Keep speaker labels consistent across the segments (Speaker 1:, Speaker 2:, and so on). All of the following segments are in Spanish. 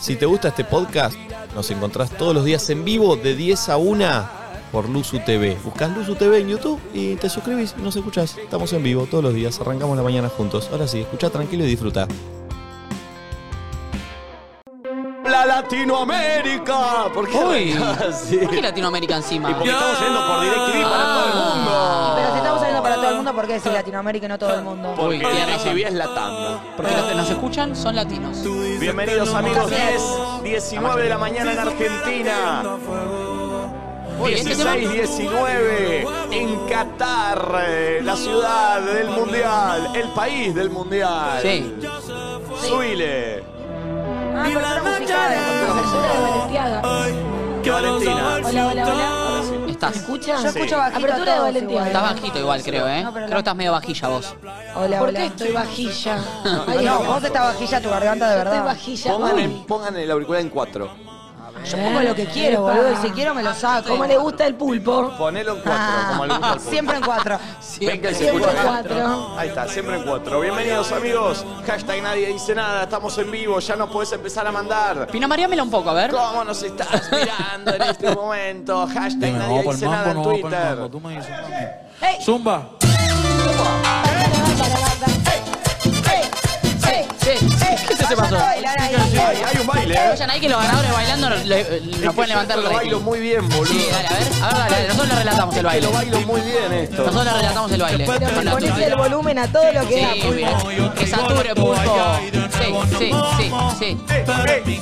Speaker 1: Si te gusta este podcast, nos encontrás todos los días en vivo de 10 a 1 por Luzu TV. Buscás Luzu TV en YouTube y te suscribís y nos escuchás. Estamos en vivo todos los días, arrancamos la mañana juntos. Ahora sí, escucha tranquilo y disfruta.
Speaker 2: La Latinoamérica. ¿Por qué?
Speaker 3: Uy.
Speaker 2: Sí.
Speaker 3: ¿Por qué Latinoamérica encima?
Speaker 2: Y porque estamos yendo por DirecTV para todo el mundo.
Speaker 4: Pero si estamos saliendo para todo el mundo, ¿por qué decir Latinoamérica y no todo el mundo?
Speaker 2: Porque
Speaker 3: Uy, tiene razón.
Speaker 2: DirecTV es la tanda.
Speaker 3: Porque los que nos escuchan son latinos.
Speaker 2: Bienvenidos amigos, 10, 19 de la mañana en Argentina.
Speaker 3: Uy, este tema-
Speaker 2: 16-19 en Qatar, eh, la ciudad del mundial, el país del mundial.
Speaker 3: Sí.
Speaker 2: Subile.
Speaker 4: Ah, con una musical, con una versión de Balenciaga.
Speaker 2: Valentina.
Speaker 5: Hola, hola, hola.
Speaker 2: Ahora sí.
Speaker 3: Estás.
Speaker 4: Yo
Speaker 2: Sí.
Speaker 4: escucho bajito
Speaker 5: Apertura
Speaker 4: a
Speaker 5: de
Speaker 4: todos
Speaker 5: Valentía.
Speaker 4: igual.
Speaker 3: Estás bajito igual, creo, ¿eh?
Speaker 4: No, pero
Speaker 3: Creo
Speaker 4: la-
Speaker 3: que estás medio vajilla vos.
Speaker 4: Hola,
Speaker 5: ¿Por
Speaker 4: hola.
Speaker 5: qué estoy vajilla?
Speaker 4: Ah,
Speaker 5: Ay,
Speaker 4: no,
Speaker 5: Dios,
Speaker 4: vos estás vajilla tu garganta de
Speaker 5: estoy
Speaker 4: verdad.
Speaker 5: vajilla.
Speaker 2: Pongan
Speaker 5: Uy,
Speaker 2: el, pongan el auricular en 4.
Speaker 4: Yo pongo lo que quiero, boludo, y si quiero me lo saco.
Speaker 5: ¿Cómo le gusta el pulpo?
Speaker 2: Ponelo en 4, como le gusta
Speaker 4: Ah,
Speaker 2: al público.
Speaker 4: siempre en cuatro.
Speaker 2: Ven que se
Speaker 5: Siempre
Speaker 2: escucha
Speaker 5: en
Speaker 2: acá.
Speaker 5: cuatro.
Speaker 2: Ahí está, siempre en cuatro. Bienvenidos amigos. Hashtag nadie dice nada. Estamos en vivo. Ya nos podés empezar a mandar.
Speaker 3: Pina Mariámela un poco, a ver.
Speaker 2: ¿Cómo nos estás mirando en este momento? Hashtag
Speaker 6: Dime,
Speaker 2: nadie
Speaker 6: vamos para el
Speaker 2: dice
Speaker 6: mambo,
Speaker 2: nada
Speaker 6: no
Speaker 2: en
Speaker 6: vamos para el mambo.
Speaker 2: Twitter.
Speaker 6: Tú me dices, mami.
Speaker 4: ¡Ey!
Speaker 6: Zumba.
Speaker 4: ¡Ey!
Speaker 3: Sí, sí. ¿Qué te pasó?
Speaker 4: Vayan a bailar ahí.
Speaker 2: Ay, hay un baile, ¿eh?
Speaker 3: Oigan ahí que los ganadores bailando lo- lo- nos pueden levantar
Speaker 2: Yo
Speaker 3: el
Speaker 2: Lo bailo
Speaker 3: rating.
Speaker 2: muy bien, boludo.
Speaker 3: Sí, dale, a ver. A ver, dale, dale. Nosotros le relatamos el
Speaker 2: Lo
Speaker 3: baile.
Speaker 2: bailo muy bien esto.
Speaker 3: Nosotros le relatamos el baile.
Speaker 6: Pero
Speaker 3: Con la
Speaker 5: Ponés
Speaker 3: tuya.
Speaker 5: el volumen a todo lo que da,
Speaker 3: Sí,
Speaker 5: pulpo.
Speaker 3: bien. Que sature, pulpo. Sí, sí, sí, sí.
Speaker 2: Eh, eh,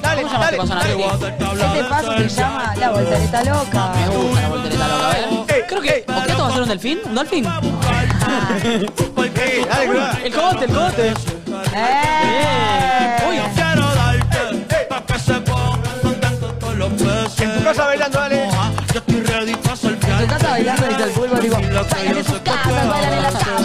Speaker 2: dale,
Speaker 3: ¿Cómo llamaste
Speaker 2: dale.
Speaker 3: con Sonatini?
Speaker 4: Este paso se llama La Voltereta Loca.
Speaker 3: Me gusta la voltereta loca, a ver.
Speaker 2: Eh,
Speaker 3: Creo que.
Speaker 2: eh.
Speaker 3: ¿O qué esto va a ser un delfín? ¿Un dolphin?
Speaker 2: Eh, dale, dale.
Speaker 3: El cogote, el cogote.
Speaker 4: ¡Eh!
Speaker 3: Uy.
Speaker 7: Quiero darte pa' que se pongan contentos todos los peces. ah,
Speaker 2: En tu casa bailando, dale.
Speaker 7: Yo estoy ready pa'
Speaker 4: En
Speaker 7: soltar.
Speaker 4: tu casa bailando dice el pulpo, digo,
Speaker 7: Bailan en sus casas,
Speaker 5: Bailan en la calle, en las terrazas.
Speaker 7: en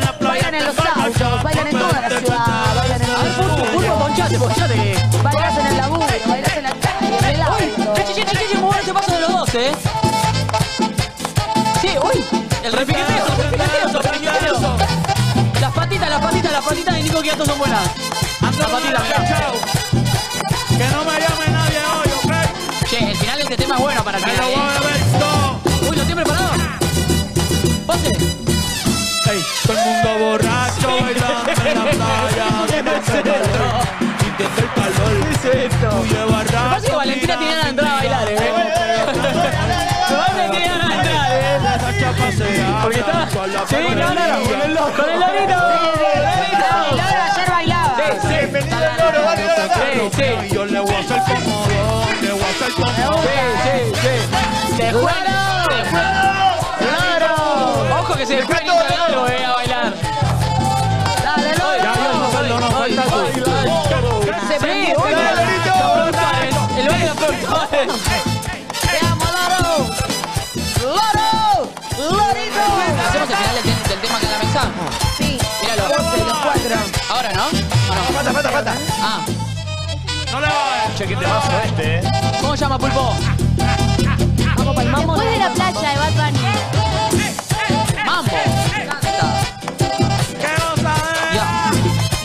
Speaker 7: la playa.
Speaker 4: Bailan en los autos, bailan en toda la ciudad, bailan en
Speaker 3: A ver,
Speaker 4: el
Speaker 3: pulpo, pulpo, ponchate, ponchate.
Speaker 4: bailas en el laburo, bailas en la calle, en el auto.
Speaker 3: Che, che, che, che, che, muy bueno este paso de los dos, eh. Sí, uy. El repiqueteo, el repiqueteo, el repiqueteo. Las patitas, las patitas, las patitas de Nico Quiato son buenas. Las patitas, mirá.
Speaker 7: Que no me llame nadie hoy, ¿ok?
Speaker 3: Che, el final de este tema es bueno para que.
Speaker 7: Me lo voy a beber todo.
Speaker 3: Uy, lo tiene preparado. Pase.
Speaker 7: Ey, todo el mundo borracho bailando en la playa. Dime ese calor, sintiendo el calor. Tú llevas
Speaker 3: Me parece que
Speaker 7: rato
Speaker 3: Valentina tenía ganas de entrar a bailar, eh. Valentina tenía ganas de entrar, eh.
Speaker 7: Esa chapa se
Speaker 3: Porque está.
Speaker 7: ata con la
Speaker 3: Sí, no, no, no. Con el lorito. Con el
Speaker 4: Ah,
Speaker 3: lorito.
Speaker 4: Laura ayer bailaba.
Speaker 2: Bienvenido al loro, dale, dale, dale.
Speaker 3: Sí, sí.
Speaker 7: Yo le voy a hacer como dos, le voy a hacer como dos.
Speaker 3: Sí, sí, sí. ¡Te juego! ¡Te juego! ¡Ojo que se le fue Nico de algo, eh, a bailar!
Speaker 4: Dale,
Speaker 3: Ya,
Speaker 4: Laura.
Speaker 3: Dios, no salió, no falta tú. Se prendió, uy, mira, los productores, el baile de los productores.
Speaker 4: Te amo, Loro. Loro. Lorito.
Speaker 3: Hacemos el final del, del tema que la mesa.
Speaker 4: Sí,
Speaker 3: Míralo.
Speaker 4: los cuatro.
Speaker 3: Ahora, ¿no? ¿O no?
Speaker 2: Falta, falta, falta.
Speaker 3: Ah,
Speaker 7: No le va
Speaker 2: Che, qué temazo este, eh.
Speaker 3: ¿cómo llama Pulpo? Vamos para el mambo.
Speaker 5: Después de la playa de Bad Bunny.
Speaker 3: Mambo.
Speaker 7: que no sabe.
Speaker 3: Ya.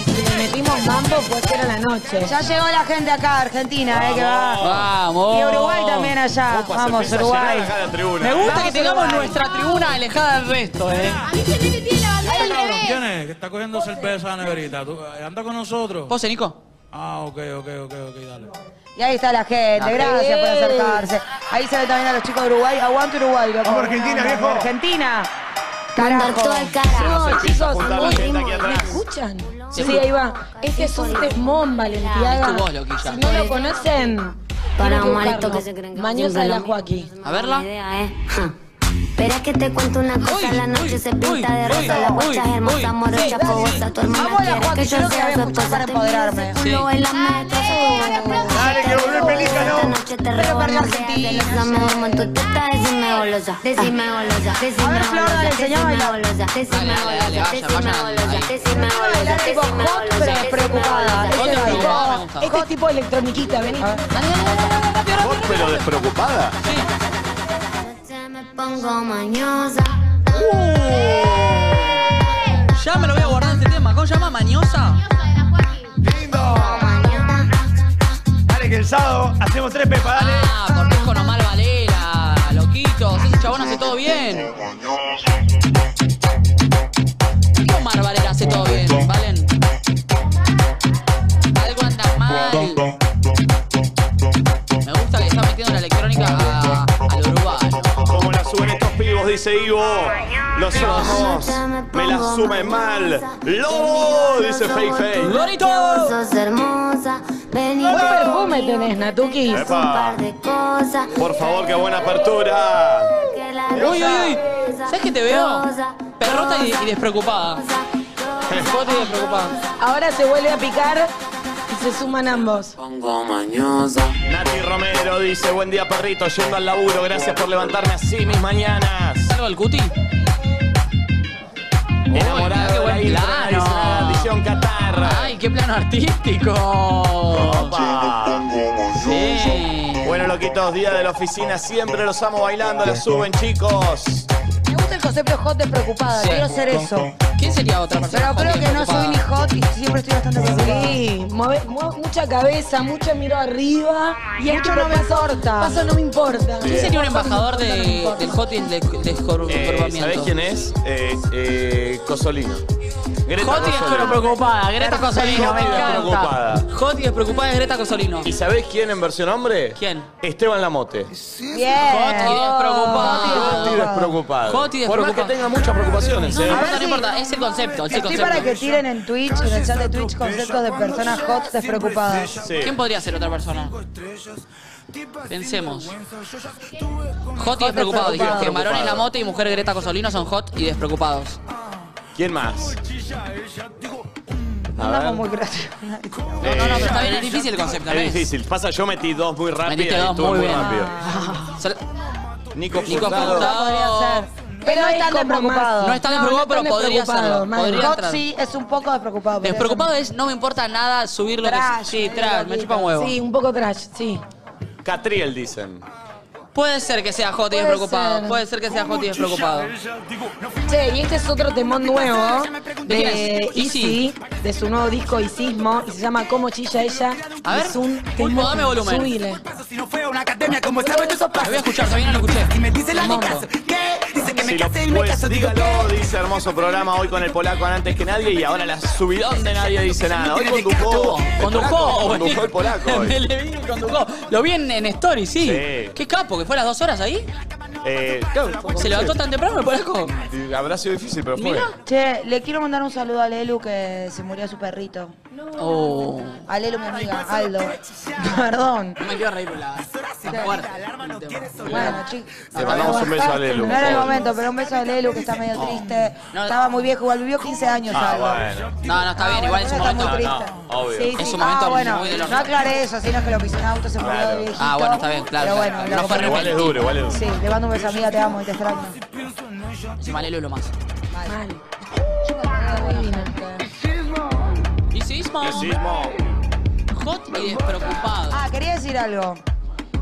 Speaker 5: Si le metimos mambo, pues era la noche.
Speaker 4: Ya llegó la gente acá, Argentina, eh, que va.
Speaker 3: Vamos.
Speaker 4: Y Uruguay también allá.
Speaker 2: Opa, se
Speaker 4: Vamos,
Speaker 2: empieza a
Speaker 4: Uruguay.
Speaker 2: llenar acá la tribuna.
Speaker 3: Me gusta que
Speaker 4: Vamos,
Speaker 3: tengamos
Speaker 4: Uruguay.
Speaker 3: nuestra tribuna alejada del resto, eh.
Speaker 5: Al
Speaker 6: Cabrón,
Speaker 5: revés.
Speaker 6: ¿Quién es? Que está cogiendo cerveza en la neverita. ¿Tú, eh, ¿Anda con nosotros?
Speaker 3: Pose, Nico.
Speaker 6: Ah, ok, ok, ok, ok, dale.
Speaker 4: Y ahí está la gente, gracias por acercarse. Ahí se ve también a los chicos de Uruguay. Aguante Uruguay, loco.
Speaker 2: Vamos, Argentina,
Speaker 4: Vamos,
Speaker 2: viejo.
Speaker 4: Argentina.
Speaker 5: Mandar
Speaker 4: Carajo.
Speaker 5: todo al carajo.
Speaker 2: No, chicos, muy
Speaker 5: ¿Me escuchan? Sí, ahí va. Este es un temón,
Speaker 3: Es
Speaker 5: Valentiaga.
Speaker 3: tu voz, loquilla.
Speaker 5: Si no lo conocen,
Speaker 8: Para
Speaker 5: tienen
Speaker 8: un
Speaker 5: buscarlo.
Speaker 8: malito que se creen que
Speaker 5: Mañosa de la Joaquín.
Speaker 3: A verla.
Speaker 8: Idea, ¿eh? Ja. Pero es que te cuento una cosa,
Speaker 3: Uy,
Speaker 8: la noche
Speaker 3: uy,
Speaker 8: se pinta
Speaker 3: uy,
Speaker 8: de rosa,
Speaker 3: uy,
Speaker 8: la bocha es
Speaker 3: uy,
Speaker 8: hermosa,
Speaker 3: uy.
Speaker 8: morocha, fogosa, tu hermana
Speaker 4: Amo a la
Speaker 8: quiere
Speaker 4: Joaquín,
Speaker 8: que
Speaker 4: yo lo
Speaker 8: yo
Speaker 4: que
Speaker 8: sea
Speaker 4: voy a
Speaker 8: su
Speaker 4: escuchar
Speaker 8: esposa.
Speaker 4: para
Speaker 8: Te miro ese
Speaker 4: empoderarme.
Speaker 8: culo en la metro,
Speaker 2: Dale, que volver pelícano.
Speaker 8: Esta noche te
Speaker 4: Pero
Speaker 8: robo,
Speaker 4: para
Speaker 8: no
Speaker 4: la
Speaker 8: seas
Speaker 4: Argentina,
Speaker 8: celosa, me duermo en tu teta, decime golosa, decime golosa,
Speaker 4: A
Speaker 8: decime
Speaker 4: ver, Flor, dale,
Speaker 8: golosa,
Speaker 4: enseñá a
Speaker 8: decime
Speaker 4: bailar.
Speaker 8: golosa, decime
Speaker 3: Dale, dale,
Speaker 8: golosa, decime
Speaker 3: dale, vayan, vayan,
Speaker 8: golosa,
Speaker 3: ahí.
Speaker 8: decime golosa,
Speaker 4: Tipo
Speaker 8: decime
Speaker 4: hot,
Speaker 8: golosa,
Speaker 4: pero
Speaker 8: decime golosa.
Speaker 4: despreocupada.
Speaker 3: Hot,
Speaker 4: Este
Speaker 3: pero
Speaker 4: baile.
Speaker 3: despreocupada, me gusta.
Speaker 5: Este es tipo de electroniquita, vení.
Speaker 2: Vos, pero despreocupada.
Speaker 8: Se me pongo mañosa.
Speaker 3: Uh. Ya me lo voy a guardar este tema. ¿Cómo llama? ¿Mañosa?
Speaker 2: Lindo.
Speaker 8: Mañana,
Speaker 9: condensado, hacemos tres pepas, dale.
Speaker 7: Ah, porque es con Omar Valera, loquitos. Ese chabón hace todo bien. ¿Por qué Omar Valera hace todo bien, Valen? Algo anda mal. Me gusta que le está metiendo la electrónica a- al uruguayo.
Speaker 2: Como la suben estos pibos, dice Ivo. Los ojos me la suben mal. Lobo, dice Fake Fake.
Speaker 7: ¡Lorito!
Speaker 3: Sos hermosa, ven y
Speaker 5: ¿Qué
Speaker 3: vamos
Speaker 5: perfume tenés, Natuki?
Speaker 3: a hacer un par de cosas.
Speaker 2: Por favor, qué buena apertura.
Speaker 3: Que la
Speaker 7: Uy, uy, uy.
Speaker 3: cosa,
Speaker 7: ¿Sabes qué te veo?
Speaker 3: cosa,
Speaker 7: Perrota y, y despreocupada.
Speaker 3: cosa, cosa,
Speaker 7: Vos te despreocupada.
Speaker 5: Ahora se vuelve a picar y se suman ambos.
Speaker 2: Nati Romero dice, buen día perrito, yendo al laburo, gracias por levantarme así mis mañanas.
Speaker 7: ¿Salgo al cuti?
Speaker 2: Enamorado
Speaker 7: qué
Speaker 2: de
Speaker 7: buen
Speaker 2: la isla,
Speaker 7: plano.
Speaker 2: dice la edición Qatar.
Speaker 7: ¡Ay, qué plano artístico!
Speaker 2: Opa.
Speaker 7: Sí.
Speaker 2: Bueno, loquitos, día de la oficina, siempre los amo bailando, la suben, chicos.
Speaker 4: Me gusta el concepto hot despreocupada.
Speaker 7: Sí.
Speaker 4: Quiero ser eso.
Speaker 7: ¿Quién sería otra persona?
Speaker 4: Pero creo que no soy ni hot y siempre estoy bastante preocupada.
Speaker 5: Sí, mueve, mueve mucha cabeza, mucha miro arriba y esto no me importa. Paso no me importa.
Speaker 7: ¿Quién sería un embajador de, del hot y el des-
Speaker 2: Eh,
Speaker 7: descorrupamiento?
Speaker 2: ¿Sabés quién es? Eh, eh, Cosolino. Greta
Speaker 7: Hot y
Speaker 2: Cosolino.
Speaker 7: despreocupada, Greta Cosolino, me
Speaker 2: Hot y
Speaker 7: encanta.
Speaker 2: despreocupada.
Speaker 7: Hot y despreocupada es Greta Cosolino.
Speaker 2: ¿Y sabés quién en versión hombre?
Speaker 7: ¿Quién?
Speaker 2: Esteban Lamote.
Speaker 7: Hot y
Speaker 4: Bien.
Speaker 2: Hot y
Speaker 7: despreocupada. Hot
Speaker 2: despreocupado.
Speaker 7: y despreocupado.
Speaker 2: Bueno, porque tenga muchas preocupaciones, ¿eh?
Speaker 7: No importa, no importa, es el concepto, es el
Speaker 4: Estoy para que
Speaker 7: concepto.
Speaker 4: tiren en Twitch, en el chat de Twitch, conceptos de personas hot despreocupadas.
Speaker 2: Sí.
Speaker 7: ¿Quién podría ser otra persona? Pensemos. Hot y despreocupado. Dijimos que Marón en la moto y mujer Greta Cosolino son hot y despreocupados.
Speaker 2: ¿Quién más? A ver.
Speaker 4: Andamos muy creativos.
Speaker 7: No, no, no, pero está bien, es difícil el concepto. ¿no
Speaker 2: Eh, Es difícil. Pasa, yo metí dos muy rápido
Speaker 7: Metiste
Speaker 2: y
Speaker 7: dos
Speaker 2: estuvo
Speaker 7: muy
Speaker 2: muy
Speaker 7: bien.
Speaker 2: rápido.
Speaker 7: Sol-
Speaker 2: Nico
Speaker 7: Nico
Speaker 2: Furtado.
Speaker 7: Furtado.
Speaker 4: Podría ser. Pero no
Speaker 5: es
Speaker 4: están
Speaker 5: como
Speaker 4: despreocupados.
Speaker 7: No está
Speaker 5: No, no
Speaker 7: despreocupado, pero
Speaker 5: están
Speaker 7: podría serlo.
Speaker 5: despreocupados, man.
Speaker 7: Podría
Speaker 4: Hot
Speaker 7: entrar.
Speaker 4: sí es un poco despreocupado. pero
Speaker 7: Despreocupado es no me importa nada subir lo que
Speaker 4: Trash,
Speaker 7: sí,
Speaker 4: medio
Speaker 7: trash, me
Speaker 4: loquito.
Speaker 7: chupa un huevo.
Speaker 5: Sí, un poco trash, sí.
Speaker 2: Catriel, dicen.
Speaker 7: Puede ser que sea hot y
Speaker 5: Puede
Speaker 7: despreocupado.
Speaker 5: ser.
Speaker 7: Puede ser que sea hot y despreocupado.
Speaker 5: Che, y este es otro temón nuevo
Speaker 7: quién
Speaker 5: de
Speaker 7: es? Easy.
Speaker 5: Easy, de su nuevo disco Isismo, y se llama Cómo chilla ella.
Speaker 7: A
Speaker 5: Y
Speaker 7: ver,
Speaker 5: es un
Speaker 7: Pulpo,
Speaker 5: temón.
Speaker 7: dame volumen.
Speaker 5: Subile.
Speaker 10: Si no fue a una academia como estaba en esos
Speaker 7: Lo voy a
Speaker 10: pasos.
Speaker 7: escuchar, todavía no lo escuché.
Speaker 10: Y me dice la
Speaker 7: Mambo.
Speaker 10: caso. ¿Qué? Dice que
Speaker 2: Si
Speaker 10: me
Speaker 2: lo
Speaker 10: casé y me caso.
Speaker 2: pues,
Speaker 10: Digo,
Speaker 2: dígalo, dice hermoso programa hoy con el polaco antes que nadie y ahora la subidón de nadie dice nada. Hoy condujo. el polaco,
Speaker 7: Conducó.
Speaker 2: Conducó el polaco. hoy.
Speaker 7: Me le vi, conducó. Lo vi en, en Story, sí.
Speaker 2: Sí.
Speaker 7: Qué capo, que fue a las dos horas ahí.
Speaker 2: Eh, claro,
Speaker 7: Se levantó tan temprano el polaco.
Speaker 2: Habrá sido difícil, pero fue.
Speaker 7: Mira.
Speaker 4: Che, le quiero mandar un saludo a Lelu que se murió su perrito.
Speaker 7: Oh.
Speaker 4: A Lelu, mi amiga, Aldo. Perdón.
Speaker 7: No me quiero reír, pero la. la fuerte. El tema.
Speaker 4: Bueno, chicos.
Speaker 2: Te mandamos un beso a Lelu.
Speaker 4: No era el momento, pero un beso a Lelu que está medio triste.
Speaker 7: No.
Speaker 4: Estaba muy viejo, igual vivió 15 años
Speaker 2: Ah,
Speaker 4: Aldo.
Speaker 2: bueno.
Speaker 7: No, no, está bien, igual en su
Speaker 4: Ahora está
Speaker 7: momento.
Speaker 4: muy
Speaker 2: no,
Speaker 4: triste.
Speaker 2: no, obvio.
Speaker 4: Sí,
Speaker 7: Es
Speaker 4: sí.
Speaker 7: un momento
Speaker 4: ah, bueno,
Speaker 7: muy del horno.
Speaker 4: no aclaré eso, sino que lo pisó en auto, se murió
Speaker 2: Claro.
Speaker 4: de viejito.
Speaker 7: Ah, bueno, está bien, claro.
Speaker 4: Pero bueno,
Speaker 7: No
Speaker 4: lo-
Speaker 7: fue
Speaker 2: Igual es duro, igual es duro.
Speaker 4: Sí, le mando un beso amiga, te amo y te extraño.
Speaker 7: Encima Lelo es lo más.
Speaker 5: Mal.
Speaker 7: Y sismo.
Speaker 2: El sismo.
Speaker 7: Hot y despreocupado.
Speaker 4: Ah, quería decir algo.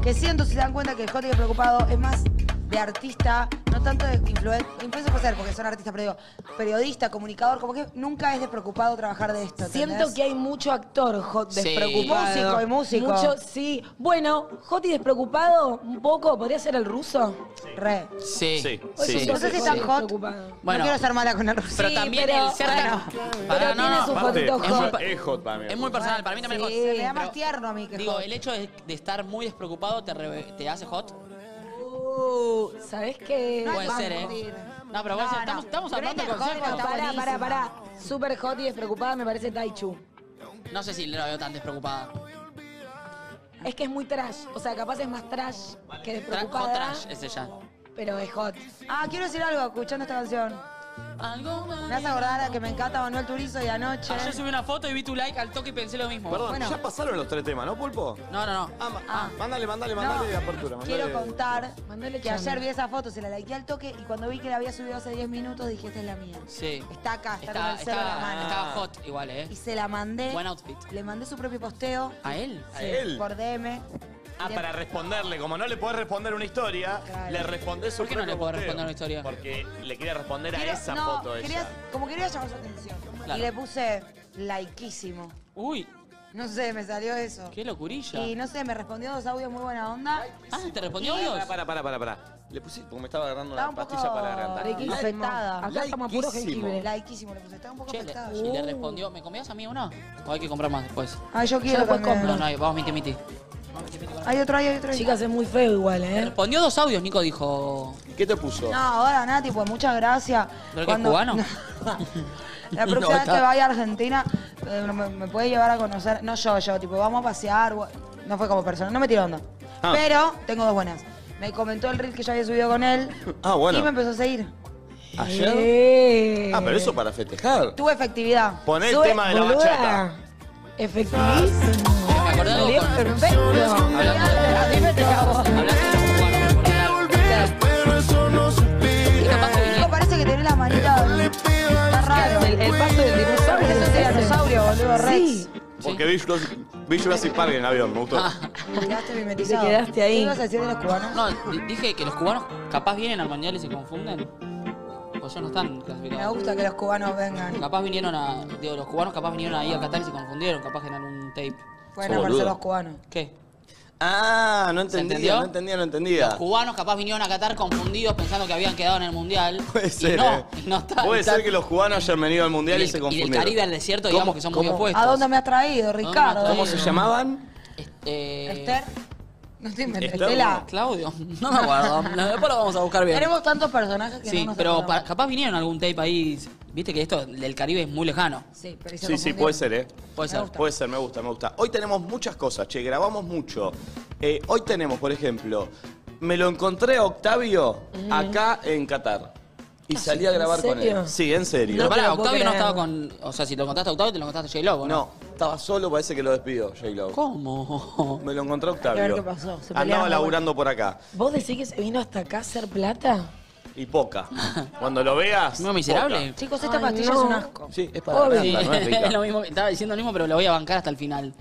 Speaker 4: Que siento si se dan cuenta que el Jote que preocupado es más de artista, no tanto de influencer. Influencer puede ser porque son artistas, pero digo, periodista, comunicador, como que nunca es despreocupado trabajar de esto. ¿entendés?
Speaker 5: Siento que hay mucho actor hot
Speaker 7: Sí.
Speaker 5: despreocupado.
Speaker 4: Músico, hay músico.
Speaker 5: Mucho, sí. Bueno, hot y despreocupado, un poco, podría ser el ruso.
Speaker 4: Re.
Speaker 7: Sí.
Speaker 2: Sí,
Speaker 5: Oye,
Speaker 2: sí.
Speaker 4: No sé si
Speaker 5: sí.
Speaker 4: es tan hot.
Speaker 5: Despreocupado.
Speaker 7: Bueno.
Speaker 4: no quiero ser mala con el ruso.
Speaker 7: Pero
Speaker 5: Sí,
Speaker 7: también
Speaker 5: pero,
Speaker 7: el ser
Speaker 5: bueno,
Speaker 7: tan-
Speaker 5: pero
Speaker 7: Pará, no,
Speaker 5: tiene
Speaker 7: no.
Speaker 5: su
Speaker 2: Aparte,
Speaker 5: fotito
Speaker 2: es
Speaker 5: hot.
Speaker 2: muy- es hot para mí.
Speaker 7: Es muy personal, para mí también
Speaker 4: Sí,
Speaker 7: es hot.
Speaker 4: me da más
Speaker 7: pero-
Speaker 4: tierno a mí que
Speaker 7: Digo,
Speaker 4: hot.
Speaker 7: el hecho de, de estar muy despreocupado te, reve- te hace hot.
Speaker 5: Uh, ¿Sabés qué?
Speaker 4: No,
Speaker 7: Puede
Speaker 4: vamos
Speaker 7: ser,
Speaker 4: a
Speaker 7: ¿eh?
Speaker 4: discutir.
Speaker 7: No, pero bueno,
Speaker 4: No,
Speaker 7: estamos,
Speaker 4: no.
Speaker 7: estamos
Speaker 4: Pero
Speaker 7: hablando de
Speaker 4: es mejor,
Speaker 7: consejos.
Speaker 4: está
Speaker 5: Pará,
Speaker 4: buenísimo.
Speaker 5: pará, pará. Super hot y despreocupada me parece Taichu.
Speaker 7: No sé si la veo tan despreocupada.
Speaker 5: Es que es muy trash. O sea, capaz es más trash que
Speaker 7: Tra-
Speaker 5: despreocupada.
Speaker 7: hot trash es ella.
Speaker 5: Pero es hot.
Speaker 4: Ah, quiero decir algo escuchando esta canción.
Speaker 7: Algo más.
Speaker 4: Me hace acordar a que me encanta Manuel Turizo y anoche.
Speaker 7: Ayer subí una foto y vi tu like al toque y pensé lo mismo.
Speaker 2: Perdón,
Speaker 4: Bueno.
Speaker 2: ya pasaron los tres temas, ¿no, Pulpo?
Speaker 7: No, no, no.
Speaker 2: Ah, ma- ah, mándale, mándale,
Speaker 4: No,
Speaker 2: mándale apertura. Mándale.
Speaker 4: quiero contar
Speaker 5: Mandale
Speaker 4: que
Speaker 5: chamba.
Speaker 4: ayer vi esa foto, se la likeé al toque y cuando vi que la había subido hace 10 minutos dije, esta es la mía.
Speaker 7: Sí.
Speaker 4: Está acá, está, con
Speaker 7: Está,
Speaker 4: el celo en la
Speaker 7: está-
Speaker 4: mano.
Speaker 7: estaba hot igual, ¿eh?
Speaker 4: Y se la mandé.
Speaker 7: Buen outfit.
Speaker 4: Le mandé su propio posteo
Speaker 7: ¿A él?
Speaker 2: ¿A él?
Speaker 4: por DM.
Speaker 2: Ah, para responderle. Como no le podés responder una historia,
Speaker 4: Claro.
Speaker 2: le respondés su
Speaker 7: ¿Por qué no
Speaker 2: propio
Speaker 7: le podés
Speaker 2: posteo?
Speaker 7: responder una historia?
Speaker 2: Porque le quería responder
Speaker 4: Quiero-
Speaker 2: a esa
Speaker 4: no,
Speaker 2: foto
Speaker 4: quería-
Speaker 2: ella.
Speaker 4: como quería llamar su atención.
Speaker 7: Claro.
Speaker 4: Y le puse likeísimo.
Speaker 7: Uy.
Speaker 4: No sé, me salió eso.
Speaker 7: Qué locurilla.
Speaker 4: Y no sé, me respondió dos audios muy buena onda.
Speaker 7: Ah, ¿te respondió Dios?
Speaker 2: Para, para, para, para. Le puse, porque me estaba agarrando
Speaker 4: Estaba
Speaker 2: una
Speaker 4: un poco
Speaker 2: pastilla para agrandar.
Speaker 4: riquísimo. afectada.
Speaker 5: Acá estamos a puro
Speaker 2: Laiquísimo.
Speaker 5: jengibre.
Speaker 4: Laiquísimo le puse. Estaba un poco
Speaker 7: Che, le,
Speaker 4: afectada.
Speaker 7: y le respondió, ¿me comías a mí una? O hay que comprar más después.
Speaker 4: Ay, Ah, yo
Speaker 5: Yo
Speaker 4: quiero
Speaker 5: después
Speaker 4: también.
Speaker 7: No, no, hay- vamos, miti, miti.
Speaker 4: Hay otro, hay otro. hay otro.
Speaker 5: Chicas, es muy feo igual, ¿eh?
Speaker 7: Respondió dos audios, Nico dijo.
Speaker 2: ¿Y qué te puso?
Speaker 4: No, ahora Nati, pues muchas gracias.
Speaker 7: ¿Pero que es cubano?
Speaker 4: La
Speaker 2: No,
Speaker 4: próxima vez
Speaker 2: está-
Speaker 4: que vaya a Argentina, eh, me, me puede llevar a conocer. No yo, yo, tipo, vamos a pasear. bu- No fue como persona, no me tiró onda.
Speaker 2: Ah.
Speaker 4: Pero tengo dos buenas. Me comentó el reel que yo había subido con él.
Speaker 2: Ah, bueno.
Speaker 4: Y me empezó a seguir.
Speaker 2: ¿Ayer?
Speaker 5: Eh.
Speaker 2: Ah, pero eso para festejar.
Speaker 4: Tuve efectividad.
Speaker 2: Poné el
Speaker 5: Sube,
Speaker 2: tema de la
Speaker 5: boluda.
Speaker 2: bachata.
Speaker 5: Efectivísimo.
Speaker 7: Me acordé algo
Speaker 5: Bien,
Speaker 7: con-
Speaker 5: perfecto.
Speaker 7: Hablaste con un cubano. Y capaz que
Speaker 4: Chico,
Speaker 7: vinieron.
Speaker 4: parece que tenés la manita. Está raro.
Speaker 5: El, el paso del dinosaurio.
Speaker 4: Parece un tiranosaurio, boludo, Rex.
Speaker 5: Sí.
Speaker 2: Porque vi Jurassic, vi Jurassic Park en el avión, me gustó.
Speaker 7: Ah.
Speaker 4: Quedaste mimetizado.
Speaker 5: Te quedaste ahí.
Speaker 4: ¿Qué ibas a decir de los cubanos?
Speaker 7: No, di- dije que los cubanos capaz vienen al Mundial y se confunden. Pues ya no están
Speaker 4: Me
Speaker 7: clasificados.
Speaker 4: gusta que los cubanos vengan.
Speaker 7: Capaz vinieron a. Digo, los cubanos capaz vinieron ahí a Qatar y se confundieron. Capaz ganaron un tape.
Speaker 4: Pueden
Speaker 2: Sos
Speaker 4: aparecer
Speaker 2: boludo.
Speaker 4: los cubanos.
Speaker 7: ¿Qué?
Speaker 2: Ah, no
Speaker 7: ¿Se
Speaker 2: entendía,
Speaker 7: entendió?
Speaker 2: no entendía, no entendía.
Speaker 7: Cubanos capaz vinieron a Qatar confundidos pensando que habían quedado en el mundial.
Speaker 2: Puede
Speaker 7: Y
Speaker 2: ser,
Speaker 7: no,
Speaker 2: eh.
Speaker 7: no están.
Speaker 2: Puede
Speaker 7: están-
Speaker 2: ser que los cubanos hayan venido al mundial y,
Speaker 7: del-
Speaker 2: se
Speaker 7: del
Speaker 2: confundieron.
Speaker 7: Caribe al desierto,
Speaker 2: ¿Cómo-
Speaker 7: digamos que son muy
Speaker 2: cómo-
Speaker 7: opuestos.
Speaker 4: ¿A dónde me has traído, Ricardo?
Speaker 7: ¿Cómo
Speaker 2: ¿Cómo se llamaban?
Speaker 7: Este,
Speaker 4: ¿Esther? No te inventes.
Speaker 2: Esther,
Speaker 4: Estela.
Speaker 7: Claudio. No me acuerdo. No, Después lo vamos a buscar bien.
Speaker 4: Tenemos tantos personajes que
Speaker 7: Sí,
Speaker 4: no nos
Speaker 7: pero
Speaker 4: acordamos.
Speaker 7: pa- capaz vinieron algún tape ahí. Viste que esto del Caribe es muy lejano.
Speaker 4: Sí, pero se
Speaker 2: Sí, sí,
Speaker 4: confundieron.
Speaker 2: puede ser, ¿eh?
Speaker 7: Puede
Speaker 4: Me
Speaker 7: ser.
Speaker 4: gusta.
Speaker 2: Puede ser, me gusta, me gusta. Hoy tenemos muchas cosas, che, grabamos mucho. Eh, hoy tenemos, por ejemplo, me lo encontré a Octavio acá en Qatar. Y salí a grabar
Speaker 5: Ah, ¿En
Speaker 2: con él.
Speaker 5: serio?
Speaker 2: Sí, en serio.
Speaker 7: Pero
Speaker 5: No te
Speaker 7: pará,
Speaker 5: lo puedo
Speaker 7: Octavio no
Speaker 5: creer.
Speaker 7: estaba con. O sea, si lo contaste a Octavio, te lo contaste a J-Lo,
Speaker 2: No, estaba solo, parece que lo despido, j
Speaker 7: ¿Cómo?
Speaker 2: Me lo encontré a Octavio.
Speaker 4: Hay que ver qué pasó, se
Speaker 2: Andaba
Speaker 4: pelearon,
Speaker 2: laburando por acá.
Speaker 5: ¿Vos decís que se vino hasta acá a hacer plata?
Speaker 2: Y poca. Cuando lo veas.
Speaker 7: ¿No miserable?
Speaker 2: poca.
Speaker 4: Chicos, esta
Speaker 5: Ay,
Speaker 4: pastilla
Speaker 5: no.
Speaker 4: es un asco.
Speaker 2: Sí, es para
Speaker 5: Obvio.
Speaker 2: granda, no es rica.
Speaker 7: lo mismo, estaba diciendo lo mismo, pero lo voy a bancar hasta el final.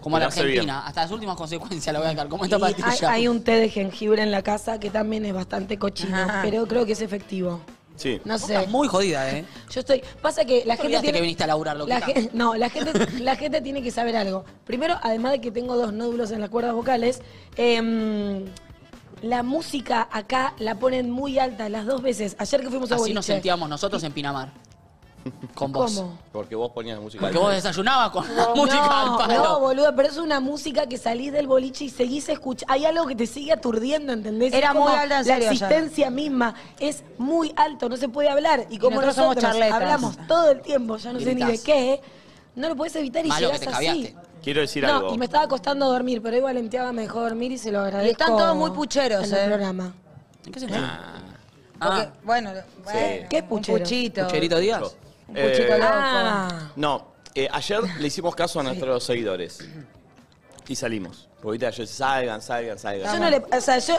Speaker 7: Como a
Speaker 2: Me
Speaker 7: la
Speaker 2: hace bien.
Speaker 7: Argentina, hasta las últimas consecuencias la voy a bancar. Como esta
Speaker 5: Y hay,
Speaker 7: pastilla.
Speaker 5: hay un té de jengibre en la casa que también es bastante cochino,
Speaker 4: Ajá.
Speaker 5: pero creo que es efectivo.
Speaker 2: Sí.
Speaker 5: No
Speaker 7: Vos
Speaker 5: sé.
Speaker 7: estás muy jodida, ¿eh?
Speaker 5: Yo estoy. Pasa que la
Speaker 7: No
Speaker 5: gente
Speaker 7: olvidaste
Speaker 5: tiene.
Speaker 7: que viniste a laburar, loquita.
Speaker 5: la gen- No, la gente, la gente tiene que saber algo. Primero, además de que tengo dos nódulos en las cuerdas vocales, em, la música acá la ponen muy alta las dos veces. Ayer que fuimos a
Speaker 7: Así
Speaker 5: boliche.
Speaker 7: nos sentíamos nosotros en Pinamar. Con vos.
Speaker 5: ¿Cómo?
Speaker 2: Porque vos ponías música.
Speaker 7: Porque vos desayunabas con la música
Speaker 5: No,
Speaker 7: al palo.
Speaker 5: no, boluda, pero es una música que salís del boliche y seguís escuchando. Hay algo que te sigue aturdiendo, ¿entendés?
Speaker 4: Era
Speaker 5: Es como
Speaker 4: muy alta, en
Speaker 5: La
Speaker 4: serio, ayer.
Speaker 5: existencia misma es muy alto, no se puede hablar. Y como
Speaker 4: nosotros
Speaker 5: nosotros,
Speaker 4: somos charletas.
Speaker 5: hablamos todo el tiempo, ya no sé ni
Speaker 7: Gritás.
Speaker 5: de qué, no lo puedes evitar y
Speaker 7: Malo que
Speaker 5: llegás
Speaker 7: te
Speaker 5: así.
Speaker 7: caviaste.
Speaker 2: Quiero decir
Speaker 5: no,
Speaker 2: algo.
Speaker 5: y me estaba costando dormir, pero igual Entiaga me dejó dormir y se lo agradezco.
Speaker 4: están todos muy pucheros,
Speaker 5: en el
Speaker 4: eh.
Speaker 5: programa.
Speaker 7: ¿En qué sentido?
Speaker 4: Porque,
Speaker 7: Ah,
Speaker 4: bueno, bueno,
Speaker 5: ¿Qué
Speaker 4: un
Speaker 5: puchero?
Speaker 4: puchito.
Speaker 7: Pucherito Díaz.
Speaker 4: Un
Speaker 2: Eh,
Speaker 4: puchito loco.
Speaker 5: Ah,
Speaker 2: No, eh, ayer le hicimos caso a nuestros seguidores. Y salimos. Porque viste, ayer salgan, salgan, salgan.
Speaker 5: yo no le, o sea, yo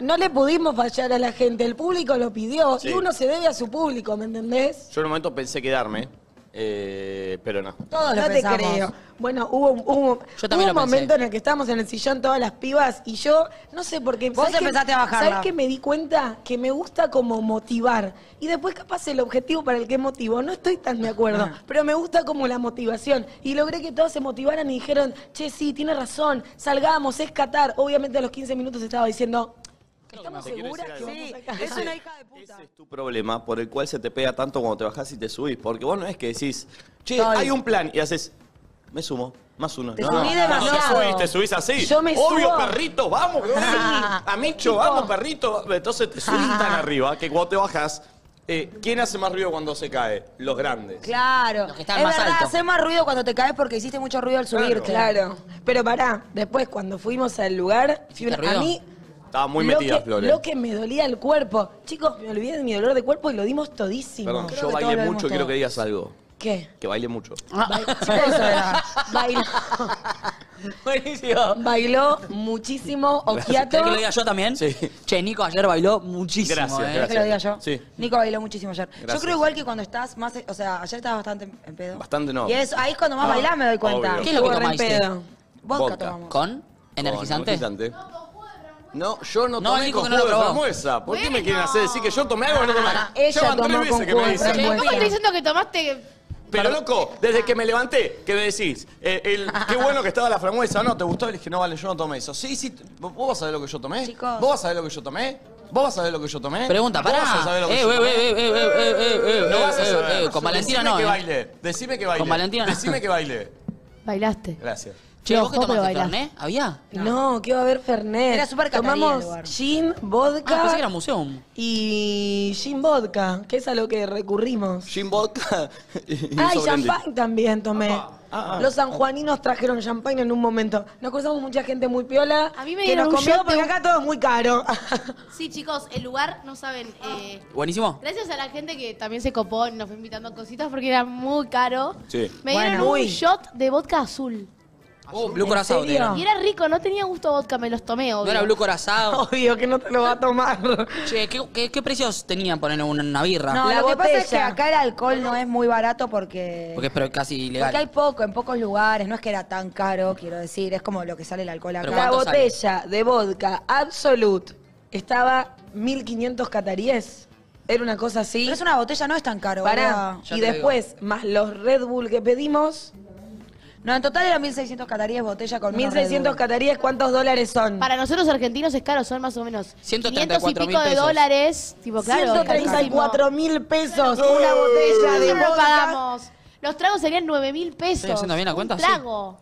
Speaker 5: no le pudimos fallar a la gente, el público lo pidió
Speaker 2: Sí.
Speaker 5: y uno se debe a su público, ¿me entendés?
Speaker 2: Yo en un momento pensé quedarme, eh, pero no.
Speaker 4: Todos lo
Speaker 5: no te
Speaker 4: pensamos.
Speaker 5: creo. Bueno, hubo un, hubo-
Speaker 7: Yo también
Speaker 5: hubo
Speaker 7: lo
Speaker 5: un
Speaker 7: pensé.
Speaker 5: momento en el que estábamos en el sillón todas las pibas y yo, no sé por qué.
Speaker 4: Vos
Speaker 5: ¿sabés qué-
Speaker 4: empezaste a bajarla.
Speaker 5: ¿Sabés que me di cuenta? Que me gusta como motivar. Y después capaz el objetivo para el que motivo, no estoy tan de acuerdo, pero me gusta como la motivación. Y logré que todas se motivaran y dijeron, che, sí, tiene razón, salgamos, es Qatar. Obviamente a los 15 minutos estaba diciendo... ¿Estamos seguras que vamos a Qatar?".
Speaker 4: Es una hija de puta.
Speaker 2: Ese es tu problema por el cual se te pega tanto cuando te bajás y te subís. Porque vos no es que decís, che,
Speaker 4: Estoy.
Speaker 2: hay un plan. Y haces, me sumo, más uno.
Speaker 4: Te
Speaker 2: no,
Speaker 4: subí
Speaker 2: no,
Speaker 4: demasiado.
Speaker 2: No, te subís, te subís así.
Speaker 5: Yo me
Speaker 2: Obvio,
Speaker 5: subo.
Speaker 2: perrito, vamos.
Speaker 5: Ah.
Speaker 2: Amicho, vamos, perrito. Entonces te subís tan arriba que cuando te bajás, eh, ¿quién hace más ruido cuando se cae? Los grandes.
Speaker 4: Claro.
Speaker 7: Los que están
Speaker 4: es
Speaker 7: más
Speaker 4: verdad,
Speaker 7: altos.
Speaker 4: hace más ruido cuando te caes porque hiciste mucho ruido al subirte.
Speaker 5: Claro, pero pará, después cuando fuimos al lugar, fui
Speaker 7: ¿Hiciste
Speaker 5: una-
Speaker 7: ruido?
Speaker 5: a mí
Speaker 2: Estaba Ah, muy
Speaker 5: lo
Speaker 2: metida,
Speaker 5: que,
Speaker 2: Flores.
Speaker 5: Lo que me dolía el cuerpo. Chicos, me olvidé de mi dolor de cuerpo y lo dimos todísimo.
Speaker 2: Perdón,
Speaker 4: Creo
Speaker 2: yo
Speaker 4: que todos lo
Speaker 2: bailé
Speaker 4: vemos
Speaker 2: mucho, quiero
Speaker 4: todo.
Speaker 2: que digas algo.
Speaker 5: ¿Qué?
Speaker 2: Que bailé mucho.
Speaker 4: Eso era.
Speaker 5: Bailó,
Speaker 7: Buenísimo.
Speaker 5: bailó muchísimo Okiato.
Speaker 7: ¿Querés que lo diga yo también?
Speaker 2: Sí.
Speaker 7: Che, Nico ayer bailó muchísimo,
Speaker 2: Gracias,
Speaker 7: ¿eh?
Speaker 4: ¿Querés que lo diga yo?
Speaker 2: Sí.
Speaker 4: Nico bailó muchísimo ayer. Yo
Speaker 2: Gracias.
Speaker 4: creo igual que cuando estás más. O sea, ayer estabas bastante en pedo.
Speaker 2: Bastante no.
Speaker 4: Y eso, ahí es cuando más
Speaker 2: Ah,
Speaker 4: bailás, me doy cuenta.
Speaker 2: obvio.
Speaker 7: ¿Qué es lo que
Speaker 5: Estuvo re en
Speaker 7: tomaste?
Speaker 5: pedo.
Speaker 4: Vodka,
Speaker 2: Vodka.
Speaker 4: tomamos.
Speaker 7: ¿Con?
Speaker 2: Con
Speaker 7: ¿Energizante?
Speaker 2: energizante. No, yo no
Speaker 7: No, él
Speaker 2: tomé
Speaker 7: dijo que
Speaker 2: con
Speaker 7: no lo
Speaker 2: jugo de
Speaker 7: probó.
Speaker 2: frambuesa. ¿Por qué me quieren hacer decir que yo tomé algo y no tomé?
Speaker 5: Ella
Speaker 2: Ya van
Speaker 5: tomó
Speaker 2: tres veces
Speaker 5: con
Speaker 2: que
Speaker 5: jugo
Speaker 2: me
Speaker 5: de
Speaker 2: dicen.
Speaker 5: frambuesa.
Speaker 11: ¿Cómo estoy diciendo que tomaste
Speaker 2: Pero loco, desde que me levanté, que me decís, eh, el- qué bueno que estaba la frambuesa, no, ¿te gustó? Y le dije, no, vale, yo no tomé eso. Sí, sí, t- ¿vos vas a saber lo que yo tomé?
Speaker 4: Chicos.
Speaker 2: ¿Vos vas a saber lo que yo tomé? ¿Vos vas a saber lo que yo tomé?
Speaker 7: Pregunta,
Speaker 2: ¿Vos
Speaker 7: pará.
Speaker 2: vas a saber lo que
Speaker 7: Eh,
Speaker 2: yo
Speaker 7: eh,
Speaker 2: tomé?
Speaker 7: eh, eh, eh, eh, eh, eh,
Speaker 2: no
Speaker 7: eh,
Speaker 2: vas a
Speaker 7: eh,
Speaker 2: saber.
Speaker 7: eh, con Valentina
Speaker 2: Decime
Speaker 7: no,
Speaker 2: que
Speaker 7: eh.
Speaker 2: baile. Decime que baile.
Speaker 7: Con Valentina no.
Speaker 2: Decime que baile.
Speaker 11: Bailaste.
Speaker 2: Gracias.
Speaker 7: Che, ¿vos
Speaker 11: Ojo,
Speaker 7: qué
Speaker 11: pero
Speaker 7: tomaste,
Speaker 11: bailaste.
Speaker 7: Fernet? ¿Había?
Speaker 5: No, ¿qué va a haber Fernet?
Speaker 4: Era súper catarí el
Speaker 5: Tomamos
Speaker 4: lugar.
Speaker 5: gin,
Speaker 7: Ah,
Speaker 5: vodka
Speaker 7: pensé que era museum.
Speaker 5: y gin vodka, que es a lo que recurrimos.
Speaker 2: Gin vodka
Speaker 5: Ah,
Speaker 2: y Ah, un
Speaker 5: y
Speaker 2: sobrendito.
Speaker 5: champagne también tomé. Los sanjuaninos trajeron champagne en un momento. Nos cruzamos mucha gente muy piola.
Speaker 11: A mí me
Speaker 5: que
Speaker 11: dieron
Speaker 5: nos
Speaker 11: un
Speaker 5: convidó
Speaker 11: shot de
Speaker 5: porque
Speaker 11: un-
Speaker 5: acá todo es muy caro.
Speaker 12: Sí, chicos, el lugar, no saben. eh,
Speaker 7: Buenísimo.
Speaker 12: gracias a la gente que también se copó y nos fue invitando a cositas porque era muy caro.
Speaker 2: Sí.
Speaker 12: Me dieron
Speaker 5: Bueno,
Speaker 12: un
Speaker 5: uy.
Speaker 12: shot de vodka azul.
Speaker 7: Oh, blue corazado.
Speaker 5: serio?
Speaker 7: negro.
Speaker 12: Y era rico, no tenía gusto a vodka, me los tomé, obvio.
Speaker 7: No era blue corazado.
Speaker 5: Obvio que no te lo va a tomar.
Speaker 7: Che, ¿qué, qué, qué precios tenían poner una, una birra?
Speaker 4: No,
Speaker 5: La
Speaker 4: lo que pasa es que
Speaker 5: botella.
Speaker 4: acá el alcohol no es muy barato porque.
Speaker 7: Porque es pero casi ilegal.
Speaker 4: Porque hay poco, en pocos lugares, no es que era tan caro, quiero decir, es como lo que sale el alcohol
Speaker 7: Pero
Speaker 5: La
Speaker 4: acá.
Speaker 7: ¿cuánto sale?
Speaker 5: botella de vodka Absolut estaba 1500 cataríes. Era una cosa así.
Speaker 4: Pero es una botella, no es tan caro.
Speaker 5: Pará.
Speaker 4: boluda.
Speaker 7: Ya
Speaker 5: Y
Speaker 7: te
Speaker 5: después, más los Red Bull que pedimos,
Speaker 4: No, en total era 1600 cataríes botella con unos Red
Speaker 5: 1600
Speaker 4: Bull.
Speaker 5: cataríes, ¿cuántos dólares son?
Speaker 12: Para nosotros argentinos es caro, son más o menos 500 y
Speaker 7: 134.000
Speaker 12: pico de
Speaker 7: pesos.
Speaker 12: dólares. Tipo, claro,
Speaker 5: 134 mil pesos
Speaker 12: carísimo.
Speaker 5: una botella de
Speaker 12: Nosotros lo
Speaker 5: vodka.
Speaker 12: pagamos. Los tragos serían 9 mil pesos.
Speaker 7: ¿Estoy haciendo bien la
Speaker 12: Un
Speaker 7: cuenta? Sí.
Speaker 12: trago.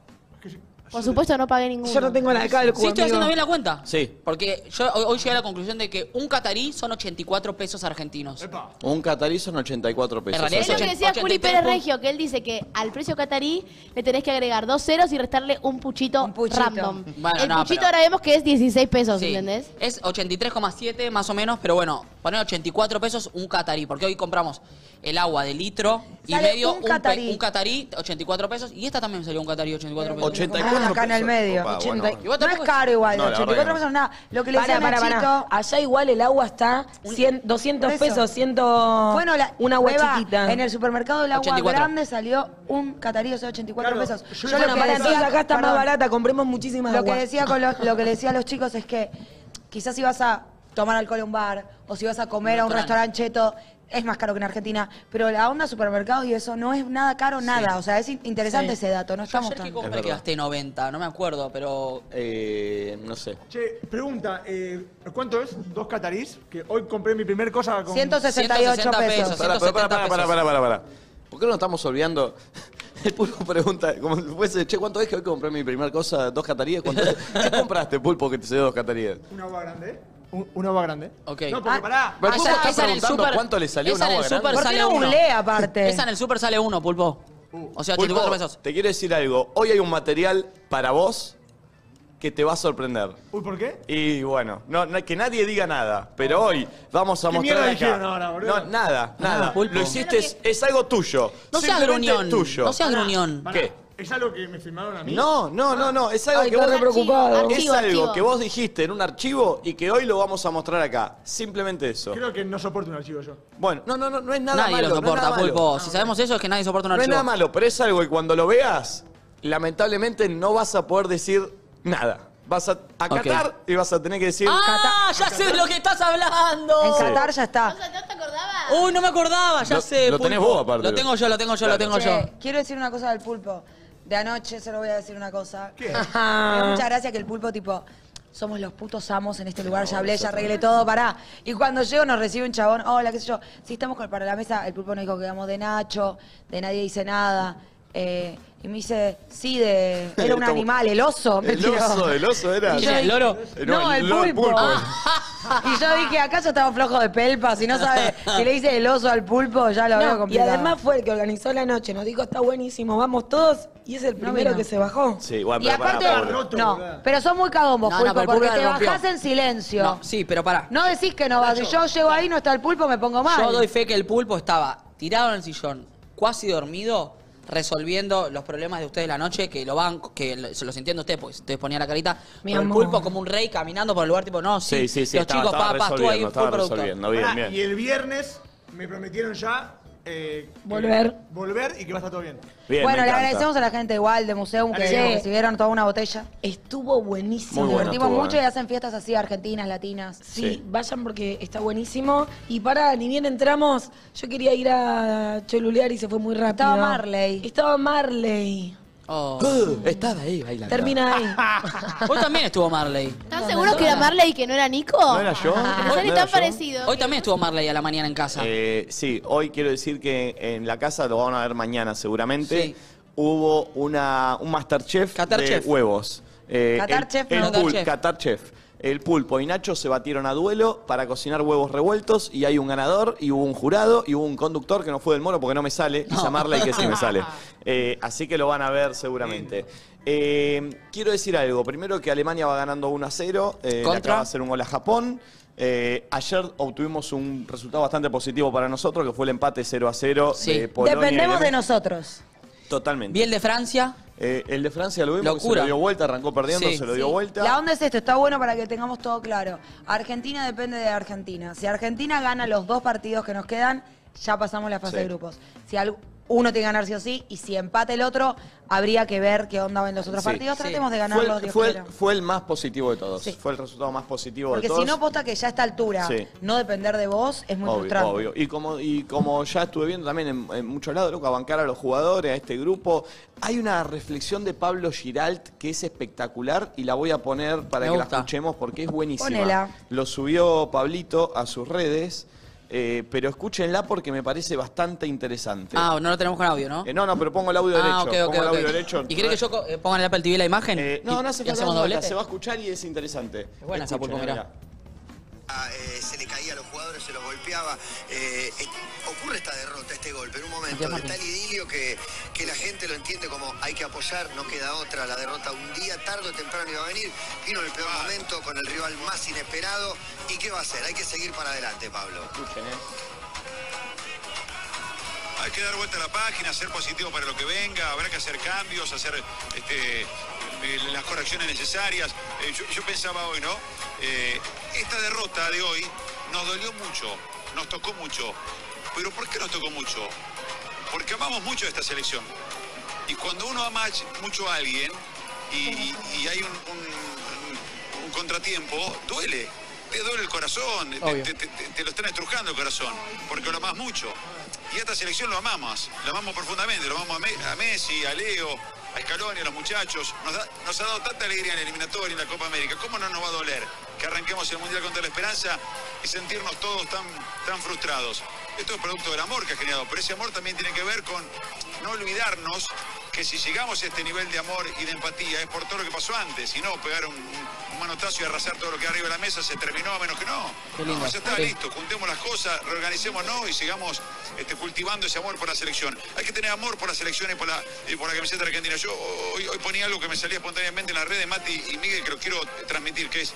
Speaker 12: Por supuesto, no pagué ninguno.
Speaker 5: Yo no tengo la cálculo.
Speaker 7: Sí, estoy haciendo
Speaker 5: amigo.
Speaker 7: bien la cuenta.
Speaker 2: Sí.
Speaker 7: Porque yo hoy, hoy llegué a la conclusión de que un catarí son 84 pesos argentinos.
Speaker 2: Un catariz son 84
Speaker 7: En
Speaker 2: pesos.
Speaker 7: realidad
Speaker 12: Es lo que
Speaker 7: Ochen-
Speaker 12: decía Juli
Speaker 7: 83
Speaker 12: Pérez
Speaker 7: pun-
Speaker 12: Regio, que él dice que al precio catarí le tenés que agregar dos ceros y restarle un puchito,
Speaker 4: Un puchito.
Speaker 12: random.
Speaker 7: Bueno,
Speaker 12: el
Speaker 7: no,
Speaker 12: puchito
Speaker 7: pero-
Speaker 12: ahora vemos que es 16 pesos,
Speaker 7: Sí.
Speaker 12: ¿entendés?
Speaker 7: Es 83,7 más o menos, pero bueno, poner 84 pesos un catarí, porque hoy compramos el agua de litro y
Speaker 4: Sale
Speaker 7: medio,
Speaker 4: un
Speaker 7: pe-
Speaker 4: catarí.
Speaker 7: un catarí, 84 pesos, y esta también me salió un catarí, 84 pesos.
Speaker 2: 84
Speaker 4: Ah, acá en el
Speaker 2: pesos.
Speaker 4: medio.
Speaker 2: Opa, bueno,
Speaker 5: 80 y-
Speaker 2: bueno.
Speaker 7: Y vos
Speaker 4: No es
Speaker 7: tampoco-
Speaker 4: caro igual,
Speaker 2: No, la verdad
Speaker 4: 84
Speaker 2: que no.
Speaker 4: pesos, nada. Lo que le
Speaker 5: Pará,
Speaker 4: decía
Speaker 5: pará, pará.
Speaker 4: Nachito,
Speaker 5: Allá igual el agua está 100, 200
Speaker 4: Por eso.
Speaker 5: pesos, 100, bueno,
Speaker 4: Bueno, la,
Speaker 5: una agua
Speaker 4: ahí va,
Speaker 5: chiquita.
Speaker 4: En el supermercado del agua
Speaker 7: 84.
Speaker 4: grande salió un catarí, o sea, 84 pesos. Yo
Speaker 5: bueno,
Speaker 4: lo que
Speaker 5: para
Speaker 4: decía-
Speaker 5: entonces acá está más
Speaker 4: perdón,
Speaker 5: barata, compremos muchísimas
Speaker 4: Lo que,
Speaker 5: aguas.
Speaker 4: decía con los- lo que le decía a los chicos es que quizás si vas a tomar alcohol a un bar o si vas a comer a un restaurante cheto, es más caro que en Argentina. Pero la onda supermercado y eso no es nada caro, nada. O sea, es in- interesante ese dato, no
Speaker 7: Yo
Speaker 4: estamos
Speaker 7: ayer que
Speaker 4: tan...
Speaker 7: compré que gasté 90, no me acuerdo, pero
Speaker 2: Eh, no sé.
Speaker 9: Che, pregunta, eh, ¿cuánto es? ¿Dos catarís? Que hoy compré mi primer cosa con...
Speaker 4: 168
Speaker 7: 160 pesos.
Speaker 4: pesos.
Speaker 2: Pará, pará,
Speaker 7: 170
Speaker 2: pará, pará, pará,
Speaker 7: pues,
Speaker 2: pará, pará, pará. ¿Por qué no estamos olvidando? El pulpo pregunta, como si fuese, che, ¿cuánto es que hoy compré mi primer cosa? ¿Dos catarías? ¿Cuánto es? ¿Qué compraste, pulpo, que te dio dos catarías?
Speaker 9: Una uva grande, ¿eh? Un- Una uva grande.
Speaker 7: Ok.
Speaker 9: No, porque
Speaker 4: Ah.
Speaker 9: pará.
Speaker 2: Pero
Speaker 7: Ah,
Speaker 2: vos
Speaker 7: esa-
Speaker 2: estás
Speaker 7: esa en el
Speaker 2: preguntando
Speaker 7: súper-
Speaker 2: cuánto le salió
Speaker 7: esa
Speaker 2: una
Speaker 7: en
Speaker 2: agua
Speaker 7: el súper
Speaker 2: grande.
Speaker 4: ¿Por qué
Speaker 7: sale
Speaker 4: no
Speaker 7: uno.
Speaker 4: googlea, aparte?
Speaker 7: Esa en el súper sale uno, pulpo. O sea, 84
Speaker 2: Pulpo,
Speaker 7: pesos.
Speaker 2: Te quiero decir algo. Hoy hay un material para vos que te va a sorprender.
Speaker 9: Uy, ¿por qué?
Speaker 2: Y bueno, no, no- que nadie diga nada, pero hoy vamos a
Speaker 9: ¿Qué
Speaker 2: mostrar
Speaker 9: mierda
Speaker 2: acá.
Speaker 9: dijeron ahora, boludo?
Speaker 2: No, nada, nada.
Speaker 7: Pulpo.
Speaker 2: Lo hiciste, es, es algo tuyo.
Speaker 7: No seas
Speaker 2: Simplemente
Speaker 7: gruñón.
Speaker 2: es tuyo.
Speaker 7: No seas gruñón.
Speaker 9: Pará,
Speaker 2: ¿Qué?
Speaker 9: ¿Es algo que me firmaron a mí?
Speaker 2: No, no, no, no, es algo
Speaker 5: Ay,
Speaker 2: que
Speaker 5: está
Speaker 2: vos
Speaker 5: re preocupado.
Speaker 12: Archivo,
Speaker 2: es algo
Speaker 12: archivo.
Speaker 2: que vos dijiste en un archivo y que hoy lo vamos a mostrar acá. Simplemente eso.
Speaker 9: Creo que no soporto un archivo yo.
Speaker 2: Bueno, no, no, no, no es nada
Speaker 7: Nadie lo
Speaker 2: malo. no es
Speaker 7: soporta,
Speaker 2: nada malo. Ah,
Speaker 7: pulpo. Si sabemos eso es que nadie soporta un
Speaker 2: No es
Speaker 7: archivo.
Speaker 2: nada malo, pero es algo que cuando lo veas, lamentablemente no vas a poder decir nada. Vas a acatar y vas a tener que decir.
Speaker 7: ¡Ah! ¡Ya sé de lo que estás
Speaker 4: En
Speaker 7: hablando!
Speaker 4: Qatar ya está.
Speaker 12: O sea, ¿no te acordabas?
Speaker 7: Uy, no me acordaba, ya
Speaker 2: Lo-
Speaker 7: sé.
Speaker 2: lo tenés
Speaker 7: pulpo.
Speaker 2: vos, aparte.
Speaker 7: Lo tengo yo, lo tengo yo, lo tengo yo.
Speaker 4: Che, quiero decir una cosa del pulpo. De anoche se lo voy a decir una cosa.
Speaker 9: ¿Qué?
Speaker 4: Me da mucha gracia que el pulpo, tipo, somos los putos amos en este lugar, ya hablé, ya arreglé todo, pará. Y cuando llego nos recibe un chabón, hola, qué sé yo. Si estamos con- para la mesa, el pulpo nos dijo que íbamos de Nacho, de nadie dice nada. Eh, y me dice, sí, de. Era un
Speaker 2: Como-
Speaker 4: animal, el oso. me
Speaker 2: El
Speaker 4: tiró.
Speaker 2: oso, el oso era.
Speaker 7: ¿Y era el loro?
Speaker 4: No, el
Speaker 2: loro,
Speaker 4: pulpo. Y yo dije, acaso estaba flojo de pelpa, si no sabe, si le dice el oso al pulpo, ya lo veo
Speaker 5: No, y
Speaker 4: complicado.
Speaker 5: además fue el que organizó la noche, nos dijo está buenísimo, vamos todos, y es el primero
Speaker 4: vino.
Speaker 5: que se bajó.
Speaker 2: Sí, bueno,
Speaker 4: Y
Speaker 2: pero pará,
Speaker 4: aparte,
Speaker 2: pobre.
Speaker 9: roto,
Speaker 4: no,
Speaker 9: boluda.
Speaker 4: pero sos muy cagón vos,
Speaker 7: No, no,
Speaker 4: Pulpo,
Speaker 7: pero el
Speaker 4: porque
Speaker 7: Pulpo
Speaker 4: te
Speaker 7: la rompió.
Speaker 4: bajás en silencio.
Speaker 7: No, sí, pero pará.
Speaker 4: No decís que no vas. Si yo llego ahí, no está el pulpo, me pongo mal.
Speaker 7: Yo doy fe que el pulpo estaba tirado en el sillón, cuasi dormido, resolviendo los problemas de ustedes la noche, que lo van, que lo- se los entiendo ustedes, porque ustedes ponían la carita.
Speaker 5: Mi
Speaker 7: pero
Speaker 5: amor.
Speaker 7: el pulpo como un rey caminando por el lugar, tipo, no, sí,
Speaker 2: Sí, sí, sí.
Speaker 7: los
Speaker 2: estaba-
Speaker 7: chicos,
Speaker 2: estaba
Speaker 7: papá, tú ahí,
Speaker 2: resolviendo,
Speaker 7: full
Speaker 2: estaba
Speaker 7: productor.
Speaker 2: resolviendo. Bien,
Speaker 9: Pará, Y
Speaker 2: bien.
Speaker 9: el viernes me prometieron ya
Speaker 11: eh, que-
Speaker 5: Volver.
Speaker 11: Volver y que va a estar todo bien.
Speaker 4: bueno, le agradecemos a la gente igual de Museum que
Speaker 5: Sí.
Speaker 4: nos recibieron toda una botella.
Speaker 5: Estuvo buenísimo.
Speaker 4: Nos
Speaker 5: Muy bueno
Speaker 4: divertimos
Speaker 5: estuvo,
Speaker 4: mucho
Speaker 5: eh.
Speaker 4: y hacen fiestas así, argentinas, latinas.
Speaker 5: Sí, vayan porque está buenísimo. Y para, ni bien entramos, yo quería ir a cholulear y se fue muy rápido.
Speaker 4: Estaba Marley. Oh.
Speaker 5: Estaba Marley.
Speaker 7: estaba ahí bailando.
Speaker 5: Termina ahí.
Speaker 7: Hoy también estuvo Marley.
Speaker 12: ¿Están seguros que era Marley y que no era Nico?
Speaker 2: ¿No era yo?
Speaker 12: Me
Speaker 2: ¿No
Speaker 12: sale
Speaker 2: era
Speaker 12: tan
Speaker 2: yo?
Speaker 12: parecido.
Speaker 7: Hoy también estuvo Marley a la mañana en casa.
Speaker 2: Eh, sí, hoy quiero decir que en la casa, lo van a ver mañana seguramente, hubo una, un Masterchef de
Speaker 7: Chef.
Speaker 2: huevos. Eh, el,
Speaker 7: Catarchef,
Speaker 2: el
Speaker 7: no.
Speaker 2: pul-
Speaker 7: Catarchef.
Speaker 2: Catarchef. El pulpo y Nacho se batieron a duelo para cocinar huevos revueltos y hay un ganador y hubo un jurado y hubo un conductor que no fue del moro porque no me sale y llamarla y que sí me sale. Eh, así que lo van a ver seguramente. Eh, quiero decir algo. Primero que Alemania va ganando 1 a 0. eh, le
Speaker 7: Contra.
Speaker 2: acaba de hacer un gol a Japón. Eh, ayer obtuvimos un resultado bastante positivo para nosotros, que fue el empate 0 a 0 de Polonia.
Speaker 4: Dependemos
Speaker 2: este y
Speaker 4: de
Speaker 2: Alemania.
Speaker 4: nosotros.
Speaker 2: Totalmente.
Speaker 7: Vi el de Francia.
Speaker 2: Eh, el de Francia lo vimos, que se
Speaker 7: Locura.
Speaker 2: lo dio vuelta, arrancó perdiendo,
Speaker 7: Sí.
Speaker 2: se lo dio
Speaker 7: Sí.
Speaker 2: vuelta.
Speaker 4: La onda es esto, está bueno para que tengamos todo claro. Argentina depende de Argentina. Si Argentina gana los dos partidos que nos quedan, ya pasamos la fase
Speaker 2: Sí.
Speaker 4: de grupos. Si al- uno tiene que ganar sí o sí, y si empata el otro, habría que ver qué onda en los otros
Speaker 2: Sí.
Speaker 4: partidos.
Speaker 2: Sí.
Speaker 4: Tratemos de
Speaker 2: Fue,
Speaker 4: ganarlos,
Speaker 2: el-
Speaker 4: Dios
Speaker 2: fue el,
Speaker 4: quiera.
Speaker 2: fue el más positivo de todos. Fue el resultado más positivo
Speaker 4: Porque
Speaker 2: de todos.
Speaker 4: si no, posta que ya a esta altura,
Speaker 2: Sí.
Speaker 4: no depender de vos es muy
Speaker 2: obvio,
Speaker 4: frustrante.
Speaker 2: obvio. Y como, y como ya estuve viendo también en, en muchos lados, loco, a bancar a los jugadores, a este grupo, hay una reflexión de Pablo Giralt que es espectacular y la voy a poner para
Speaker 7: Me
Speaker 2: que la
Speaker 7: gusta.
Speaker 2: escuchemos porque es buenísima.
Speaker 7: Ponela.
Speaker 2: Lo subió Pablito a sus redes, eh, pero escúchenla porque me parece bastante interesante.
Speaker 7: Ah, no lo tenemos con audio, ¿no?
Speaker 2: Eh, no, no, pero pongo el audio derecho.
Speaker 7: Ah, ok, ok,
Speaker 2: pongo el
Speaker 7: ok.
Speaker 2: audio derecho.
Speaker 7: ¿Y crees que yo co- eh, ponga en el Apple TV la imagen?
Speaker 2: Eh, no, no hace
Speaker 7: ¿Y
Speaker 2: falta
Speaker 7: hacemos
Speaker 2: nada,
Speaker 7: doblete?
Speaker 2: Se va a escuchar y es interesante.
Speaker 7: Es buena esa, Pulpo,
Speaker 2: Escuchen,
Speaker 7: mirá.
Speaker 13: se le caía a los jugadores, se los golpeaba. Eh, eh, ocurre esta derrota, este golpe, en un momento Matías de Martín. tal idilio que, que la gente lo entiende como hay que apoyar, no queda otra, la derrota un día, tarde o temprano iba a venir, vino en el peor momento con el rival más inesperado y ¿qué va a hacer? Hay que seguir para adelante, Pablo.
Speaker 14: Hay que dar vuelta a la página, ser positivo para lo que venga, habrá que hacer cambios, hacer este, eh, las correcciones necesarias. Eh, yo, yo pensaba hoy, ¿no? Eh, esta derrota de hoy nos dolió mucho, nos tocó mucho. Pero ¿por qué nos tocó mucho? Porque amamos mucho a esta selección. Y cuando uno ama mucho a alguien y, y- y hay un, un- un- un contratiempo, duele. Te duele el corazón, te,
Speaker 15: Obvio.
Speaker 14: te- te- te lo están estrujando el corazón, porque lo amas mucho. Y a esta selección lo amamos, lo amamos profundamente, lo amamos a, Me- a Messi, a Leo, a Scaloni, a los muchachos. Nos, da- nos ha dado tanta alegría en el eliminatorio y en la Copa América. ¿Cómo no nos va a doler que arranquemos el Mundial contra la esperanza y sentirnos todos tan, tan frustrados? Esto es producto del amor que ha generado, pero ese amor también tiene que ver con no olvidarnos que si llegamos a este nivel de amor y de empatía es por todo lo que pasó antes, y no pegar un, un manotazo y arrasar todo lo que hay arriba de la mesa, se terminó a menos que no.
Speaker 15: Qué lindo.
Speaker 14: No, ya está
Speaker 15: Sí.
Speaker 14: listo, juntemos las cosas, reorganicémonos y sigamos este, cultivando ese amor por la selección. Hay que tener amor por la selección y por la, y por la camiseta argentina. Yo hoy, hoy ponía algo que me salía espontáneamente en las redes, Mati y Miguel, que lo quiero transmitir, que es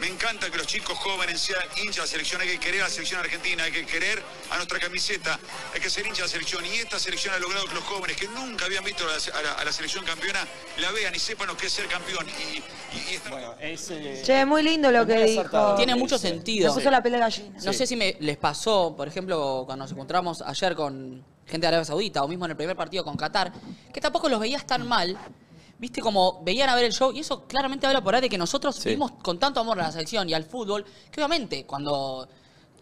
Speaker 14: me encanta que los chicos jóvenes sean hinchas de la selección, hay que querer a la selección argentina, hay que querer a nuestra camiseta, hay que ser hinchas de la selección. Y esta selección ha logrado que los jóvenes que nunca habían visto a la, a la- a la selección campeona la vean y sepan lo que es ser campeón. Y, y- y esta-
Speaker 2: eh,
Speaker 4: Che, muy lindo lo que dijo.
Speaker 7: Tiene mucho sentido.
Speaker 4: Me puso la piel de gallina.
Speaker 7: No sé si me, les pasó, por ejemplo, cuando nos encontramos ayer con gente de Arabia Saudita o mismo en el primer partido con Qatar, que tampoco los veías tan mal. Viste como veían a ver el show y eso claramente habla por ahí de que nosotros
Speaker 2: Sí.
Speaker 7: vimos con tanto amor a la selección y al fútbol, que obviamente cuando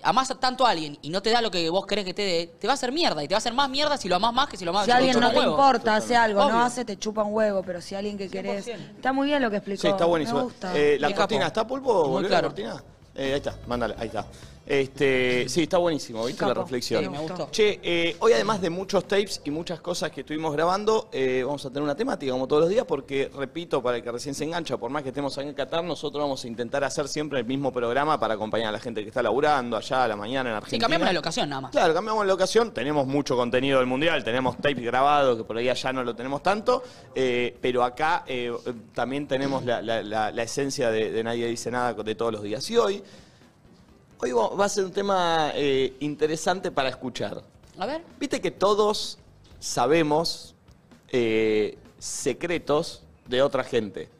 Speaker 7: amás tanto a alguien y no te da lo que vos querés que te dé, te va a hacer mierda y te va a hacer más mierda si lo amás más que si lo amás
Speaker 4: Si alguien
Speaker 7: mucho
Speaker 4: no te
Speaker 7: más.
Speaker 4: importa, hace algo,
Speaker 7: Obvio.
Speaker 4: no hace, te chupa un huevo, pero si alguien que querés. Está muy bien lo que explicó.
Speaker 2: Sí, está buenísimo.
Speaker 4: Me gusta.
Speaker 2: Eh, la
Speaker 4: Qué
Speaker 2: cortina,
Speaker 4: capo.
Speaker 2: ¿está pulpo?
Speaker 4: Muy
Speaker 2: ¿Volvió
Speaker 4: claro.
Speaker 2: la cortina? Eh, ahí está, mándale, ahí está. Este, sí, está buenísimo, ¿viste la
Speaker 7: Capo.
Speaker 2: reflexión?
Speaker 7: Sí, me gustó.
Speaker 2: Che, eh, hoy además de muchos tapes y muchas cosas que estuvimos grabando, eh, vamos a tener una temática como todos los días porque, repito, para el que recién se engancha, por más que estemos acá en Qatar, nosotros vamos a intentar hacer siempre el mismo programa para acompañar a la gente que está laburando allá a la mañana en Argentina.
Speaker 7: Sí, cambiamos la locación nada más.
Speaker 2: Claro, cambiamos la ocasión, tenemos mucho contenido del Mundial, tenemos tape grabado, que por ahí allá no lo tenemos tanto, eh, pero acá eh, también tenemos la, la- la- la esencia de, de Nadie Dice Nada de todos los días. Y hoy, hoy va va a ser un tema eh, interesante para escuchar.
Speaker 7: A ver.
Speaker 2: Viste que todos sabemos eh, secretos de otra gente.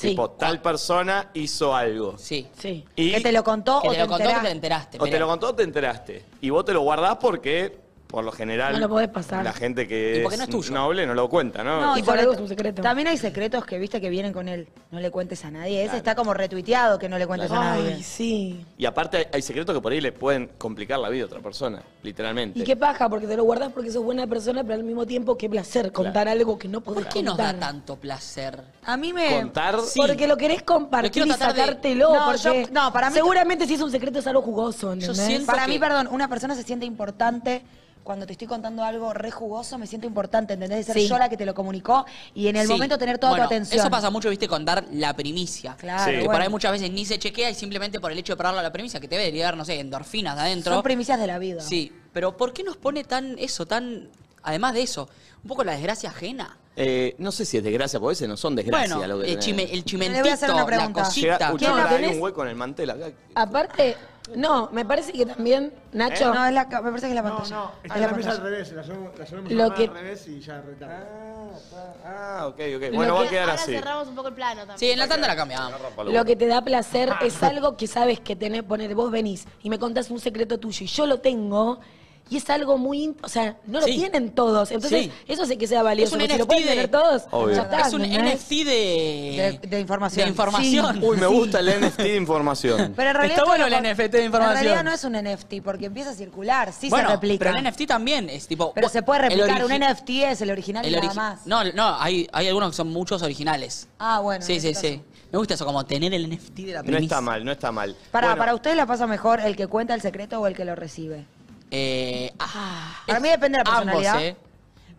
Speaker 2: Tipo, tal persona hizo algo.
Speaker 7: Sí.
Speaker 5: Sí.
Speaker 2: Y
Speaker 4: Ah. Que te lo contó
Speaker 7: Que
Speaker 4: o
Speaker 7: te
Speaker 4: te
Speaker 7: lo contó que
Speaker 4: enteraste.
Speaker 7: te enteraste.
Speaker 2: o te
Speaker 7: pero-
Speaker 2: lo contó o te enteraste. Y vos te lo guardás porque por lo general.
Speaker 5: No lo podés pasar.
Speaker 2: La gente que
Speaker 5: Y porque
Speaker 2: es,
Speaker 5: no es tuyo.
Speaker 2: noble no lo cuenta, ¿no?
Speaker 4: No,
Speaker 2: O
Speaker 4: y
Speaker 2: sea,
Speaker 4: por algo es un secreto. También hay secretos que viste que vienen con él. No le cuentes a nadie. Ese está como retuiteado que no le cuentes
Speaker 2: Claro.
Speaker 4: a nadie.
Speaker 2: Ay,
Speaker 5: sí.
Speaker 2: y aparte hay- hay secretos que por ahí le pueden complicar la vida a otra persona, literalmente.
Speaker 5: Y qué paja, porque te lo guardas porque sos buena persona, pero al mismo tiempo qué placer contar algo que no podés
Speaker 7: ¿Por qué nos da
Speaker 5: contar.
Speaker 7: tanto placer?
Speaker 4: A mí me.
Speaker 2: Contar- Sí.
Speaker 5: Porque lo querés
Speaker 7: Lo
Speaker 5: compartir
Speaker 7: quiero
Speaker 5: y
Speaker 7: tratar de-
Speaker 5: sacártelo.
Speaker 4: No,
Speaker 5: porque
Speaker 4: yo- no, para mí-
Speaker 5: Seguramente si es un secreto es algo jugoso. ¿entendés?
Speaker 4: Para mí, perdón, una persona se siente importante cuando te estoy contando algo re jugoso, me siento importante, ¿entendés? De ser
Speaker 7: Sí.
Speaker 4: yo la que te lo comunicó y en el
Speaker 7: Sí.
Speaker 4: momento tener toda
Speaker 7: Bueno,
Speaker 4: tu atención.
Speaker 7: Eso pasa mucho, viste, con dar la primicia.
Speaker 4: Claro,
Speaker 7: Que
Speaker 4: Sí.
Speaker 7: por
Speaker 4: bueno.
Speaker 7: ahí muchas veces ni se chequea y simplemente por el hecho de pararlo a la primicia, que te debe dar, no sé, endorfinas de adentro.
Speaker 4: Son primicias de la vida.
Speaker 7: Sí, pero ¿por qué nos pone tan eso, tan. Además de eso, un poco la desgracia ajena?
Speaker 2: Eh, no sé si es desgracia, porque a veces no son desgracias
Speaker 7: Bueno,
Speaker 2: lo que
Speaker 7: el
Speaker 2: tenés.
Speaker 7: chime- el chimentito,
Speaker 5: Le voy a hacer una
Speaker 7: la
Speaker 5: pregunta.
Speaker 7: cosita.
Speaker 2: Llega- Uy,
Speaker 5: ¿Quién
Speaker 2: ahora
Speaker 5: la
Speaker 2: hay
Speaker 5: tenés?
Speaker 2: un hueco en el mantel acá.
Speaker 5: Aparte, no, me parece que también, Nacho.
Speaker 4: ¿Eh? No, es la, me parece que es la pantalla.
Speaker 11: No,
Speaker 4: Es
Speaker 11: está
Speaker 4: la
Speaker 11: la mesa al
Speaker 4: pantalla.
Speaker 11: revés, la llevamos la llevamos
Speaker 5: Lo
Speaker 11: armada
Speaker 5: que-
Speaker 11: al revés y ya retarda.
Speaker 2: Ah, ok, ok.
Speaker 5: Lo
Speaker 2: Bueno, va a
Speaker 5: que-
Speaker 2: quedar
Speaker 5: ahora
Speaker 2: así.
Speaker 12: Cerramos un poco el plano también.
Speaker 7: Sí, en la tanda la cambiamos.
Speaker 5: Lo que te da
Speaker 7: Ah.
Speaker 5: placer es algo que sabes que tenés, poner, vos venís y me contás un secreto tuyo y yo lo tengo. Y es algo muy, in- o sea, no lo
Speaker 7: Sí.
Speaker 5: tienen todos. Entonces,
Speaker 7: Sí.
Speaker 5: eso sé que sea valioso.
Speaker 7: Es un
Speaker 5: porque si
Speaker 7: NFT
Speaker 5: lo pueden
Speaker 7: de-
Speaker 5: tener todos,
Speaker 2: Obvio.
Speaker 5: ya está,
Speaker 7: Es un
Speaker 5: ¿entendés?
Speaker 7: NFT de.
Speaker 4: De, información.
Speaker 7: De información.
Speaker 2: Uy, me gusta el NFT de información.
Speaker 4: Pero en realidad
Speaker 7: Está
Speaker 4: todo
Speaker 7: bueno
Speaker 4: lo
Speaker 7: el
Speaker 4: con-
Speaker 7: NFT de información.
Speaker 4: En realidad no es un NFT porque empieza a circular, sí
Speaker 7: bueno,
Speaker 4: se replica.
Speaker 7: pero el NFT también es tipo.
Speaker 4: Pero se puede
Speaker 7: el
Speaker 4: replicar, un
Speaker 7: origi-
Speaker 4: NFT es el original
Speaker 7: el
Speaker 4: y nada
Speaker 7: origi-
Speaker 4: más.
Speaker 7: No, no, hay, hay algunos que son muchos originales.
Speaker 4: Ah, bueno.
Speaker 7: sí,
Speaker 4: en
Speaker 7: sí,
Speaker 4: ese
Speaker 7: sí. Me gusta eso, como tener el NFT de la
Speaker 2: No
Speaker 7: primicia.
Speaker 2: está mal, no está mal.
Speaker 4: Para,
Speaker 2: Bueno,
Speaker 4: para ustedes la pasa mejor el que cuenta el secreto o el que lo recibe.
Speaker 7: Eh, ah,
Speaker 4: Para mí depende de la
Speaker 7: ambos,
Speaker 4: personalidad.
Speaker 7: ¿eh?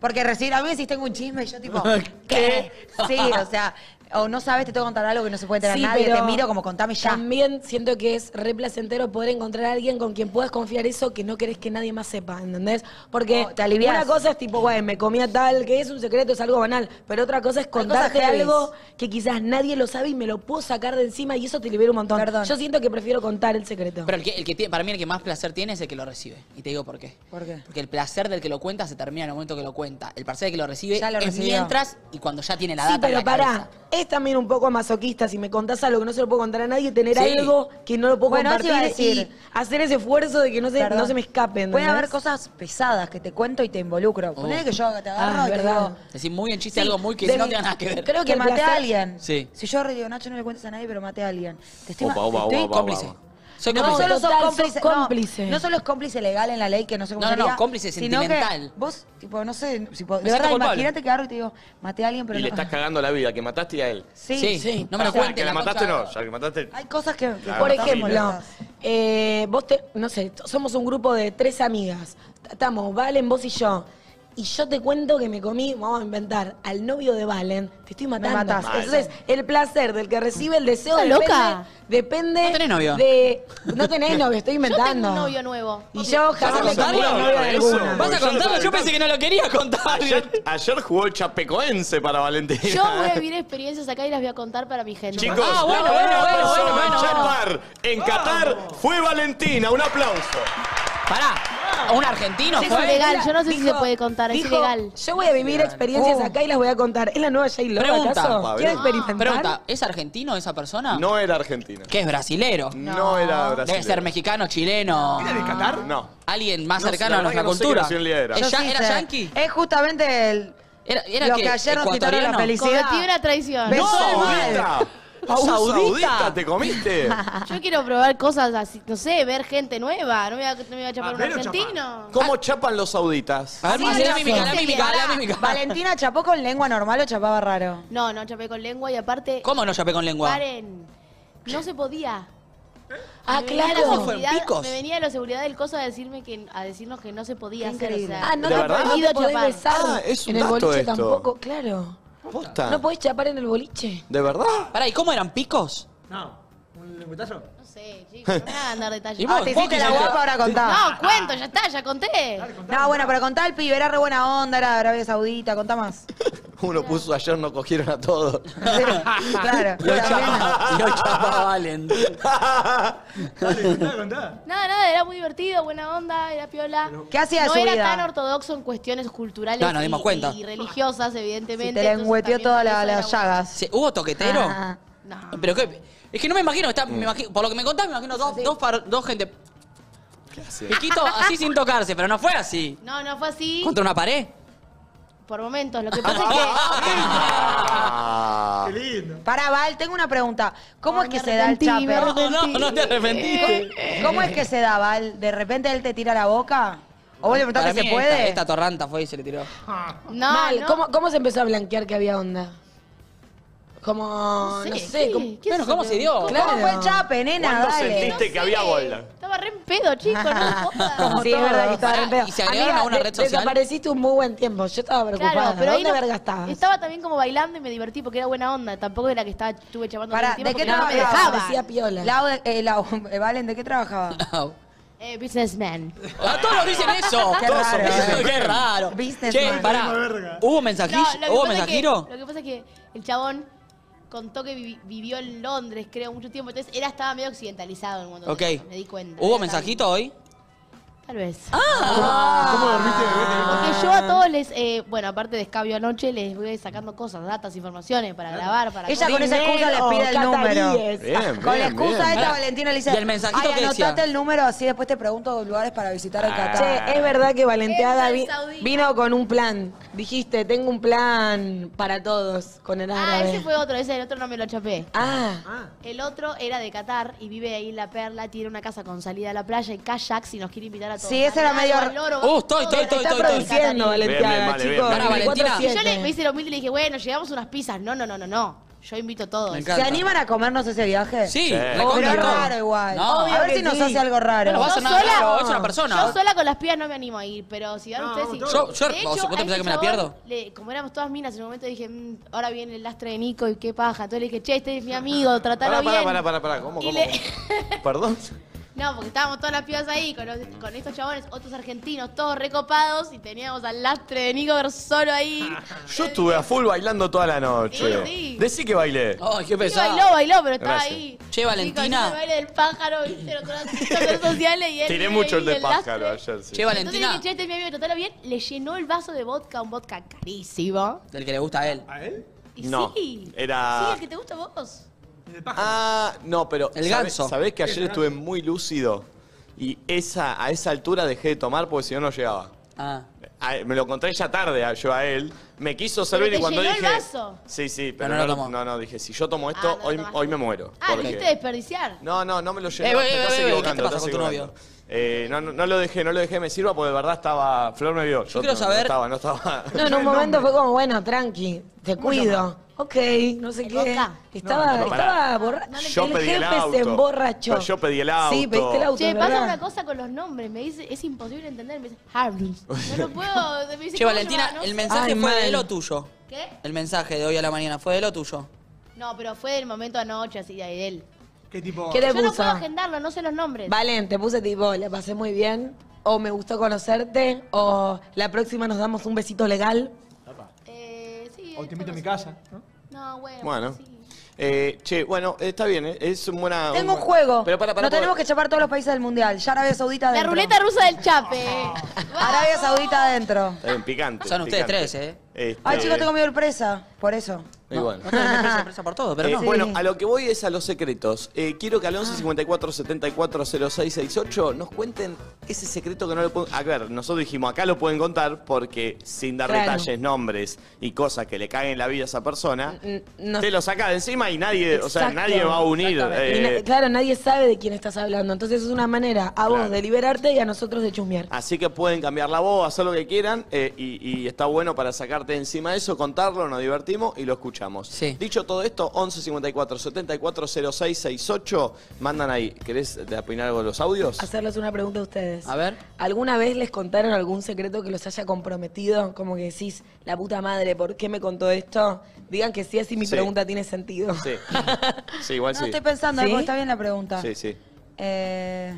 Speaker 4: Porque recibir, a mí si tengo un chisme, yo tipo, ¿qué? Sí, o sea, o no sabes, te tengo que contar algo que no se puede enterar
Speaker 5: Sí,
Speaker 4: nadie,
Speaker 5: pero
Speaker 4: te miro como contame ya.
Speaker 5: También siento que es re placentero poder encontrar a alguien con quien puedas confiar eso que no querés que nadie más sepa, ¿entendés? Porque
Speaker 4: te aliviás.
Speaker 5: una cosa es tipo, güey, me comía tal, que es un secreto, es algo banal, pero otra cosa es contarte
Speaker 4: cosas heavies.
Speaker 5: algo que quizás nadie lo sabe y me lo puedo sacar de encima y eso te libera un montón.
Speaker 4: Perdón.
Speaker 5: Yo siento que prefiero contar el secreto.
Speaker 7: Pero el que, el que tiene- para mí el que más placer tiene es el que lo recibe. Y te digo por qué.
Speaker 4: ¿Por qué?
Speaker 7: Porque el placer del que lo cuenta se termina en el momento que lo cuenta. El placer del que lo recibe
Speaker 4: Ya lo
Speaker 7: es
Speaker 4: recibió.
Speaker 7: mientras y cuando ya tiene la
Speaker 5: sí,
Speaker 7: data en
Speaker 5: pero
Speaker 7: la cabeza.
Speaker 5: pará, es también un poco masoquista si me contás algo que no se lo puedo contar a nadie, tener
Speaker 7: Sí.
Speaker 5: algo que no lo puedo
Speaker 4: Bueno, eso
Speaker 5: compartir
Speaker 4: iba a
Speaker 5: y
Speaker 4: decir.
Speaker 5: hacer ese esfuerzo de que no se,
Speaker 4: Perdón.
Speaker 5: no se me escapen.
Speaker 4: Puede haber cosas pesadas que te cuento y te involucro. Ponele que yo te agarro
Speaker 5: Ah,
Speaker 4: y te
Speaker 5: verdad.
Speaker 4: digo,
Speaker 7: Oh. Es decir, muy en chiste
Speaker 4: Sí,
Speaker 7: algo muy que
Speaker 4: de-
Speaker 7: no tiene nada que ver.
Speaker 4: Creo que
Speaker 5: El
Speaker 4: maté a
Speaker 5: placer-
Speaker 4: alguien.
Speaker 7: Sí.
Speaker 4: Si yo digo, Nacho, no le cuentes a nadie, pero maté a alguien. Te estoy,
Speaker 2: Opa, opa,
Speaker 4: estoy
Speaker 2: opa, opa,
Speaker 4: cómplice.
Speaker 2: opa.
Speaker 7: Soy
Speaker 4: no
Speaker 7: cómplice.
Speaker 4: solo sos
Speaker 5: Total, sos
Speaker 4: cómplice,
Speaker 5: cómplice.
Speaker 4: No, no solo es cómplice legal en la ley, que no sé cómo
Speaker 7: No, no, no,
Speaker 4: sería,
Speaker 7: cómplice
Speaker 4: sino que
Speaker 7: sentimental.
Speaker 4: vos, tipo, no sé, si po-
Speaker 7: Me siento
Speaker 4: de verdad,
Speaker 7: culpable.
Speaker 4: imagínate que agarro y te digo, maté a alguien, pero
Speaker 2: y
Speaker 4: no.
Speaker 2: le estás cagando la vida, que mataste y a él.
Speaker 4: Sí,
Speaker 7: Sí, sí, no me lo
Speaker 2: Ah,
Speaker 7: cuentes,
Speaker 2: Que la
Speaker 7: la
Speaker 2: mataste
Speaker 7: concha.
Speaker 2: no, ya que mataste.
Speaker 4: Hay cosas que, que
Speaker 2: Claro,
Speaker 5: Por
Speaker 4: contamos,
Speaker 5: ejemplo,
Speaker 4: ¿verdad?
Speaker 5: eh, vos te, no sé, t- somos un grupo de tres amigas. T- Estamos Valen, vos y yo. Y yo te cuento que me comí, vamos a inventar, al novio de Valen. Te estoy matando.
Speaker 4: matás. Mal.
Speaker 5: Entonces, el placer del que recibe el deseo
Speaker 12: ¿Estás
Speaker 5: depende, depende
Speaker 12: loca?
Speaker 7: No tenés novio.
Speaker 5: de. No tenés novio, estoy
Speaker 12: Yo tengo
Speaker 5: inventando.
Speaker 12: un novio nuevo.
Speaker 5: Y yo
Speaker 2: ¿Vas a
Speaker 5: jamás me comí
Speaker 2: contarlo?
Speaker 5: el novio de
Speaker 2: Eso.
Speaker 5: alguna.
Speaker 7: ¿Vas a
Speaker 2: Yo no
Speaker 7: contarlo?
Speaker 2: sé.
Speaker 7: Yo pensé que no lo quería contar.
Speaker 2: Ayer, ayer jugó el Chapecoense para Valentina.
Speaker 12: Yo voy a vivir experiencias acá y las voy a contar para mi gente.
Speaker 2: Chicos,
Speaker 7: Ah, bueno,
Speaker 2: la
Speaker 7: bueno,
Speaker 2: única
Speaker 7: bueno,
Speaker 2: persona
Speaker 7: bueno,
Speaker 2: en
Speaker 7: bueno.
Speaker 2: chapar en Qatar fue Valentina. Un aplauso.
Speaker 7: Pará,
Speaker 4: Ah,
Speaker 7: ¿a un argentino
Speaker 12: Sí,
Speaker 7: fue?
Speaker 12: sí, legal, yo no sé si se puede contar, es
Speaker 5: dijo,
Speaker 12: ilegal.
Speaker 5: Yo voy a vivir experiencias
Speaker 4: Oh.
Speaker 5: acá y las voy a contar. ¿Es la nueva J. Lo,
Speaker 7: Pregunta.
Speaker 5: acaso? ¿Quiero
Speaker 2: Ah.
Speaker 5: experimentar?
Speaker 7: Pregunta, ¿es argentino esa persona?
Speaker 2: No era Argentina.
Speaker 7: Que es brasilero.
Speaker 2: No, era Brasil.
Speaker 7: Debe ser mexicano, chileno.
Speaker 11: ¿Era de Qatar?
Speaker 2: No.
Speaker 7: Alguien más
Speaker 2: No sé,
Speaker 7: cercano
Speaker 2: la
Speaker 7: a nuestra
Speaker 2: verdad que no sé qué
Speaker 7: cultura.
Speaker 2: nacionalidad era.
Speaker 7: ¿Es
Speaker 4: Yo
Speaker 7: ya-
Speaker 4: sí
Speaker 7: ¿Era
Speaker 4: sé.
Speaker 7: yankee?
Speaker 4: Es justamente el,
Speaker 7: Era, era
Speaker 4: lo
Speaker 7: que,
Speaker 4: que ayer nos quitaron la
Speaker 7: ecuatoriano.
Speaker 4: felicidad.
Speaker 12: Cometí una traición.
Speaker 4: Besó
Speaker 2: ¡No,
Speaker 4: el mal.
Speaker 2: Saudita!
Speaker 7: ¿A un saudita?
Speaker 2: te comiste!
Speaker 12: Yo quiero probar cosas así, no sé, ver gente nueva. No me voy a, no me voy a chapar
Speaker 11: Ah,
Speaker 12: un
Speaker 11: pero
Speaker 12: argentino.
Speaker 2: ¿Cómo chapan los sauditas?
Speaker 7: A ver,
Speaker 12: Sí,
Speaker 7: Marcela,
Speaker 12: no,
Speaker 7: mímica,
Speaker 12: sí.
Speaker 7: la mímica, la mímica.
Speaker 4: Valentina chapó con lengua normal o chapaba raro.
Speaker 12: No, no chapé con lengua y aparte.
Speaker 7: ¿Cómo no chapé con lengua?
Speaker 12: Paren. No se podía.
Speaker 5: Ah,
Speaker 12: Me venía la
Speaker 5: claro.
Speaker 7: fueron
Speaker 12: seguridad-
Speaker 7: picos?
Speaker 12: Me venía la seguridad del coso a decirme que a decirnos que no se podía
Speaker 4: Qué
Speaker 12: hacer.
Speaker 4: increíble.
Speaker 12: o sea,
Speaker 5: Ah, no
Speaker 2: ¿De
Speaker 5: te
Speaker 2: verdad?
Speaker 5: han prohibido
Speaker 12: No te podés
Speaker 5: chapar.
Speaker 12: besar.
Speaker 2: Ah, es un
Speaker 5: en el
Speaker 2: dato
Speaker 5: boliche
Speaker 2: esto.
Speaker 5: tampoco, claro.
Speaker 2: ¿Posta?
Speaker 5: No podés chapar en el boliche.
Speaker 2: ¿De verdad?
Speaker 7: Pará, ¿y cómo eran picos?
Speaker 11: No, ¿un lengüetazo?
Speaker 12: No sé, chicos, no me hagan dar
Speaker 7: ¿Y
Speaker 12: detalles.
Speaker 7: vos?
Speaker 4: Ah, te hiciste la
Speaker 7: quisiste-
Speaker 4: guapa, ahora contá.
Speaker 12: No, cuento, ya está, ya conté.
Speaker 4: No, bueno, pero contá el pibe, era re buena onda, era de Arabia Saudita, contá más.
Speaker 2: Uno puso ayer, no cogieron a todos.
Speaker 4: Sí, claro.
Speaker 7: Lo
Speaker 4: también.
Speaker 7: chapaba, lo chapaba Valen.
Speaker 11: Dale, contá, contá.
Speaker 12: Nada, nada, era muy divertido, buena onda, era piola.
Speaker 4: ¿Qué hacía de
Speaker 12: No
Speaker 4: su
Speaker 12: era
Speaker 4: vida?
Speaker 12: tan ortodoxo en cuestiones culturales
Speaker 7: No, nos
Speaker 12: y-
Speaker 7: dimos cuenta.
Speaker 12: Y, religiosas, evidentemente.
Speaker 4: Si te la
Speaker 12: entonces
Speaker 4: engüeteó
Speaker 12: también
Speaker 4: todas
Speaker 12: por
Speaker 4: la-
Speaker 12: eso
Speaker 4: las
Speaker 12: era
Speaker 4: llagas.
Speaker 7: Se- ¿Hubo toquetero?
Speaker 4: Ah.
Speaker 12: bueno. No.
Speaker 2: Mm.
Speaker 7: Pero qué... Es que no me imagino, está- me imagino- por lo que me contás, me imagino dos, dos, par- dos gente Piquito así sin tocarse, pero no fue así.
Speaker 12: No, no fue así.
Speaker 7: Contra una pared.
Speaker 12: Por momentos. Lo que pasa es que.
Speaker 2: Ah,
Speaker 7: Ah.
Speaker 4: Qué lindo. Para Val, tengo una pregunta. ¿Cómo es que se da el
Speaker 7: arrepentí, me
Speaker 4: chape?
Speaker 7: arrepentí. No, no, no te arrepentiste.
Speaker 4: ¿Cómo es que se da, Val? ¿De repente él te tira la boca? ¿O vos le preguntás
Speaker 7: Para
Speaker 4: que
Speaker 7: mí
Speaker 4: se
Speaker 7: esta-
Speaker 4: puede?
Speaker 7: Esta, torranta fue y se le tiró.
Speaker 12: No,
Speaker 5: Mal.
Speaker 12: no.
Speaker 5: ¿Cómo, cómo se empezó a blanquear que había onda? Como, no sé, como-
Speaker 7: Bueno, ¿cómo se dio?
Speaker 4: ¿Cómo fue el chape, nena?
Speaker 2: ¿Cuándo
Speaker 4: Dale.
Speaker 2: sentiste que había bola?
Speaker 12: Estaba re en pedo, chicos. No,
Speaker 5: Como sí, es verdad que estaba re en pedo.
Speaker 7: ¿Y se agregaron
Speaker 5: Amiga,
Speaker 7: a una
Speaker 5: de-
Speaker 7: red social?
Speaker 5: Desapareciste un muy buen tiempo. Yo estaba preocupada.
Speaker 12: Claro, pero ahí
Speaker 5: ¿Dónde
Speaker 12: no-
Speaker 5: verga
Speaker 4: Ah,
Speaker 5: estabas?
Speaker 12: Estaba también como bailando y me divertí porque era buena onda. Tampoco era que estaba, estuve chapando
Speaker 4: Pará,
Speaker 12: todo el tiempo
Speaker 4: ¿de qué
Speaker 12: porque no me
Speaker 4: trabajaba?
Speaker 12: dejaba.
Speaker 4: Parecía
Speaker 5: piola.
Speaker 4: Lau, eh, Lau, eh, Valen, ¿de qué trabajaba?
Speaker 12: Eh, businessman.
Speaker 7: A todos nos dicen eso.
Speaker 4: Qué
Speaker 7: Todos
Speaker 4: raro,
Speaker 7: somos-
Speaker 4: eh.
Speaker 7: Qué raro.
Speaker 4: Businessman.
Speaker 7: Che,
Speaker 4: Misma
Speaker 7: pará. ¿Hubo mensajillo?
Speaker 12: No, lo que
Speaker 7: ¿Hubo
Speaker 12: pasa es que-
Speaker 7: mensajero?
Speaker 12: lo que pasa es que el chabón contó que vi- vivió en Londres, creo, mucho tiempo. Entonces era, estaba medio occidentalizado en un montón
Speaker 7: Ok.
Speaker 12: de cosas, Me di cuenta.
Speaker 7: ¿Hubo
Speaker 12: Era
Speaker 7: mensajito hoy?
Speaker 12: tan- Tal vez.
Speaker 4: Ah.
Speaker 11: Ah. ¿Cómo dormiste de
Speaker 12: Porque yo a todos les, eh, bueno, aparte de escabio anoche, les voy sacando cosas, datas, informaciones para grabar, para...
Speaker 4: Ella con esa excusa les pide el número.
Speaker 2: Bien,
Speaker 4: con la
Speaker 2: bien,
Speaker 4: excusa
Speaker 2: bien.
Speaker 4: esta,
Speaker 2: Pará.
Speaker 4: Valentina le dice.
Speaker 7: ¿Y el mensajito
Speaker 4: "Ay,
Speaker 7: qué decía?
Speaker 4: anotate el número, así después te pregunto lugares para visitar el
Speaker 2: Ah.
Speaker 4: Qatar.
Speaker 5: Che, es verdad que Valenteada
Speaker 12: Eso es
Speaker 5: vi-
Speaker 12: saudí.
Speaker 5: vino con un plan. Dijiste, tengo un plan para todos con el
Speaker 12: Ah,
Speaker 5: árabe.
Speaker 12: ese fue otro, ese el otro no me lo chapé.
Speaker 5: Ah,
Speaker 12: El otro era de Qatar y vive ahí en La Perla, tiene una casa con salida a la playa y kayaks y nos quiere invitar a todos.
Speaker 4: Sí, ese era
Speaker 12: Al
Speaker 4: medio-
Speaker 12: lago, al loro,
Speaker 7: Uh, estoy,
Speaker 12: todo.
Speaker 7: estoy, estoy,
Speaker 5: está
Speaker 7: estoy. estoy.
Speaker 5: produciendo
Speaker 12: Bien,
Speaker 2: bien,
Speaker 5: Valenteada,
Speaker 2: vale, bien,
Speaker 5: chicos.
Speaker 7: bien. Pará, Valentina.
Speaker 12: Y yo le, me hice lo humilde y le dije, bueno, llevamos unas pizzas. No, no, no, no, no. Yo invito a todos.
Speaker 7: Me encanta.
Speaker 4: ¿Se animan a comernos ese viaje?
Speaker 7: Sí,
Speaker 2: Sí.
Speaker 7: recontra
Speaker 4: Pero es
Speaker 7: todo.
Speaker 4: raro igual.
Speaker 7: No.
Speaker 4: a ver
Speaker 5: Obvio
Speaker 4: si
Speaker 5: que
Speaker 4: nos
Speaker 5: sí.
Speaker 4: hace algo raro.
Speaker 7: No va a hacer
Speaker 12: Yo
Speaker 7: nada
Speaker 12: sola-
Speaker 7: raro, es una
Speaker 12: Yo
Speaker 7: persona.
Speaker 12: sola con las pibas no me animo a ir, pero si van ustedes y...
Speaker 7: Yo- yo-
Speaker 12: De
Speaker 7: o sea, ¿vos te
Speaker 12: a
Speaker 7: pensás que
Speaker 12: este
Speaker 7: me la
Speaker 12: chabón
Speaker 7: pierdo?
Speaker 12: le- como éramos todas minas, en un momento dije, "Mm, ahora viene el lastre de Nico y qué paja. Entonces le dije, che, este es mi amigo, tratalo
Speaker 2: Pará, pará,
Speaker 12: bien.
Speaker 2: pará, pará, pará. ¿Cómo,
Speaker 12: Y
Speaker 2: cómo?
Speaker 12: le-
Speaker 2: cómo? ¿Perdón?
Speaker 12: No, porque estábamos todas las pibas ahí con, los- con estos chabones, otros argentinos, todos recopados y teníamos al lastre de Nico solo ahí.
Speaker 2: Yo estuve a full bailando toda la noche.
Speaker 12: Sí, sí.
Speaker 2: Decí que bailé.
Speaker 7: Ay, Ah, qué
Speaker 12: Sí, bailó,
Speaker 7: pesado.
Speaker 12: bailó, pero estaba
Speaker 2: Gracias.
Speaker 12: ahí.
Speaker 7: Che, Valentina.
Speaker 12: Sí, con el baile del pájaro, viste, los redes sociales y él.
Speaker 2: Tiré
Speaker 12: vive
Speaker 2: mucho
Speaker 12: ahí,
Speaker 2: el de
Speaker 12: lastre.
Speaker 2: pájaro ayer, sí.
Speaker 7: Che,
Speaker 12: Entonces le
Speaker 7: Valentina,
Speaker 12: dije, che, este es mi amigo, tratalo bien. Le llenó el vaso de vodka, un vodka carísimo.
Speaker 7: del que le gusta a él.
Speaker 11: ¿A él?
Speaker 12: Y
Speaker 2: No,
Speaker 12: sí.
Speaker 2: era-
Speaker 12: Sí, el que te gusta a vos.
Speaker 11: ¿En el pájaro?
Speaker 2: Ah, no, pero.
Speaker 7: El
Speaker 2: ¿sabe-
Speaker 7: ganso.
Speaker 2: Sabés que ayer estuve muy lúcido y esa, a esa altura dejé de tomar porque si no, no llegaba.
Speaker 7: Ah.
Speaker 2: A- me lo encontré ya tarde a- yo a él. Me quiso servir
Speaker 12: te
Speaker 2: y cuando
Speaker 12: llenó el
Speaker 2: dije.
Speaker 12: vaso.
Speaker 2: Sí, sí, pero
Speaker 7: no
Speaker 2: no,
Speaker 7: lo
Speaker 2: no,
Speaker 7: tomó.
Speaker 2: no, dije, si yo tomo esto,
Speaker 12: Ah, no lo
Speaker 2: hoy,
Speaker 12: tomaste.
Speaker 2: hoy me muero.
Speaker 12: Ah, lo
Speaker 2: porque-
Speaker 12: quisiste desperdiciar.
Speaker 2: No, no, no me lo llenó.
Speaker 7: Eh,
Speaker 2: te
Speaker 7: eh,
Speaker 2: estás
Speaker 7: eh, eh,
Speaker 2: equivocando,
Speaker 7: ¿qué te pasa
Speaker 2: estás
Speaker 7: con tu
Speaker 2: equivocando.
Speaker 7: novio?
Speaker 2: Eh, no, no, no lo dejé, no lo dejé, me sirva porque de verdad estaba. Flor me vio. Yo,
Speaker 7: quiero
Speaker 2: no,
Speaker 7: saber-
Speaker 2: No estaba, no estaba.
Speaker 5: No, en un momento fue como, bueno, tranqui, te cuido. Ok, no sé
Speaker 12: El
Speaker 5: qué.
Speaker 12: Boca.
Speaker 5: Estaba,
Speaker 2: No, no, pará.
Speaker 5: estaba borracho.
Speaker 2: Yo
Speaker 5: el
Speaker 2: pedí
Speaker 5: jefe
Speaker 2: el auto.
Speaker 5: se emborrachó.
Speaker 2: Pero yo pedí el
Speaker 5: Sí,
Speaker 2: auto.
Speaker 5: pediste el auto.
Speaker 12: Che,
Speaker 5: ¿verdad?
Speaker 12: pasa una cosa con los nombres, me dice, es imposible entender, me dice Harlins. No lo puedo, me dice,
Speaker 7: Che,
Speaker 12: ¿cómo
Speaker 7: Valentina,
Speaker 12: llamaba? No
Speaker 7: el
Speaker 12: sé.
Speaker 7: mensaje
Speaker 5: Ay,
Speaker 7: fue de
Speaker 5: mal.
Speaker 7: lo tuyo.
Speaker 12: ¿Qué?
Speaker 7: El mensaje de hoy a la mañana fue de lo tuyo.
Speaker 12: No, pero fue del momento anoche, así de ahí de él.
Speaker 11: ¿Qué tipo?
Speaker 5: ¿Qué te
Speaker 12: Yo no puedo
Speaker 5: puso?
Speaker 12: agendarlo, no sé los nombres.
Speaker 5: Valen, te puse tipo, la pasé muy bien. O me gustó conocerte. O la próxima nos damos un besito legal.
Speaker 12: Eh, sí,
Speaker 11: O te invito a mi
Speaker 12: esta
Speaker 11: casa.
Speaker 12: cosa.
Speaker 11: ¿no?
Speaker 12: No, bueno.
Speaker 2: Bueno.
Speaker 12: sí.
Speaker 2: Eh, che, bueno, está bien, eh, es una buena.
Speaker 4: Tengo un
Speaker 2: buen-
Speaker 4: juego.
Speaker 2: Pero para, para,
Speaker 4: Nos tenemos que chapar todos los países del mundial. Ya Arabia Saudita
Speaker 12: La
Speaker 4: adentro.
Speaker 12: ruleta rusa del Chape.
Speaker 4: Arabia Saudita adentro.
Speaker 2: Está bien, picante.
Speaker 7: Son ustedes
Speaker 2: picante.
Speaker 7: tres, ¿eh?
Speaker 2: Este,
Speaker 4: Ay, chicos, tengo miedo de presa. Por eso.
Speaker 2: y bueno.
Speaker 7: No te dejes presa, presa por todo, pero
Speaker 2: Eh,
Speaker 7: no.
Speaker 2: Bueno, a lo que voy es a los secretos. Eh, quiero que al 11 54 74 06 68 nos cuenten ese secreto que no le pueden. A ver, nosotros dijimos, acá lo pueden contar porque sin dar
Speaker 5: Claro.
Speaker 2: detalles, nombres y cosas que le caguen la vida a esa persona,
Speaker 5: N- no-
Speaker 2: te lo saca de encima y nadie, o sea,
Speaker 5: Exacto.
Speaker 2: nadie va a unir.
Speaker 5: Y
Speaker 2: eh,
Speaker 5: na- claro, nadie sabe de quién estás hablando. Entonces es una manera a vos
Speaker 2: Claro.
Speaker 5: de liberarte y a nosotros de chusmear.
Speaker 2: Así que pueden cambiar la voz, hacer lo que quieran eh, y, y está bueno para sacarte encima de eso, contarlo, nos divertimos y lo escuchamos.
Speaker 7: Sí.
Speaker 2: Dicho todo esto, 11 54 74 06 68, mandan ahí. ¿Querés eh, opinar algo de los audios?
Speaker 5: Hacerles una pregunta a ustedes.
Speaker 7: A ver.
Speaker 5: ¿Alguna vez les contaron algún secreto que los haya comprometido? Como que decís, la puta madre, ¿por qué me contó esto? Digan que sí, así mi
Speaker 2: Sí.
Speaker 5: pregunta tiene sentido.
Speaker 2: Sí. Sí, igual
Speaker 4: No
Speaker 2: sí.
Speaker 4: estoy pensando,
Speaker 5: ¿Sí?
Speaker 4: algo, está bien la pregunta.
Speaker 2: Sí, sí.
Speaker 4: Eh,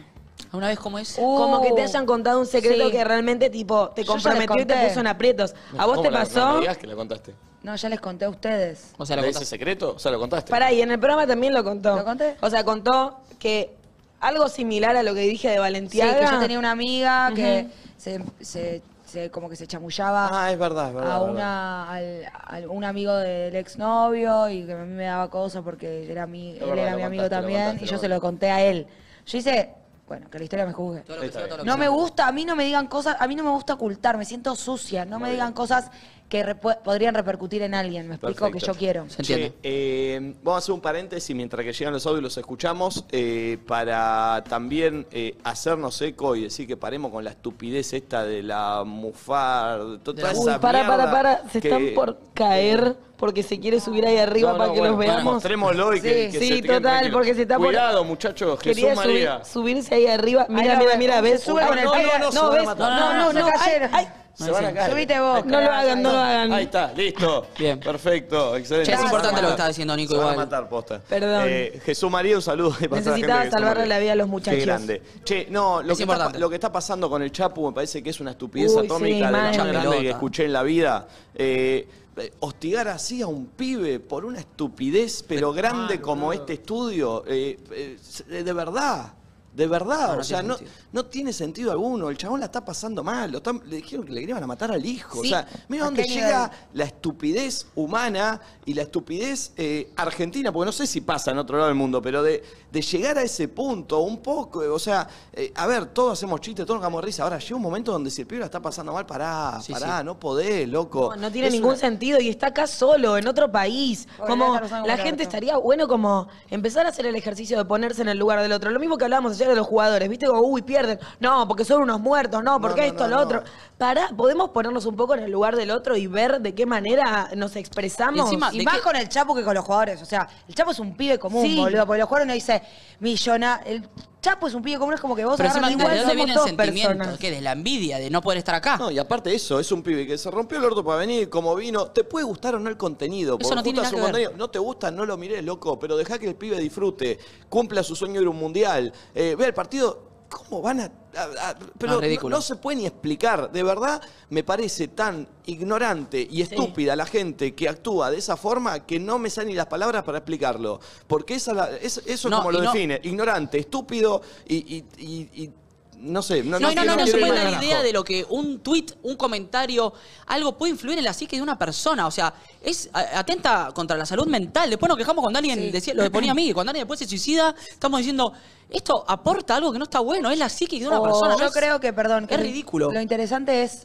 Speaker 7: ¿Una vez cómo es?
Speaker 5: Como que te
Speaker 4: uh,
Speaker 5: hayan contado un secreto
Speaker 4: sí.
Speaker 5: que realmente, tipo, te
Speaker 4: Yo ya les
Speaker 5: comprometió y te
Speaker 4: conté.
Speaker 5: puso en aprietos. ¿A vos
Speaker 2: ¿Cómo
Speaker 5: te
Speaker 2: la-
Speaker 5: pasó?
Speaker 2: No me digas que la contaste.
Speaker 4: No, ya les conté a ustedes.
Speaker 7: O sea,
Speaker 2: ¿Le
Speaker 7: lo
Speaker 2: dices
Speaker 7: contás.
Speaker 2: secreto? O sea, lo contaste.
Speaker 5: Pará, y en el programa también lo contó.
Speaker 4: ¿Lo conté?
Speaker 5: O sea, contó que algo similar a lo que dije de
Speaker 4: Sí,
Speaker 5: Valentiaga.
Speaker 4: que yo tenía una amiga que se, se- se- como que se chamullaba
Speaker 2: Ah, es verdad, es verdad.
Speaker 4: a
Speaker 2: es verdad.
Speaker 4: una al, al- un amigo del exnovio y que a mí me daba cosas porque era mi, él
Speaker 2: verdad,
Speaker 4: era
Speaker 2: lo
Speaker 4: mi amigo
Speaker 2: contaste, lo
Speaker 4: también
Speaker 2: contaste,
Speaker 4: y
Speaker 2: lo
Speaker 4: yo se
Speaker 2: contaste.
Speaker 4: lo conté a él. Yo hice Bueno, que la historia me juzgue.
Speaker 7: Todo lo que
Speaker 2: Está
Speaker 7: sea, todo lo que
Speaker 4: No me
Speaker 7: sea.
Speaker 4: gusta, a mí no me digan cosas, a mí no me gusta ocultar, me siento sucia, no me digan cosas que re- pu- podrían repercutir en alguien, me explico que
Speaker 2: Perfecto.
Speaker 4: yo quiero.
Speaker 2: Che, eh, vamos a hacer un paréntesis mientras que llegan los audios los escuchamos eh, para también eh, hacernos eco y decir que paremos con la estupidez esta de la mufar, de toda
Speaker 5: Uy,
Speaker 2: esa
Speaker 5: para, para,
Speaker 2: mierda
Speaker 5: para. Se
Speaker 2: que-
Speaker 5: están por caer porque se quiere subir ahí arriba
Speaker 2: No, no,
Speaker 5: para que
Speaker 2: bueno,
Speaker 5: los
Speaker 2: bueno,
Speaker 5: veamos.
Speaker 2: mostrémoslo y que-
Speaker 5: sí,
Speaker 2: que se-
Speaker 5: sí,
Speaker 2: que-
Speaker 5: total,
Speaker 2: tranquilo.
Speaker 5: porque se está por-
Speaker 2: Cuidado, muchachos,
Speaker 5: Quería
Speaker 2: Jesús
Speaker 5: subir-
Speaker 2: María.
Speaker 5: subirse ahí arriba. Mira,
Speaker 4: Ahí
Speaker 5: mira,
Speaker 4: va,
Speaker 5: mira, ves.
Speaker 4: se sube
Speaker 5: Ay,
Speaker 4: con el pie.
Speaker 5: no,
Speaker 4: No,
Speaker 5: no,
Speaker 4: se
Speaker 5: ves.
Speaker 4: van a
Speaker 5: No,
Speaker 4: matar.
Speaker 5: no, no,
Speaker 4: Se
Speaker 5: no, ay,
Speaker 4: cayeron.
Speaker 5: ay.
Speaker 2: Se van a caer.
Speaker 4: Subite vos.
Speaker 5: No lo hagan, no lo hagan.
Speaker 2: Ahí está, listo. Bien. Perfecto, excelente.
Speaker 7: Che, es
Speaker 2: Se van a
Speaker 7: importante lo que
Speaker 2: matar.
Speaker 7: está diciendo Nico
Speaker 2: Se van a
Speaker 7: igual.
Speaker 2: matar, posta.
Speaker 5: Perdón.
Speaker 2: Eh, Jesús María, un saludo. de pasada,
Speaker 5: Necesitaba
Speaker 2: gente de Jesús
Speaker 5: salvarle
Speaker 2: María.
Speaker 5: la vida a los muchachos.
Speaker 2: Qué grande. Che, no, lo,
Speaker 7: Es
Speaker 2: que está,
Speaker 7: importante.
Speaker 2: lo que está pasando con el Chapu me parece que es una estupidez
Speaker 5: Uy, sí,
Speaker 2: atómica de lo
Speaker 5: mal.
Speaker 2: más grande
Speaker 5: Pelota.
Speaker 2: que escuché en la vida. Eh, eh, hostigar así a un pibe por una estupidez, pero grande como este estudio, eh, eh, se- de verdad. De verdad,
Speaker 7: No, no
Speaker 2: o sea,
Speaker 7: tiene
Speaker 2: no,
Speaker 7: sentido.
Speaker 2: no tiene sentido alguno. El chabón la está pasando mal. lo están- le dijeron que le querían matar al hijo.
Speaker 7: Sí.
Speaker 2: O sea, mira
Speaker 7: ¿A
Speaker 2: dónde
Speaker 7: qué
Speaker 2: llega
Speaker 7: nivel?
Speaker 2: la estupidez humana y la estupidez eh, argentina, porque no sé si pasa en otro lado del mundo, pero de, de llegar a ese punto un poco, eh, o sea, eh, a ver, todos hacemos chistes, todos nos cagamos de risa, ahora llega un momento donde si el pibe la está pasando mal, pará, pará, no podés, loco.
Speaker 5: No, no tiene
Speaker 2: Es
Speaker 5: ningún
Speaker 2: una-
Speaker 5: sentido y está acá solo, en otro país.
Speaker 4: Pobre,
Speaker 5: como
Speaker 4: ya lo saben
Speaker 5: la
Speaker 4: como
Speaker 5: gente
Speaker 4: el orto.
Speaker 5: estaría bueno como empezar a hacer el ejercicio de ponerse en el lugar del otro. Lo mismo que hablábamos ayer de los jugadores, viste, como, uy, pierden. No, porque son unos muertos, no, porque
Speaker 2: no,
Speaker 5: esto,
Speaker 2: no,
Speaker 5: lo
Speaker 2: no.
Speaker 5: otro. Pará, podemos ponernos un poco en el lugar del otro y ver de qué manera nos expresamos.
Speaker 7: Encima,
Speaker 4: Y
Speaker 7: ¿de
Speaker 4: más
Speaker 7: qué-
Speaker 4: con el Chapo que con los jugadores. O sea, el Chapo es un pibe común,
Speaker 5: Sí.
Speaker 4: boludo. Porque los jugadores no dice millona. El Chapo es un pibe común, es como que vos
Speaker 7: Pero encima,
Speaker 4: agarras
Speaker 7: ¿de
Speaker 4: igual
Speaker 7: dónde
Speaker 4: somos
Speaker 7: viene el
Speaker 4: dos
Speaker 7: sentimiento?
Speaker 4: personas.
Speaker 7: ¿Qué? De la envidia, de no poder estar acá.
Speaker 2: No, y aparte eso, es un pibe que se rompió el orto para venir, como vino, te puede gustar o no el contenido, porque
Speaker 7: no tiene
Speaker 2: justo hace
Speaker 7: nada
Speaker 2: un
Speaker 7: que ver.
Speaker 2: contenido, no te gusta, no lo miré, loco, pero deja que el pibe disfrute, cumpla su sueño de ir a un mundial, eh, vea el partido, ¿cómo van a...? a- a-
Speaker 7: No,
Speaker 2: pero no,
Speaker 7: es Ah, ridículo.
Speaker 2: no se puede ni explicar, de verdad me parece tan ignorante y estúpida la gente que actúa de esa forma que no me salen ni las palabras para explicarlo, porque esa la- es- eso es
Speaker 7: No,
Speaker 2: como lo
Speaker 7: y no-
Speaker 2: define, ignorante, estúpido y... y- y- y no sé, no,
Speaker 7: No, no, no, no,
Speaker 2: quiero
Speaker 7: se
Speaker 2: ir
Speaker 7: puede
Speaker 2: más
Speaker 7: dar
Speaker 2: carajo.
Speaker 7: idea de lo que un tweet, un comentario, algo puede influir en la psique de una persona. O sea, es a- atenta contra la salud mental. Después nos quejamos cuando alguien decía, lo ponía a mí, cuando alguien después se suicida, estamos diciendo, esto aporta algo que no está bueno, es la psique de una
Speaker 4: O
Speaker 7: persona. no
Speaker 4: Oh, Yo
Speaker 7: es-
Speaker 4: creo que, perdón. que
Speaker 7: es
Speaker 4: lo-
Speaker 7: ridículo.
Speaker 4: Lo interesante es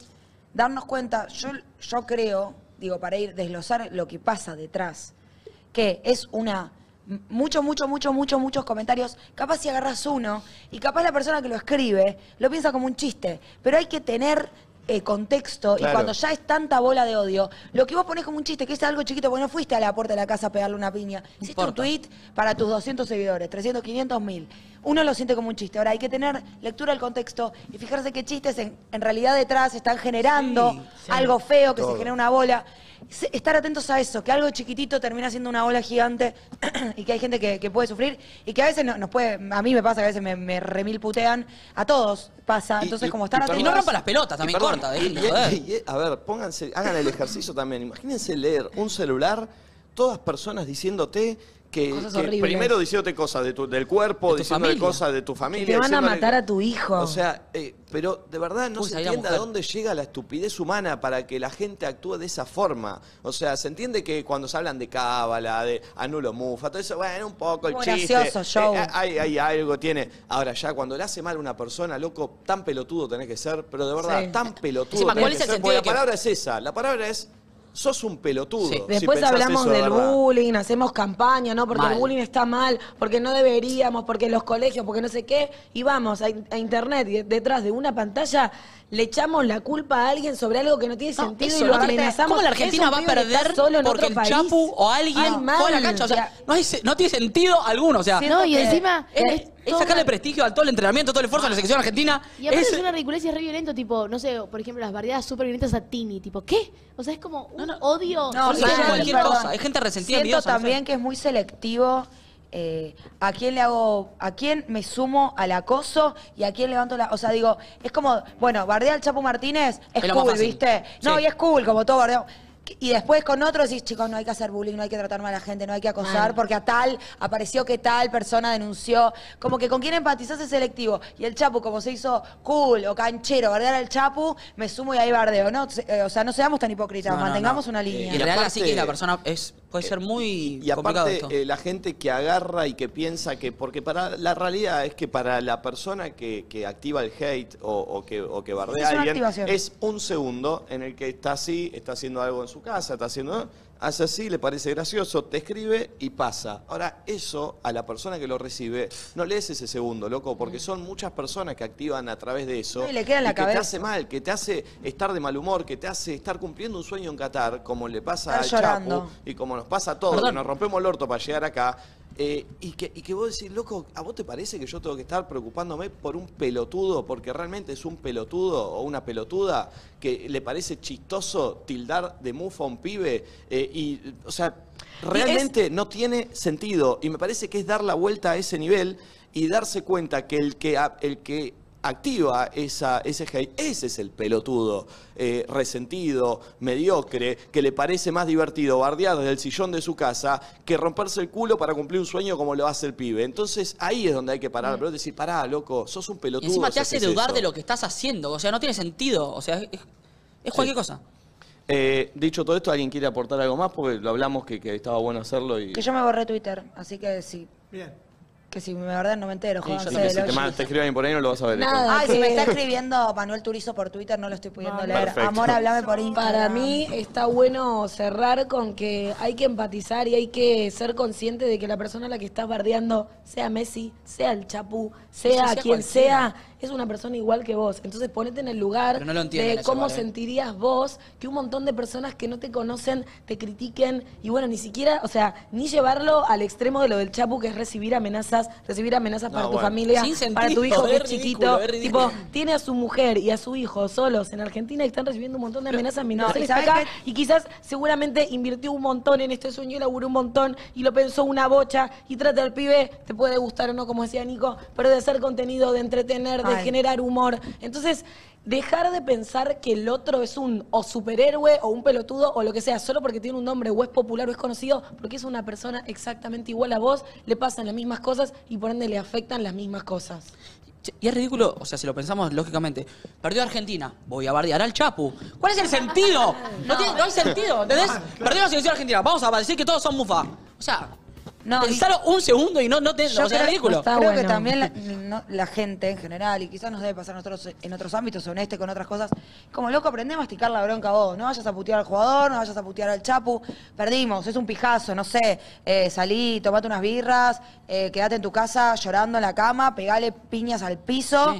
Speaker 4: darnos cuenta. Yo, yo creo, digo, para ir desglosar lo que pasa detrás, que es una. Muchos, muchos, muchos, muchos, muchos comentarios. Capaz si agarras uno y capaz la persona que lo escribe lo piensa como un chiste. Pero hay que tener eh, contexto y
Speaker 2: Claro.
Speaker 4: cuando ya es tanta bola de odio, lo que vos ponés como un chiste, que es algo chiquito, porque no fuiste a la puerta de la casa a pegarle una piña. Hiciste un
Speaker 7: importa.
Speaker 4: tweet para tus 200 seguidores, 300, 500 mil. Uno lo siente como un chiste. Ahora hay que tener lectura del contexto y fijarse qué chistes en, en realidad detrás están generando algo feo, que se genera una bola. Se- Estar atentos a eso, que algo chiquitito termina siendo una bola gigante y que hay gente que, que puede sufrir y que a veces no- nos puede, a mí me pasa que a veces me, me remil putean, a todos pasa.
Speaker 2: Y-
Speaker 4: Entonces,
Speaker 2: y-
Speaker 4: como estar
Speaker 2: y perdón.
Speaker 4: atentos.
Speaker 7: Y no rompa las pelotas,
Speaker 2: Y
Speaker 7: también
Speaker 2: perdón,
Speaker 7: corta,
Speaker 2: y-
Speaker 7: dejen de
Speaker 2: y-
Speaker 7: joder.
Speaker 2: y- y- a ver, pónganse, hagan el ejercicio también. Imagínense leer un celular, todas personas diciéndote que,
Speaker 5: Cosas
Speaker 2: que
Speaker 5: horribles.
Speaker 2: primero diciéndote cosas de tu- del cuerpo,
Speaker 7: tu
Speaker 2: diciéndote
Speaker 7: familia.
Speaker 2: cosas de tu familia.
Speaker 5: Te van a
Speaker 2: diciéndole-
Speaker 5: matar a tu hijo.
Speaker 2: O sea, eh, pero de verdad no
Speaker 7: Uy,
Speaker 2: se
Speaker 7: ahí la
Speaker 2: entiende a
Speaker 7: mujer.
Speaker 2: dónde llega la estupidez humana para que la gente actúe de esa forma. O sea, se entiende que cuando se hablan de cábala, de anulo mufa, todo eso, bueno, un poco el
Speaker 4: Muy
Speaker 2: chiste.
Speaker 4: gracioso, show.
Speaker 2: eh, hay, hay algo, tiene. Ahora ya, cuando le hace mal a una persona, loco, tan pelotudo tenés que ser, pero de verdad,
Speaker 5: Sí.
Speaker 2: tan pelotudo
Speaker 7: Encima,
Speaker 2: tenés
Speaker 7: ¿cuál
Speaker 2: que
Speaker 7: es el
Speaker 2: ser,
Speaker 7: sentido de
Speaker 2: porque la
Speaker 7: que-
Speaker 2: palabra es esa. La palabra es, sos un pelotudo.
Speaker 7: Sí.
Speaker 2: si
Speaker 5: Después
Speaker 2: pensás
Speaker 5: hablamos
Speaker 2: eso de
Speaker 5: del
Speaker 2: verdad.
Speaker 5: bullying, hacemos campaña, ¿no? Porque
Speaker 7: Mal.
Speaker 5: el bullying está mal, porque no deberíamos, porque los colegios, porque no sé qué. Y vamos a, in- a internet y de- detrás de una pantalla le echamos la culpa a alguien sobre algo que no tiene
Speaker 7: No,
Speaker 5: sentido
Speaker 7: eso,
Speaker 5: y lo
Speaker 7: aparte,
Speaker 5: amenazamos.
Speaker 7: ¿Cómo la
Speaker 5: Es
Speaker 7: Argentina
Speaker 5: un
Speaker 7: va a
Speaker 5: pibe que está
Speaker 7: perder
Speaker 5: solo en
Speaker 7: porque
Speaker 5: otro
Speaker 7: el
Speaker 5: país.
Speaker 7: Chapu o
Speaker 5: Ay,
Speaker 7: alguien
Speaker 5: mal.
Speaker 7: juega la cancha? O sea, no, hay se- no tiene sentido alguno. O sea,
Speaker 12: No, y
Speaker 4: que-
Speaker 12: encima.
Speaker 7: es,
Speaker 12: es
Speaker 7: es
Speaker 12: todo
Speaker 7: sacarle
Speaker 12: una-
Speaker 7: prestigio a todo el entrenamiento, todo el esfuerzo de la selección argentina.
Speaker 12: Y aparte es,
Speaker 7: Es-
Speaker 12: una ridiculez y es re violento, tipo, no sé, por ejemplo, las bardeadas súper violentas a Tini, tipo, ¿qué? O sea, es como un odio.
Speaker 4: No,
Speaker 7: Por
Speaker 4: sí,
Speaker 7: sacar
Speaker 4: sí,
Speaker 7: cualquier
Speaker 4: perdón.
Speaker 7: cosa. Hay gente resentida,
Speaker 4: Siento
Speaker 7: envidiosa, no sé.
Speaker 4: también que es muy selectivo eh, a quién le hago, a quién me sumo al acoso y a quién levanto la. O sea, digo, es como, bueno, bardea al Chapo Martínez, es,
Speaker 7: Es lo más
Speaker 4: cool,
Speaker 7: fácil.
Speaker 4: ¿viste? No,
Speaker 7: Sí.
Speaker 4: y es cool, como todo bardeo. Y después con otros decís, chicos, no hay que hacer bullying, no hay que tratar mal a la gente, no hay que acosar, porque a tal apareció que tal persona denunció. Como que con quién empatizás es selectivo. Y el Chapu, como se hizo cool o canchero, bardear al Chapu, me sumo y ahí bardeo. No, Eh, o sea, no seamos tan hipócritas,
Speaker 7: No, no,
Speaker 4: mantengamos
Speaker 7: no.
Speaker 4: una
Speaker 7: Y
Speaker 4: línea.
Speaker 7: en realidad
Speaker 2: aparte-
Speaker 7: la psique de la persona es Puede ser muy
Speaker 2: eh, Y
Speaker 7: complicado
Speaker 2: aparte,
Speaker 7: esto.
Speaker 2: eh, la gente que agarra y que piensa que. Porque para la realidad es que para la persona que, que activa el hate o, o que, o que bardea
Speaker 4: Es
Speaker 2: a
Speaker 4: una
Speaker 2: alguien,
Speaker 4: activación.
Speaker 2: es un segundo en el que está así, está haciendo algo en su casa, está haciendo. Hace así, le parece gracioso, te escribe y pasa. Ahora, eso a la persona que lo recibe, no lees ese segundo, loco, porque son muchas personas que activan a través de eso.
Speaker 4: Mm. No, y le queda en la
Speaker 2: que te
Speaker 4: cabeza.
Speaker 2: hace mal, que te hace estar de mal humor, que te hace estar cumpliendo un sueño en Qatar, como le pasa
Speaker 4: Estar
Speaker 2: al
Speaker 4: llorando.
Speaker 2: Chapu y como nos pasa a todos,
Speaker 4: Perdón.
Speaker 2: que nos rompemos el orto para llegar acá, eh, y, que, y que vos decís, loco, ¿a vos te parece que yo tengo que estar preocupándome por un pelotudo? Porque realmente es un pelotudo o una pelotuda que le parece chistoso tildar de mufa a un pibe. eh, y, o sea, realmente no tiene sentido. Y me parece que es dar la vuelta a ese nivel y darse cuenta que el que, a- el que activa esa, ese hate, ese es el pelotudo, eh, resentido, mediocre, que le parece más divertido bardear desde el sillón de su casa que romperse el culo para cumplir un sueño como lo hace el pibe. Entonces ahí es donde hay que parar, pero decir, pará, loco, sos un
Speaker 7: Mm. Y
Speaker 2: pelotudo.
Speaker 7: encima te
Speaker 2: si
Speaker 7: hace
Speaker 2: haces
Speaker 7: dudar
Speaker 2: eso".
Speaker 7: de lo que estás haciendo. O sea, no tiene sentido. O sea, es, es- es cualquier cosa.
Speaker 2: Eh, dicho todo esto, ¿alguien quiere aportar algo más? Porque lo hablamos que, que estaba bueno hacerlo y...
Speaker 4: Que yo me borré Twitter, así que sí.
Speaker 11: Bien.
Speaker 4: Que si me verdad no me entero,
Speaker 2: y
Speaker 4: jodanse
Speaker 2: que
Speaker 4: de
Speaker 2: si te,
Speaker 4: lo-
Speaker 2: man- te escribe alguien por ahí no lo vas a ver.
Speaker 4: Ay,
Speaker 5: que-
Speaker 4: si me está escribiendo Manuel Turizo por Twitter, no lo estoy pudiendo
Speaker 5: No,
Speaker 4: leer.
Speaker 2: Perfecto.
Speaker 4: Amor, hablame por Instagram.
Speaker 5: Para mí está bueno cerrar con que hay que empatizar y hay que ser consciente de que la persona a la que estás bardeando, sea Messi, sea el Chapú, sea,
Speaker 7: sea
Speaker 5: quien
Speaker 7: cualquiera.
Speaker 5: sea, es una persona igual que vos. Entonces ponete en el lugar
Speaker 7: Pero no lo entienden eso,
Speaker 5: de
Speaker 7: ¿eh?
Speaker 5: cómo
Speaker 7: ¿vale?
Speaker 5: sentirías vos que un montón de personas que no te conocen te critiquen y bueno, ni siquiera, o sea, ni llevarlo al extremo de lo del Chapú, que es recibir amenazas, recibir amenazas
Speaker 7: No,
Speaker 5: para tu
Speaker 7: bueno.
Speaker 5: familia,
Speaker 7: Sin
Speaker 5: para tu
Speaker 7: sentido,
Speaker 5: hijo que
Speaker 7: es
Speaker 5: es
Speaker 7: ridículo,
Speaker 5: chiquito,
Speaker 7: es ridículo.
Speaker 5: tipo, tiene a su mujer y a su hijo solos en Argentina y están recibiendo un montón de amenazas mientras
Speaker 4: no,
Speaker 5: él
Speaker 4: ¿y
Speaker 5: está
Speaker 4: sabes
Speaker 5: acá y quizás seguramente invirtió un montón en este sueño y laburó un montón y lo pensó una bocha y trata al pibe, te puede gustar o no, como decía Nico, pero de hacer contenido, de entretener, de
Speaker 4: Ay.
Speaker 5: generar humor. Entonces, dejar de pensar que el otro es un o superhéroe o un pelotudo o lo que sea, solo porque tiene un nombre o es popular o es conocido, porque es una persona exactamente igual a vos, le pasan las mismas cosas y por ende le afectan las mismas cosas.
Speaker 7: Che, Y es ridículo, o sea, si lo pensamos lógicamente. Perdió Argentina, voy a bardear al Chapu. ¿Cuál es el sentido? No, tiene, no hay sentido, ¿entendés? Perdió la selección argentina, vamos a decir que todos son mufa. O sea,
Speaker 4: No,
Speaker 7: pensalo un segundo y no, no te,
Speaker 4: Yo
Speaker 7: o sea, es ridículo.
Speaker 4: creo que también la, no, la gente en general, y quizás nos debe pasar a nosotros en otros ámbitos, o en este, con otras cosas, como loco, aprende a masticar la bronca vos. No vayas a putear al jugador, no vayas a putear al chapu. Perdimos, es un pijazo, no sé. eh, salí, tomate unas birras, eh, quédate en tu casa llorando en la cama, pegale piñas al piso.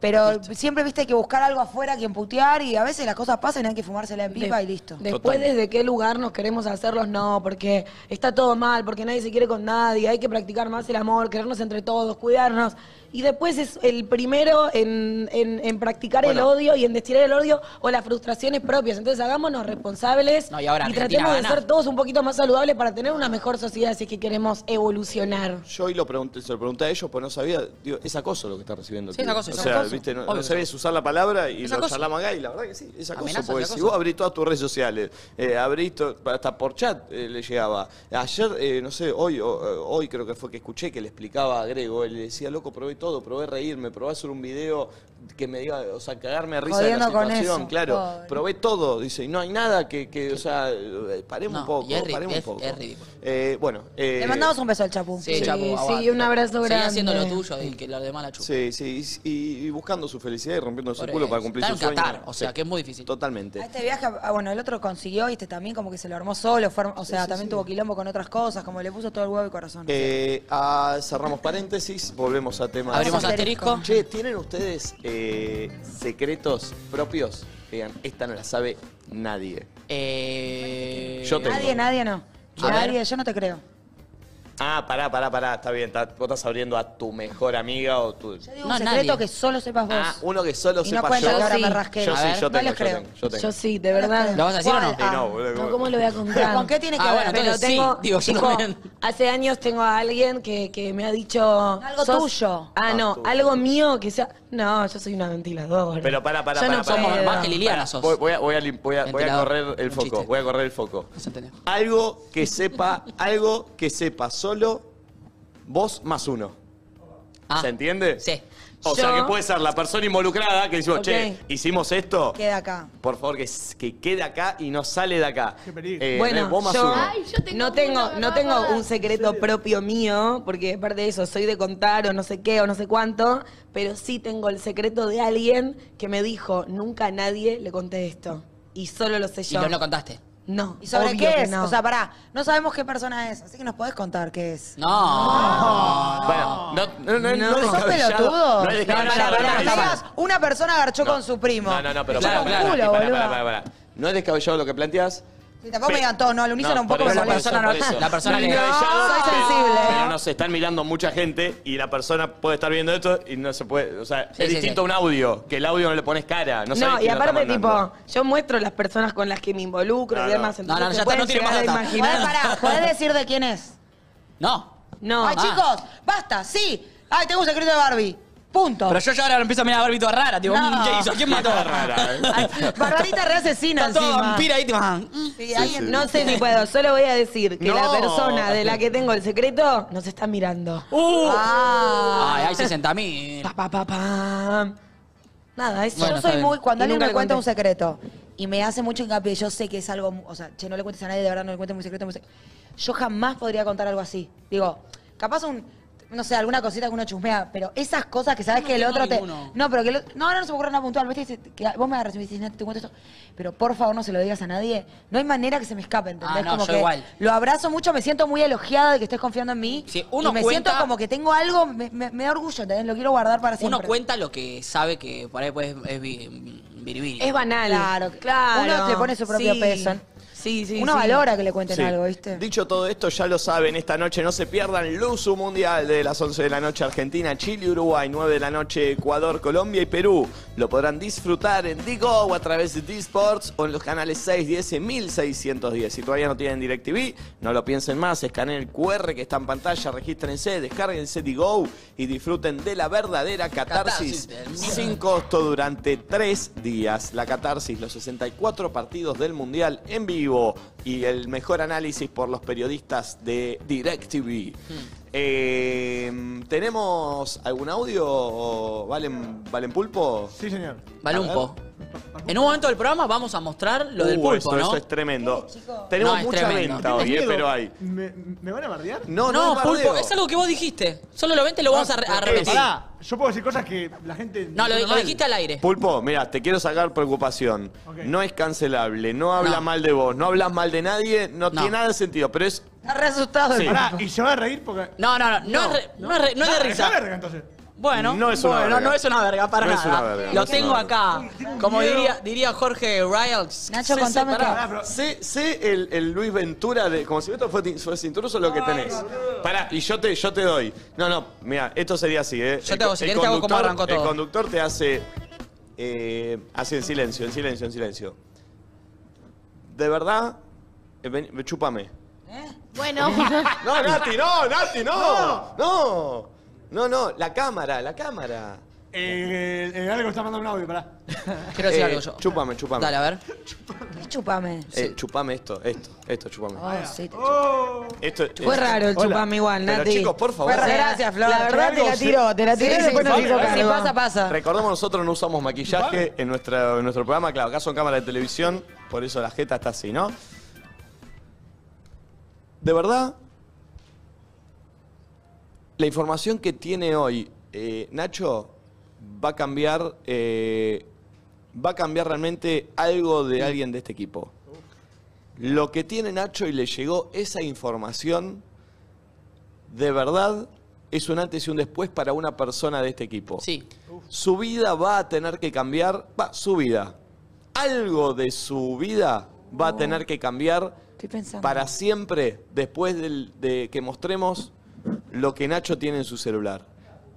Speaker 4: Pero siempre viste hay que buscar algo afuera a quien putear y a veces las cosas pasan y hay que fumársela en pipa
Speaker 5: De-
Speaker 4: y listo.
Speaker 5: Después, ¿desde qué lugar nos queremos hacerlos? No, porque está todo mal, porque nadie se quiere con nadie, hay que practicar más el amor, querernos entre todos, cuidarnos. Y después es el primero en, en- en practicar el
Speaker 7: Bueno.
Speaker 5: odio y en destilar el odio o las frustraciones propias. Entonces, hagámonos responsables
Speaker 7: No, y ahora Argentina
Speaker 5: tratemos de
Speaker 7: gana.
Speaker 5: ser todos un poquito más saludables para tener una mejor sociedad si es que queremos evolucionar.
Speaker 2: Yo hoy lo pregunté, se lo pregunté a ellos, pues no sabía, digo, es acoso lo que está recibiendo. el
Speaker 5: Sí, es
Speaker 2: pibe.
Speaker 5: acoso, es
Speaker 2: O sea,
Speaker 5: acoso.
Speaker 2: viste, no,
Speaker 5: Obvio.
Speaker 2: no sabías usar la palabra y
Speaker 16: Es
Speaker 2: lo
Speaker 16: acoso.
Speaker 2: charlamos acá y la verdad que sí, es acoso.
Speaker 16: Amenazas de
Speaker 2: porque si
Speaker 16: acoso.
Speaker 2: vos abrís todas tus redes sociales, eh, abrís to- hasta por chat eh, le llegaba. Ayer, eh, no sé, hoy, o- o- hoy creo que fue que escuché que le explicaba a Grego, él le decía, loco, probé todo, probé reírme, probé hacer un video que me diga, o sea, cagarme de risa de
Speaker 4: Jodiendo
Speaker 2: la
Speaker 4: con
Speaker 2: situación,
Speaker 4: eso,
Speaker 2: claro.
Speaker 4: pobre.
Speaker 2: Probé todo, dice, y no hay nada que, que, o sea, eh, paremos un
Speaker 7: No,
Speaker 2: poco,
Speaker 7: y es ri-
Speaker 2: paremos
Speaker 7: es-
Speaker 2: un poco.
Speaker 7: es ridículo.
Speaker 2: Eh, bueno, eh,
Speaker 4: Le mandamos un beso al chapu.
Speaker 7: Sí, Chapu, aguante.
Speaker 5: sí, un abrazo
Speaker 7: Seguí
Speaker 5: grande.
Speaker 7: haciendo lo tuyo y que los demás la chupen.
Speaker 2: Sí, sí, y, y- y buscando su felicidad y rompiendo su
Speaker 7: Por
Speaker 2: culo
Speaker 7: eso.
Speaker 2: para cumplir
Speaker 7: Está
Speaker 2: su
Speaker 7: en
Speaker 2: sueño.
Speaker 7: Qatar, o sea,
Speaker 2: que es muy difícil.
Speaker 4: A
Speaker 2: Totalmente.
Speaker 4: este viaje, ah, bueno, el otro consiguió, y este también como que se lo armó solo, fue- o sea, también tuvo quilombo con otras cosas, como le puso todo el huevo y corazón.
Speaker 2: Eh, ah, cerramos paréntesis, volvemos a tema.
Speaker 4: Abrimos asterisco.
Speaker 2: Che, ¿tienen ustedes eh, secretos propios? Que digan, esta no la sabe nadie.
Speaker 7: Eh,
Speaker 2: Yo tengo.
Speaker 4: Eh, Nadie, nadie no.
Speaker 2: A ver.
Speaker 4: Nadie, yo no te creo.
Speaker 2: Ah, pará, pará, pará, está bien. está- vos estás abriendo a tu mejor amiga o tu...
Speaker 4: Un secreto que solo sepas vos.
Speaker 2: Ah, uno que solo
Speaker 4: Y no
Speaker 2: sepa
Speaker 4: cuenta
Speaker 2: yo.
Speaker 4: que ahora me rasqué.
Speaker 2: Yo
Speaker 4: A
Speaker 2: sí,
Speaker 4: ver.
Speaker 2: yo
Speaker 4: No
Speaker 2: tengo,
Speaker 4: les
Speaker 2: yo
Speaker 4: creo.
Speaker 2: tengo, yo tengo.
Speaker 5: Yo sí, de verdad.
Speaker 7: ¿Lo vas a decir o no?
Speaker 2: Eh, no, boludo,
Speaker 5: No, ¿cómo lo voy a contar?
Speaker 4: ¿Con qué tiene que
Speaker 5: Ah,
Speaker 4: ver?
Speaker 5: bueno,
Speaker 4: Pero
Speaker 5: entonces
Speaker 4: tengo-
Speaker 5: sí, digo, yo
Speaker 4: tipo,
Speaker 5: también. Hace años tengo a alguien que, que me ha dicho...
Speaker 4: Algo
Speaker 5: "Sos-"
Speaker 4: tuyo.
Speaker 5: Ah, no,
Speaker 2: tuyo.
Speaker 5: algo mío que sea... No, yo soy una ventiladora.
Speaker 2: Pero para, para,
Speaker 5: Yo
Speaker 2: para.
Speaker 5: no puedo.
Speaker 2: Voy, voy a, voy a lim- voy a- voy a
Speaker 5: Ventilador.
Speaker 2: correr el foco. Voy a correr el foco. Algo que sepa, algo que sepa solo vos más uno. ¿Se entiende? Sí. O sea,
Speaker 4: Yo-
Speaker 2: que puede ser la persona involucrada que decimos,
Speaker 4: Ok.
Speaker 2: che, hicimos esto,
Speaker 4: Queda acá.
Speaker 2: por favor, que, s- que quede acá y no sale de acá. Eh,
Speaker 5: Bueno,
Speaker 2: Red, vos más
Speaker 5: yo,
Speaker 2: uno.
Speaker 5: no tengo, no tengo un secreto propio mío, porque aparte de eso, soy de contar o no sé qué o no sé cuánto, pero sí tengo el secreto de alguien que me dijo, nunca a nadie le conté esto. Y solo lo sé
Speaker 7: Y
Speaker 5: yo.
Speaker 7: no lo contaste.
Speaker 5: No.
Speaker 4: ¿Y sobre
Speaker 5: obvio
Speaker 4: qué
Speaker 5: que
Speaker 4: es?
Speaker 5: no.
Speaker 4: O sea, pará, no sabemos qué persona es, así que nos podés contar qué es.
Speaker 7: No.
Speaker 2: Bueno, no, no,
Speaker 4: No,
Speaker 2: no, no
Speaker 4: ¿Sos
Speaker 2: descabellado,
Speaker 4: pelotudo?
Speaker 2: No es descabellado.
Speaker 4: Pará, pará,
Speaker 2: lo que
Speaker 4: pará.
Speaker 2: planteas.
Speaker 4: Digas, una persona garchó con su primo.
Speaker 2: No, no, no, pero
Speaker 4: Te
Speaker 2: pará,
Speaker 4: chupa
Speaker 2: pará,
Speaker 4: un culo,
Speaker 2: pará,
Speaker 4: boludo.
Speaker 2: pará, pará, pará. No es descabellado lo que planteas.
Speaker 4: Y tampoco me digan todo, no, al unísono
Speaker 2: No,
Speaker 4: un poco
Speaker 2: por
Speaker 4: me
Speaker 2: eso, por
Speaker 4: molesta.
Speaker 2: eso, por eso.
Speaker 7: La persona
Speaker 2: No
Speaker 7: que-
Speaker 2: es descabellado,
Speaker 4: Soy
Speaker 2: pero-
Speaker 4: sensible.
Speaker 2: Pero nos están mirando mucha gente y la persona puede estar viendo esto y no se puede. O sea,
Speaker 5: Sí,
Speaker 2: es
Speaker 5: sí,
Speaker 2: distinto a un audio, que el audio no le pones cara. No,
Speaker 5: No,
Speaker 2: sabés
Speaker 5: y
Speaker 2: quién lo está
Speaker 5: aparte,
Speaker 2: mandando.
Speaker 5: tipo, yo muestro las personas con las que me involucro
Speaker 2: No,
Speaker 5: y
Speaker 2: no.
Speaker 5: demás.
Speaker 2: No, no,
Speaker 5: entonces
Speaker 2: ya está,
Speaker 5: pueden
Speaker 2: no tiene más
Speaker 5: llegar a
Speaker 2: data.
Speaker 5: imaginar.
Speaker 4: Podés, pará, ¿podés decir de quién es?
Speaker 7: No.
Speaker 5: No.
Speaker 4: Ay,
Speaker 5: Ah.
Speaker 4: chicos, basta, sí. Ay, tengo un secreto de Barbie. Punto.
Speaker 7: Pero yo ya ahora empiezo a mirar a Barbie toda rara. Tipo,
Speaker 4: No.
Speaker 7: ¿qué hizo? ¿Quién mató?
Speaker 2: ¿eh?
Speaker 4: Ay, Barbarita re asesina
Speaker 7: Está toda
Speaker 4: encima.
Speaker 7: vampira ahí, tipo, ah, mm.
Speaker 4: Sí, alguien-
Speaker 5: No sé si puedo, solo voy a decir que
Speaker 7: No.
Speaker 5: la persona de la que tengo el secreto nos está mirando.
Speaker 4: Ah.
Speaker 7: Uh. Ay, hay 60 mil.
Speaker 5: Pa, pa, pa. Nada, eso.
Speaker 7: Bueno,
Speaker 4: yo
Speaker 7: está
Speaker 4: soy
Speaker 7: bien.
Speaker 4: muy. Cuando
Speaker 5: Y
Speaker 4: alguien
Speaker 5: nunca
Speaker 4: me
Speaker 5: le
Speaker 4: cuenta
Speaker 5: conté.
Speaker 4: un secreto y me hace mucho hincapié, yo sé que es algo. mu- O sea, che, no le cuentes a nadie, de verdad, no le cuentes mi secreto. mi secreto. Yo jamás podría contar algo así. Digo, capaz un. No sé, alguna cosita que uno chusmea, pero esas cosas que sabes
Speaker 7: Yo no
Speaker 4: que el
Speaker 7: tengo
Speaker 4: otro te.
Speaker 7: ninguno.
Speaker 4: No, pero que el otro. No, ahora no se me ocurre nada puntual. ¿viste? Dice que vos me agarras y me dices, Nati, te cuento esto. Pero por favor, no se lo digas a nadie. No hay manera que se me escape, ¿entendés?
Speaker 7: Ah, no,
Speaker 4: como
Speaker 7: yo
Speaker 4: que
Speaker 7: igual.
Speaker 4: Lo abrazo mucho, me siento muy elogiada de que estés confiando en mí.
Speaker 7: Sí, uno
Speaker 4: y me
Speaker 7: cuenta-
Speaker 4: siento como que tengo algo, me, me- me da orgullo, ¿entendés? Lo quiero guardar para siempre.
Speaker 7: Uno cuenta lo que sabe que por ahí pues es vi- viribiri.
Speaker 5: Es banal.
Speaker 4: Claro, Uno le pone su propio
Speaker 5: Sí.
Speaker 4: peso.
Speaker 5: Sí, sí.
Speaker 4: Uno
Speaker 5: sí.
Speaker 4: valora que le cuenten
Speaker 2: Sí.
Speaker 4: algo, ¿viste?
Speaker 2: Dicho todo esto, ya lo saben, esta noche no se pierdan Luzu Mundial de las 11 de la noche Argentina, Chile, Uruguay, 9 de la noche Ecuador, Colombia y Perú. Lo podrán disfrutar en Digo o a través de D-Sports o en los canales 610 y 1610. Si todavía no tienen DirecTV, no lo piensen más, escaneen el QR que está en pantalla, regístrense, descárguense Digo y disfruten de la verdadera catarsis.
Speaker 7: Catarsis del
Speaker 2: Sin costo durante tres días. La catarsis, los 64 partidos del Mundial en vivo y el mejor análisis por los periodistas de DirecTV.
Speaker 7: Hmm.
Speaker 2: Eh, ¿Tenemos algún audio, o Valen, Valen Pulpo?
Speaker 11: Sí, señor.
Speaker 7: Balumpo. En un momento del programa vamos a mostrar lo
Speaker 2: Uh,
Speaker 7: del pulpo,
Speaker 2: esto,
Speaker 7: ¿no?
Speaker 2: esto es tremendo. Tenemos
Speaker 7: No, es
Speaker 2: mucha
Speaker 7: tremendo.
Speaker 2: venta hoy, eh,
Speaker 11: Miedo.
Speaker 2: pero hay.
Speaker 11: ¿Me, me van a bardear?
Speaker 2: No, no,
Speaker 7: No,
Speaker 2: es
Speaker 7: pulpo,
Speaker 2: bardeo.
Speaker 7: es algo que vos dijiste. Solo lo vente y lo vamos a, re- a
Speaker 11: Eh,
Speaker 7: repetir.
Speaker 11: pará, yo puedo decir cosas que la gente.
Speaker 7: No, lo,
Speaker 11: toma
Speaker 7: lo
Speaker 11: mal.
Speaker 7: dijiste al aire.
Speaker 2: Pulpo, mira, te quiero sacar preocupación.
Speaker 11: Ok.
Speaker 2: No es cancelable, no habla
Speaker 7: No.
Speaker 2: mal de vos, no hablas mal de nadie, no,
Speaker 7: No.
Speaker 2: tiene nada de sentido, pero es
Speaker 4: Está re asustado el
Speaker 2: Sí.
Speaker 4: papá.
Speaker 11: Pará, y se va a reír porque.
Speaker 7: No, no, no, no, es, re- no es re- no es
Speaker 11: Ah,
Speaker 7: de
Speaker 11: está
Speaker 7: risa.
Speaker 11: verga, entonces.
Speaker 7: Bueno,
Speaker 2: No es una
Speaker 7: bueno,
Speaker 2: verga.
Speaker 7: no es una verga para
Speaker 2: No es
Speaker 7: nada.
Speaker 2: una verga, no
Speaker 7: Lo
Speaker 2: es una
Speaker 7: tengo acá.
Speaker 11: tengo
Speaker 7: Como
Speaker 11: miedo.
Speaker 7: diría, diría Jorge Riles.
Speaker 4: Nacho, contame
Speaker 2: pará.
Speaker 11: qué. Pará,
Speaker 2: Ah, Sé, sé el, el Luis Ventura de. Como si esto fuese fuese intruso lo que tenés. Pará, y yo te, yo te doy. No, no, mira, esto sería así, ¿eh?
Speaker 7: Yo
Speaker 2: El
Speaker 7: te hago,
Speaker 2: co-
Speaker 7: si
Speaker 2: el
Speaker 7: querés te hago como
Speaker 2: conductor-
Speaker 7: arrancó todo.
Speaker 2: El conductor te hace. eh, hace en silencio, en silencio, en silencio. De verdad, eh, ven- chúpame.
Speaker 12: Bueno,
Speaker 2: No, Nati, no, Nati, no. No, no, no, la cámara, la cámara.
Speaker 11: Eh, eh, algo está mandando un audio, pará.
Speaker 7: Quiero decir
Speaker 2: Eh,
Speaker 7: algo yo.
Speaker 2: Chúpame, chúpame.
Speaker 7: Dale, a ver.
Speaker 4: ¿Qué chupame?
Speaker 2: Eh, Chupame esto, esto, esto, chupame.
Speaker 4: Oh, sí, te
Speaker 11: Oh.
Speaker 2: Esto,
Speaker 5: Fue
Speaker 2: eh,
Speaker 5: raro el chupame igual,
Speaker 2: Pero
Speaker 5: Nati.
Speaker 2: chicos, por favor.
Speaker 5: Fue raro.
Speaker 4: Gracias, Flor.
Speaker 5: La verdad te la tiró, te la tiró
Speaker 4: Sí,
Speaker 5: y después
Speaker 4: sí,
Speaker 5: nos
Speaker 4: sí.
Speaker 5: hizo cargo.
Speaker 4: Si pasa, pasa.
Speaker 2: Recordemos, nosotros no usamos maquillaje en, nuestra- en nuestro programa. Claro, acá son cámaras de televisión, por eso la jeta está así, ¿no? De verdad, la información que tiene hoy eh, Nacho va a cambiar. eh, va a cambiar realmente algo de alguien de este equipo. Lo que tiene Nacho y le llegó esa información, de verdad, es un antes y un después para una persona de este equipo
Speaker 7: Sí.
Speaker 2: su vida va a tener que cambiar. Va, su vida. Algo de su vida va a tener que cambiar
Speaker 4: Estoy pensando.
Speaker 2: para siempre después del- de que mostremos lo que Nacho tiene en su celular.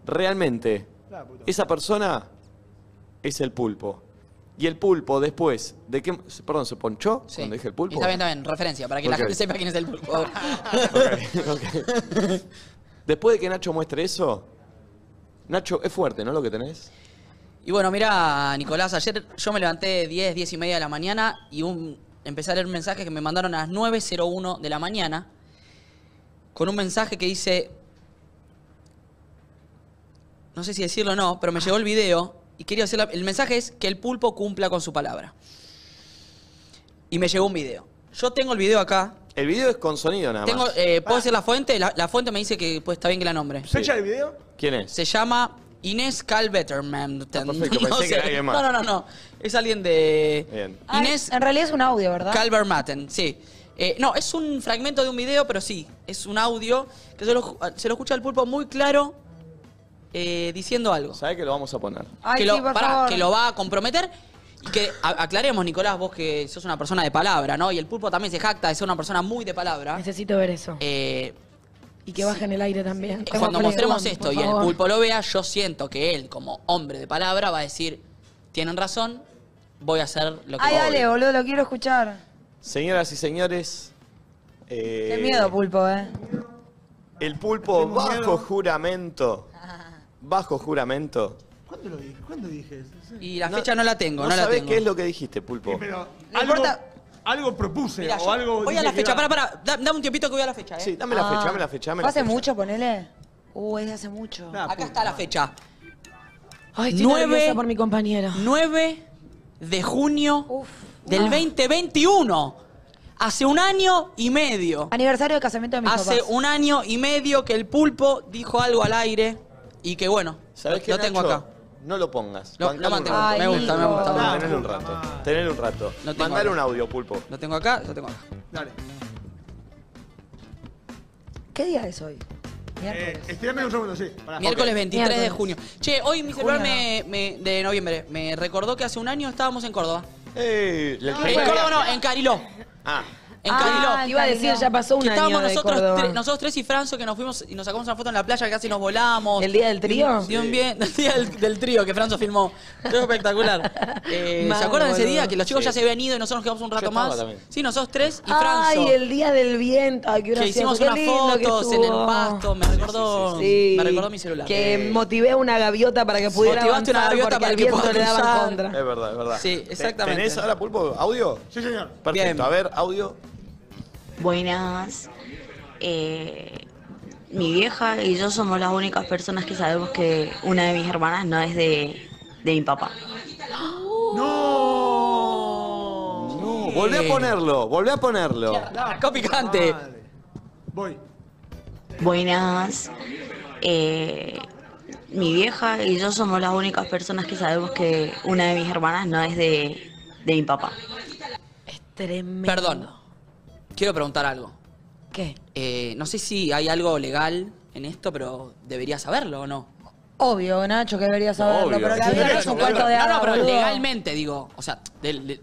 Speaker 2: Realmente, esa persona es el pulpo. Y el pulpo después de que... Perdón, ¿se ponchó
Speaker 7: sí.
Speaker 2: cuando dije el pulpo?
Speaker 7: Está bien, está bien. Referencia, para que
Speaker 2: Ok.
Speaker 7: la gente sepa quién es el pulpo.
Speaker 2: Ok, ok. Después de que Nacho muestre eso, Nacho, es fuerte, ¿no? Lo que tenés.
Speaker 7: Y bueno, mira, Nicolás, ayer yo me levanté 10, 10 y media de la mañana y un, empecé a leer mensajes que me mandaron a las 9.01 de la mañana con un mensaje que dice, no sé si decirlo o no, pero me llegó el video y quería hacer la- el mensaje es que el pulpo cumpla con su palabra. Y me llegó un video. Yo tengo el video acá.
Speaker 2: El video es con sonido nada
Speaker 7: Tengo,
Speaker 2: más. Ah.
Speaker 7: eh, ¿Puedo decir la fuente? La, la fuente me dice que pues, está bien que la nombre.
Speaker 2: ¿Fecha
Speaker 11: del video?
Speaker 2: ¿Quién es?
Speaker 7: Se llama Inés Calvetterman.
Speaker 2: Ah, perfecto, pensé que era alguien más. Eh,
Speaker 7: No, no, no, no. Es alguien de...
Speaker 4: Ay,
Speaker 7: Inés-
Speaker 4: en realidad es un audio, ¿verdad?
Speaker 7: Calver Matten, sí. Eh, no, es un fragmento de un video, pero sí, es un audio que se lo, se lo escucha al pulpo muy claro eh, diciendo algo.
Speaker 2: ¿Sabes que lo vamos a poner?
Speaker 4: Ay,
Speaker 7: que, lo,
Speaker 4: sí, por
Speaker 7: pará,
Speaker 4: favor.
Speaker 7: que lo va a comprometer y que a- aclaremos, Nicolás, vos que sos una persona de palabra, ¿no? Y el pulpo también se jacta de ser una persona muy de palabra.
Speaker 5: Necesito ver eso.
Speaker 7: Eh,
Speaker 5: Y que bajen el aire también.
Speaker 7: cuando mostremos
Speaker 5: Perdón,
Speaker 7: esto
Speaker 5: por
Speaker 7: y el
Speaker 5: favor.
Speaker 7: pulpo lo vea, yo siento que él, como hombre de palabra, va a decir, tienen razón, voy a hacer lo que
Speaker 4: Ay,
Speaker 7: voy".
Speaker 4: dale, boludo, lo quiero escuchar.
Speaker 2: Señoras y señores. eh,
Speaker 4: Qué miedo, pulpo, eh.
Speaker 2: El pulpo
Speaker 11: Tengo
Speaker 2: bajo
Speaker 11: miedo.
Speaker 2: juramento. Bajo juramento.
Speaker 11: ¿Cuándo lo dije? ¿Cuándo dije eso? Sí.
Speaker 7: Y la fecha no la tengo, no, la
Speaker 2: sabés
Speaker 7: tengo.
Speaker 2: qué es lo que dijiste, pulpo.
Speaker 11: Pero
Speaker 4: No
Speaker 11: algo,
Speaker 4: importa.
Speaker 11: algo propuse
Speaker 7: Mirá,
Speaker 11: o
Speaker 7: yo
Speaker 11: algo...
Speaker 7: voy a
Speaker 11: dije
Speaker 7: la
Speaker 11: que
Speaker 7: fecha,
Speaker 11: iba-
Speaker 7: pará, pará, da- dame un tiempito que voy a la fecha, ¿eh?
Speaker 2: Sí, dame la
Speaker 4: Ah.
Speaker 2: fecha, dame la fecha, dame
Speaker 4: ¿Fue
Speaker 2: la
Speaker 4: hace
Speaker 2: fecha.
Speaker 4: mucho, ponele? Uh, es de hace mucho.
Speaker 7: Acá está la fecha.
Speaker 5: Ay, estoy
Speaker 7: Nueve-
Speaker 5: nerviosa por mi compañero.
Speaker 7: 9 de junio del 2021. Hace un año y medio.
Speaker 4: Aniversario de casamiento de mis
Speaker 7: Hace
Speaker 4: papás.
Speaker 7: un año y medio que el pulpo dijo algo al aire y que bueno,
Speaker 2: ¿Sabés qué,
Speaker 7: lo tengo
Speaker 2: Nacho?
Speaker 7: acá.
Speaker 2: No lo pongas.
Speaker 7: Lo-
Speaker 2: Bancalo
Speaker 7: lo
Speaker 2: un
Speaker 7: mantengo.
Speaker 2: rato.
Speaker 7: Me gusta, me gusta, me gusta.
Speaker 2: Tener un rato. Tener un rato.
Speaker 7: Lo tengo
Speaker 2: Mandale
Speaker 7: acá.
Speaker 2: un audio, pulpo.
Speaker 7: Lo tengo acá, lo tengo acá.
Speaker 11: Dale.
Speaker 4: ¿Qué día es hoy?
Speaker 11: Eh, estirame un segundo, sí.
Speaker 2: Ah,
Speaker 11: pará.
Speaker 7: Miércoles
Speaker 11: Ok.
Speaker 7: 23 de
Speaker 4: Miércoles.
Speaker 7: junio. Che, hoy mi celular
Speaker 4: Junio,
Speaker 7: me- me- de noviembre me recordó que hace un año estábamos en Córdoba.
Speaker 2: Eh, la-
Speaker 7: En Córdoba no, en Cariló.
Speaker 2: Ah,
Speaker 7: En
Speaker 5: Ah,
Speaker 7: Cariló.
Speaker 5: te iba a decir, ya pasó un
Speaker 7: Que estábamos
Speaker 5: año de
Speaker 7: nosotros,
Speaker 5: Córdoba.
Speaker 7: tres, nosotros tres y Franzo que nos fuimos y nos sacamos una foto en la playa, casi nos volamos.
Speaker 5: ¿El día del trío?
Speaker 7: De un bien, el día del, del trío que Franzo filmó. Fue espectacular. Eh, ¿Se
Speaker 5: Mal,
Speaker 7: acuerdan de ese
Speaker 5: boludo.
Speaker 7: día que los chicos ya se habían ido y nosotros nos quedamos un rato
Speaker 2: estaba
Speaker 7: más?
Speaker 2: también.
Speaker 7: Sí, nosotros tres y Franzo.
Speaker 5: Ay, el día del viento. Ay, qué
Speaker 7: que
Speaker 5: gracioso,
Speaker 7: hicimos
Speaker 5: qué
Speaker 7: unas
Speaker 5: lindo que
Speaker 7: fotos en el
Speaker 5: estuvo.
Speaker 7: pasto, me recordó,
Speaker 5: Sí.
Speaker 7: me recordó mi celular. Eh,
Speaker 5: Que motivé a una gaviota para que pudiera
Speaker 7: Motivaste una
Speaker 5: avanzar
Speaker 7: gaviota
Speaker 5: porque
Speaker 7: para
Speaker 5: al
Speaker 7: que
Speaker 5: viento
Speaker 7: pueda
Speaker 5: le daba en
Speaker 7: cruzar.
Speaker 5: contra.
Speaker 2: es verdad, es verdad.
Speaker 7: Sí,
Speaker 2: Te-
Speaker 7: exactamente.
Speaker 2: ¿Tenés ahora, pulpo, audio?
Speaker 11: Sí, señor.
Speaker 2: Perfecto.
Speaker 7: Bien.
Speaker 2: A ver, audio.
Speaker 15: Buenas. Eh, mi vieja y yo somos las únicas personas que sabemos que una de mis hermanas no es de, de mi papá.
Speaker 2: No, volvé a ponerlo, volvé a ponerlo.
Speaker 7: Arrancó picante.
Speaker 11: Voy.
Speaker 15: Buenas. Eh, mi vieja y yo somos las únicas personas que sabemos que una de mis hermanas no es de, de mi papá.
Speaker 5: Tremendo.
Speaker 7: Perdón. Quiero preguntar algo.
Speaker 5: ¿Qué?
Speaker 7: Eh, no sé si hay algo legal en esto, pero debería saberlo o no.
Speaker 4: Obvio, Nacho, que deberías saberlo,
Speaker 2: Obvio.
Speaker 4: pero la
Speaker 2: Sí,
Speaker 4: vida no
Speaker 2: derecho,
Speaker 4: es un
Speaker 2: boludo.
Speaker 4: cuento de
Speaker 7: No,
Speaker 4: hadas,
Speaker 7: no, pero
Speaker 4: boludo.
Speaker 7: legalmente digo. O sea, del- de-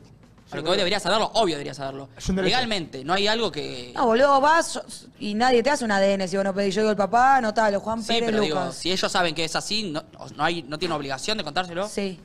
Speaker 7: a lo que vos deberías saberlo, obvio deberías saberlo.
Speaker 11: Es un derecho.
Speaker 7: Legalmente, no hay algo que.
Speaker 4: No, boludo, vas y nadie te hace un ADN si vos no pedís. Yo digo el papá, anotalo, Juan
Speaker 7: sí,
Speaker 4: Pérez
Speaker 7: pero digo,
Speaker 4: Lucas.
Speaker 7: si ellos saben que es así, no, no, hay, no tienen obligación de contárselo.
Speaker 4: sí,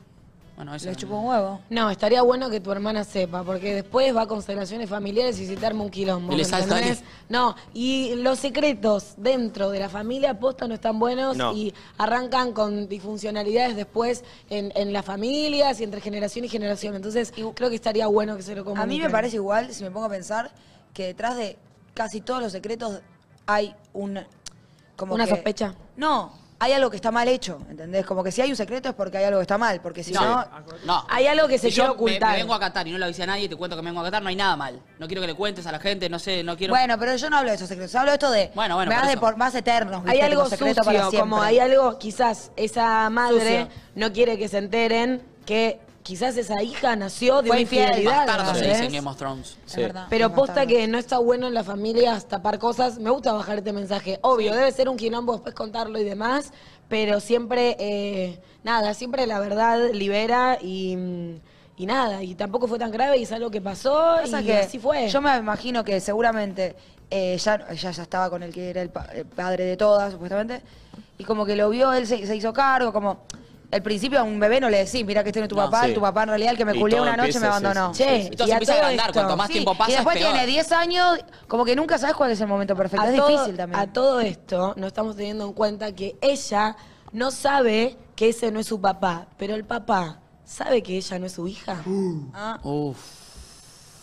Speaker 7: Bueno, eso.
Speaker 4: le chupó un huevo.
Speaker 5: No, estaría bueno que tu hermana sepa, porque después va a constelaciones familiares y citarme un quilombo.
Speaker 7: Y le
Speaker 5: ¿me
Speaker 7: salta
Speaker 5: entendés?
Speaker 7: ahí.
Speaker 5: No, y los secretos dentro de la familia posta no están buenos
Speaker 2: No.
Speaker 5: y arrancan con disfuncionalidades después en, en las familias y entre generación y generación. Entonces, creo que estaría bueno que se lo
Speaker 4: A
Speaker 5: comuniquen.
Speaker 4: mí me parece igual, si me pongo a pensar, que detrás de casi todos los secretos hay un... Como
Speaker 5: Una
Speaker 4: que-
Speaker 5: sospecha.
Speaker 4: No, hay algo que está mal hecho, ¿entendés? Como que si hay un secreto es porque hay algo que está mal, porque si no...
Speaker 7: No.
Speaker 5: Hay algo que se
Speaker 7: si
Speaker 5: quiere
Speaker 7: yo me-
Speaker 5: ocultar.
Speaker 7: Me, vengo a Qatar y no lo avisé a nadie, te cuento que me vengo a Qatar, no hay nada mal. No quiero que le cuentes a la gente, no sé, no quiero.
Speaker 4: Bueno, pero yo no hablo de esos secretos, hablo de esto de
Speaker 7: Bueno, bueno,
Speaker 4: me
Speaker 7: por
Speaker 4: das de
Speaker 7: eso.
Speaker 4: por más eternos,
Speaker 5: Hay
Speaker 4: ¿viste?
Speaker 5: algo
Speaker 4: Tipo, secreto
Speaker 5: sucio,
Speaker 4: para siempre.
Speaker 5: como hay algo, quizás esa madre
Speaker 4: Sucio.
Speaker 5: no quiere que se enteren que quizás esa hija nació de
Speaker 4: Fue
Speaker 5: una
Speaker 4: infiel,
Speaker 5: infidelidad.
Speaker 7: Bastardos se
Speaker 5: ¿entendés?
Speaker 7: dice en Game of Thrones.
Speaker 4: Es
Speaker 2: Sí.
Speaker 4: verdad,
Speaker 5: Pero
Speaker 4: es
Speaker 5: posta
Speaker 4: bastardo.
Speaker 5: que no está bueno en las familias tapar cosas. Me gusta bajar este mensaje. Obvio, debe ser un quilombo después contarlo y demás. Pero siempre, eh, nada, siempre la verdad libera y, y nada. Y tampoco fue tan grave y es algo que pasó
Speaker 4: Pasa
Speaker 5: y
Speaker 4: que
Speaker 5: así fue.
Speaker 4: Yo me imagino que seguramente eh, ya, ella ya estaba con el que era el, pa- el padre de todas, supuestamente, y como que lo vio, él se, se hizo cargo, como... Al principio a un bebé no le decís, mira que este no es tu
Speaker 7: No,
Speaker 4: papá,
Speaker 2: sí.
Speaker 4: tu papá en realidad el que me
Speaker 2: Y
Speaker 4: culió
Speaker 2: todo
Speaker 4: una noche
Speaker 2: empieza,
Speaker 4: me abandonó.
Speaker 2: sí, sí, sí,
Speaker 5: Che,
Speaker 2: sí.
Speaker 5: y
Speaker 7: Entonces
Speaker 5: a
Speaker 7: empieza a
Speaker 5: todo
Speaker 7: agrandar,
Speaker 5: esto-
Speaker 7: cuanto más
Speaker 4: Sí,
Speaker 7: tiempo pasa
Speaker 4: Y
Speaker 7: es
Speaker 4: después
Speaker 7: peor.
Speaker 4: tiene 10 años, como que nunca sabes cuál es el momento perfecto.
Speaker 5: a
Speaker 4: es
Speaker 5: todo-
Speaker 4: difícil también.
Speaker 5: A todo esto, no estamos teniendo en cuenta que ella no sabe que ese no es su
Speaker 7: Uh.
Speaker 5: papá, pero el papá sabe que ella no es su hija.
Speaker 4: Ah,
Speaker 7: Uf.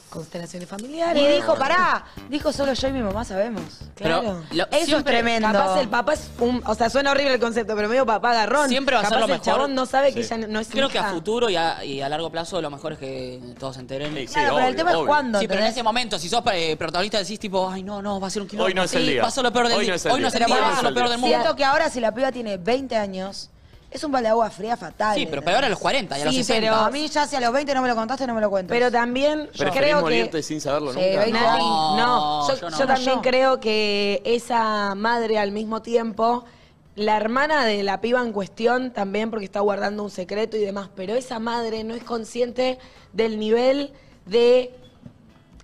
Speaker 17: constelaciones
Speaker 4: Y
Speaker 17: familiares.
Speaker 4: dijo, pará, dijo solo yo y mi mamá sabemos.
Speaker 17: Claro.
Speaker 4: Claro. Eso es tremendo.
Speaker 17: Capaz el papá es un. O sea, suena horrible el concepto, pero medio papá garrón.
Speaker 7: Siempre va a
Speaker 17: capaz
Speaker 7: ser lo
Speaker 17: El
Speaker 7: mejor.
Speaker 17: chabón no sabe que
Speaker 7: Sí.
Speaker 17: ya no es
Speaker 7: Creo que a
Speaker 17: hija.
Speaker 7: futuro y a, y a largo plazo lo mejor es que todos se enteren.
Speaker 2: sí, Claro, pero el obvio, tema es obvio. cuándo,
Speaker 7: Sí, pero en
Speaker 2: ¿entendés?
Speaker 7: ese momento, si sos eh, protagonista, decís tipo, ay, no, no, va a ser un quilombo.
Speaker 2: Hoy no es el
Speaker 7: Sí,
Speaker 2: día.
Speaker 7: Pasó lo peor del
Speaker 2: Hoy no
Speaker 7: día.
Speaker 2: es el
Speaker 7: Hoy no es el
Speaker 2: día.
Speaker 7: día,
Speaker 2: Hoy no
Speaker 7: pasó
Speaker 2: es
Speaker 7: lo
Speaker 2: el
Speaker 7: peor
Speaker 2: día.
Speaker 7: del mundo.
Speaker 4: Siento que ahora si la piba tiene 20 años, es un balde de agua fría fatal.
Speaker 7: Sí, pero peor a los 40 y a los
Speaker 4: Sí,
Speaker 7: 60.
Speaker 4: pero a mí ya si a los 20 no me lo contaste, no me lo cuentas.
Speaker 17: Pero también yo
Speaker 2: Preferís
Speaker 17: creo que.
Speaker 2: morirte sin saberlo
Speaker 17: Sí,
Speaker 2: nunca.
Speaker 17: Nati, no, yo,
Speaker 4: yo no.
Speaker 17: yo también
Speaker 4: No, yo.
Speaker 17: creo que esa madre al mismo tiempo, la hermana de la piba en cuestión también, porque está guardando un secreto y demás, pero esa madre no es consciente del nivel de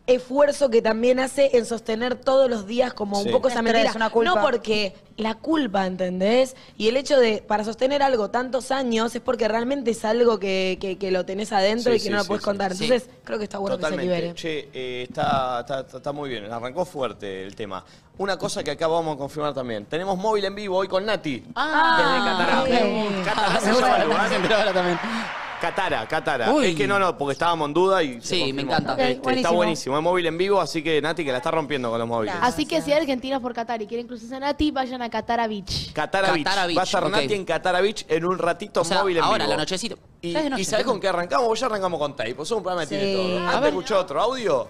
Speaker 17: esfuerzo que también hace en sostener todos los días como
Speaker 4: Sí.
Speaker 17: un poco esa
Speaker 4: Estrés,
Speaker 17: mentira.
Speaker 4: una culpa.
Speaker 17: No porque la culpa, ¿entendés? Y el hecho de, para sostener algo tantos años, es porque realmente es algo que, que- que lo tenés adentro
Speaker 2: Sí,
Speaker 17: y que
Speaker 2: sí,
Speaker 17: no lo
Speaker 2: sí,
Speaker 17: puedes
Speaker 2: sí.
Speaker 17: contar.
Speaker 2: Sí.
Speaker 17: Entonces, creo que está bueno que se
Speaker 2: Totalmente.
Speaker 17: libere.
Speaker 2: Che, eh, está, está- está- está muy bien. Arrancó fuerte el tema. Una cosa que acá vamos a confirmar también. Tenemos móvil en vivo hoy con Nati.
Speaker 7: Ah,
Speaker 2: desde
Speaker 7: ok.
Speaker 2: Catará. Catará
Speaker 7: Me
Speaker 2: se
Speaker 7: gusta
Speaker 2: llama
Speaker 7: que
Speaker 2: el lugar.
Speaker 7: se enteró ahora también.
Speaker 2: Catara, Catara.
Speaker 7: Uy.
Speaker 2: Es que no, no, porque estábamos en duda y. Este,
Speaker 7: Sí, me encanta.
Speaker 12: Ok,
Speaker 2: está
Speaker 12: buenísimo.
Speaker 2: buenísimo. Es móvil en vivo, así que Nati que la está rompiendo con los móviles.
Speaker 12: Así que si hay argentinos por Qatar y quieren cruzarse a Nati, vayan a Qatar a Beach.
Speaker 2: Catara Beach.
Speaker 7: Catara Beach,
Speaker 2: Va a estar
Speaker 7: ok.
Speaker 2: Nati en Catara Beach en un ratito móvil en
Speaker 7: ahora,
Speaker 2: vivo.
Speaker 7: la nochecita.
Speaker 2: Y,
Speaker 7: Ya es de
Speaker 2: y
Speaker 7: noche,
Speaker 2: sabés
Speaker 7: ¿no?
Speaker 2: con qué arrancamos? Vos ya arrancamos con tape. Vos sos un programa que tiene
Speaker 7: Sí.
Speaker 2: todo.
Speaker 7: A
Speaker 2: Antes
Speaker 7: ver.
Speaker 2: escuché otro audio.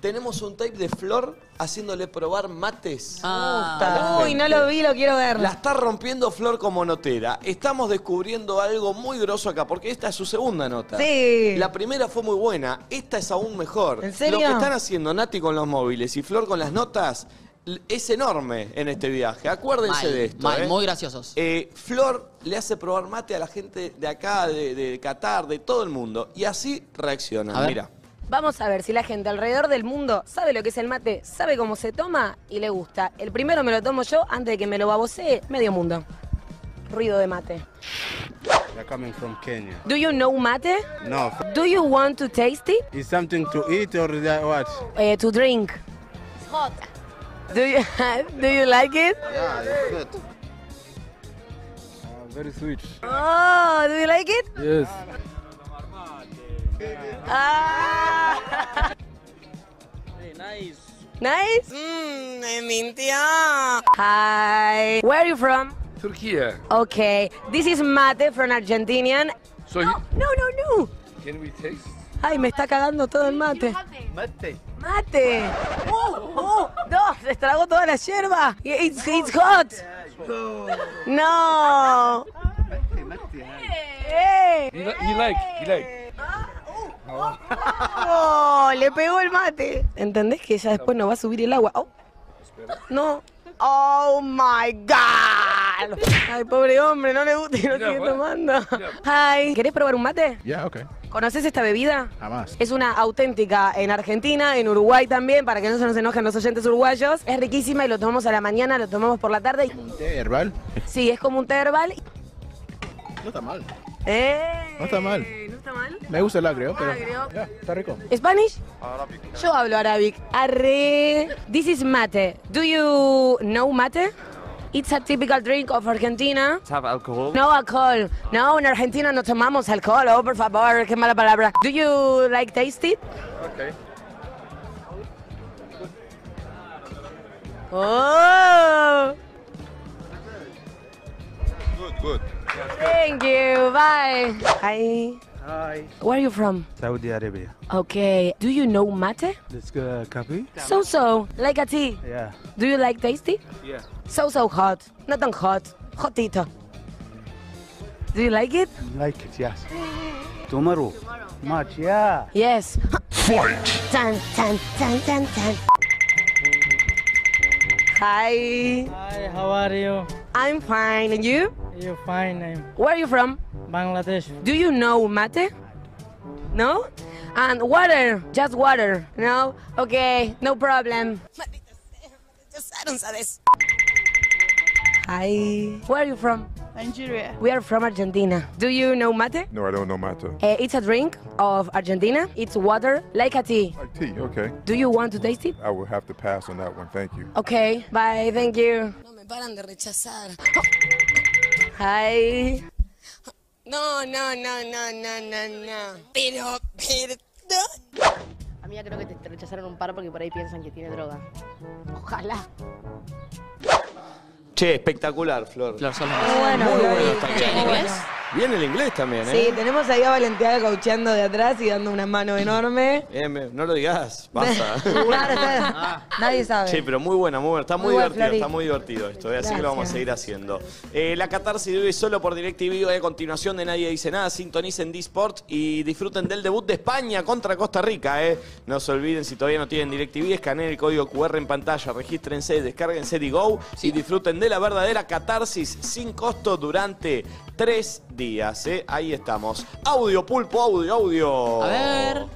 Speaker 2: Tenemos un tape de Flor haciéndole probar mates.
Speaker 7: Ah.
Speaker 2: a la
Speaker 17: Uy, no
Speaker 2: gente.
Speaker 17: lo vi, lo quiero ver.
Speaker 2: La está rompiendo Flor como notera. Estamos descubriendo algo muy grosso acá, porque esta es su segunda nota.
Speaker 17: Sí.
Speaker 2: La primera fue muy buena, esta es aún mejor.
Speaker 17: ¿En serio?
Speaker 2: Lo que están haciendo Nati con los móviles y Flor con las notas l- es enorme en este viaje. Acuérdense
Speaker 7: Mal,
Speaker 2: de esto.
Speaker 7: mal,
Speaker 2: ¿eh?
Speaker 7: muy graciosos.
Speaker 2: Eh, Flor le hace probar mate a la gente de acá, de, de Qatar, de todo el mundo. Y así
Speaker 7: A
Speaker 2: reaccionan.
Speaker 7: ver.
Speaker 2: Mira.
Speaker 5: Vamos a ver si la gente alrededor del mundo sabe lo que es el mate, sabe cómo se toma y le gusta. El primero me lo tomo yo antes de que me lo babosee medio mundo. Ruido de mate.
Speaker 3: They're coming from Kenya.
Speaker 5: Do you know mate?
Speaker 3: No, f-
Speaker 5: Do you want to taste it?
Speaker 3: is something to eat or is that what?
Speaker 5: Eh, to drink.
Speaker 12: It's hot.
Speaker 5: Do you, do you like it?
Speaker 3: Yeah, it's good. Uh, very sweet.
Speaker 5: Oh, do you like it?
Speaker 3: Yes.
Speaker 5: Ah. nice. Nice?
Speaker 2: Mm,
Speaker 5: Mmm, mintió. Hi. Where are you from?
Speaker 6: Turquía.
Speaker 5: Okay, this is mate from Argentinian.
Speaker 6: Soy.
Speaker 5: No, no, no.
Speaker 6: Can we taste?
Speaker 5: Ay, me está cagando todo el mate.
Speaker 6: Mate.
Speaker 5: Mate. Uh, uh, dos, se estragó toda la yerba. It's, it's hot. No. Eh.
Speaker 6: You, li- you like, you like.
Speaker 5: No, le pegó el mate. ¿Entendés que ya después no va a subir el agua? Oh. No. Oh my God. Ay, pobre hombre, no le gusta y lo sigue tomando. Ay, ¿querés probar un mate?
Speaker 16: Yeah, okay.
Speaker 5: ¿Conoces esta bebida?
Speaker 16: Jamás.
Speaker 5: Es una auténtica en Argentina, en Uruguay también, para que no se nos enojen los oyentes uruguayos. Es riquísima y lo tomamos a la mañana, lo tomamos por la tarde.
Speaker 16: Té herbal.
Speaker 5: Sí, es como un té herbal.
Speaker 16: No está mal.
Speaker 5: ¿Eh?
Speaker 16: No está mal.
Speaker 5: ¿No está mal?
Speaker 16: Me gusta el
Speaker 4: Ah,
Speaker 16: agrio, pero.
Speaker 5: Agrio.
Speaker 16: Yeah, está rico.
Speaker 5: ¿Spanish? Yo hablo Arabic. Arre. This is mate. Do you know mate? It's a typical drink of Argentina.
Speaker 6: Have alcohol?
Speaker 5: No alcohol. No, en Argentina no tomamos alcohol. Oh, por favor, qué mala palabra. Do you like taste it?
Speaker 6: Okay.
Speaker 5: Oh.
Speaker 6: Good, good.
Speaker 5: Thank you. Bye. Hi.
Speaker 6: Hi.
Speaker 5: Where are you from?
Speaker 6: Saudi Arabia.
Speaker 5: Okay. Do you know mate?
Speaker 6: Let's go, uh, copy.
Speaker 5: So so, like a tea.
Speaker 6: Yeah.
Speaker 5: Do you like tasty?
Speaker 6: Yeah.
Speaker 5: So so hot. Not tan hot. Hotito. Do you like it?
Speaker 6: Like it, yes. Tomorrow. March, yeah.
Speaker 5: Yes. Tan tan tan tan tan. Hi.
Speaker 18: Hi, how are you?
Speaker 5: I'm fine. And you?
Speaker 18: You fine? I'm
Speaker 5: Where are you from?
Speaker 18: Bangladesh.
Speaker 5: Do you know mate? No? And water, just water. No? Okay, no problem.
Speaker 8: No sabes.
Speaker 5: Hi. Where are you from?
Speaker 8: Nigeria.
Speaker 5: We are from Argentina. Do you know mate?
Speaker 19: No, I don't know mate.
Speaker 5: Uh, it's a drink of Argentina. It's water like a tea.
Speaker 19: Like tea, okay.
Speaker 5: Do you want to taste it?
Speaker 19: I will have to pass on that one. Thank you.
Speaker 5: Okay, bye, thank you.
Speaker 8: No me paran de rechazar.
Speaker 5: Hi.
Speaker 8: No, no, no, no, no, no, no. Pero, pero, no.
Speaker 5: Mate.
Speaker 12: Amiga, creo que te te rechazaron un par porque por ahí piensan que tiene droga. Ojalá.
Speaker 2: Che, espectacular, Flor. Flor
Speaker 5: Muy bueno,
Speaker 2: Muy
Speaker 5: Flor.
Speaker 2: bueno también.
Speaker 5: Che, ¿en inglés?
Speaker 2: Bien el inglés también, ¿eh?
Speaker 5: Sí, tenemos ahí a Valentiaga caucheando de atrás y dando una mano enorme.
Speaker 2: Bien, bien. Eh, no lo digas, pasa. Ah.
Speaker 4: Claro, está- Nadie sabe.
Speaker 2: Sí, pero muy buena, muy buena. Está muy,
Speaker 4: Muy buena,
Speaker 2: divertido,
Speaker 4: Flori.
Speaker 2: está muy divertido esto. eh, Así que lo vamos a
Speaker 4: Gracias.
Speaker 2: seguir haciendo. Eh, la catarsis de hoy es solo por DirecTV. Hoy a continuación de Nadie Dice Nada, sintonicen D-Sport y disfruten del debut de España contra Costa Rica. eh. No se olviden, si todavía no tienen DirecTV, escaneen el código QR en pantalla, regístrense, descárguense D-Go y disfruten de la verdadera catarsis sin costo durante tres días. eh. Ahí estamos. Audio, pulpo, audio, audio.
Speaker 7: A ver.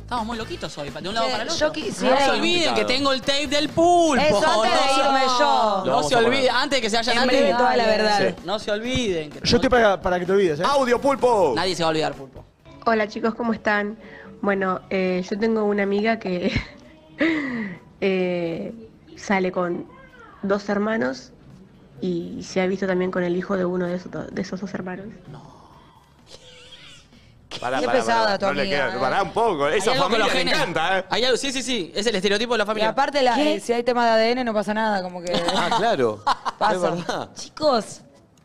Speaker 7: Estamos muy loquitos hoy, de un lado
Speaker 4: Sí,
Speaker 7: para el
Speaker 4: yo
Speaker 7: otro.
Speaker 4: quisiera-
Speaker 7: No se olviden que tengo el tape del pulpo.
Speaker 4: Eso antes de
Speaker 7: no,
Speaker 4: irme yo.
Speaker 7: No,
Speaker 4: Lo vamos
Speaker 7: se
Speaker 4: a poner.
Speaker 7: olviden, antes que se vayan
Speaker 4: En
Speaker 7: antes.
Speaker 4: breve toda la verdad.
Speaker 7: No se olviden. Que
Speaker 11: Yo estoy para, para que te olvides, ¿eh?
Speaker 2: ¡Audio, pulpo!
Speaker 7: Nadie se va a olvidar, pulpo.
Speaker 6: Hola chicos, ¿cómo están? Bueno, eh, yo tengo una amiga que eh, sale con dos hermanos y se ha visto también con el hijo de uno de esos, do- de esos dos hermanos.
Speaker 2: Pará,
Speaker 7: Qué
Speaker 2: pará,
Speaker 7: pesada
Speaker 2: pará.
Speaker 7: tu
Speaker 2: No le
Speaker 7: amiga,
Speaker 2: queda-
Speaker 7: eh.
Speaker 2: pará un poco. Esa
Speaker 7: Hay algo con
Speaker 2: familia
Speaker 7: los
Speaker 2: me
Speaker 7: genes.
Speaker 2: encanta, ¿eh?
Speaker 7: Hay algo, sí, sí, sí. Es el estereotipo de la
Speaker 4: Y
Speaker 7: familia.
Speaker 4: aparte, la- eh, si hay tema de ADN no pasa nada, como que...
Speaker 2: Ah, claro.
Speaker 4: Pasa.
Speaker 2: Es verdad.
Speaker 5: Chicos,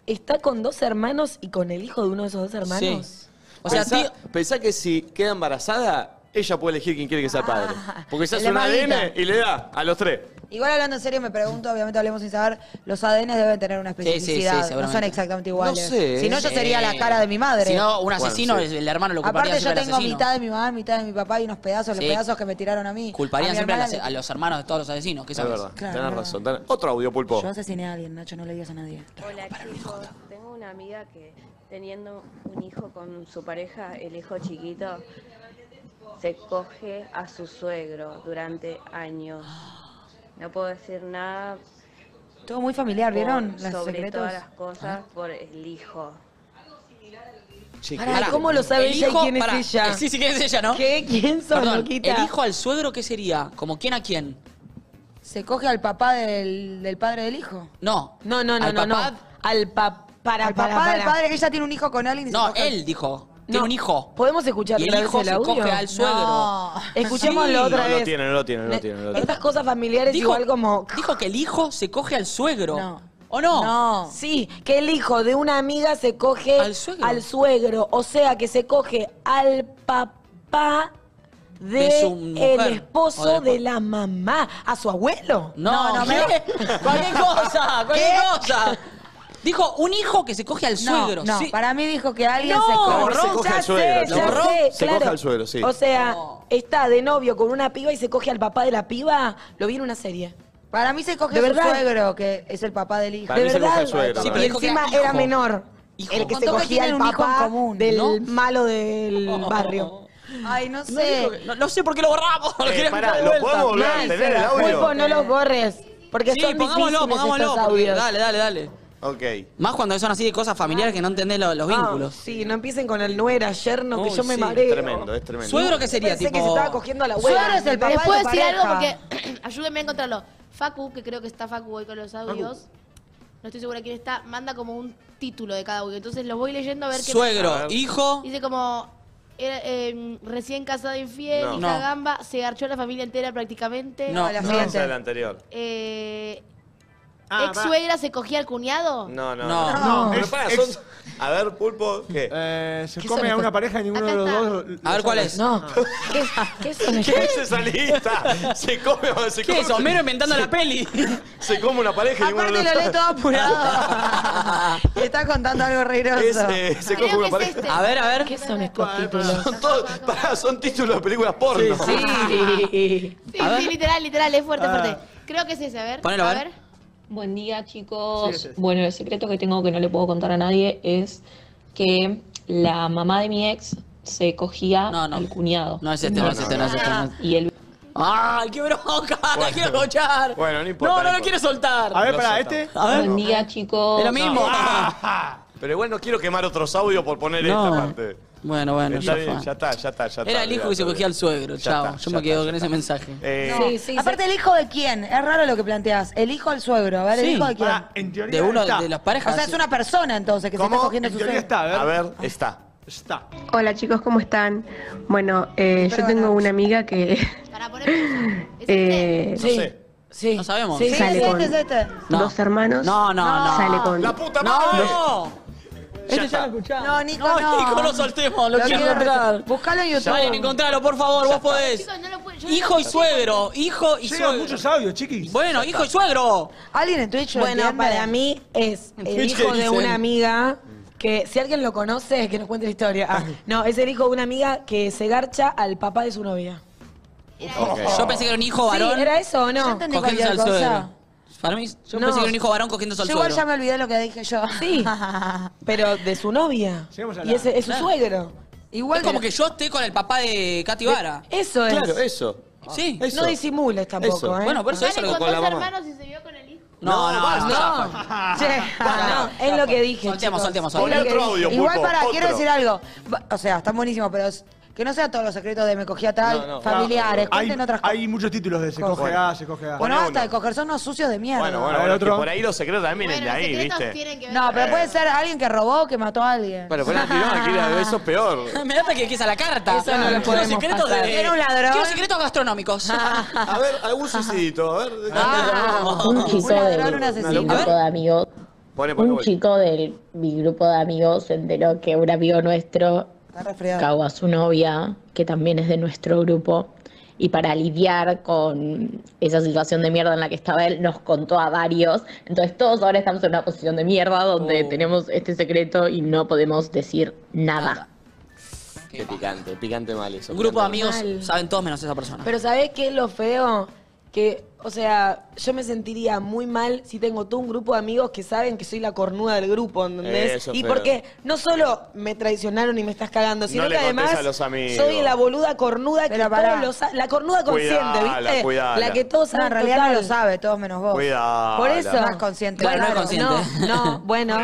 Speaker 5: está con dos hermanos y con el hijo de uno de esos dos hermanos.
Speaker 2: Sí. pensá, pensá que si queda embarazada, ella puede elegir quién quiere que sea el padre. Porque se hace
Speaker 4: La
Speaker 2: un ADN
Speaker 4: maguita.
Speaker 2: y le da a los tres.
Speaker 4: Igual hablando en serio, me pregunto, obviamente hablemos sin saber, los ADN deben tener una
Speaker 7: sí,
Speaker 4: especificidad. no son
Speaker 7: seguramente.
Speaker 4: exactamente iguales.
Speaker 7: No sé,
Speaker 4: Si no, yo
Speaker 7: sí.
Speaker 4: sería la cara de mi madre.
Speaker 7: Si no, un asesino, Bueno, sí. el hermano lo ocuparía
Speaker 4: Aparte, yo
Speaker 7: siempre
Speaker 4: tengo
Speaker 7: al asesino.
Speaker 4: mitad de mi mamá, mitad de mi papá y unos pedazos,
Speaker 7: Sí.
Speaker 4: los pedazos que me tiraron a mí.
Speaker 7: Culparían
Speaker 4: A mi
Speaker 7: siempre a,
Speaker 4: hermana
Speaker 7: las- a los hermanos de todos los asesinos, ¿qué
Speaker 2: Es
Speaker 7: sabes?
Speaker 2: verdad.
Speaker 4: Claro,
Speaker 2: tenés
Speaker 4: es
Speaker 2: razón. tenés- Otro audio, Pulpo.
Speaker 4: Yo asesiné a alguien, Nacho, no le digas a nadie.
Speaker 20: Hola chicos, tengo una amiga que teniendo un hijo con su pareja, el hijo chiquito se coge a su suegro durante años. No puedo decir nada
Speaker 4: Todo muy familiar, ¿vieron?
Speaker 20: por-
Speaker 4: Las
Speaker 20: sobre
Speaker 4: secretos. Ah.
Speaker 20: todas las cosas por el hijo.
Speaker 5: Pará, ¿cómo lo sabe
Speaker 7: el
Speaker 5: ella y
Speaker 7: hijo-
Speaker 5: quién es
Speaker 7: pará,
Speaker 5: ella?
Speaker 7: eh, Sí, sí, quién es ella, ¿no?
Speaker 5: ¿Qué? ¿Quién son,
Speaker 7: Perdón,
Speaker 5: loquita?
Speaker 7: ¿El hijo al suegro qué sería? ¿Como quién a quién?
Speaker 4: Ah. ¿Se coge al papá del, del padre del hijo?
Speaker 7: No.
Speaker 5: No, no, no,
Speaker 7: ¿Al
Speaker 5: no, no.
Speaker 7: papá?
Speaker 5: Al papá. Para,
Speaker 4: al papá
Speaker 5: para,
Speaker 4: del
Speaker 5: para.
Speaker 4: padre que ella tiene un hijo con alguien. y se
Speaker 7: No,
Speaker 4: coge-
Speaker 7: él dijo. Tiene un hijo.
Speaker 5: ¿Podemos escuchar
Speaker 7: Y el
Speaker 5: otra
Speaker 7: hijo
Speaker 5: vez
Speaker 7: se
Speaker 5: el audio?
Speaker 7: coge al suegro.
Speaker 5: Escuchémoslo
Speaker 7: Sí.
Speaker 5: otra
Speaker 2: No,
Speaker 5: vez.
Speaker 2: no tiene, no lo tiene, no lo tiene. no lo tiene.
Speaker 5: Estas cosas familiares
Speaker 7: Dijo-
Speaker 5: igual como...
Speaker 7: Dijo que el hijo se coge al suegro. ¿O no?
Speaker 5: No. Sí, que el hijo de una amiga se coge al suegro. o sea, que se coge al papá de,
Speaker 7: De su mujer,
Speaker 5: el
Speaker 7: o
Speaker 5: esposo
Speaker 7: del-
Speaker 5: de la mamá, a su abuelo.
Speaker 7: No, no,
Speaker 5: ¿qué?
Speaker 7: pero- Cualquier cosa, cualquier
Speaker 5: ¿Qué?
Speaker 7: cosa. Dijo, un hijo que se coge al
Speaker 4: No,
Speaker 7: suegro.
Speaker 4: no,
Speaker 7: sí.
Speaker 4: para mí dijo que alguien
Speaker 5: No,
Speaker 4: se coge.
Speaker 2: se coge
Speaker 5: ya
Speaker 2: al suegro,
Speaker 5: sé,
Speaker 2: se
Speaker 5: ya
Speaker 2: borró.
Speaker 5: sé,
Speaker 2: Se
Speaker 5: claro.
Speaker 2: coge al suegro, sí.
Speaker 5: O sea, está de novio con una piba y se coge al papá de la piba. Lo vi en una serie.
Speaker 4: Para mí se coge
Speaker 5: ¿De
Speaker 4: el
Speaker 5: verdad?
Speaker 4: suegro, que es el papá del hijo.
Speaker 5: Para mí se coge al
Speaker 2: verdad? suegro, Sí,
Speaker 5: y encima era, menor. El que se
Speaker 4: Contó que
Speaker 5: cogía
Speaker 4: tienen
Speaker 5: al
Speaker 4: un hijo en
Speaker 5: papá
Speaker 4: común,
Speaker 5: del
Speaker 4: ¿no?
Speaker 5: malo del barrio.
Speaker 4: Ay, no
Speaker 7: No, dijo
Speaker 4: sé.
Speaker 7: que- no- no sé por qué lo borramos.
Speaker 2: Eh, pará, ¿lo podemos volver a tener el audio?
Speaker 5: Pulpo, no los borres. Porque
Speaker 7: sí,
Speaker 5: son
Speaker 7: pongámoslo,
Speaker 5: difíciles
Speaker 7: pongámoslo.
Speaker 5: estos
Speaker 7: porque-
Speaker 5: audios.
Speaker 7: Dale, dale, dale.
Speaker 2: Ok.
Speaker 7: Más cuando son así de cosas familiares que no entendés lo- los
Speaker 5: Ah,
Speaker 7: vínculos.
Speaker 5: sí, no empiecen con el nuera, yerno, que
Speaker 7: Uy,
Speaker 5: yo me
Speaker 7: sí,
Speaker 5: mareo.
Speaker 2: Tremendo, es tremendo.
Speaker 7: ¿Suegro qué sería?
Speaker 5: Pensé
Speaker 7: tipo...
Speaker 5: que se estaba cogiendo a la abuela.
Speaker 4: Suegro es el papá
Speaker 12: ¿Les puedo
Speaker 4: de tu
Speaker 12: decir algo?
Speaker 4: pareja.
Speaker 12: Porque ayúdenme a encontrarlo. Facu, que creo que está Facu hoy con los audios, no estoy segura quién está, manda como un título de cada audio. Entonces los voy leyendo a ver qué
Speaker 7: Suegro,
Speaker 12: A ver.
Speaker 7: hijo.
Speaker 12: Dice como, era, eh, recién casado infiel,
Speaker 2: No.
Speaker 12: hija
Speaker 2: No.
Speaker 12: gamba, se garchó la familia entera prácticamente.
Speaker 2: No, no. Esa es la anterior.
Speaker 12: Eh,
Speaker 2: Ah,
Speaker 12: ¿Ex suegra se cogía al cuñado?
Speaker 2: No, no,
Speaker 11: No.
Speaker 2: no.
Speaker 11: No.
Speaker 2: Pero
Speaker 11: Es-
Speaker 2: pará,
Speaker 11: es-
Speaker 2: son- A ver, Pulpo, ¿qué?
Speaker 11: Eh, se
Speaker 2: ¿Qué
Speaker 11: come
Speaker 2: son
Speaker 11: a una
Speaker 2: estas?
Speaker 11: pareja y ninguno de los dos.
Speaker 2: A ver, ¿cuál es?
Speaker 5: No. ¿Qué, qué son
Speaker 2: ¿Qué
Speaker 5: estas?
Speaker 2: es esa lista? Se come, se
Speaker 7: ¿Qué
Speaker 2: come.
Speaker 7: es? Homero inventando la peli.
Speaker 2: Se come una pareja y ninguno
Speaker 4: Aparte
Speaker 2: de
Speaker 4: lo
Speaker 2: los
Speaker 4: lee
Speaker 2: dos.
Speaker 4: todo apurado. Y está contando algo
Speaker 2: Es,
Speaker 4: reiroso.
Speaker 2: eh, se coge una pareja.
Speaker 4: este.
Speaker 7: A ver, a ver.
Speaker 5: ¿Qué son estos títulos?
Speaker 2: Son todos, pará, son títulos de películas porno.
Speaker 5: Sí.
Speaker 12: Sí,
Speaker 2: A ver.
Speaker 12: sí, literal, literal, es fuerte,
Speaker 2: Ah.
Speaker 12: fuerte. Creo que es ese, a ver.
Speaker 2: Ponelo, a ver.
Speaker 21: Buen día, chicos.
Speaker 12: Sí, sí, sí.
Speaker 21: Bueno, el secreto que tengo que no le puedo contar a nadie es que la mamá de mi ex se cogía al cuñado.
Speaker 7: No es este, no, es este, no, es este. no es-
Speaker 21: Y él
Speaker 7: ¡Ay, qué bronca! ¡La
Speaker 21: Bueno.
Speaker 7: quiero escuchar!
Speaker 2: Bueno, no
Speaker 7: No,
Speaker 2: importa.
Speaker 7: no, no quiero soltar.
Speaker 2: A ver, No pará, soltamos. ¿este?
Speaker 7: A ver.
Speaker 21: Buen día, chicos.
Speaker 7: Es lo mismo.
Speaker 2: Pero igual no quiero quemar otros audios por poner
Speaker 7: No.
Speaker 2: esta parte.
Speaker 7: Bueno, bueno,
Speaker 2: Está
Speaker 7: ya
Speaker 2: bien,
Speaker 7: fue.
Speaker 2: ya está, ya está, ya está.
Speaker 7: Era el hijo que se
Speaker 2: olvidate,
Speaker 7: cogía al suegro,
Speaker 2: Ya
Speaker 7: chao.
Speaker 2: está,
Speaker 7: Yo
Speaker 2: ya
Speaker 7: me quedo
Speaker 2: está,
Speaker 7: con
Speaker 2: ya
Speaker 7: ese mensaje.
Speaker 2: Eh,
Speaker 4: No. Aparte, ¿el hijo de quién? Es raro lo que planteas. ¿El hijo del suegro? A ver, ¿el
Speaker 7: Sí.
Speaker 4: hijo de quién?
Speaker 7: Ah, en teoría De uno está. de las parejas.
Speaker 4: O sea, es una persona entonces que se está cogiendo a su suegro.
Speaker 2: a ver. está.
Speaker 6: Está.
Speaker 8: Hola chicos, ¿cómo están? Bueno, eh, yo tengo una amiga que eh,
Speaker 7: No sé. Sí. No sabemos.
Speaker 8: Sí, sale con dos hermanos.
Speaker 7: No, no, no.
Speaker 8: Sale con
Speaker 7: ¡La puta madre!
Speaker 8: dos-
Speaker 7: Este ya lo escuchamos.
Speaker 4: No, Nico, no.
Speaker 7: No, Nico, no saltemos, lo, quiero encontrar.
Speaker 4: Buscalo en YouTube.
Speaker 7: Vayan, encontralo, por favor, vos podés. Hijo y suegro, hijo y
Speaker 6: Llegan
Speaker 7: suegro.
Speaker 6: muchos audios, chiquis.
Speaker 7: Bueno, hijo y suegro.
Speaker 4: ¿Alguien en Twitch
Speaker 5: Bueno, para mí es el
Speaker 7: Twitch,
Speaker 5: hijo
Speaker 7: ¿qué
Speaker 5: de
Speaker 7: dicen?
Speaker 5: una amiga que, si alguien lo conoce, que nos cuente la historia. Ah, no, es el hijo de una amiga que se garcha al papá de su novia.
Speaker 7: Yo pensé que era un hijo varón.
Speaker 5: Sí, ¿Era eso o no?
Speaker 7: cogiéndose al suegro. Para mí, yo
Speaker 5: No.
Speaker 7: pensé que era un hijo varón cogiéndose
Speaker 4: Yo
Speaker 7: al
Speaker 4: igual
Speaker 7: suegro.
Speaker 4: ya me olvidé lo que dije yo.
Speaker 5: Sí. Pero de su novia.
Speaker 6: a
Speaker 5: Y
Speaker 6: la-
Speaker 5: ese es su
Speaker 7: Claro.
Speaker 5: suegro.
Speaker 7: Igual es como que yo esté con el papá de Katy Vara.
Speaker 5: Eso es.
Speaker 2: Claro, eso.
Speaker 7: Sí.
Speaker 5: No disimules tampoco,
Speaker 2: Eso.
Speaker 5: ¿eh?
Speaker 7: Bueno, por eso es algo
Speaker 2: con la mamá.
Speaker 7: No, no,
Speaker 2: basta.
Speaker 7: no.
Speaker 5: Che, no, es lo que dije.
Speaker 7: Soltemos, soltemos,
Speaker 4: Es lo
Speaker 7: soltemos.
Speaker 4: que dije. Igual para, quiero decir algo. Va- O sea, están buenísimos, pero es- que no sean todos los secretos de me cogí a tal,
Speaker 6: No, no.
Speaker 4: familiares,
Speaker 6: hay,
Speaker 4: cuenten otras cosas.
Speaker 6: hay muchos títulos de se coge
Speaker 2: Bueno.
Speaker 6: A, se coge A.
Speaker 4: Bueno, basta de coger, son unos sucios de mierda.
Speaker 2: Bueno, bueno,
Speaker 6: A ver,
Speaker 2: bueno,
Speaker 6: otro.
Speaker 2: que por ahí los secretos también vienen de ahí, ¿viste?
Speaker 4: No, pero puede ser alguien que robó o que mató a alguien.
Speaker 2: Pero para tirón, aquí la- eso es peor.
Speaker 7: Ah, Me da que es a la carta.
Speaker 5: Eso no lo
Speaker 7: Quiero
Speaker 5: podemos
Speaker 7: secretos
Speaker 5: pasar.
Speaker 7: de-
Speaker 5: Era un ladrón. Ah.
Speaker 7: Quiero secretos gastronómicos.
Speaker 2: A ver, algún suicidito, a ver.
Speaker 7: Ah.
Speaker 12: Un chico
Speaker 4: ladrón, un
Speaker 12: de
Speaker 4: asesino.
Speaker 12: mi grupo de amigos.
Speaker 2: Pone, pone,
Speaker 12: Un
Speaker 2: pone.
Speaker 12: chico de mi grupo de amigos se enteró que un amigo nuestro
Speaker 4: Está resfriado.
Speaker 12: cagó a su novia, que también es de nuestro grupo. Y para lidiar con esa situación de mierda en la que estaba él, nos contó a varios. Entonces todos ahora estamos en una posición de mierda donde
Speaker 7: Oh.
Speaker 12: tenemos este secreto y no podemos decir nada.
Speaker 2: Qué picante, picante mal eso.
Speaker 7: Un grupo de amigos
Speaker 5: Mal.
Speaker 7: saben todos menos esa persona.
Speaker 5: Pero ¿sabés qué es lo feo? Que, o sea, yo me sentiría muy mal si tengo todo un grupo de amigos que saben que soy la cornuda del grupo, ¿entendés?
Speaker 2: Eso es
Speaker 5: y
Speaker 2: feo.
Speaker 5: porque no solo me traicionaron y me estás cagando, sino
Speaker 2: No le
Speaker 5: que además
Speaker 2: contés a los amigos.
Speaker 5: soy la boluda cornuda que
Speaker 4: Pero pará.
Speaker 5: todos lo saben. La cornuda consciente,
Speaker 2: Cuidala,
Speaker 5: ¿viste?
Speaker 2: cuidala.
Speaker 5: La que todos
Speaker 4: No,
Speaker 5: saben
Speaker 4: en realidad
Speaker 5: total.
Speaker 4: no lo sabe, todos menos vos.
Speaker 2: Cuidado.
Speaker 5: Por eso.
Speaker 4: No es consciente.
Speaker 5: Bueno,
Speaker 4: claro.
Speaker 5: no es consciente. No, no, bueno.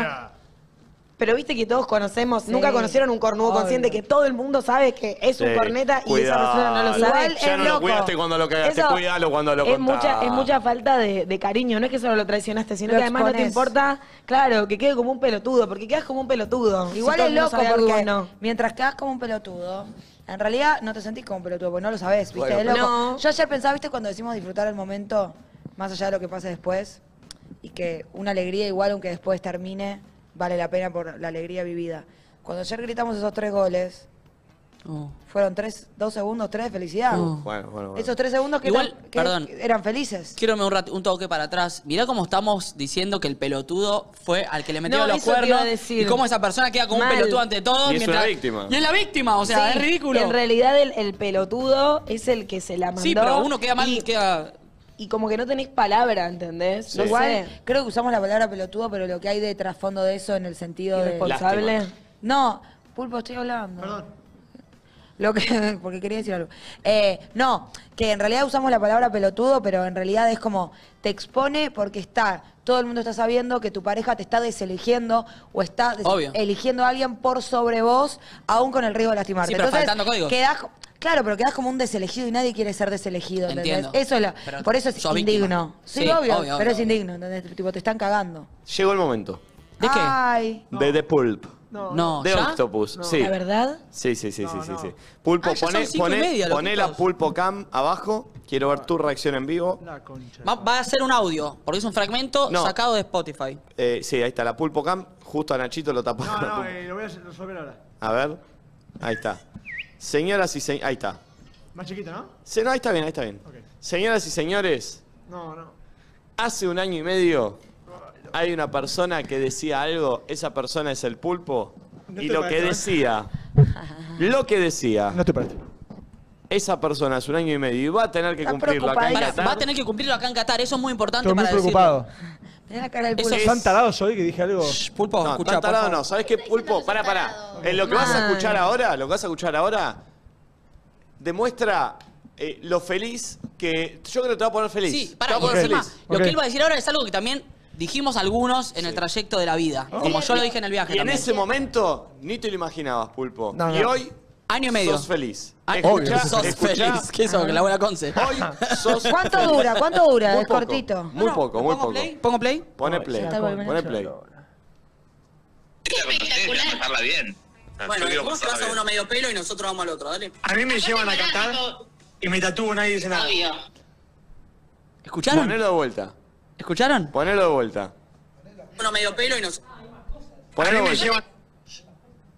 Speaker 5: Pero viste que todos conocemos, nunca conocieron un cornudo
Speaker 4: Obvio.
Speaker 5: consciente que todo el mundo sabe que es un
Speaker 2: Sí,
Speaker 5: corneta y esa
Speaker 2: cuidado.
Speaker 5: persona no lo sabe.
Speaker 2: Igual Ya es no lo loco. cuidaste cuando lo cagaste,
Speaker 5: Eso
Speaker 2: cuidalo cuando lo
Speaker 5: es
Speaker 2: contás.
Speaker 5: mucha, es mucha falta de, de cariño, no es que solo lo traicionaste, sino
Speaker 4: Lo
Speaker 5: que además no te
Speaker 4: exponés.
Speaker 5: importa, claro, que quede como un pelotudo, porque quedas como un pelotudo.
Speaker 4: Igual
Speaker 5: Si todo
Speaker 4: es
Speaker 5: el mundo
Speaker 4: loco
Speaker 5: sabe algo y
Speaker 4: porque
Speaker 5: vos no.
Speaker 4: mientras quedás como un pelotudo, en realidad no te sentís como un pelotudo porque no lo sabés, ¿viste?
Speaker 5: Bueno,
Speaker 4: Es loco.
Speaker 5: no.
Speaker 4: Yo ayer pensaba, ¿viste? Cuando decimos disfrutar el momento, más allá de lo que pase después, y que una alegría igual, aunque después termine, vale la pena por la alegría vivida. Cuando ayer gritamos esos tres goles,
Speaker 7: Oh.
Speaker 4: fueron tres, dos segundos, tres de felicidad.
Speaker 2: Bueno, bueno, bueno.
Speaker 4: Esos tres segundos que,
Speaker 7: Igual,
Speaker 4: eran, que
Speaker 7: perdón.
Speaker 4: eran felices.
Speaker 7: Quiero un, rat- un toque para atrás. Mirá cómo estamos diciendo que el pelotudo fue al que le metieron
Speaker 5: No,
Speaker 7: los
Speaker 5: eso te iba
Speaker 7: cuernos.
Speaker 5: a decir.
Speaker 7: Y cómo esa persona queda como
Speaker 5: Mal.
Speaker 7: un pelotudo ante todos.
Speaker 2: Y es
Speaker 7: mientras-
Speaker 2: una víctima.
Speaker 7: Y es la víctima, o sea,
Speaker 5: Sí,
Speaker 7: es ridículo.
Speaker 5: En realidad el, el pelotudo es el que se la mandó.
Speaker 7: sí, pero uno queda mal,
Speaker 5: Y,
Speaker 7: queda...
Speaker 5: y como que no tenés palabra, ¿entendés? No
Speaker 4: Igual,
Speaker 5: sé.
Speaker 4: creo que usamos la palabra pelotudo, pero lo que hay de trasfondo de eso en el sentido de...
Speaker 5: Irresponsable.
Speaker 2: Lástima.
Speaker 4: No, Pulpo, estoy hablando. Perdón. Lo que, porque quería decir algo. Eh, no, que en realidad usamos la palabra pelotudo, pero en realidad es como te expone porque está, todo el mundo está sabiendo que tu pareja te está deseligiendo o está des-
Speaker 7: Obvio.
Speaker 4: eligiendo a alguien por sobre vos, aún con el riesgo de lastimarte.
Speaker 7: Sí, pero faltando códigos.
Speaker 4: quedás co- claro, pero quedás como un deselegido y nadie quiere ser deselegido. ¿entendés?
Speaker 7: Entiendo.
Speaker 4: Eso es la-
Speaker 7: Pero
Speaker 4: por eso es
Speaker 7: sos
Speaker 4: indigno.
Speaker 7: víctima.
Speaker 4: Sí,
Speaker 7: Sí,
Speaker 4: obvio,
Speaker 7: obvio,
Speaker 4: pero
Speaker 7: obvio,
Speaker 4: es indigno, ¿entendés? Tipo, te están cagando.
Speaker 2: Llegó el momento.
Speaker 7: ¿De qué?
Speaker 4: Ay.
Speaker 2: De The Pulp.
Speaker 7: No,
Speaker 2: de
Speaker 7: ¿ya?
Speaker 2: Octopus, sí.
Speaker 5: La verdad.
Speaker 2: Sí, sí, sí, sí, sí, sí. Pulpo,
Speaker 7: Ah, ya son
Speaker 2: poné,
Speaker 7: cinco y
Speaker 2: poné-
Speaker 7: media, los
Speaker 2: poné la
Speaker 7: chicos.
Speaker 2: Pulpo Cam abajo. Quiero ver tu reacción en vivo.
Speaker 7: Va, va a ser un audio, porque es un fragmento
Speaker 2: No.
Speaker 7: sacado de Spotify.
Speaker 2: Eh, sí, ahí está, la Pulpo Cam. Justo a Nachito lo tapó.
Speaker 6: No, no, eh, lo voy a resolver ahora.
Speaker 2: A ver. Ahí está. Señoras y señores. Ahí está.
Speaker 6: Más chiquito, ¿no?
Speaker 2: Se- no, ahí está bien, ahí está bien. Señoras y señores,
Speaker 6: No, no.
Speaker 2: hace un año y medio hay una persona que decía algo, esa persona es el pulpo,
Speaker 6: No
Speaker 2: y
Speaker 6: te
Speaker 2: lo
Speaker 6: parece,
Speaker 2: que
Speaker 6: ¿no?
Speaker 2: decía, lo que decía. No
Speaker 6: te parece.
Speaker 2: Esa persona hace un año y medio y va a tener que cumplirlo acá en
Speaker 7: Pará,
Speaker 2: Qatar.
Speaker 7: va a tener que cumplirlo acá en Qatar, eso es muy importante
Speaker 6: Estoy muy
Speaker 7: para decirlo.
Speaker 6: preocupado.
Speaker 4: Mirá la cara del
Speaker 7: Eso
Speaker 4: pulpo.
Speaker 7: es-
Speaker 6: ¿Tan tarado soy que dije algo?
Speaker 7: Pulpo,
Speaker 2: No,
Speaker 7: escuchá,
Speaker 2: tan
Speaker 7: por
Speaker 2: tarado
Speaker 7: favor.
Speaker 2: no. ¿Sabes qué, Pulpo? Pará, pará. En lo que vas a escuchar ahora, lo que vas a escuchar ahora, demuestra eh, lo feliz que. Yo creo que te va a poner feliz.
Speaker 7: Sí,
Speaker 2: Te
Speaker 7: para,
Speaker 2: va a poner
Speaker 7: encima,
Speaker 2: feliz.
Speaker 7: lo
Speaker 2: Ok.
Speaker 7: que él va a decir ahora es algo que también dijimos algunos en el trayecto de la vida.
Speaker 4: Ah.
Speaker 7: Como yo lo dije en el viaje
Speaker 2: Y en
Speaker 7: también.
Speaker 2: ese momento ni te lo imaginabas, Pulpo.
Speaker 7: No,
Speaker 2: Y
Speaker 7: no.
Speaker 2: hoy.
Speaker 7: Año y medio.
Speaker 2: Sos feliz.
Speaker 7: Ah,
Speaker 2: Escuchá,
Speaker 7: sos
Speaker 2: escuchá.
Speaker 7: feliz. ¿Qué sos? que La abuela Conce.
Speaker 2: Sos
Speaker 4: ¿Cuánto
Speaker 2: feliz.
Speaker 4: dura? ¿Cuánto dura?
Speaker 2: Muy
Speaker 4: Es
Speaker 2: poco,
Speaker 4: cortito.
Speaker 2: Muy poco, muy poco.
Speaker 7: ¿Pongo play?
Speaker 2: Pone play.
Speaker 4: está volviendo
Speaker 2: Pone play.
Speaker 22: Pasarla bien.
Speaker 23: Ah,
Speaker 24: Bueno,
Speaker 23: yo digo
Speaker 24: vos te
Speaker 23: pasar
Speaker 24: vas a
Speaker 23: bien.
Speaker 24: uno medio pelo y nosotros vamos al otro, dale.
Speaker 6: A mí me llevan a cantar y me tatúo, nadie dice nada.
Speaker 24: Obvio.
Speaker 2: ¿Escucharon? Ponelo de vuelta.
Speaker 7: ¿Escucharon?
Speaker 2: Ponelo de vuelta.
Speaker 24: Uno medio pelo y nosotros.
Speaker 6: A mí
Speaker 2: Ponelo de
Speaker 6: me
Speaker 2: vuelta.
Speaker 6: llevan,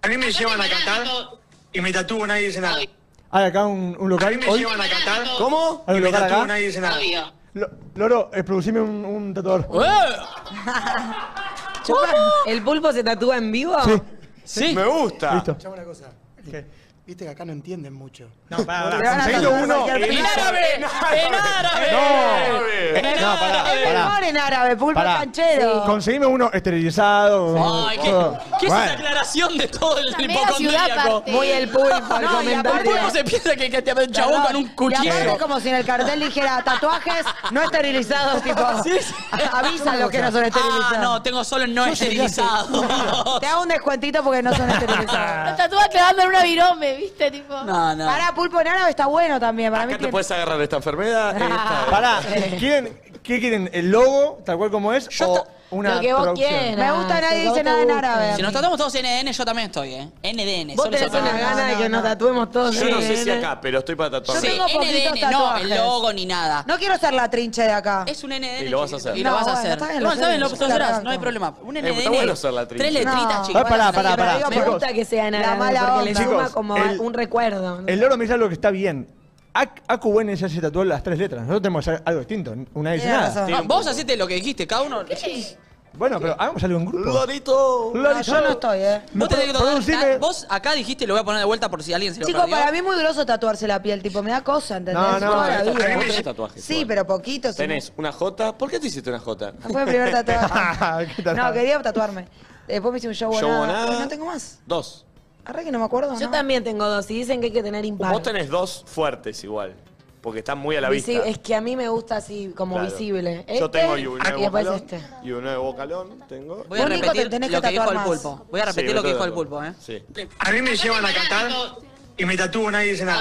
Speaker 6: a mí me llevan a cantar y me tatúo, nadie dice nada. Hay acá un, un A local mí me hoy. llevan a cantar.
Speaker 2: ¿Cómo?
Speaker 6: Hay un
Speaker 2: Y me
Speaker 6: local acá.
Speaker 2: tatúo, nadie dice nada. Obvio.
Speaker 6: Lo- Loro, eh, producime un, un tatuador.
Speaker 7: ¡Eh!
Speaker 5: Chopa, ¿El pulpo se tatúa en vivo?
Speaker 6: Sí.
Speaker 2: Sí. Me gusta.
Speaker 6: Listo.
Speaker 3: Escuchame una cosa. Eh, Viste que acá no entienden mucho.
Speaker 6: No,
Speaker 3: Te van
Speaker 6: para,
Speaker 3: a
Speaker 6: para. Conseguilo
Speaker 3: tatuar
Speaker 6: uno.
Speaker 3: cualquier cosa.
Speaker 4: ¡En árabe!
Speaker 6: No.
Speaker 4: ¡En
Speaker 6: No, pará,
Speaker 4: árabe! Es
Speaker 6: pará.
Speaker 4: mejor en árabe, pulpo
Speaker 6: Pará.
Speaker 4: canchero.
Speaker 6: Conseguime uno esterilizado.
Speaker 4: Ay,
Speaker 7: ¿qué- qué es
Speaker 6: Bueno.
Speaker 7: esa aclaración de todo el
Speaker 4: Una mega ciudad
Speaker 7: hipocondríaco?
Speaker 4: aparte. Muy el pulpo, el
Speaker 7: y
Speaker 4: comentario.
Speaker 7: aparte- El pulpo se piensa que, que te un chabón con un
Speaker 4: Y
Speaker 7: cuchillo.
Speaker 4: aparte como si en el cartel dijera tatuajes no esterilizados, tipo.
Speaker 7: Sí, sí.
Speaker 4: Avisa los que no son esterilizados.
Speaker 7: Ah, no, tengo solo no
Speaker 4: Yo sería así.
Speaker 7: esterilizado.
Speaker 4: Te hago un descuentito porque no son esterilizados.
Speaker 12: Los tatúas clavando en una virome, ¿viste? Tipo.
Speaker 7: No, no.
Speaker 4: Para pulpo en árabe está bueno también. Para mí
Speaker 2: Acá te
Speaker 4: tiene-
Speaker 2: puedes agarrar esta enfermedad. Esta,
Speaker 6: Pará, ¿quieren, ¿qué quieren? ¿El logo, tal cual como es? o una traducción?
Speaker 4: Me gusta, nadie dice nada en árabe.
Speaker 7: Si nos tratamos todos NDN, yo también estoy, ¿eh? NDN.
Speaker 5: Vos
Speaker 7: solo
Speaker 5: tenés
Speaker 7: se
Speaker 5: una
Speaker 7: trata.
Speaker 5: gana de que nos tatuemos todos.
Speaker 2: Yo no sé
Speaker 5: ¿eh?
Speaker 2: si acá, pero estoy para tatuarme.
Speaker 7: Sí, NDN, no, el logo ni nada.
Speaker 4: No quiero ser la trinche de acá.
Speaker 7: Es un NDN.
Speaker 2: Y lo vas a hacer.
Speaker 7: Y lo vas a hacer.
Speaker 4: está bien,
Speaker 7: No,
Speaker 4: lo
Speaker 7: está bien, lo
Speaker 4: sé,
Speaker 7: lo
Speaker 4: está
Speaker 7: harás,
Speaker 4: bien.
Speaker 7: no hay problema. Un
Speaker 2: Eh,
Speaker 7: NDN.
Speaker 2: pero está bueno ser la
Speaker 7: Tres
Speaker 2: trinche.
Speaker 7: letritas,
Speaker 6: No.
Speaker 7: chicos.
Speaker 6: Pará, pará, pará,
Speaker 7: Sí, pero
Speaker 6: pará.
Speaker 7: digo,
Speaker 5: Me
Speaker 6: Chicos,
Speaker 5: gusta que sea en
Speaker 4: la
Speaker 5: árabe
Speaker 4: mala
Speaker 5: porque le
Speaker 4: onda.
Speaker 5: suma
Speaker 6: Chicos,
Speaker 5: como
Speaker 6: el-
Speaker 5: un recuerdo. ¿no?
Speaker 6: El loro me dice algo que está bien. Ac- Acu Buen ya se tatuó las tres letras. Nosotros tenemos que hacer algo distinto. Una dice
Speaker 7: Tenés
Speaker 6: nada.
Speaker 7: razón. Ah, vos hacete lo que dijiste, cada uno.
Speaker 6: Bueno, pero hagamos algo en grupo.
Speaker 2: Lorito.
Speaker 4: No, yo no estoy, ¿eh?
Speaker 7: Vos tenés que tocar. Ah, Vos acá dijiste, lo voy a poner de vuelta por si alguien se lo
Speaker 4: Chicos,
Speaker 7: perdió.
Speaker 4: para mí es muy groso tatuarse la piel, tipo, me da cosa, ¿entendés?
Speaker 2: No, no,
Speaker 4: Toda la
Speaker 2: está-
Speaker 4: vida.
Speaker 2: tenés tres tatuajes
Speaker 4: Sí,
Speaker 2: igual.
Speaker 4: pero poquito. sí.
Speaker 2: Tenés una J. ¿Por qué te hiciste una J?
Speaker 4: Fue el primer tatuaje. no, quería tatuarme. Después me hice un show
Speaker 2: Yo
Speaker 4: o
Speaker 2: nada.
Speaker 4: Ay, No tengo más.
Speaker 2: Dos.
Speaker 4: Arre que no me acuerdo.
Speaker 5: Yo
Speaker 4: ¿no?
Speaker 5: también tengo dos y dicen que hay que tener impacto.
Speaker 2: Vos tenés dos fuertes igual. Porque están muy a la vista.
Speaker 5: Visi- Es que a mí me gusta así, como
Speaker 2: Claro.
Speaker 5: visible.
Speaker 2: Yo
Speaker 5: Este,
Speaker 2: tengo y uno
Speaker 5: y
Speaker 2: de
Speaker 5: después
Speaker 2: bocalón.
Speaker 5: este.
Speaker 2: Y uno de bocalón tengo.
Speaker 7: Voy a repetir lo que dijo el pulpo. Voy a repetir
Speaker 2: Sí,
Speaker 7: lo que
Speaker 2: otro
Speaker 7: dijo el
Speaker 2: dato.
Speaker 7: pulpo, ¿eh?
Speaker 2: Sí.
Speaker 6: A mí me llevan a cantar y me tatúo, nadie dice nada.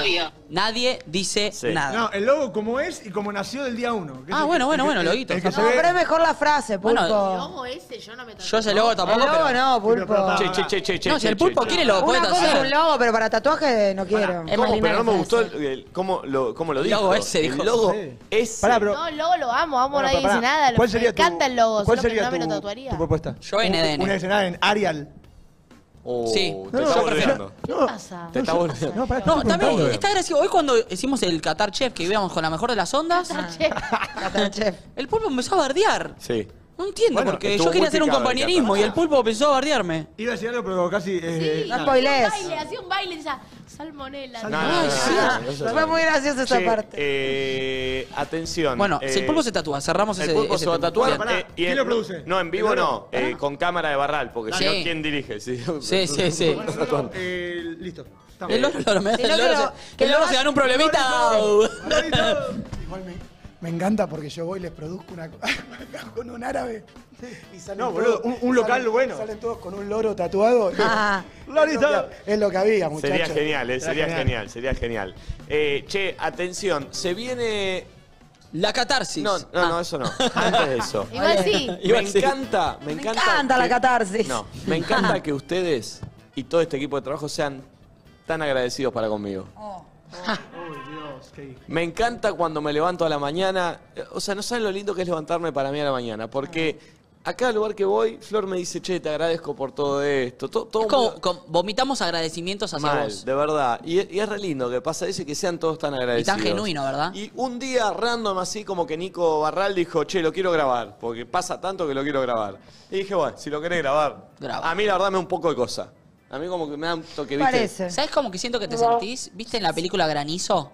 Speaker 7: Nadie dice nada.
Speaker 6: No, el logo como es y como nació del día uno. Que
Speaker 7: Ah,
Speaker 6: es-
Speaker 7: bueno, bueno,
Speaker 6: el que-
Speaker 7: bueno, loguito.
Speaker 6: el que
Speaker 4: No,
Speaker 6: se ve-
Speaker 4: pero es mejor la frase, pulpo.
Speaker 7: Bueno,
Speaker 12: Ojo ese, yo no me
Speaker 7: Yo ese logo tampoco.
Speaker 4: El logo
Speaker 7: pero-
Speaker 4: no,
Speaker 6: Pero, pero,
Speaker 4: pulpo.
Speaker 6: pará,
Speaker 2: Che, che, che, che, che.
Speaker 7: No, si el
Speaker 2: che,
Speaker 7: pulpo
Speaker 2: che.
Speaker 7: quiere lo puede
Speaker 4: Una cosa es
Speaker 7: hacer.
Speaker 4: un logo, pero para tatuaje no quiero.
Speaker 2: ¿Cómo? Pero no me gustó el, el- cómo, lo, cómo lo
Speaker 7: El
Speaker 2: dijo.
Speaker 7: logo ese, dijo.
Speaker 2: El logo
Speaker 6: Sí.
Speaker 2: ese.
Speaker 6: Pará, pero-
Speaker 12: No, el logo lo amo, amo,
Speaker 6: Bueno,
Speaker 12: nadie
Speaker 6: pará,
Speaker 12: dice nada.
Speaker 6: ¿cuál
Speaker 12: lo-
Speaker 6: sería
Speaker 12: me encanta
Speaker 6: tu-
Speaker 12: el logo,
Speaker 6: ¿Cuál
Speaker 12: solo que
Speaker 6: sería
Speaker 12: no me
Speaker 6: tu-
Speaker 12: lo tatuaría.
Speaker 6: tu propuesta?
Speaker 7: Yo
Speaker 6: Un-
Speaker 7: NDN.
Speaker 6: Una escena en Arial.
Speaker 2: Oh,
Speaker 7: Sí.
Speaker 2: Te
Speaker 6: No,
Speaker 2: está
Speaker 6: yo
Speaker 2: bordeando.
Speaker 6: No,
Speaker 12: pasa?
Speaker 2: Te está bordeando.
Speaker 6: no, pará,
Speaker 7: No,
Speaker 6: estoy
Speaker 7: también
Speaker 6: preguntando.
Speaker 7: está gracioso. Hoy cuando hicimos el Qatar Chef, que íbamos con la mejor de las ondas,
Speaker 4: Chef.
Speaker 7: el pulpo empezó a bardear.
Speaker 2: Sí.
Speaker 7: No entiendo,
Speaker 2: Bueno,
Speaker 7: porque
Speaker 2: estuvo
Speaker 7: yo quería
Speaker 2: muy
Speaker 7: hacer un
Speaker 2: picado el
Speaker 7: compañerismo
Speaker 2: Qatar.
Speaker 7: y el pulpo empezó a bardearme.
Speaker 6: Iba a decir algo, pero casi. eh,
Speaker 12: Sí,
Speaker 6: nada.
Speaker 4: No spoilees.
Speaker 12: Hacía un baile, hacía un baile, decía, salmonela.
Speaker 2: No, no, no, no, no, no, no, no.
Speaker 4: Fue muy gracioso esa
Speaker 2: Che,
Speaker 4: parte.
Speaker 2: eh, atención.
Speaker 7: Bueno,
Speaker 2: eh,
Speaker 7: si el pulpo se tatúa, cerramos ese
Speaker 2: el pulpo
Speaker 7: ese
Speaker 2: se va a
Speaker 7: tema.
Speaker 2: tatuar.
Speaker 7: Bien.
Speaker 6: Pará,
Speaker 2: eh, y
Speaker 6: ¿quién
Speaker 2: en-
Speaker 6: lo produce?
Speaker 2: No, en vivo
Speaker 6: ¿El
Speaker 2: no. eh, con cámara de barral, porque si no,
Speaker 7: Sí.
Speaker 2: ¿quién dirige? Sí,
Speaker 7: Sí, sí, sí.
Speaker 6: Bueno, no, no, eh, listo. Estamos.
Speaker 7: El loro, el loro, me
Speaker 4: Si
Speaker 7: el
Speaker 4: no,
Speaker 7: loro
Speaker 4: pero-
Speaker 7: se-
Speaker 4: que
Speaker 7: el
Speaker 4: lo
Speaker 7: loro se
Speaker 4: hagas-
Speaker 7: gana un problemita.
Speaker 3: Igual me, me encanta porque yo voy y les produzco una co- con un árabe. Y salen
Speaker 6: No, boludo, un- un local
Speaker 3: salen-
Speaker 6: bueno.
Speaker 3: Salen todos con un loro tatuado.
Speaker 4: Ah.
Speaker 6: Lorito.
Speaker 3: Es lo que había, muchachos.
Speaker 2: Sería genial, eh,
Speaker 6: Será
Speaker 2: sería
Speaker 6: genial.
Speaker 2: genial, sería genial. Eh, che, atención, se viene.
Speaker 7: La catarsis.
Speaker 2: No, no, no, eso no. Antes de eso.
Speaker 12: Igual sí.
Speaker 2: Me encanta, me encanta.
Speaker 4: encanta la
Speaker 2: que-
Speaker 4: catarsis.
Speaker 2: No, me encanta que ustedes y todo este equipo de trabajo sean tan agradecidos para conmigo.
Speaker 7: Ah.
Speaker 6: Uy, Dios, qué hijo.
Speaker 2: Me encanta cuando me levanto a la mañana. Eh, O sea, no saben lo lindo que es levantarme para mí a la mañana. Porque a cada lugar que voy, Flor me dice, che, te agradezco por todo esto. Todo, todo
Speaker 7: Es como,
Speaker 2: muy-
Speaker 7: como vomitamos agradecimientos hacia
Speaker 2: mal,
Speaker 7: vos.
Speaker 2: de verdad. Y, es- y es re lindo que pasa eso y que sean todos tan
Speaker 7: Y
Speaker 2: agradecidos.
Speaker 7: tan genuino, ¿verdad?
Speaker 2: Y un día random así como que Nico Barral dijo, che, lo quiero grabar, porque pasa tanto que lo quiero grabar. Y dije, bueno, si lo querés grabar,
Speaker 7: Graba.
Speaker 2: a mí la verdad me da un poco de cosa. A mí como que me da un toque, ¿viste?
Speaker 4: Parece.
Speaker 7: ¿Sabes cómo que siento que te sentís? ¿Viste en la película Granizo?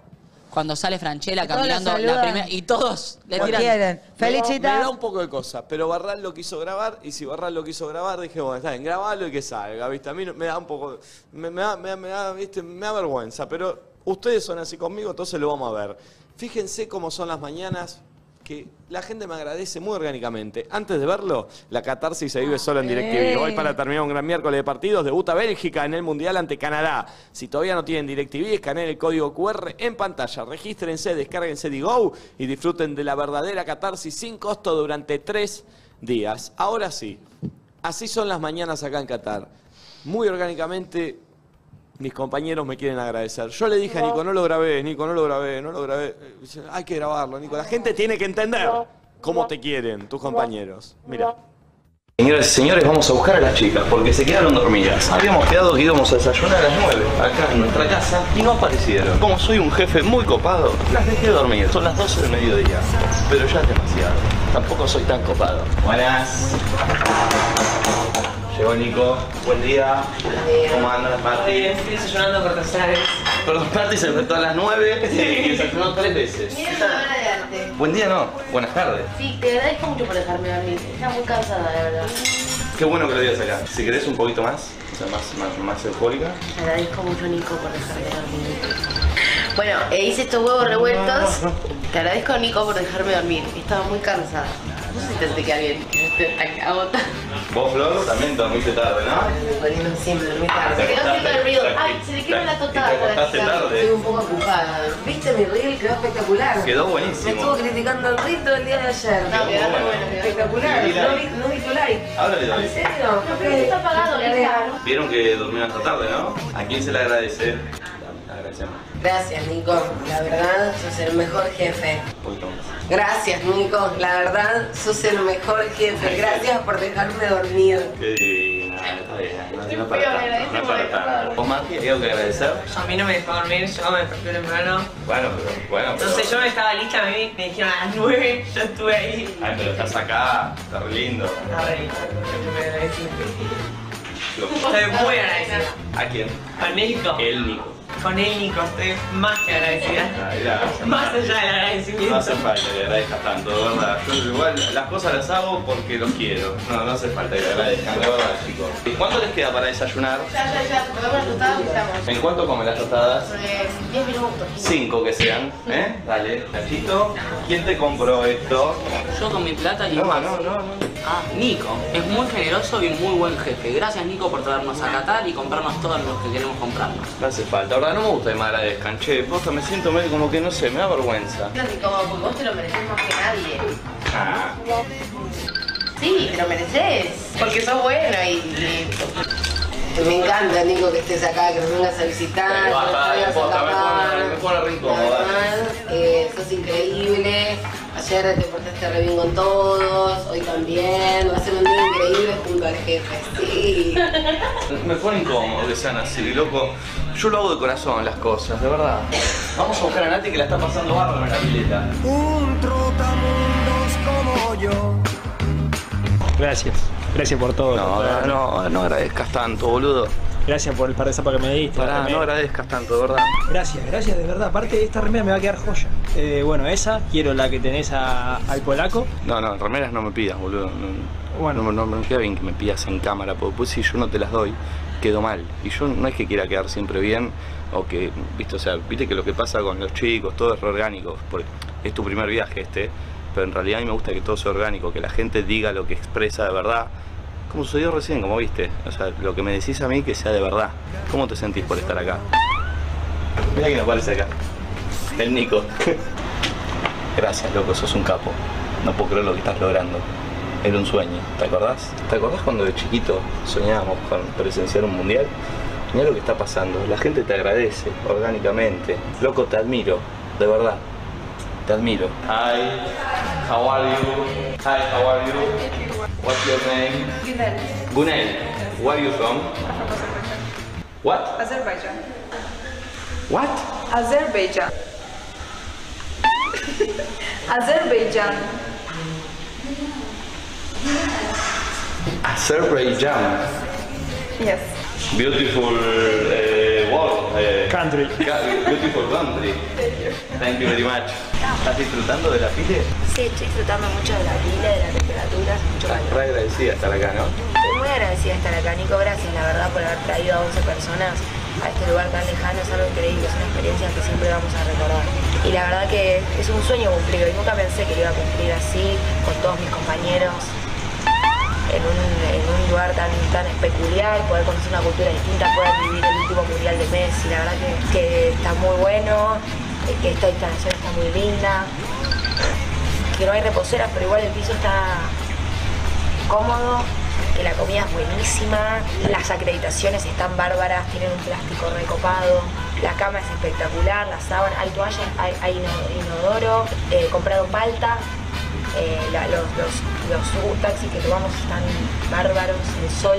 Speaker 7: Cuando sale Franchella
Speaker 4: Que todos
Speaker 7: caminando
Speaker 4: la
Speaker 7: la
Speaker 4: saludan.
Speaker 7: primera. Y todos le
Speaker 4: Lo
Speaker 7: tiran.
Speaker 4: quieren.
Speaker 2: Me da
Speaker 4: Felicitas.
Speaker 2: un poco de cosa, pero Barral lo quiso grabar y si Barral lo quiso grabar, dije, bueno, está bien, grabalo y que salga, ¿viste? A mí no- me da un poco, me, me da, me, da- me da, ¿viste? Me da vergüenza, pero ustedes son así conmigo, entonces lo vamos a ver. Fíjense cómo son las mañanas, que la gente me agradece muy orgánicamente. Antes de verlo, la catarsis se vive solo en DirecTV. Hoy para terminar un gran miércoles de partidos, debuta Bélgica en el Mundial ante Canadá. Si todavía no tienen DirecTV, escaneen el código QR en pantalla. Regístrense, descárguense DiGo y disfruten de la verdadera catarsis sin costo durante tres días. Ahora sí, así son las mañanas acá en Qatar. Muy orgánicamente,
Speaker 25: mis compañeros me quieren agradecer. Yo le dije a Nico, no lo grabé, Nico, no lo grabé, no lo grabé. Eh, dice, Hay que grabarlo, Nico. La gente tiene que entender cómo te quieren tus compañeros. Mira.
Speaker 2: Señoras y señores, vamos a buscar a las chicas porque se quedaron dormidas. Habíamos quedado que íbamos a desayunar a las 9 acá en nuestra casa y no aparecieron. Como soy un jefe muy copado, las dejé dormir. Son las 12 del mediodía, pero ya es demasiado. Tampoco soy tan copado. Buenas. Llegó Nico. Buen día. ¿Cómo andas, Marti? Estoy desayunando Cortazares. Perdón, Marti se enfrentó a las 9 y desayunó tres veces.
Speaker 12: Miren una obra de arte.
Speaker 2: Buen día, no. Buenas tardes.
Speaker 12: Sí, te agradezco mucho por dejarme dormir. Estaba muy cansada, la verdad.
Speaker 2: Qué bueno que lo digas acá. Si querés un poquito más, o sea, más, más, más eufórica.
Speaker 12: Te agradezco mucho, Nico, por dejarme dormir. Bueno, eh, hice estos huevos revueltos.
Speaker 5: Ah.
Speaker 12: Te agradezco, Nico, por dejarme dormir. Estaba muy cansada. No sé si te hace quedar bien que yo esté acá agotada.
Speaker 2: Vos, Flor, también dormiste tarde, ¿no?
Speaker 12: Bueno, siempre dormí tarde.
Speaker 2: Te
Speaker 12: Se quedó
Speaker 2: acostaste-
Speaker 12: haciendo el ruido. Ay, se le quedó la
Speaker 2: te
Speaker 12: totada con la
Speaker 2: acostaste
Speaker 12: chica.
Speaker 2: tarde.
Speaker 12: Estoy un poco ocupada.
Speaker 5: ¿Viste mi reel? Quedó espectacular.
Speaker 2: Quedó buenísimo.
Speaker 5: Me estuvo criticando el reel todo el día de ayer.
Speaker 12: No, quedó muy bueno, quedó
Speaker 5: Espectacular.
Speaker 2: muy bueno.
Speaker 5: No vi, no vi tu like.
Speaker 2: Ahora le doy.
Speaker 5: ¿En serio?
Speaker 12: No, pero está apagado, Lisa.
Speaker 2: Vieron que durmieron hasta tarde, ¿no? ¿A quién se le agradece? Agradecemos.
Speaker 12: Gracias, Nico. La verdad, sos el mejor jefe.
Speaker 2: Un poquito más.
Speaker 12: Gracias, Nico. La verdad, sos el mejor jefe. Gracias por dejarme dormir.
Speaker 2: Qué divina, está bien. No, no
Speaker 12: feo,
Speaker 2: para tanto,
Speaker 12: le
Speaker 2: no
Speaker 12: agradecemos
Speaker 2: para
Speaker 12: de
Speaker 2: tanto. ¿Vos, Marti, hay algo que agradecer?
Speaker 3: A mí no me dejó dormir, yo me desperté temprano.
Speaker 2: Bueno, pero, bueno, pero...
Speaker 3: Entonces yo me estaba lista, me, me dijeron a las 9, yo estuve ahí.
Speaker 16: Ah,
Speaker 2: Ay, pero estás acá, está re lindo.
Speaker 3: A ver, yo me agradecí.
Speaker 2: Lo-
Speaker 3: Estoy muy agradecida.
Speaker 2: ¿A quién?
Speaker 3: Con Nico.
Speaker 2: El Nico.
Speaker 3: Con él, Nico, estoy más que
Speaker 16: Ah,
Speaker 3: agradecida.
Speaker 2: Ahí la-
Speaker 3: Más allá del agradecimiento.
Speaker 2: No hace falta que le agradezcas tanto, de verdad. Yo igual las cosas las hago porque los quiero. No, no hace falta que le agradezcan, de verdad, chicos. ¿Y cuánto les queda para desayunar?
Speaker 12: Ya, ya, ya. Podemos asustar y estamos.
Speaker 2: ¿En cuánto comen las tostadas?
Speaker 12: Sobre 10 minutos.
Speaker 2: Cinco que sean, ¿eh? Dale, Nachito, ¿quién te compró esto?
Speaker 7: Yo con mi plata y
Speaker 2: No,
Speaker 7: más.
Speaker 2: no, no,
Speaker 7: Ah, Nico. Es muy generoso y muy buen jefe. Gracias, Nico, por traernos a Qatar y comprarnos todos los que queremos comprarnos.
Speaker 2: No hace falta, ahora no me gusta que me agradezcan, che, posta, me siento medio como que no sé, me da vergüenza.
Speaker 12: No, Nico, porque vos te lo mereces más que nadie.
Speaker 2: Ah,
Speaker 12: Sí, te lo mereces. Porque sos bueno y. y- Me encanta, Nico, que estés acá, que nos vengas a visitar, que
Speaker 2: Dale,
Speaker 12: nos
Speaker 2: basta, dale,
Speaker 12: traigas a
Speaker 2: posta, me pone- me
Speaker 12: tapar.
Speaker 2: pone re incómodo, dale.
Speaker 12: Eh, sos increíble. Ayer te portaste re bien con todos, hoy también. Va a ser un día increíble junto al jefe, sí.
Speaker 2: Me pone incómodo que sean así, loco. Yo lo hago de corazón las cosas, de verdad. Vamos a buscar a Nati que la está pasando bárbaro en la pileta.
Speaker 26: Un trotamundos como yo.
Speaker 2: Gracias, gracias por todo. No, no, no agradezcas tanto, boludo. Gracias por el par de zapas que me diste. Pará,
Speaker 26: remera.
Speaker 2: no agradezcas tanto, de verdad.
Speaker 26: Gracias, gracias de verdad. Aparte, esta remera me va a quedar joya. Eh, bueno, esa, quiero la que tenés a- al polaco.
Speaker 2: No, no, remeras no me pidas, boludo. bueno. No, no, no me queda bien que me pidas en cámara, porque pues si yo no te las doy, quedo mal. Y yo no es que quiera quedar siempre bien, o que, viste, o sea, viste que lo que pasa con los chicos, todo es re orgánico, porque es tu primer viaje este, pero en realidad a mí me gusta que todo sea orgánico, que la gente diga lo que expresa de verdad, como sucedió recién, como viste. O sea, lo que me decís a mí que sea de verdad. ¿Cómo te sentís por estar acá? Mira que me aparece acá. El Nico. Gracias, loco, sos un capo. No puedo creer lo que estás logrando. Era un sueño, ¿te acordás? ¿Te acordás cuando de chiquito soñábamos con presenciar un mundial? Mira lo que está pasando. La gente te agradece orgánicamente. Loco, te admiro, de verdad. Te admiro. Hi, how are you? Hi, how are you? What's your name? Gunel. Where are you from? What?
Speaker 19: Azerbaijan.
Speaker 2: What?
Speaker 19: Azerbaijan. Azerbaijan.
Speaker 2: Azerbaijan.
Speaker 19: Yes.
Speaker 2: Beautiful eh, world. eh,
Speaker 26: Country.
Speaker 2: ca- Beautiful country. Thank you very much. ¿Estás disfrutando de la pile?
Speaker 8: Sí, estoy disfrutando mucho de la pila, de la temperatura. Mucho
Speaker 2: Estás
Speaker 8: calor.
Speaker 2: re agradecida de estar acá, ¿no?
Speaker 8: Estoy muy agradecida de estar acá, Nico. Gracias, la verdad, por haber traído a 11 personas a este lugar tan lejano. Es algo increíble, es una experiencia que siempre vamos a recordar. Y la verdad que es un sueño cumplido. Y nunca pensé que lo iba a cumplir así, con todos mis compañeros, en un, en un lugar tan, tan peculiar, poder conocer una cultura distinta, poder vivir el último mundial de Messi. La verdad que, que está muy bueno, eh, que esta instalación está muy linda. Que no hay reposeras, pero igual el piso está cómodo, que la comida es buenísima, las acreditaciones están bárbaras, tienen un plástico recopado, la cama es espectacular, la sábana, hay toallas, hay, hay ino- inodoro, eh, compraron palta, eh, la- los, los, los Uber taxis que tomamos están bárbaros, el sol,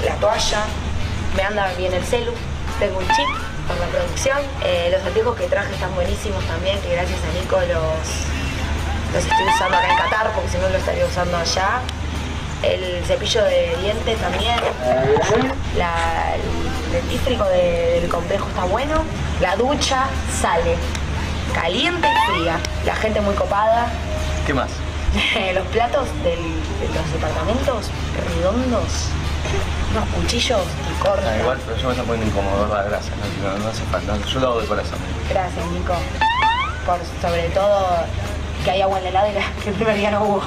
Speaker 8: el- la toalla, me anda bien el celu, tengo un chip por la producción, eh, los anteojos que traje están buenísimos también, que gracias a Nico los los estoy usando acá en Qatar porque si no lo estaría usando allá. El cepillo de dientes también. La- el dentífrico de- del complejo está bueno. La ducha sale caliente y fría. La gente muy copada.
Speaker 16: ¿Qué más?
Speaker 8: los platos del- de los departamentos redondos. Unos cuchillos y cortan.
Speaker 16: Ah, igual, pero yo me está poniendo incómodo, ¿verdad? Gracias, no, no, no hace falta. Yo lo hago de corazón.
Speaker 8: Gracias, Nico. Por sobre todo que hay agua en el helado y la- que el primer día no hubo.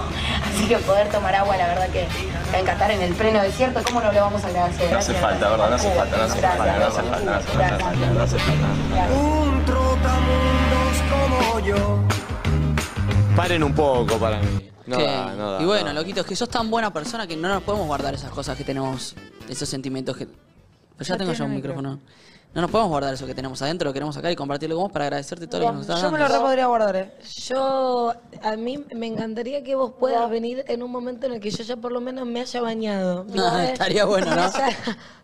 Speaker 8: Así que poder tomar agua, la verdad que me va a encantar en el pleno desierto. ¿Cómo no le vamos a agradecer?
Speaker 16: No hace
Speaker 8: Gracias.
Speaker 16: falta, ¿verdad? No hace falta, no hace falta, no hace falta, no hace falta, no hace falta, no hace falta.
Speaker 15: Un trotamundos como yo.
Speaker 2: Paren un poco para mí. No
Speaker 7: Sí.
Speaker 2: da, no da,
Speaker 7: y bueno,
Speaker 2: no.
Speaker 7: loquito, es que sos tan buena persona que no nos podemos guardar esas cosas que tenemos, esos sentimientos que. Pero ya
Speaker 4: No
Speaker 7: tengo yo
Speaker 4: tiene
Speaker 7: un
Speaker 4: micro.
Speaker 7: micrófono. No nos podemos guardar eso que tenemos adentro, lo queremos sacar y compartirlo con vos para agradecerte todo lo que nos estás
Speaker 4: Yo
Speaker 7: dando.
Speaker 4: me lo re podría guardar, ¿eh?
Speaker 5: Yo, a mí me encantaría que vos puedas venir en un momento en el que yo ya por lo menos me haya bañado.
Speaker 7: Ah,
Speaker 5: Digo, eh,
Speaker 7: estaría bueno,
Speaker 5: me
Speaker 7: ¿no?
Speaker 5: haya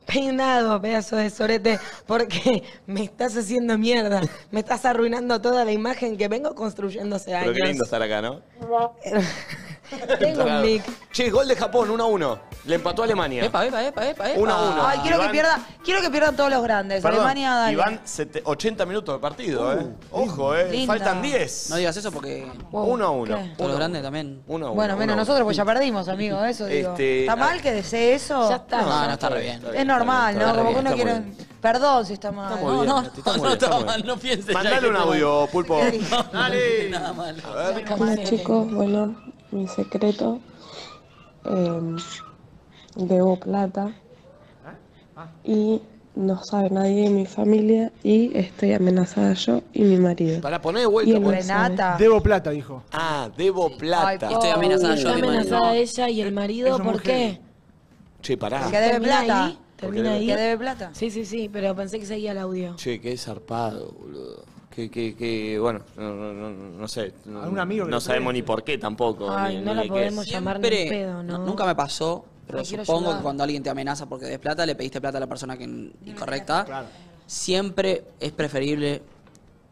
Speaker 5: peinado, pedazo de sorete, porque me estás haciendo mierda. Me estás arruinando toda la imagen que vengo construyendo hace
Speaker 2: Pero
Speaker 5: años.
Speaker 2: qué lindo estar acá, ¿no?
Speaker 5: Tengo un
Speaker 2: Tarado.
Speaker 5: mic.
Speaker 2: Che, gol de Japón, 1 a 1. Le empató a Alemania.
Speaker 7: Epa, epa, epa, epa, epa.
Speaker 2: Uno a uno.
Speaker 4: Ay, quiero que,
Speaker 2: Iván-
Speaker 4: pierda, quiero que pierdan todos los grandes.
Speaker 2: Perdón,
Speaker 4: Alemania, dale.
Speaker 2: Y van sete- 80 minutos de partido, ¿eh? Ojo, ¿eh?
Speaker 4: Linda.
Speaker 2: Faltan 10.
Speaker 7: No digas eso porque.
Speaker 4: Wow,
Speaker 2: Uno a uno.
Speaker 4: ¿qué?
Speaker 2: Uno
Speaker 7: Todo lo
Speaker 2: a uno.
Speaker 7: grande también.
Speaker 2: Uno a uno.
Speaker 4: Bueno,
Speaker 2: uno a
Speaker 4: menos
Speaker 2: uno.
Speaker 4: nosotros, pues ya perdimos, amigo, eso digo.
Speaker 2: Este,
Speaker 4: ¿Está
Speaker 2: a-
Speaker 4: mal que desee eso? Ya
Speaker 5: está.
Speaker 2: No, no, está re bien.
Speaker 4: Es normal, ¿no? Como que uno quiere... Perdón si está mal.
Speaker 2: Está muy bien,
Speaker 4: no, no,
Speaker 2: Nati, está muy bien, está muy bien.
Speaker 7: no pienses.
Speaker 2: ya Mandale que un te voy. audio, Pulpo.
Speaker 7: Dale. Nada malo.
Speaker 2: A ver.
Speaker 6: Hola chicos, bueno, mi secreto. eh, debo plata. Y no sabe nadie de mi familia y estoy amenazada yo y mi marido.
Speaker 2: Para poner de vuelta. pues.
Speaker 6: Y él lo
Speaker 2: por-
Speaker 6: sabe.
Speaker 2: Debo-
Speaker 6: Debo-
Speaker 11: plata, dijo.
Speaker 2: Ah, debo plata.
Speaker 5: Estoy amenazada yo. Está amenazada ella y el marido, ¿por qué?
Speaker 2: Che, pará.
Speaker 4: Que debe
Speaker 5: Termina
Speaker 4: plata.
Speaker 5: ahí,
Speaker 2: Porque
Speaker 5: Termina
Speaker 2: debe-
Speaker 5: ahí.
Speaker 2: Que
Speaker 4: debe plata?
Speaker 5: Sí, sí, sí, pero pensé que seguía el audio.
Speaker 2: Che, qué zarpado, boludo. Que, que, que, bueno, no, no, no, no sé. No,
Speaker 5: Algún amigo que
Speaker 2: no
Speaker 5: lo
Speaker 2: sabemos ni por qué tampoco.
Speaker 5: Ay,
Speaker 2: ni-
Speaker 5: no
Speaker 2: ni
Speaker 5: la
Speaker 2: de qué
Speaker 5: podemos
Speaker 2: es.
Speaker 5: llamar ni en
Speaker 7: Siempre-
Speaker 5: pedo, ¿no?
Speaker 7: nu- Nunca me pasó, pero
Speaker 5: La quiero
Speaker 7: supongo
Speaker 5: ayudar.
Speaker 7: que cuando alguien te amenaza porque des plata, le pediste plata a la persona que n- incorrecta. Siempre es preferible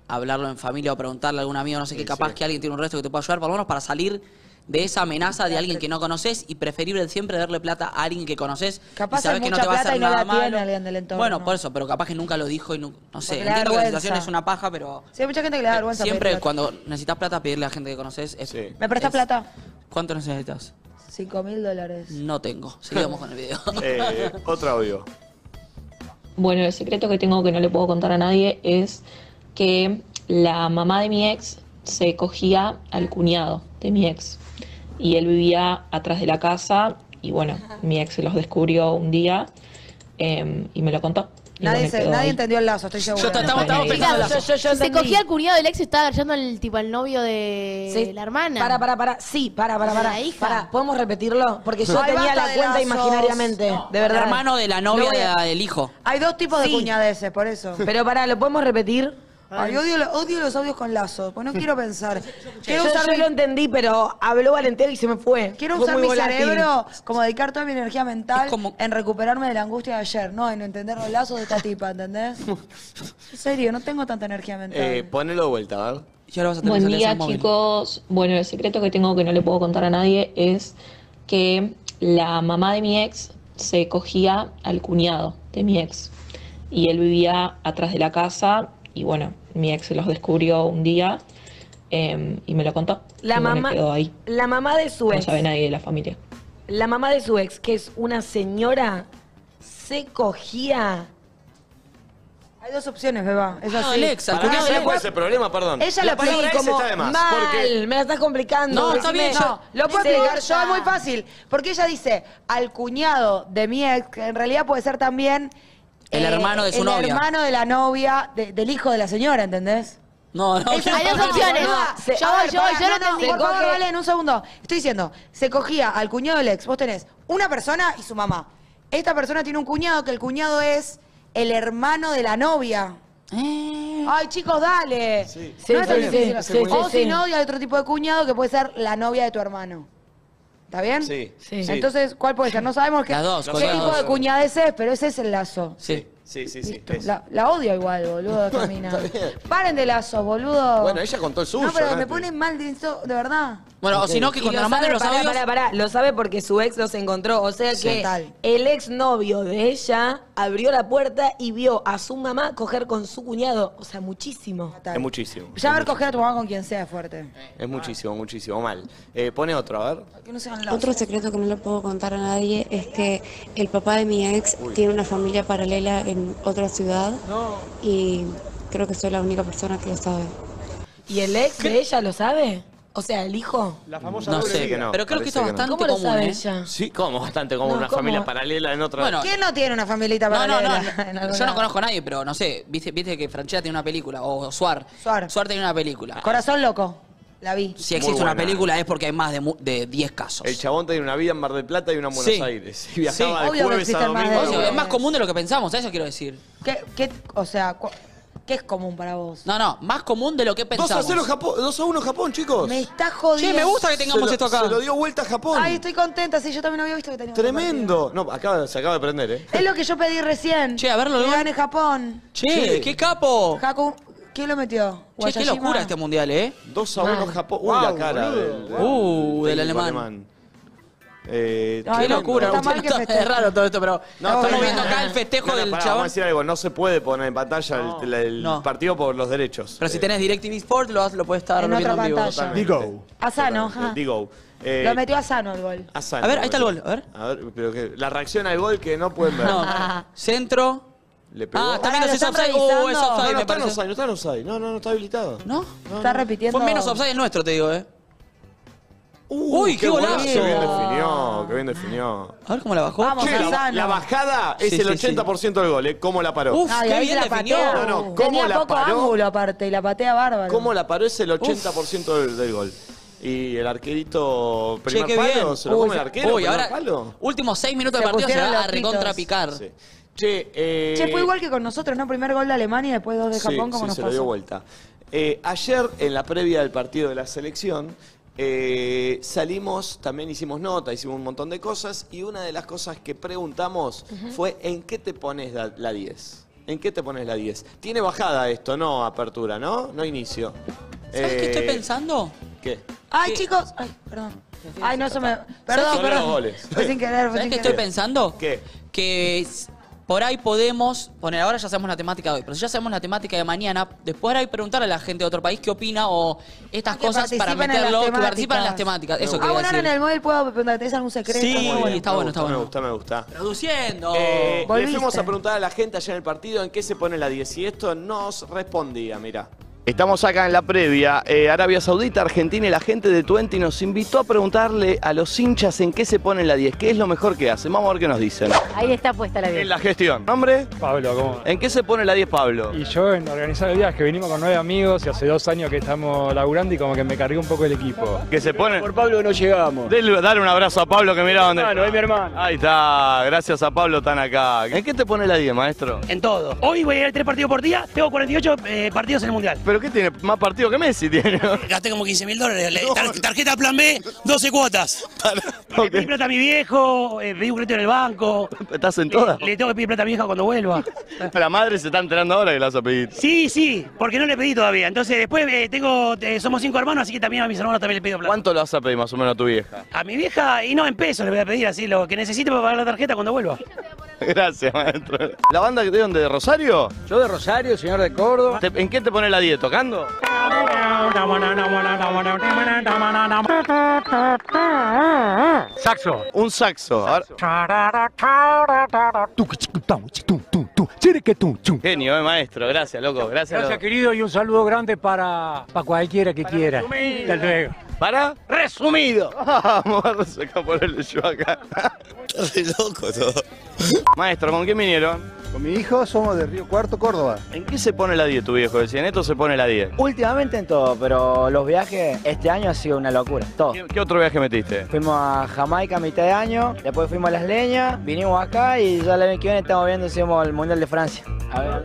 Speaker 7: hablarlo en familia o preguntarle a algún amigo, no sé qué, capaz que alguien tiene un resto que te pueda ayudar, por lo menos para salir de esa amenaza de alguien que no conoces y preferible siempre darle plata a alguien que conoces
Speaker 4: Capaz
Speaker 7: y sabes
Speaker 4: hay
Speaker 7: que no
Speaker 4: mucha
Speaker 7: te va a
Speaker 4: plata
Speaker 7: hacer
Speaker 4: y no
Speaker 7: nada
Speaker 4: la tiene
Speaker 7: malo.
Speaker 4: alguien del entorno.
Speaker 7: Bueno, por eso, pero capaz que nunca lo dijo y nu- no sé.
Speaker 4: Porque le da
Speaker 7: Entiendo que la
Speaker 4: vergüenza.
Speaker 7: situación es una paja, pero
Speaker 4: Sí, hay mucha gente que le da vergüenza.
Speaker 7: siempre
Speaker 4: pedir plata.
Speaker 7: cuando necesitas plata, pedirle a gente que conoces. es-
Speaker 4: ¿Me prestas
Speaker 7: es-
Speaker 4: plata?
Speaker 7: ¿Cuánto necesitas?
Speaker 4: 5 mil dólares.
Speaker 7: No tengo. Seguimos con el video.
Speaker 2: Eh, otro audio.
Speaker 21: Bueno, el secreto que tengo que no le puedo contar a nadie es que la mamá de mi ex se cogía al cuñado de mi ex y él vivía atrás de la casa y bueno, mi ex se los descubrió un día em, y me lo contó. Y
Speaker 4: Nadie,
Speaker 21: bueno,
Speaker 4: se-
Speaker 21: quedó
Speaker 4: nadie
Speaker 21: ahí.
Speaker 4: entendió el lazo, estoy seguro.
Speaker 21: Yo- estamos- estamos pensando en la-
Speaker 12: se cogía al cuñado del ex y estaba agachando al tipo al novio de
Speaker 5: Sí.
Speaker 12: la hermana.
Speaker 5: Para, para, para. Sí, para, para,
Speaker 12: ¿De
Speaker 5: para.
Speaker 12: la hija?
Speaker 5: Para, ¿podemos repetirlo? Porque yo
Speaker 4: Ay,
Speaker 5: tenía
Speaker 4: basta
Speaker 5: la
Speaker 4: de
Speaker 5: cuenta
Speaker 4: lazos.
Speaker 5: imaginariamente. de
Speaker 7: El
Speaker 5: verdad.
Speaker 7: hermano de la
Speaker 5: No
Speaker 7: novia
Speaker 5: voy a-
Speaker 7: de- del hijo.
Speaker 4: Hay dos tipos de
Speaker 5: Sí.
Speaker 4: cuñadeces, por eso.
Speaker 5: Pero para, ¿lo podemos repetir?
Speaker 4: Ay, odio, lo- odio los audios con lazo, pues no quiero pensar. Quiero
Speaker 5: yo,
Speaker 4: usar
Speaker 5: yo
Speaker 4: mi-
Speaker 5: lo entendí, pero habló Valenteo y se me fue.
Speaker 4: Quiero
Speaker 5: Fue
Speaker 4: usar
Speaker 5: muy
Speaker 4: mi
Speaker 5: volátil.
Speaker 4: cerebro, como dedicar toda mi energía mental en recuperarme de la angustia de ayer, no en entender los lazos de esta tipa, ¿entendés? En serio, no tengo tanta energía mental.
Speaker 2: Eh, ponelo de vuelta, a ver.
Speaker 7: Y ahora vas a
Speaker 21: Buen día, chicos. Bueno, el secreto que tengo que no le puedo contar a nadie es que la mamá de mi ex se cogía al cuñado de mi ex y él vivía atrás de la casa y bueno, mi ex se los descubrió un día em, y me lo contó.
Speaker 5: La
Speaker 21: Y bueno,
Speaker 5: mamá-
Speaker 21: quedó ahí.
Speaker 5: La mamá de su
Speaker 21: No
Speaker 5: ex.
Speaker 21: sabe nadie de la familia.
Speaker 5: La mamá de su ex, que es una señora, se cogía.
Speaker 4: Hay dos opciones, beba.
Speaker 2: Ah,
Speaker 4: Es así.
Speaker 2: Pará,
Speaker 4: Porque
Speaker 2: ¿sabés
Speaker 4: ella-
Speaker 2: cuál es el problema? Perdón.
Speaker 4: Ella
Speaker 2: la
Speaker 4: lo
Speaker 2: palabra
Speaker 4: pide
Speaker 2: ex
Speaker 4: como
Speaker 2: está de más.
Speaker 4: mal.
Speaker 2: Porque
Speaker 5: Me la estás complicando.
Speaker 4: No,
Speaker 5: decime.
Speaker 4: No, lo puedo explicar
Speaker 7: "Ah".
Speaker 4: yo, es muy fácil. Porque ella dice al cuñado de mi ex, que en realidad puede ser también. eh,
Speaker 7: El hermano de su
Speaker 4: el
Speaker 7: novia.
Speaker 4: hermano de la novia, de- del hijo de la señora, ¿entendés?
Speaker 7: No, no.
Speaker 4: Esa-
Speaker 27: Hay dos opciones.
Speaker 4: Boluda,
Speaker 27: Se-
Speaker 4: yo
Speaker 27: a
Speaker 4: voy,
Speaker 27: ver,
Speaker 4: yo voy,
Speaker 27: pará,
Speaker 4: yo
Speaker 27: no,
Speaker 4: lo
Speaker 27: no,
Speaker 4: entendí.
Speaker 27: se
Speaker 4: Por favor,
Speaker 27: coge-
Speaker 4: vale, en un segundo. Estoy diciendo, se cogía al cuñado del ex. Vos tenés una persona y su mamá. Esta persona tiene un cuñado que el cuñado es el hermano de la novia.
Speaker 27: Eh.
Speaker 4: Ay, chicos, dale.
Speaker 28: Sí,
Speaker 4: No es tan
Speaker 28: sí,
Speaker 4: difícil.
Speaker 28: sí, sí,
Speaker 4: o
Speaker 28: sí,
Speaker 4: si
Speaker 28: sí.
Speaker 4: no, y hay otro tipo de cuñado que puede ser la novia de tu hermano. ¿Está bien?
Speaker 2: Sí, Sí. sí.
Speaker 4: Entonces, ¿cuál puede ser? No sabemos qué,
Speaker 2: Las dos,
Speaker 4: qué
Speaker 2: las
Speaker 4: tipo
Speaker 2: dos.
Speaker 4: de cuñadez es, pero ese es el lazo.
Speaker 2: Sí, sí, sí. sí, es.
Speaker 4: La, la odio igual, boludo, Camina.
Speaker 2: Está bien.
Speaker 4: Paren de lazos, boludo.
Speaker 2: Bueno, ella contó el suyo. ¿eh?
Speaker 4: No, pero me
Speaker 2: Nati.
Speaker 4: ponen mal de eso, de verdad.
Speaker 7: Bueno, o si no, que
Speaker 5: Y
Speaker 7: cuando la
Speaker 5: lo
Speaker 7: manden
Speaker 5: sabe,
Speaker 7: los
Speaker 5: pará,
Speaker 7: audios.
Speaker 5: pará, pará, Lo sabe porque su ex los encontró. O sea
Speaker 7: Sí.
Speaker 5: que
Speaker 7: Tal.
Speaker 5: el ex novio de ella abrió la puerta y vio a su mamá coger con su cuñado. O sea, muchísimo.
Speaker 2: Es muchísimo.
Speaker 4: Ya ver coger a tu mamá con quien sea es fuerte.
Speaker 2: Es muchísimo, muchísimo. Mal. Eh, pone otro, a ver.
Speaker 4: Que no sean lazos.
Speaker 8: Otro secreto que no le puedo contar a nadie es que el papá de mi ex
Speaker 2: Uy.
Speaker 8: tiene una familia paralela en otra ciudad y creo que soy la única persona que lo sabe.
Speaker 5: ¿Y el ex de ella lo sabe? O sea, el hijo.
Speaker 29: La famosa
Speaker 2: No sé que no.
Speaker 7: Pero creo que esto
Speaker 2: parece
Speaker 7: es bastante
Speaker 5: ¿Cómo lo
Speaker 7: común,
Speaker 5: sabe
Speaker 7: ¿eh?
Speaker 5: ella?
Speaker 2: Sí, como bastante como
Speaker 5: No,
Speaker 2: una
Speaker 5: ¿cómo?
Speaker 2: familia paralela en otra.
Speaker 7: Bueno,
Speaker 4: ¿Quién no tiene una familita
Speaker 7: No, no, no.
Speaker 4: paralela? en algún
Speaker 7: Yo no
Speaker 4: lado?
Speaker 7: conozco a nadie, pero no sé. Viste, viste que Franchella tiene una película. O Suar.
Speaker 4: Suar.
Speaker 7: tiene una película.
Speaker 4: Corazón loco. La vi.
Speaker 7: Si existe
Speaker 2: Muy
Speaker 7: una
Speaker 2: buena.
Speaker 7: película es porque hay más de, mu- de 10 casos.
Speaker 2: El chabón tenía una vida en Mar del Plata y una en Buenos
Speaker 7: Sí.
Speaker 2: Aires. Y viajaba
Speaker 7: Sí.
Speaker 2: de
Speaker 7: Obvio que
Speaker 2: jueves a
Speaker 7: existen más
Speaker 2: domingo.
Speaker 7: de-
Speaker 2: a
Speaker 7: Obvio,
Speaker 2: laburar.
Speaker 7: es más común de lo que pensamos, a eso quiero decir.
Speaker 4: ¿Qué, qué, o sea, cu- ¿qué es común para vos?
Speaker 7: No, no, más común de lo que
Speaker 2: 2 a
Speaker 7: pensamos.
Speaker 2: 0 Japón, 2 a 1 Japón, chicos.
Speaker 4: Me está jodiendo.
Speaker 7: Che, me gusta que tengamos
Speaker 2: Se lo-
Speaker 7: esto acá.
Speaker 2: Se lo dio vuelta a Japón.
Speaker 4: Ay, estoy contenta. Sí, yo también había visto que teníamos otro
Speaker 2: Tremendo. No, acaba, se acaba de prender, ¿eh?
Speaker 4: partido. Es lo que yo pedí recién. Che,
Speaker 7: a verlo.
Speaker 4: Que gane Japón.
Speaker 7: Che, qué capo.
Speaker 4: Haku, ¿quién lo metió?
Speaker 7: Che, qué
Speaker 4: Guayashima.
Speaker 7: locura este mundial, ¿eh?
Speaker 2: 2 a 1 Japón. Uy, la
Speaker 7: Wow,
Speaker 2: cara
Speaker 7: boludo.
Speaker 2: del,
Speaker 7: Uh, del
Speaker 2: técnico
Speaker 7: alemán.
Speaker 2: Eh,
Speaker 7: qué
Speaker 2: tremendo.
Speaker 7: locura.
Speaker 4: está mal que
Speaker 7: Está-
Speaker 4: festeje.
Speaker 7: es raro todo esto, pero
Speaker 2: No,
Speaker 7: estamos
Speaker 2: bueno.
Speaker 7: viendo acá el festejo
Speaker 2: No, no,
Speaker 7: del
Speaker 2: pará, Vamos a
Speaker 7: chabón.
Speaker 2: decir algo, no se puede poner en pantalla el- el, el
Speaker 7: No.
Speaker 2: partido por los derechos. Eh,
Speaker 7: Pero si tenés DirecTV Sport, lo, lo puedes estar
Speaker 4: En
Speaker 7: viendo
Speaker 4: otra
Speaker 7: en vivo.
Speaker 4: pantalla.
Speaker 2: Digo.
Speaker 4: Asano, ajá.
Speaker 2: Eh, Digo.
Speaker 4: Lo metió Asano el gol.
Speaker 2: Ah,
Speaker 7: A ver, ahí está el gol, a ver.
Speaker 2: A ver, pero que- la reacción al gol que no pueden ver.
Speaker 7: No, centro.
Speaker 2: Le pegó.
Speaker 7: Ah, está viendo
Speaker 4: Ah,
Speaker 7: si
Speaker 4: lo
Speaker 7: es
Speaker 4: están
Speaker 7: offside. Oh, es
Speaker 4: revisando.
Speaker 2: No,
Speaker 7: offside,
Speaker 2: no
Speaker 7: me
Speaker 2: está en
Speaker 7: parece.
Speaker 2: offside, no está en offside. No, no, no está habilitado.
Speaker 7: ¿No?
Speaker 4: Está repitiendo.
Speaker 7: Fue menos offside el nuestro, te digo, ¿eh? Uy, qué,
Speaker 2: bueno,
Speaker 7: golazo.
Speaker 2: Uh, Qué bien definió, qué bien definió.
Speaker 7: A ver cómo la bajó.
Speaker 4: Vamos,
Speaker 2: Che, la,
Speaker 4: Asano.
Speaker 2: la bajada es
Speaker 7: Sí,
Speaker 2: el
Speaker 7: sí, sí.
Speaker 2: 80% del gol, ¿eh? ¿Cómo la paró?
Speaker 7: Uf,
Speaker 4: Ay,
Speaker 7: qué
Speaker 4: ahí
Speaker 7: bien
Speaker 4: la
Speaker 7: definió.
Speaker 4: patea.
Speaker 2: No, no, ¿cómo
Speaker 4: Tenía
Speaker 2: la
Speaker 4: poco
Speaker 2: paró?
Speaker 4: ángulo aparte y la patea bárbaro.
Speaker 2: ¿Cómo la paró? Es el 80% del, del gol. Y el arquerito, primer
Speaker 7: qué
Speaker 2: palo,
Speaker 7: bien.
Speaker 2: se lo come
Speaker 7: Uy,
Speaker 2: el
Speaker 7: se-
Speaker 2: arquero,
Speaker 7: uy,
Speaker 2: primer
Speaker 7: ahora-
Speaker 2: palo.
Speaker 7: Últimos seis minutos
Speaker 4: Se
Speaker 7: de partido se
Speaker 4: pusieron
Speaker 7: va a
Speaker 4: loquitos.
Speaker 7: recontrapicar.
Speaker 2: Sí. Che, eh,
Speaker 4: Che, fue igual que con nosotros, ¿no? Primer gol de Alemania y después dos de Japón, como nos
Speaker 2: se
Speaker 4: pasó.
Speaker 2: lo dio vuelta. Eh, ayer, en la previa del partido de la selección, eh, salimos, también hicimos nota, hicimos un montón de cosas, y una de las cosas que preguntamos fue ¿en qué te pones la, la 10? ¿En qué te pones la 10? Tiene bajada esto, no apertura, ¿no? No inicio.
Speaker 7: ¿Sabes qué estoy
Speaker 2: Eh,
Speaker 7: pensando?
Speaker 2: ¿Qué?
Speaker 4: Ay, chicos. Ay, perdón. Ay, no, eso me.
Speaker 2: Son
Speaker 4: Perdón,
Speaker 2: los
Speaker 4: perdón.
Speaker 2: goles.
Speaker 4: Fue sin querer, fue
Speaker 7: ¿Sabes
Speaker 4: sin
Speaker 7: qué estoy
Speaker 4: querer.
Speaker 7: pensando?
Speaker 2: ¿Qué?
Speaker 7: Que s- por ahí podemos poner, ahora ya sabemos la temática de hoy, pero si ya sabemos la temática de mañana, después hay que preguntarle a la gente de otro país qué opina o estas
Speaker 4: Ah, Que
Speaker 7: cosas para
Speaker 4: participen en las
Speaker 7: meterlo, que participan en las
Speaker 4: temáticas.
Speaker 7: temáticas. Eso
Speaker 4: Ah,
Speaker 7: quería
Speaker 4: bueno, ahora en
Speaker 7: decir.
Speaker 4: el móvil puedo preguntar, ¿tenés algún secreto?
Speaker 7: Sí,
Speaker 4: Muy bueno.
Speaker 7: está
Speaker 2: Me
Speaker 7: bueno,
Speaker 2: gusta,
Speaker 7: está bueno.
Speaker 2: Me gusta, me gusta.
Speaker 7: Produciendo.
Speaker 2: Eh, le
Speaker 4: Volviste.
Speaker 2: fuimos a preguntar a la gente ayer en el partido en qué se pone la 10 y esto nos respondía, mira. Estamos acá en la previa, eh, Arabia Saudita, Argentina y la gente de Twenty nos invitó a preguntarle a los hinchas en qué se pone la 10, qué es lo mejor que hacen. Vamos a ver qué nos dicen.
Speaker 12: Ahí está puesta la
Speaker 2: En
Speaker 12: vida.
Speaker 2: la gestión. ¿Nombre?
Speaker 6: Pablo, ¿cómo? va?
Speaker 2: ¿En qué se pone la 10, Pablo?
Speaker 6: Y yo en organizar el viaje, vinimos con nueve amigos y hace dos años que estamos laburando y como que me cargué un poco el equipo.
Speaker 2: ¿Qué se pone?
Speaker 6: Por Pablo no llegamos.
Speaker 2: Dale, dale un abrazo a Pablo que mira dónde.
Speaker 6: Hermano, Ah, es mi hermano.
Speaker 2: Ahí está, gracias a Pablo están acá. ¿En qué te pone la 10, maestro?
Speaker 3: En todo. Hoy voy a ir tres partidos por día, tengo 48 eh, partidos en el mundial.
Speaker 2: ¿Pero qué tiene? Más partido que Messi tiene.
Speaker 3: Gasté como 15 mil dólares. Le- tar- tarjeta plan B, 12 cuotas. Le pedí plata a mi viejo, eh, pedí un crédito en el banco.
Speaker 2: ¿Estás en todas?
Speaker 3: Le, le tengo que pedir plata a mi vieja cuando vuelva.
Speaker 2: La madre se está enterando ahora que la has pedido.
Speaker 3: Sí, sí, porque no le pedí todavía. Entonces después eh, tengo, eh, somos cinco hermanos, así que también a mis hermanos también le pido plata.
Speaker 2: ¿Cuánto le vas a pedir más o menos a tu vieja?
Speaker 3: A mi vieja, y no en pesos le voy a pedir así, lo que necesite para pagar la tarjeta cuando vuelva.
Speaker 2: Gracias, maestro. ¿La banda de dónde? ¿De Rosario? Yo de Rosario, señor de Córdoba. ¿En qué te pone la 10? ¿Tocando? Saxo. Un saxo. Ahora- Genio, eh, maestro. Gracias, loco. Gracias.
Speaker 6: Gracias
Speaker 2: loco.
Speaker 6: querido y un saludo grande para, para cualquiera que quiera. Hasta luego.
Speaker 2: ¿Para? ¡Resumido! Vamos, acá ponerle yo acá. Estás loco todo. Maestro, ¿con qué vinieron?
Speaker 9: Con mi hijo somos de Río Cuarto, Córdoba.
Speaker 2: ¿En qué se pone la 10 tu viejo? Decía, Neto se pone la 10.
Speaker 14: Últimamente en todo, pero los viajes este año ha sido una locura. Todo.
Speaker 2: ¿Qué otro viaje metiste?
Speaker 14: Fuimos a Jamaica a mitad de año, después fuimos a Las Leñas, vinimos acá y ya la vez que viene estamos viendo si vamos al Mundial de Francia. A ver.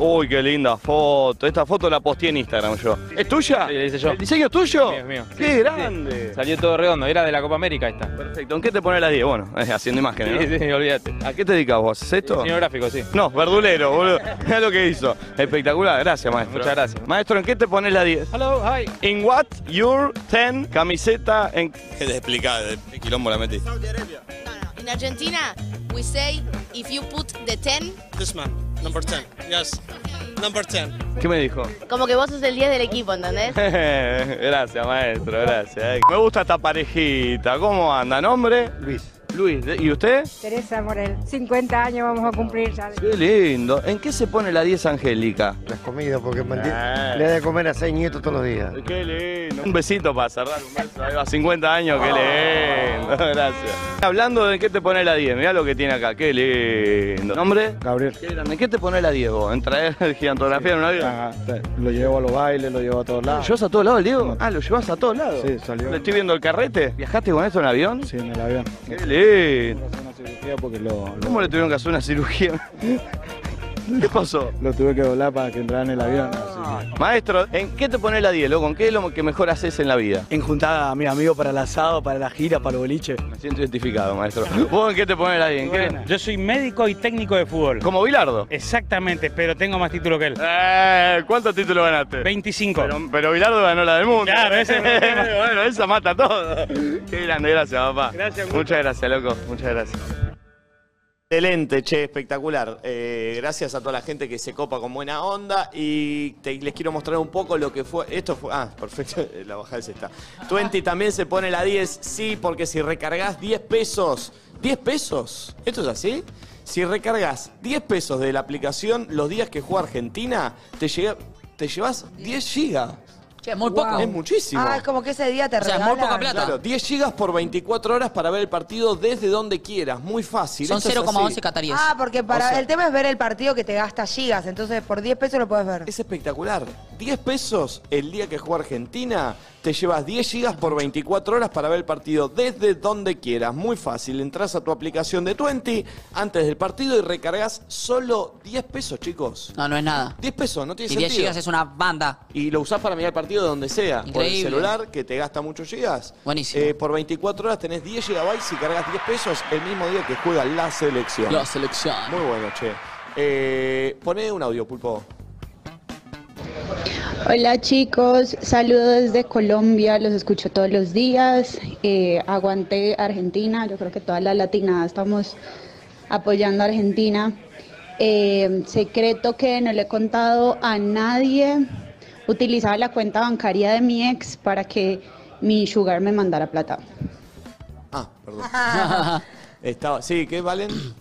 Speaker 2: Uy, qué linda foto. Esta foto la posteé en Instagram yo. ¿Es tuya?
Speaker 30: Sí, la hice yo.
Speaker 2: ¿El diseño es tuyo?
Speaker 30: Mío, es mío.
Speaker 2: ¡Qué grande!
Speaker 30: Salió todo redondo, era de la Copa América esta.
Speaker 2: Perfecto. ¿En qué te pone la 10? Bueno, eh, haciendo imágenes,
Speaker 30: Sí,
Speaker 2: ¿no?
Speaker 30: sí, olvídate.
Speaker 2: ¿A qué te dedicas vos? ¿Haces esto?
Speaker 30: Diseño gráfico, sí.
Speaker 2: No, verdulero, boludo. Mira lo que hizo. Espectacular, gracias, maestro.
Speaker 30: Muchas gracias.
Speaker 2: Maestro, ¿en qué te pones la 10?
Speaker 30: Hello, hi.
Speaker 2: In what your 10 camiseta en. ¿Qué te explicás? ¿De qué quilombo la metí?
Speaker 31: In Argentina, we say if you put the 10,
Speaker 32: This man, number 10. Yes, number 10.
Speaker 2: ¿Qué me dijo?
Speaker 31: como que vos sos el 10 del equipo, ¿entendés?
Speaker 2: gracias, maestro, gracias. Me gusta esta parejita. ¿Cómo anda? ¿Nombre? Luis. Luis, ¿y usted?
Speaker 33: Teresa Morel, 50 años vamos a cumplir ya.
Speaker 2: Qué lindo. ¿En qué se pone la 10 Angélica?
Speaker 9: Las comidas, porque mantiene-
Speaker 2: Ah.
Speaker 9: le da de comer a seis nietos todos los días.
Speaker 2: Qué lindo. Un besito para cerrar un beso. Ahí va, 50 años, qué lindo. Gracias. Hablando de qué te pone la 10, mirá lo que tiene acá, qué lindo. ¿Nombre?
Speaker 9: Gabriel.
Speaker 2: Qué grande. ¿Qué te pone la 10 vos? ¿En traer gigantografía en un avión?
Speaker 9: Lo llevo a los bailes, lo llevo a todos lados.
Speaker 2: ¿Lo llevas a todos lados, Diego? Ah, lo llevas a todos lados.
Speaker 9: Sí, salió.
Speaker 2: ¿Le estoy viendo el carrete? ¿Viajaste con esto en avión?
Speaker 9: Sí, en el avión.
Speaker 2: Qué lindo.
Speaker 9: Una cirugía porque lo, lo-
Speaker 2: ¿Cómo le tuvieron que hacer una cirugía? ¿Qué pasó?
Speaker 9: lo tuve que doblar para que entrara en el avión.
Speaker 2: Maestro, ¿en qué te pone la 10, loco? ¿Con qué es lo que mejor haces en la vida?
Speaker 14: En juntada a mis amigos para el asado, para la gira, para el boliche.
Speaker 2: Me siento identificado, maestro. ¿Vos en qué te pones la 10? ¿En qué?
Speaker 20: Yo soy médico y técnico de fútbol.
Speaker 2: ¿Como Bilardo?
Speaker 20: Exactamente, pero tengo más título que él.
Speaker 2: Eh, ¿Cuántos títulos ganaste?
Speaker 20: 25.
Speaker 2: Pero, pero Bilardo ganó la del mundo.
Speaker 20: Claro, ese es el problema.
Speaker 2: Bueno, esa mata todo. Qué grande, gracias, papá.
Speaker 20: Gracias, gusto.
Speaker 2: Muchas gracias, loco. Muchas gracias. Excelente, che, espectacular. Eh, gracias a toda la gente que se copa con buena onda y te- les quiero mostrar un poco lo que fue. Esto fue. Ah, perfecto, la bajada es esta. 20 también se pone la 10, sí, porque si recargas 10 pesos, 10 pesos, ¿esto es así? Si recargas 10 pesos de la aplicación los días que juega Argentina, te, llega- te llevas 10 gigas.
Speaker 4: Che,
Speaker 7: muy poco.
Speaker 2: Es muchísimo.
Speaker 4: Ah, es como que ese día te regalan.
Speaker 2: Claro, 10 gigas por 24 horas para ver el partido desde donde quieras. Muy fácil.
Speaker 7: Son
Speaker 2: Esto es así.
Speaker 7: 0,11 cataríes.
Speaker 4: Ah, porque para
Speaker 2: O sea-
Speaker 4: el tema es ver el partido que te gasta gigas, entonces por 10 pesos lo puedes ver.
Speaker 2: Es espectacular. 10 pesos el día que juega Argentina, te llevas 10 gigas por 24 horas para ver el partido desde donde quieras. Muy fácil. Entras a tu aplicación de 20 antes del partido y recargas solo 10 pesos, chicos.
Speaker 7: No, no es nada.
Speaker 2: 10 pesos, no tiene
Speaker 7: Y 10
Speaker 2: sentido.
Speaker 7: gigas es una banda.
Speaker 2: Y lo usás para mirar el partido de donde sea. Por el
Speaker 7: Increíble.
Speaker 2: celular, que te gasta muchos gigas.
Speaker 7: Buenísimo.
Speaker 2: Eh, por 24 horas tenés 10 gigabytes y cargas 10 pesos el mismo día que juega la selección.
Speaker 7: La selección.
Speaker 2: Muy bueno, che. Eh, poné un audio, Pulpo.
Speaker 19: Hola chicos, saludos desde Colombia, los escucho todos los días. Eh, aguante Argentina, yo creo que toda la latinada estamos apoyando a Argentina. Eh, secreto que no le he contado a nadie, utilizaba la cuenta bancaria de mi ex para que mi sugar me mandara plata.
Speaker 2: Ah, perdón. Estaba, sí, ¿qué valen?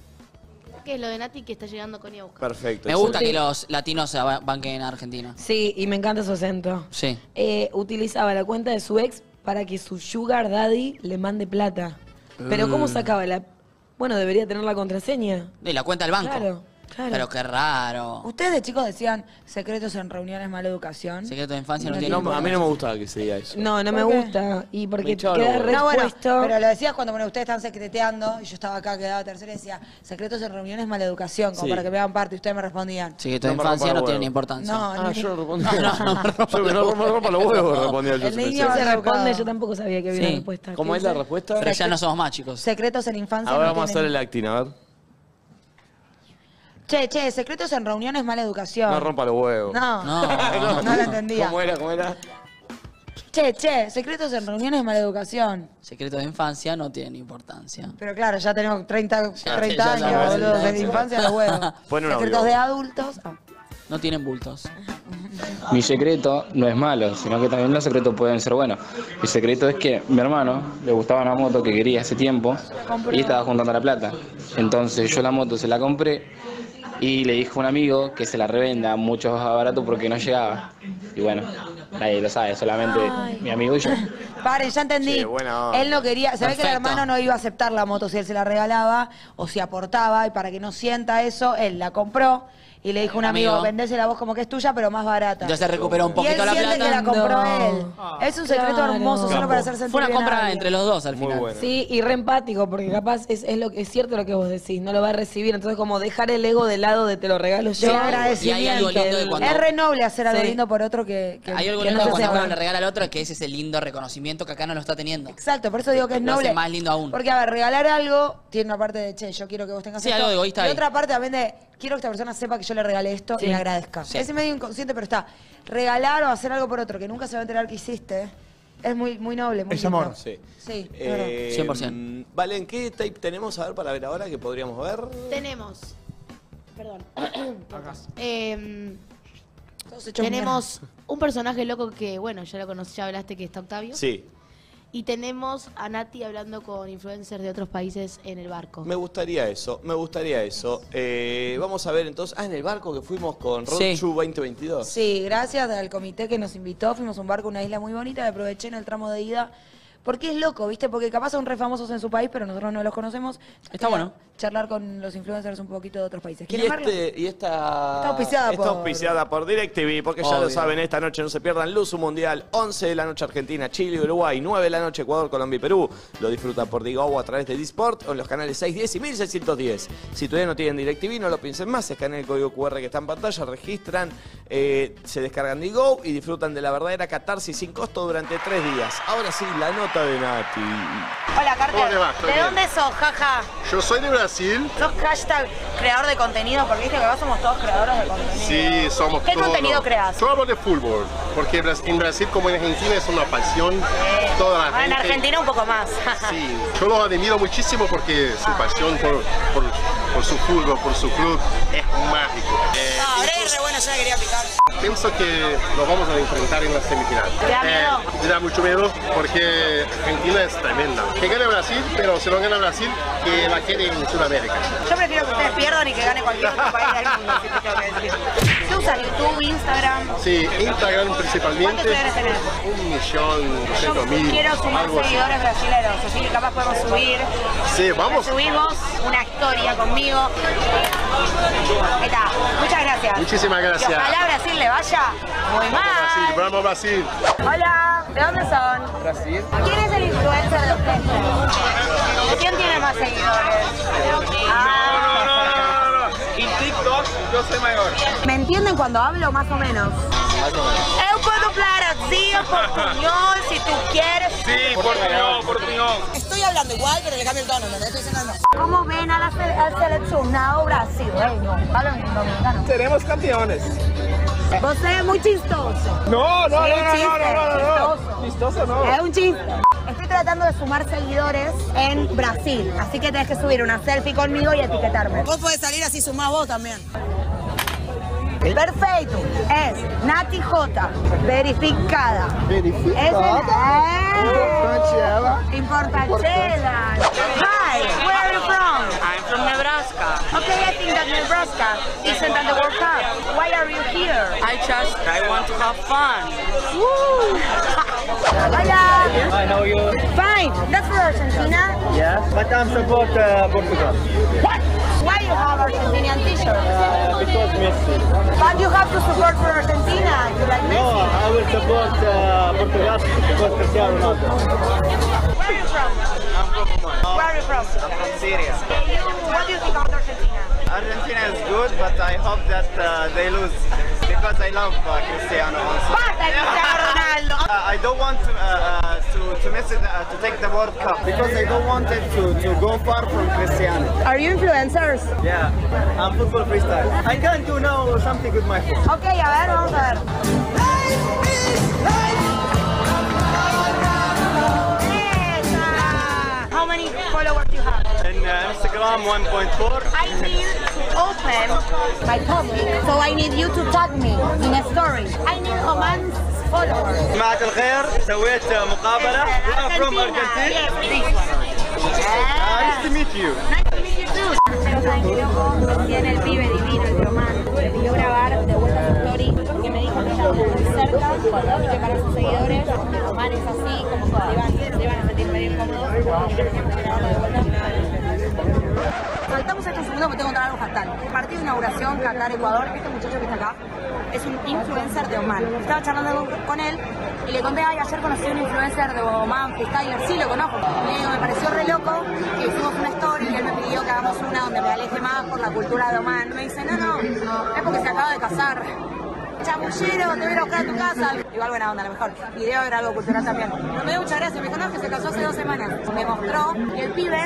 Speaker 12: ¿Qué es lo de Nati que está llegando con ella a buscar?
Speaker 2: Perfecto.
Speaker 7: Me gusta
Speaker 2: excelente.
Speaker 7: que los latinos se ba- banquen en Argentina.
Speaker 5: Sí, y me encanta su acento.
Speaker 7: Sí.
Speaker 5: Eh, utilizaba la cuenta de su ex para que su sugar daddy le mande plata. Pero ¿cómo
Speaker 7: Eh.
Speaker 5: sacaba la...? Bueno, debería tener la contraseña.
Speaker 7: De la cuenta del banco.
Speaker 5: Claro, claro.
Speaker 7: Pero qué raro.
Speaker 4: ¿Ustedes de chicos decían secretos en reuniones, mala educación?
Speaker 7: Secreto de infancia no,
Speaker 2: No,
Speaker 7: tiene.
Speaker 2: a mí no me gustaba que se diga eso.
Speaker 5: No, no me
Speaker 4: ¿Por qué?
Speaker 5: gusta. Y porque
Speaker 2: Me hinchaba
Speaker 5: queda
Speaker 2: los huevos.
Speaker 4: No, bueno,
Speaker 5: repuesto.
Speaker 4: pero lo decías cuando bueno, ustedes estaban secreteando y yo estaba acá, quedaba tercera y decía, secretos en reuniones, mala educación, como
Speaker 2: Sí.
Speaker 4: para que me hagan parte y ustedes me respondían.
Speaker 7: Secreto de
Speaker 2: No me
Speaker 7: infancia
Speaker 2: rompa
Speaker 7: no
Speaker 2: los
Speaker 7: tiene
Speaker 2: huevos.
Speaker 7: importancia.
Speaker 4: No,
Speaker 2: Ah, yo no respondía.
Speaker 7: No, no, no.
Speaker 2: Yo que no rompa, rompa los huevos, respondía yo.
Speaker 4: El
Speaker 2: siempre.
Speaker 4: niño-
Speaker 5: se responde,
Speaker 4: Educado.
Speaker 5: yo tampoco sabía que había
Speaker 2: Sí.
Speaker 5: una respuesta.
Speaker 2: ¿Cómo
Speaker 5: ¿Qué
Speaker 2: es la
Speaker 5: dice?
Speaker 2: respuesta?
Speaker 7: Pero ya no somos más chicos.
Speaker 4: Secretos en infancia.
Speaker 2: Ahora
Speaker 4: no
Speaker 2: vamos a hacer
Speaker 4: tienen-
Speaker 2: el acting, a ver.
Speaker 4: Che, che, secretos en reuniones, mala educación.
Speaker 2: No rompa los huevos.
Speaker 4: No. No, no lo entendía.
Speaker 2: ¿Cómo era? ¿Cómo era?
Speaker 4: Che, che, secretos en reuniones, mala educación.
Speaker 7: Secreto de infancia no tiene importancia.
Speaker 4: Pero claro, ya tenemos 30,
Speaker 7: Ya,
Speaker 4: 30
Speaker 7: ya
Speaker 4: años,
Speaker 7: sabemos.
Speaker 4: boludo, de la infancia los huevos.
Speaker 7: Pon un audio.
Speaker 4: secretos de adultos. Ah.
Speaker 7: No tienen bultos.
Speaker 34: Mi secreto no es malo, sino que también los secretos pueden ser buenos. Mi secreto es que mi hermano le gustaba una moto que quería hace tiempo y estaba juntando la plata. Entonces yo la moto se la compré y le dije a un amigo que se la revenda mucho más barato porque no llegaba. Y bueno, nadie lo sabe, solamente mi amigo y yo.
Speaker 4: Paren, ya entendí.
Speaker 2: Che, buena onda.
Speaker 4: él no quería, se ve que el
Speaker 2: Perfecto.
Speaker 4: hermano no iba a aceptar la moto si él se la regalaba o si aportaba y para que no sienta eso, él la compró y le dijo a un amigo,
Speaker 7: Amigo.
Speaker 4: vendésela vos como que es tuya, pero más barata.
Speaker 7: Entonces recuperó un poquito
Speaker 4: y él
Speaker 7: la
Speaker 4: siente
Speaker 7: plata.
Speaker 4: que la compró
Speaker 5: No.
Speaker 4: él. Es un secreto
Speaker 5: Claro.
Speaker 4: hermoso solo para hacer sentir
Speaker 7: Fue una
Speaker 4: bien a
Speaker 7: compra
Speaker 4: alguien.
Speaker 7: entre los dos al final.
Speaker 5: Sí, y re empático, porque capaz es, es lo que es cierto lo que vos decís, no lo va a recibir. Entonces, como dejar el ego de lado de te lo regalo yo.
Speaker 4: Yo agradecimiento. Es re noble hacer algo lindo por otro que, que-
Speaker 7: Hay algo
Speaker 4: que no
Speaker 7: lindo
Speaker 4: se
Speaker 7: cuando
Speaker 4: hace.
Speaker 7: uno le regala al otro que es ese lindo reconocimiento que acá no lo está teniendo.
Speaker 4: Exacto, por eso digo que es
Speaker 7: Lo hace
Speaker 4: noble.
Speaker 7: más lindo aún.
Speaker 4: Porque, a ver, regalar algo tiene una parte de, che, yo quiero que vos tengas
Speaker 7: Sí,
Speaker 4: esto.
Speaker 7: algo egoísta
Speaker 4: y
Speaker 7: ahí.
Speaker 4: otra parte también de, quiero que esta persona sepa que yo le regalé esto
Speaker 7: Sí.
Speaker 4: y me agradezca.
Speaker 7: Sí.
Speaker 4: Es medio inconsciente, pero está. Regalar o hacer algo por otro que nunca se va a enterar que hiciste es muy, muy noble, muy lindo.
Speaker 2: Sí.
Speaker 4: Sí, es verdad.
Speaker 2: Eh,
Speaker 7: 100%.
Speaker 2: Valen, ¿qué tape tenemos a ver para ver ahora que podríamos ver?
Speaker 12: Tenemos. Perdón. Em,
Speaker 4: hecho
Speaker 12: tenemos un personaje loco que, bueno, ya lo conocí, ya hablaste que está Octavio.
Speaker 2: Sí.
Speaker 12: Y tenemos a Nati hablando con influencers de otros países en el barco.
Speaker 2: Me gustaría eso, me gustaría eso. Eh, vamos a ver entonces. Ah, en el barco que fuimos con Road
Speaker 4: Sí.
Speaker 2: Chu 2022.
Speaker 4: Sí, gracias al comité que nos invitó. Fuimos a un barco, a una isla muy bonita, la aproveché en el tramo de ida. Porque es loco, ¿viste? Porque capaz son re famosos en su país, pero nosotros no los conocemos.
Speaker 7: Está
Speaker 4: Eh,
Speaker 7: bueno.
Speaker 4: Charlar con los influencers un poquito de otros países.
Speaker 2: Y,
Speaker 4: ¿Quieren verlo?
Speaker 2: este, y esta.
Speaker 4: Está auspiciada
Speaker 2: está
Speaker 4: por-
Speaker 2: auspiciada por DirecTV, porque ya lo
Speaker 4: Obvio.
Speaker 2: saben, esta noche no se pierdan Luz Mundial, 11 de la noche Argentina, Chile, y Uruguay, 9 de la noche Ecuador, Colombia y Perú. Lo disfrutan por Digogo a través de Disport o en los canales 610 y 1610. Si todavía no tienen DirecTV, no lo piensen más, escanean el código QR que está en pantalla, registran, eh, se descargan Digo y disfrutan de la verdadera catarsis sin costo durante tres días. Ahora sí, la nota de Nati.
Speaker 4: Hola, Carter.
Speaker 2: ¿Cómo le va? Estoy
Speaker 4: ¿De
Speaker 2: bien.
Speaker 4: dónde sos, jaja?
Speaker 16: Yo soy de Brasil.
Speaker 4: ¿Sos hashtag creador de contenido? Porque viste que acá somos todos creadores de contenido.
Speaker 16: Sí, somos
Speaker 4: ¿Qué
Speaker 16: todos-
Speaker 4: contenido creas?
Speaker 16: Todo de fútbol, porque Bras- en Brasil como en Argentina es una pasión. Toda la
Speaker 4: Ah, en
Speaker 16: gente-
Speaker 4: Argentina un poco más.
Speaker 16: Sí, yo los admiro muchísimo porque su pasión por, por- por su fútbol, por su club, es mágico. Eh,
Speaker 4: Ah, re bueno, yo le quería picar.
Speaker 16: Pienso que nos vamos a enfrentar en la semifinal.
Speaker 4: ¿Te da miedo?
Speaker 16: me da mucho miedo porque Argentina es tremenda. Que gane Brasil, pero si no gana Brasil, que la quede en Sudamérica.
Speaker 4: Yo prefiero que ustedes pierdan y que gane cualquier otro país del mundo, si te tengo que decir. ¿Qué usas? ¿YouTube, Instagram?
Speaker 16: Sí, Instagram principalmente.
Speaker 4: ¿Cuántos seguidores tenés?
Speaker 16: Un millón,
Speaker 4: Yo
Speaker 16: doscientos mil.
Speaker 4: quiero sumar
Speaker 16: algo así.
Speaker 4: seguidores brasileños, así que capaz podemos subir.
Speaker 16: Sí, vamos.
Speaker 4: Subimos una historia conmigo. Ahí está. Muchas gracias.
Speaker 16: Muchísimas gracias.
Speaker 4: Y ojalá a Brasil le vaya muy mal.
Speaker 16: Brasil, vamos Brasil.
Speaker 4: Hola, ¿de dónde son?
Speaker 16: Brasil.
Speaker 4: ¿Quién es el influencer de ustedes? ¿Quién tiene más seguidores? Ah.
Speaker 3: En TikTok yo soy mayor.
Speaker 4: ¿Me entienden cuando hablo más o menos? Eu puedo hablar así o portuñol si tú quieres.
Speaker 3: Sí, portuñol, portuñol.
Speaker 4: Estoy hablando igual, pero le cambio el tono, me estoy diciendo ¿Cómo ven a la se- al seleccionado brasileño? Hablan en dominicano.
Speaker 3: Seremos campeones.
Speaker 4: Você es muy chistoso.
Speaker 3: No, no,
Speaker 4: Sí,
Speaker 3: no, no,
Speaker 4: chiste,
Speaker 3: no, no, no, no. Chistoso no.
Speaker 4: Es un chiste. Estoy tratando de sumar seguidores en Brasil, así que tenés que subir una selfie conmigo y etiquetarme. Vos podés salir así sumado vos también. Perfecto. Es Nati J, verificada.
Speaker 16: Verificada.
Speaker 4: Es
Speaker 16: Importante
Speaker 4: una...
Speaker 16: ela.
Speaker 4: ¡Eh! Importantela. Hi, where are you from? I'm from Nebraska. Okay, I think that Nebraska isn't at the World Cup. Why are you here? I just I want to have fun. Woo! Hola.
Speaker 3: Hi, how are you?
Speaker 4: Fine. That's for Argentina.
Speaker 3: Yeah, but I'm support uh, Portugal.
Speaker 4: What? Why you have Argentinian t-shirt?
Speaker 3: Uh, because Messi.
Speaker 4: But you have to support for Argentina. You like
Speaker 3: No,
Speaker 4: Messi.
Speaker 3: I will support uh, Portugal because Cristiano Ronaldo.
Speaker 4: Where are you from? Where are you from?
Speaker 3: I'm from Syria.
Speaker 4: What do you think about Argentina?
Speaker 3: Argentina is good, but I hope that uh, they lose because I love uh, Cristiano also.
Speaker 4: Basta, Cristiano Ronaldo.
Speaker 3: Uh, I don't want uh, uh, to to miss it, uh, to take the World Cup because I don't want it to, to go far from Cristiano.
Speaker 4: Are you influencers?
Speaker 3: Yeah, I'm football freestyle. I can do now something with my foot.
Speaker 4: Ok, a ver, vamos a ver. Esa. How many followers do you have?
Speaker 3: In uh, Instagram 1.4.
Speaker 4: I need open my public, so I need you to tag me in a story. I need a man's uh, followers.
Speaker 3: جماعة الخير سويت uh, مقابلة. I'm from Argentina.
Speaker 4: Yes, this one.
Speaker 3: Nice to meet you.
Speaker 4: Nice to meet you too.
Speaker 10: Recién el pibe divino, el Román, me pidió grabar de vuelta su story porque me dijo que estaba muy cerca y que para sus seguidores Román es así, como que se
Speaker 4: Saltamos esto un segundo porque tengo que contar algo fatal. El partido de inauguración Qatar-Ecuador, este muchacho que está acá es un influencer de Oman. Estaba charlando con- con él y le conté, ay, ayer conocí a un influencer de Oman, freestyler, sí, lo conozco. Le digo, me pareció re loco que hicimos una story y él me pidió que hagamos una donde me aleje más por la cultura de Oman. Me dice, no, no, es porque se acaba de casar. Chamullero, te voy a ir a buscar a tu casa. Igual buena onda, a lo mejor. Y debe haber algo cultural también. Pero me dio muchas gracias, me dijo, no, que se casó hace dos semanas. Me mostró y el pibe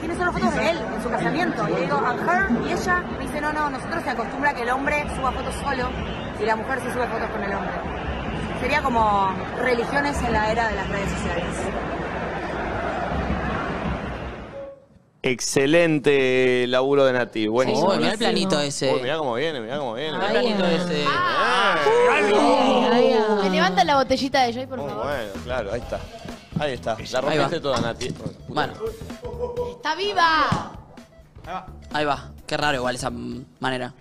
Speaker 4: tiene solo fotos de él en su casamiento. Y le digo, and her, y ella me dice, no, no, nosotros se acostumbra que el hombre suba fotos solo y la mujer se sube fotos con el hombre. Sería como religiones en la era de las redes sociales.
Speaker 2: Excelente laburo de Nati. Buenísimo.
Speaker 7: bueno, mirá el
Speaker 2: Nati.
Speaker 7: planito ese.
Speaker 2: Uy, mirá cómo viene, mirá cómo viene.
Speaker 7: Mirá el planito ese.
Speaker 12: ¡Ah! ¿Me levantan la botellita de Joy, por favor?
Speaker 2: Bueno, claro, ahí está. Ahí está. La rompiste toda, Nati.
Speaker 7: Bueno,
Speaker 12: ¡Está viva!
Speaker 7: ahí va. Qué raro igual esa mm, manera.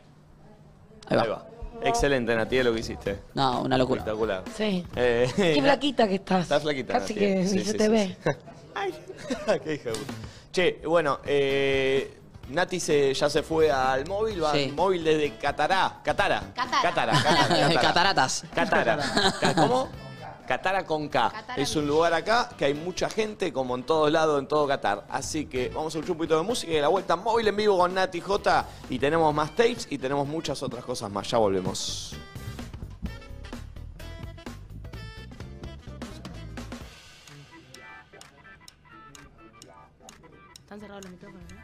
Speaker 2: Ahí va. Excelente, Nati, es lo que hiciste.
Speaker 7: No, una locura.
Speaker 2: Espectacular.
Speaker 5: Sí.
Speaker 2: Eh,
Speaker 5: Qué flaquita que estás.
Speaker 2: Estás flaquita,
Speaker 5: Casi
Speaker 2: Nati, eh.
Speaker 5: que
Speaker 2: Sí,
Speaker 5: ni se
Speaker 2: sí,
Speaker 5: te
Speaker 2: sí,
Speaker 5: ve.
Speaker 2: Qué hija de puta. Che, bueno, eh, Nati se, ya se fue al móvil, va
Speaker 7: Sí.
Speaker 2: al móvil desde Catará. Catara. Catara. Catara.
Speaker 7: Cataratas.
Speaker 2: Catara. Ca- ¿Cómo? Catara con K. es un lugar acá que hay mucha gente, como en todos lados, en todo Qatar. Así que vamos a un chupito de música y a la vuelta móvil en vivo con Nati J. Y tenemos más tapes y tenemos muchas otras cosas más. Ya volvemos.
Speaker 12: Están cerrados los micrófonos, ¿no?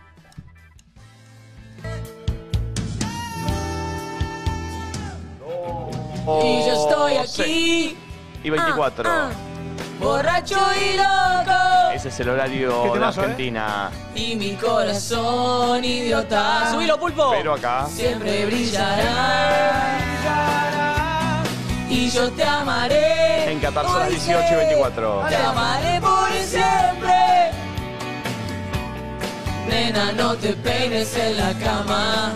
Speaker 4: Y yo estoy
Speaker 2: Sí.
Speaker 4: aquí.
Speaker 2: Y 24.
Speaker 4: Ah,
Speaker 5: Ah,
Speaker 4: Borracho y loco.
Speaker 2: Ese es el horario de Argentina.
Speaker 4: Y mi corazón idiota.
Speaker 7: Subilo, pulpo.
Speaker 2: Pero acá.
Speaker 4: Siempre brillará. Y yo te amaré.
Speaker 5: Eh,
Speaker 2: En Qatar son las 18 y 24.
Speaker 4: Te amaré por siempre. Nena, no te peines en la cama.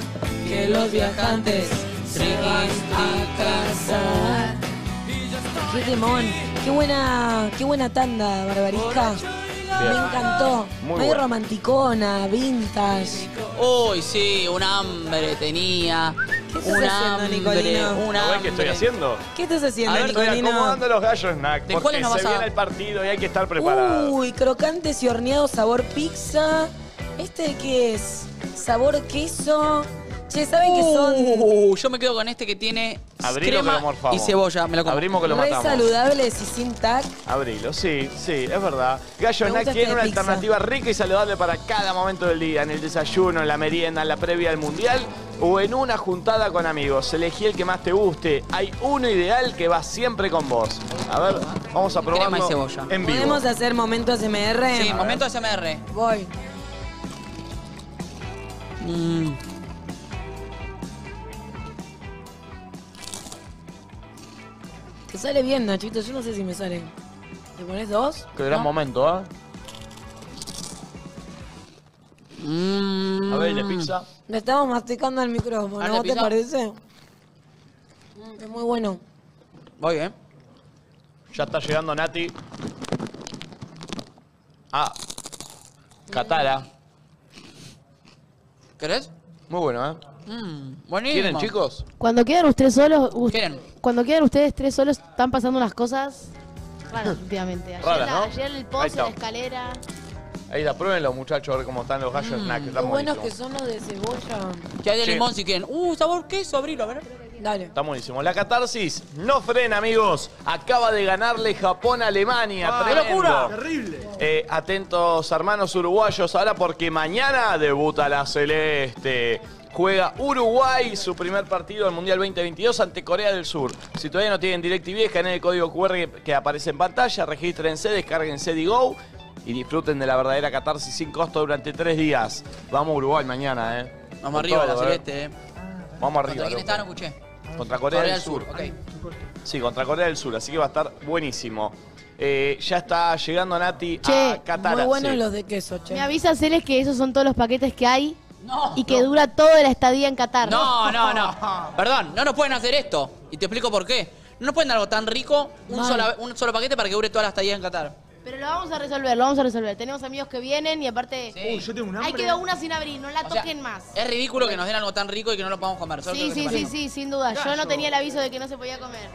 Speaker 4: Que los viajantes se van a casar.
Speaker 5: Qué temón. Qué buena, qué buena tanda, Barbarisca. Me
Speaker 7: Bien.
Speaker 5: encantó.
Speaker 7: Muy
Speaker 5: Medio
Speaker 7: buena.
Speaker 5: romanticona, vintage.
Speaker 7: Uy, sí, un hambre tenía. ¿Qué
Speaker 5: estás haciendo, Nicolino?
Speaker 7: Un
Speaker 5: ¿No
Speaker 2: ¿Sabés qué
Speaker 7: hambre.
Speaker 2: estoy haciendo?
Speaker 5: ¿Qué estás haciendo,
Speaker 2: A ver, estoy
Speaker 5: Nicolino?
Speaker 2: acomodando los gallos, Snack.
Speaker 5: ¿De
Speaker 2: Porque
Speaker 5: cuáles nos
Speaker 2: se
Speaker 5: vas a-
Speaker 2: viene el partido y hay que estar preparados.
Speaker 5: Uy, crocantes y horneados sabor pizza. ¿Este qué es? Sabor queso. Che, ¿saben qué son?
Speaker 2: Uh,
Speaker 7: Yo me quedo con este que tiene
Speaker 2: Abrilo que
Speaker 7: crema
Speaker 2: lo morfamos.
Speaker 7: y cebolla. Me lo como.
Speaker 2: Abrimos que lo
Speaker 5: Re
Speaker 2: matamos.
Speaker 5: saludables y sin tac.
Speaker 2: Abrilo, sí, sí, es verdad. Gallo
Speaker 5: Me gusta
Speaker 2: Snack
Speaker 5: este
Speaker 2: tiene
Speaker 5: de
Speaker 2: una
Speaker 5: pizza.
Speaker 2: alternativa rica y saludable para cada momento del día, en el desayuno, en la merienda, en la previa al mundial o en una juntada con amigos. Elegí el que más te guste. Hay uno ideal que va siempre con vos. A ver, vamos a probarlo
Speaker 7: y cebolla.
Speaker 2: en vivo.
Speaker 5: ¿Podemos hacer momento SMR?
Speaker 7: Sí, momento SMR.
Speaker 5: Voy. Te sale bien, Nachito. Yo no sé si me sale. ¿Te pones dos?
Speaker 2: Qué gran momento, ¿eh?
Speaker 5: Mm.
Speaker 2: A ver, ¿y la pizza?
Speaker 5: Lo estamos masticando al micrófono,
Speaker 7: ¿Ah,
Speaker 5: ¿no
Speaker 7: la
Speaker 5: te
Speaker 7: pizza?
Speaker 5: parece? Mm, Es muy bueno.
Speaker 7: Voy, ¿eh?
Speaker 2: Ya está llegando Nati. Ah, Catara.
Speaker 7: ¿Querés?
Speaker 2: Muy bueno, ¿eh?
Speaker 7: Mm, buenísimo.
Speaker 2: ¿Quieren, chicos?
Speaker 12: Cuando quedan ustedes solos, us-
Speaker 7: Quieren.
Speaker 12: cuando quedan ustedes tres solos, están pasando unas cosas raras últimamente. Ayer,
Speaker 2: Raras,
Speaker 12: la-
Speaker 2: ¿no?
Speaker 12: ayer el
Speaker 2: Ahí
Speaker 12: pozo,
Speaker 2: está.
Speaker 12: la escalera.
Speaker 2: Ahí la pruébenlo, muchachos, a ver cómo están los gallos snack.
Speaker 7: Mm,
Speaker 5: Qué
Speaker 2: Están
Speaker 5: buenos
Speaker 2: buenísimos.
Speaker 5: que son los de cebolla.
Speaker 7: Que hay de
Speaker 2: Sí.
Speaker 7: limón si quieren. Uh, sabor queso, abrilo, a ver.
Speaker 5: Dale.
Speaker 2: Está buenísimo. La catarsis no frena, amigos. Acaba de ganarle Japón a Alemania.
Speaker 7: Ah,
Speaker 2: ¡Tremendo!
Speaker 7: ¡Qué locura!
Speaker 2: ¡Terrible! atentos, hermanos uruguayos, ahora porque mañana debuta la Celeste. Juega Uruguay su primer partido del Mundial 2022 ante Corea del Sur. Si todavía no tienen DirecTV, escaneen el código QR que aparece en pantalla, regístrense, descárguense DiGo y disfruten de la verdadera catarsis sin costo durante tres días. Vamos a Uruguay mañana, ¿eh?
Speaker 7: Vamos
Speaker 2: Con
Speaker 7: arriba, la
Speaker 2: todo, ¿eh?
Speaker 7: celeste, ¿eh?
Speaker 2: Vamos
Speaker 7: ¿Contra
Speaker 2: arriba.
Speaker 7: quién
Speaker 2: loco.
Speaker 7: está? No escuché.
Speaker 2: Contra Corea, del Sur. Sí, contra Corea del Sur, así que va a estar buenísimo. Eh, ya está llegando Nati a Qatar.
Speaker 5: Muy buenos
Speaker 2: sí.
Speaker 5: los de queso, che.
Speaker 12: Me avisa Celes que esos son todos los paquetes que hay
Speaker 7: No.
Speaker 12: y que dura toda la estadía en Qatar.
Speaker 7: No, no, no. Perdón, no nos pueden hacer esto. Y te explico por qué. No nos pueden dar algo tan rico, un,
Speaker 12: Mal.
Speaker 7: sola- un solo paquete para que dure toda la estadía en Qatar.
Speaker 12: Pero lo vamos a resolver, lo vamos a resolver. Tenemos amigos que vienen y aparte.
Speaker 7: Uy, yo tengo un
Speaker 12: Ahí
Speaker 7: hambre.
Speaker 12: quedó una sin abrir, no la
Speaker 7: sea,
Speaker 12: toquen más.
Speaker 7: Es ridículo que nos den algo tan rico y que no lo podamos comer. Solo creo
Speaker 12: Sí, sí,
Speaker 7: que
Speaker 12: sí,
Speaker 7: se
Speaker 12: sí, sin duda. Yo no tenía el aviso de que no se podía comer.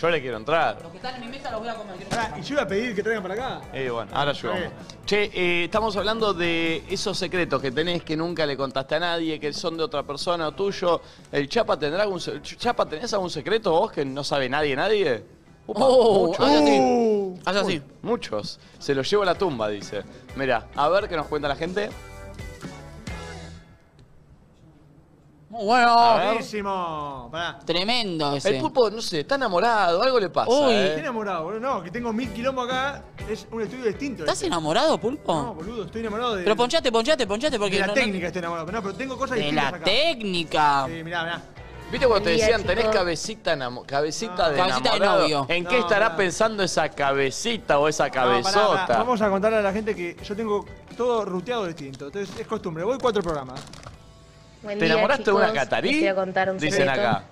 Speaker 2: Yo le quiero entrar.
Speaker 7: Los que están en mi mesa los voy a comer.
Speaker 6: Y yo iba a pedir que traigan para acá.
Speaker 2: Eh, bueno, ahora yo.
Speaker 6: Eh.
Speaker 2: Che, eh, estamos hablando de esos secretos que tenés que nunca le contaste a nadie, que son de otra persona o tuyo. ¿El Chapa tendrá algún se- Chapa, tenés algún secreto vos que no sabe nadie, nadie? Upa,
Speaker 7: Oh,
Speaker 2: muchos.
Speaker 7: haz así.
Speaker 3: oh.
Speaker 2: Uh.
Speaker 7: Haz así.
Speaker 2: Uy, Muchos. Se los llevo a la tumba, dice. Mira, a ver qué nos cuenta la gente.
Speaker 7: Muy bueno.
Speaker 6: Buenísimo. Pará.
Speaker 7: Tremendo ese.
Speaker 2: El pulpo, no sé, está enamorado, algo le pasa.
Speaker 6: Uy,
Speaker 2: eh.
Speaker 6: estoy enamorado, boludo. No, que tengo mil quilombo acá. Es un estudio distinto.
Speaker 7: ¿Estás
Speaker 6: este.
Speaker 7: enamorado, pulpo?
Speaker 6: No, boludo, estoy enamorado de.
Speaker 7: Pero ponchate, ponchate, ponchate porque.
Speaker 6: de la
Speaker 7: no- no-
Speaker 6: técnica estoy enamorado. Pero no, pero tengo cosas
Speaker 7: De la
Speaker 6: distintas acá.
Speaker 7: técnica.
Speaker 6: Sí, mirá, mirá.
Speaker 2: ¿Viste cuando te
Speaker 6: Buen día,
Speaker 2: decían tenés
Speaker 6: chicos.
Speaker 2: cabecita, enamo- cabecita de
Speaker 6: Ah. Cabecita de
Speaker 2: enamorado?
Speaker 6: novio.
Speaker 2: ¿En
Speaker 6: No,
Speaker 2: qué estará
Speaker 6: pará.
Speaker 2: pensando esa cabecita o esa
Speaker 6: No, pará, pará.
Speaker 2: cabezota?
Speaker 6: Vamos a contarle a la gente que yo tengo todo ruteado distinto. Entonces es costumbre. Voy cuatro programas.
Speaker 11: Buen
Speaker 2: ¿Te
Speaker 11: día,
Speaker 2: enamoraste de una
Speaker 11: chicos.
Speaker 2: catarí?
Speaker 11: Les quiero contar un
Speaker 2: Dicen
Speaker 11: secreto.
Speaker 2: acá.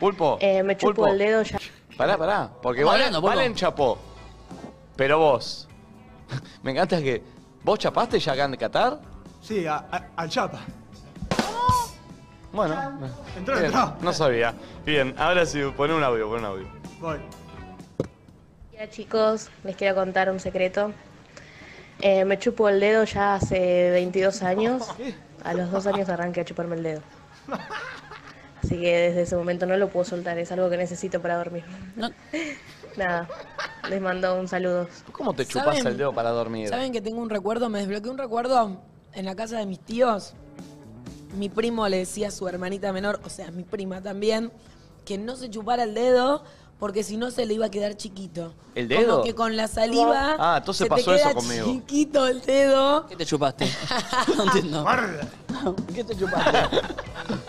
Speaker 2: Pulpo.
Speaker 11: Eh, me chupo
Speaker 2: Pulpo.
Speaker 11: el dedo ya.
Speaker 2: Pará, pará. Porque
Speaker 11: Estamos
Speaker 2: Valen,
Speaker 11: hablando, Pulpo.
Speaker 2: Valen chapó. Pero vos. Me encanta que. ¿Vos chapaste ya acá en Qatar?
Speaker 6: Sí, a- a- al Chapa.
Speaker 2: Bueno.
Speaker 6: Entró,
Speaker 2: Bien,
Speaker 6: entró.
Speaker 2: no sabía. Bien, ahora sí, pon un audio, pon un audio.
Speaker 6: Voy.
Speaker 11: Hola chicos, les quiero contar un secreto. Eh, me chupo el dedo ya hace 22 años. A los dos años arranqué a chuparme el dedo. Así que desde ese momento no lo puedo soltar, es algo que necesito para dormir. Nada, les mando un saludo.
Speaker 2: ¿Cómo te chupás
Speaker 11: ¿Saben?
Speaker 2: el dedo para dormir?
Speaker 5: ¿Saben que tengo un recuerdo? Me desbloqueé un recuerdo en la casa de mis tíos. Mi primo le decía a su hermanita menor, o sea, mi prima también, que no se chupara el dedo porque si no se le iba a quedar chiquito.
Speaker 2: ¿El dedo?
Speaker 5: Como que con la saliva.
Speaker 2: Ah, entonces
Speaker 5: se te
Speaker 2: pasó eso
Speaker 5: queda
Speaker 2: conmigo.
Speaker 5: Chiquito el dedo.
Speaker 7: ¿Qué te chupaste? no entiendo.
Speaker 5: ¿Qué te chupaste?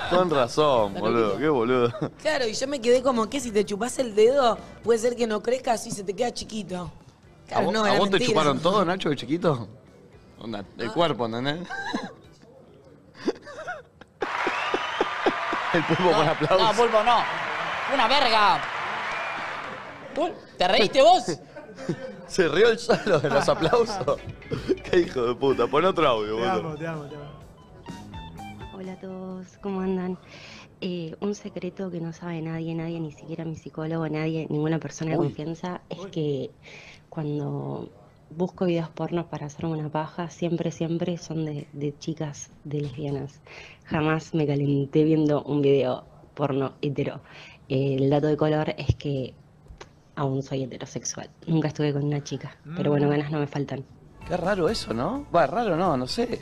Speaker 2: Con razón, boludo. Qué boludo.
Speaker 5: Claro, y yo me quedé como que si te chupas el dedo, puede ser que no crezcas y se te queda chiquito.
Speaker 2: ¿A
Speaker 5: Claro,
Speaker 2: vos,
Speaker 5: no,
Speaker 2: Ah, a
Speaker 5: era
Speaker 2: vos te
Speaker 5: mentira.
Speaker 2: chuparon todo, Nacho, de chiquito? Onda, el cuerpo, ¿entendés? el pulpo con aplausos.
Speaker 7: No, pulpo, no. Una verga. Pul- ¿Te reíste vos?
Speaker 2: Se rió el solo de los aplausos. Qué hijo de puta. Pon otro audio,
Speaker 6: Te
Speaker 2: boludo.
Speaker 6: amo, te amo, te amo.
Speaker 13: Hola a todos, ¿cómo andan? Eh, un secreto que no sabe nadie, nadie, ni siquiera mi psicólogo, nadie, ninguna persona de
Speaker 15: Uy.
Speaker 13: confianza, es que cuando busco videos pornos para hacerme una paja, siempre, siempre son de, de chicas, de lesbianas. Jamás me calenté viendo un video porno hetero. Eh, el dato de color es que aún soy heterosexual. Nunca estuve con una chica, pero bueno,
Speaker 5: Mm.
Speaker 13: ganas no me faltan.
Speaker 2: Qué raro eso, ¿no? Va, raro no, no sé.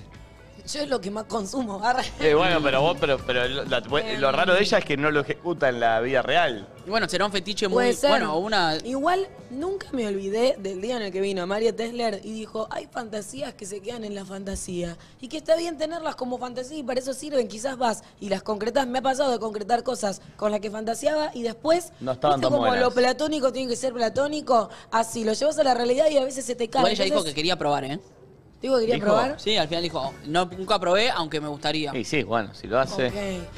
Speaker 5: Yo es lo que más consumo. arre.
Speaker 2: Eh, bueno, pero vos, pero, pero lo- la- lo raro de ella es que no lo ejecuta en la vida real.
Speaker 7: Y bueno, será un fetiche muy.
Speaker 5: Puede ser.
Speaker 7: Bueno, una.
Speaker 5: Igual nunca me olvidé del día en el que vino María Tesler y dijo, hay fantasías que se quedan en la fantasía. Y que está bien tenerlas como fantasía y para eso sirven, quizás vas y las concretas. Me ha pasado de concretar cosas con las que fantaseaba y después,
Speaker 2: No estaban
Speaker 5: ¿viste
Speaker 2: tan
Speaker 5: como
Speaker 2: buenas.
Speaker 5: lo platónico tiene que ser platónico, así lo llevas a la realidad y a veces se te cae.
Speaker 7: Igual ella dijo que
Speaker 5: Entonces,
Speaker 7: quería probar, ¿eh?
Speaker 5: digo que quería
Speaker 2: dijo-
Speaker 5: probar.
Speaker 7: Sí, al final dijo, no, nunca probé, aunque me gustaría.
Speaker 2: Y sí, bueno, si lo hace.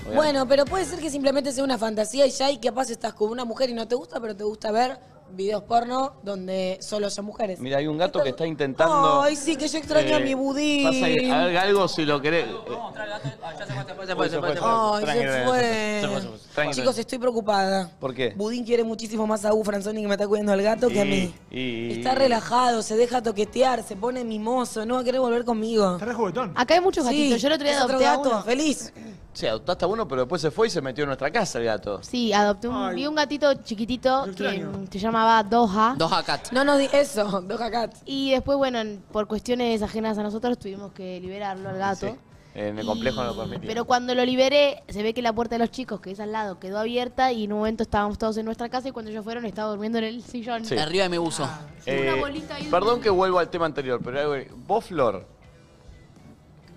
Speaker 5: Ok. Bueno, pero puede ser que simplemente sea una fantasía y ya, y capaz estás con una mujer y no te gusta, pero te gusta ver videos porno donde solo son mujeres.
Speaker 2: Mira, hay un gato que está intentando.
Speaker 5: Ay, sí, que yo extraño a mi budín.
Speaker 2: pasa que- eh, a ver, algo si lo querés.
Speaker 7: Se fue, se fue, se fue.
Speaker 5: Ay,
Speaker 2: Tranquilo,
Speaker 5: se
Speaker 2: se fue, se
Speaker 5: fue.
Speaker 2: fue. Tranquilo.
Speaker 5: Chicos, estoy preocupada.
Speaker 2: ¿Por qué?
Speaker 5: Budín quiere muchísimo más a U Franzoni que me está cuidando al gato que a mí.
Speaker 2: Y-
Speaker 5: Está relajado, se deja toquetear, se pone mimoso, no va a querer volver conmigo. Está
Speaker 6: re juguetón.
Speaker 12: Acá hay muchos gatitos, yo el otro día
Speaker 5: otro
Speaker 12: adopté a
Speaker 5: gato,
Speaker 12: uno.
Speaker 5: feliz.
Speaker 2: Sí, adoptaste a uno, pero después se fue y se metió en nuestra casa el gato.
Speaker 12: Sí, adopté un, vi un gatito chiquitito que mm, se llamaba Doha.
Speaker 7: Doha Cat.
Speaker 5: No, no, di eso, Doha Cat.
Speaker 12: Y después, bueno, en- por cuestiones ajenas a nosotros tuvimos que liberarlo al gato.
Speaker 2: Sí, En el complejo no lo permitía.
Speaker 12: Pero cuando lo liberé, se ve que la puerta de los chicos, que es al lado, quedó abierta y en un momento estábamos todos en nuestra casa y cuando ellos fueron estaba durmiendo en el sillón.
Speaker 2: Sí.
Speaker 7: Arriba de mi buzo.
Speaker 5: Ah,
Speaker 2: Eh, Perdón que vuelvo al tema anterior, pero algo- vos, Flor,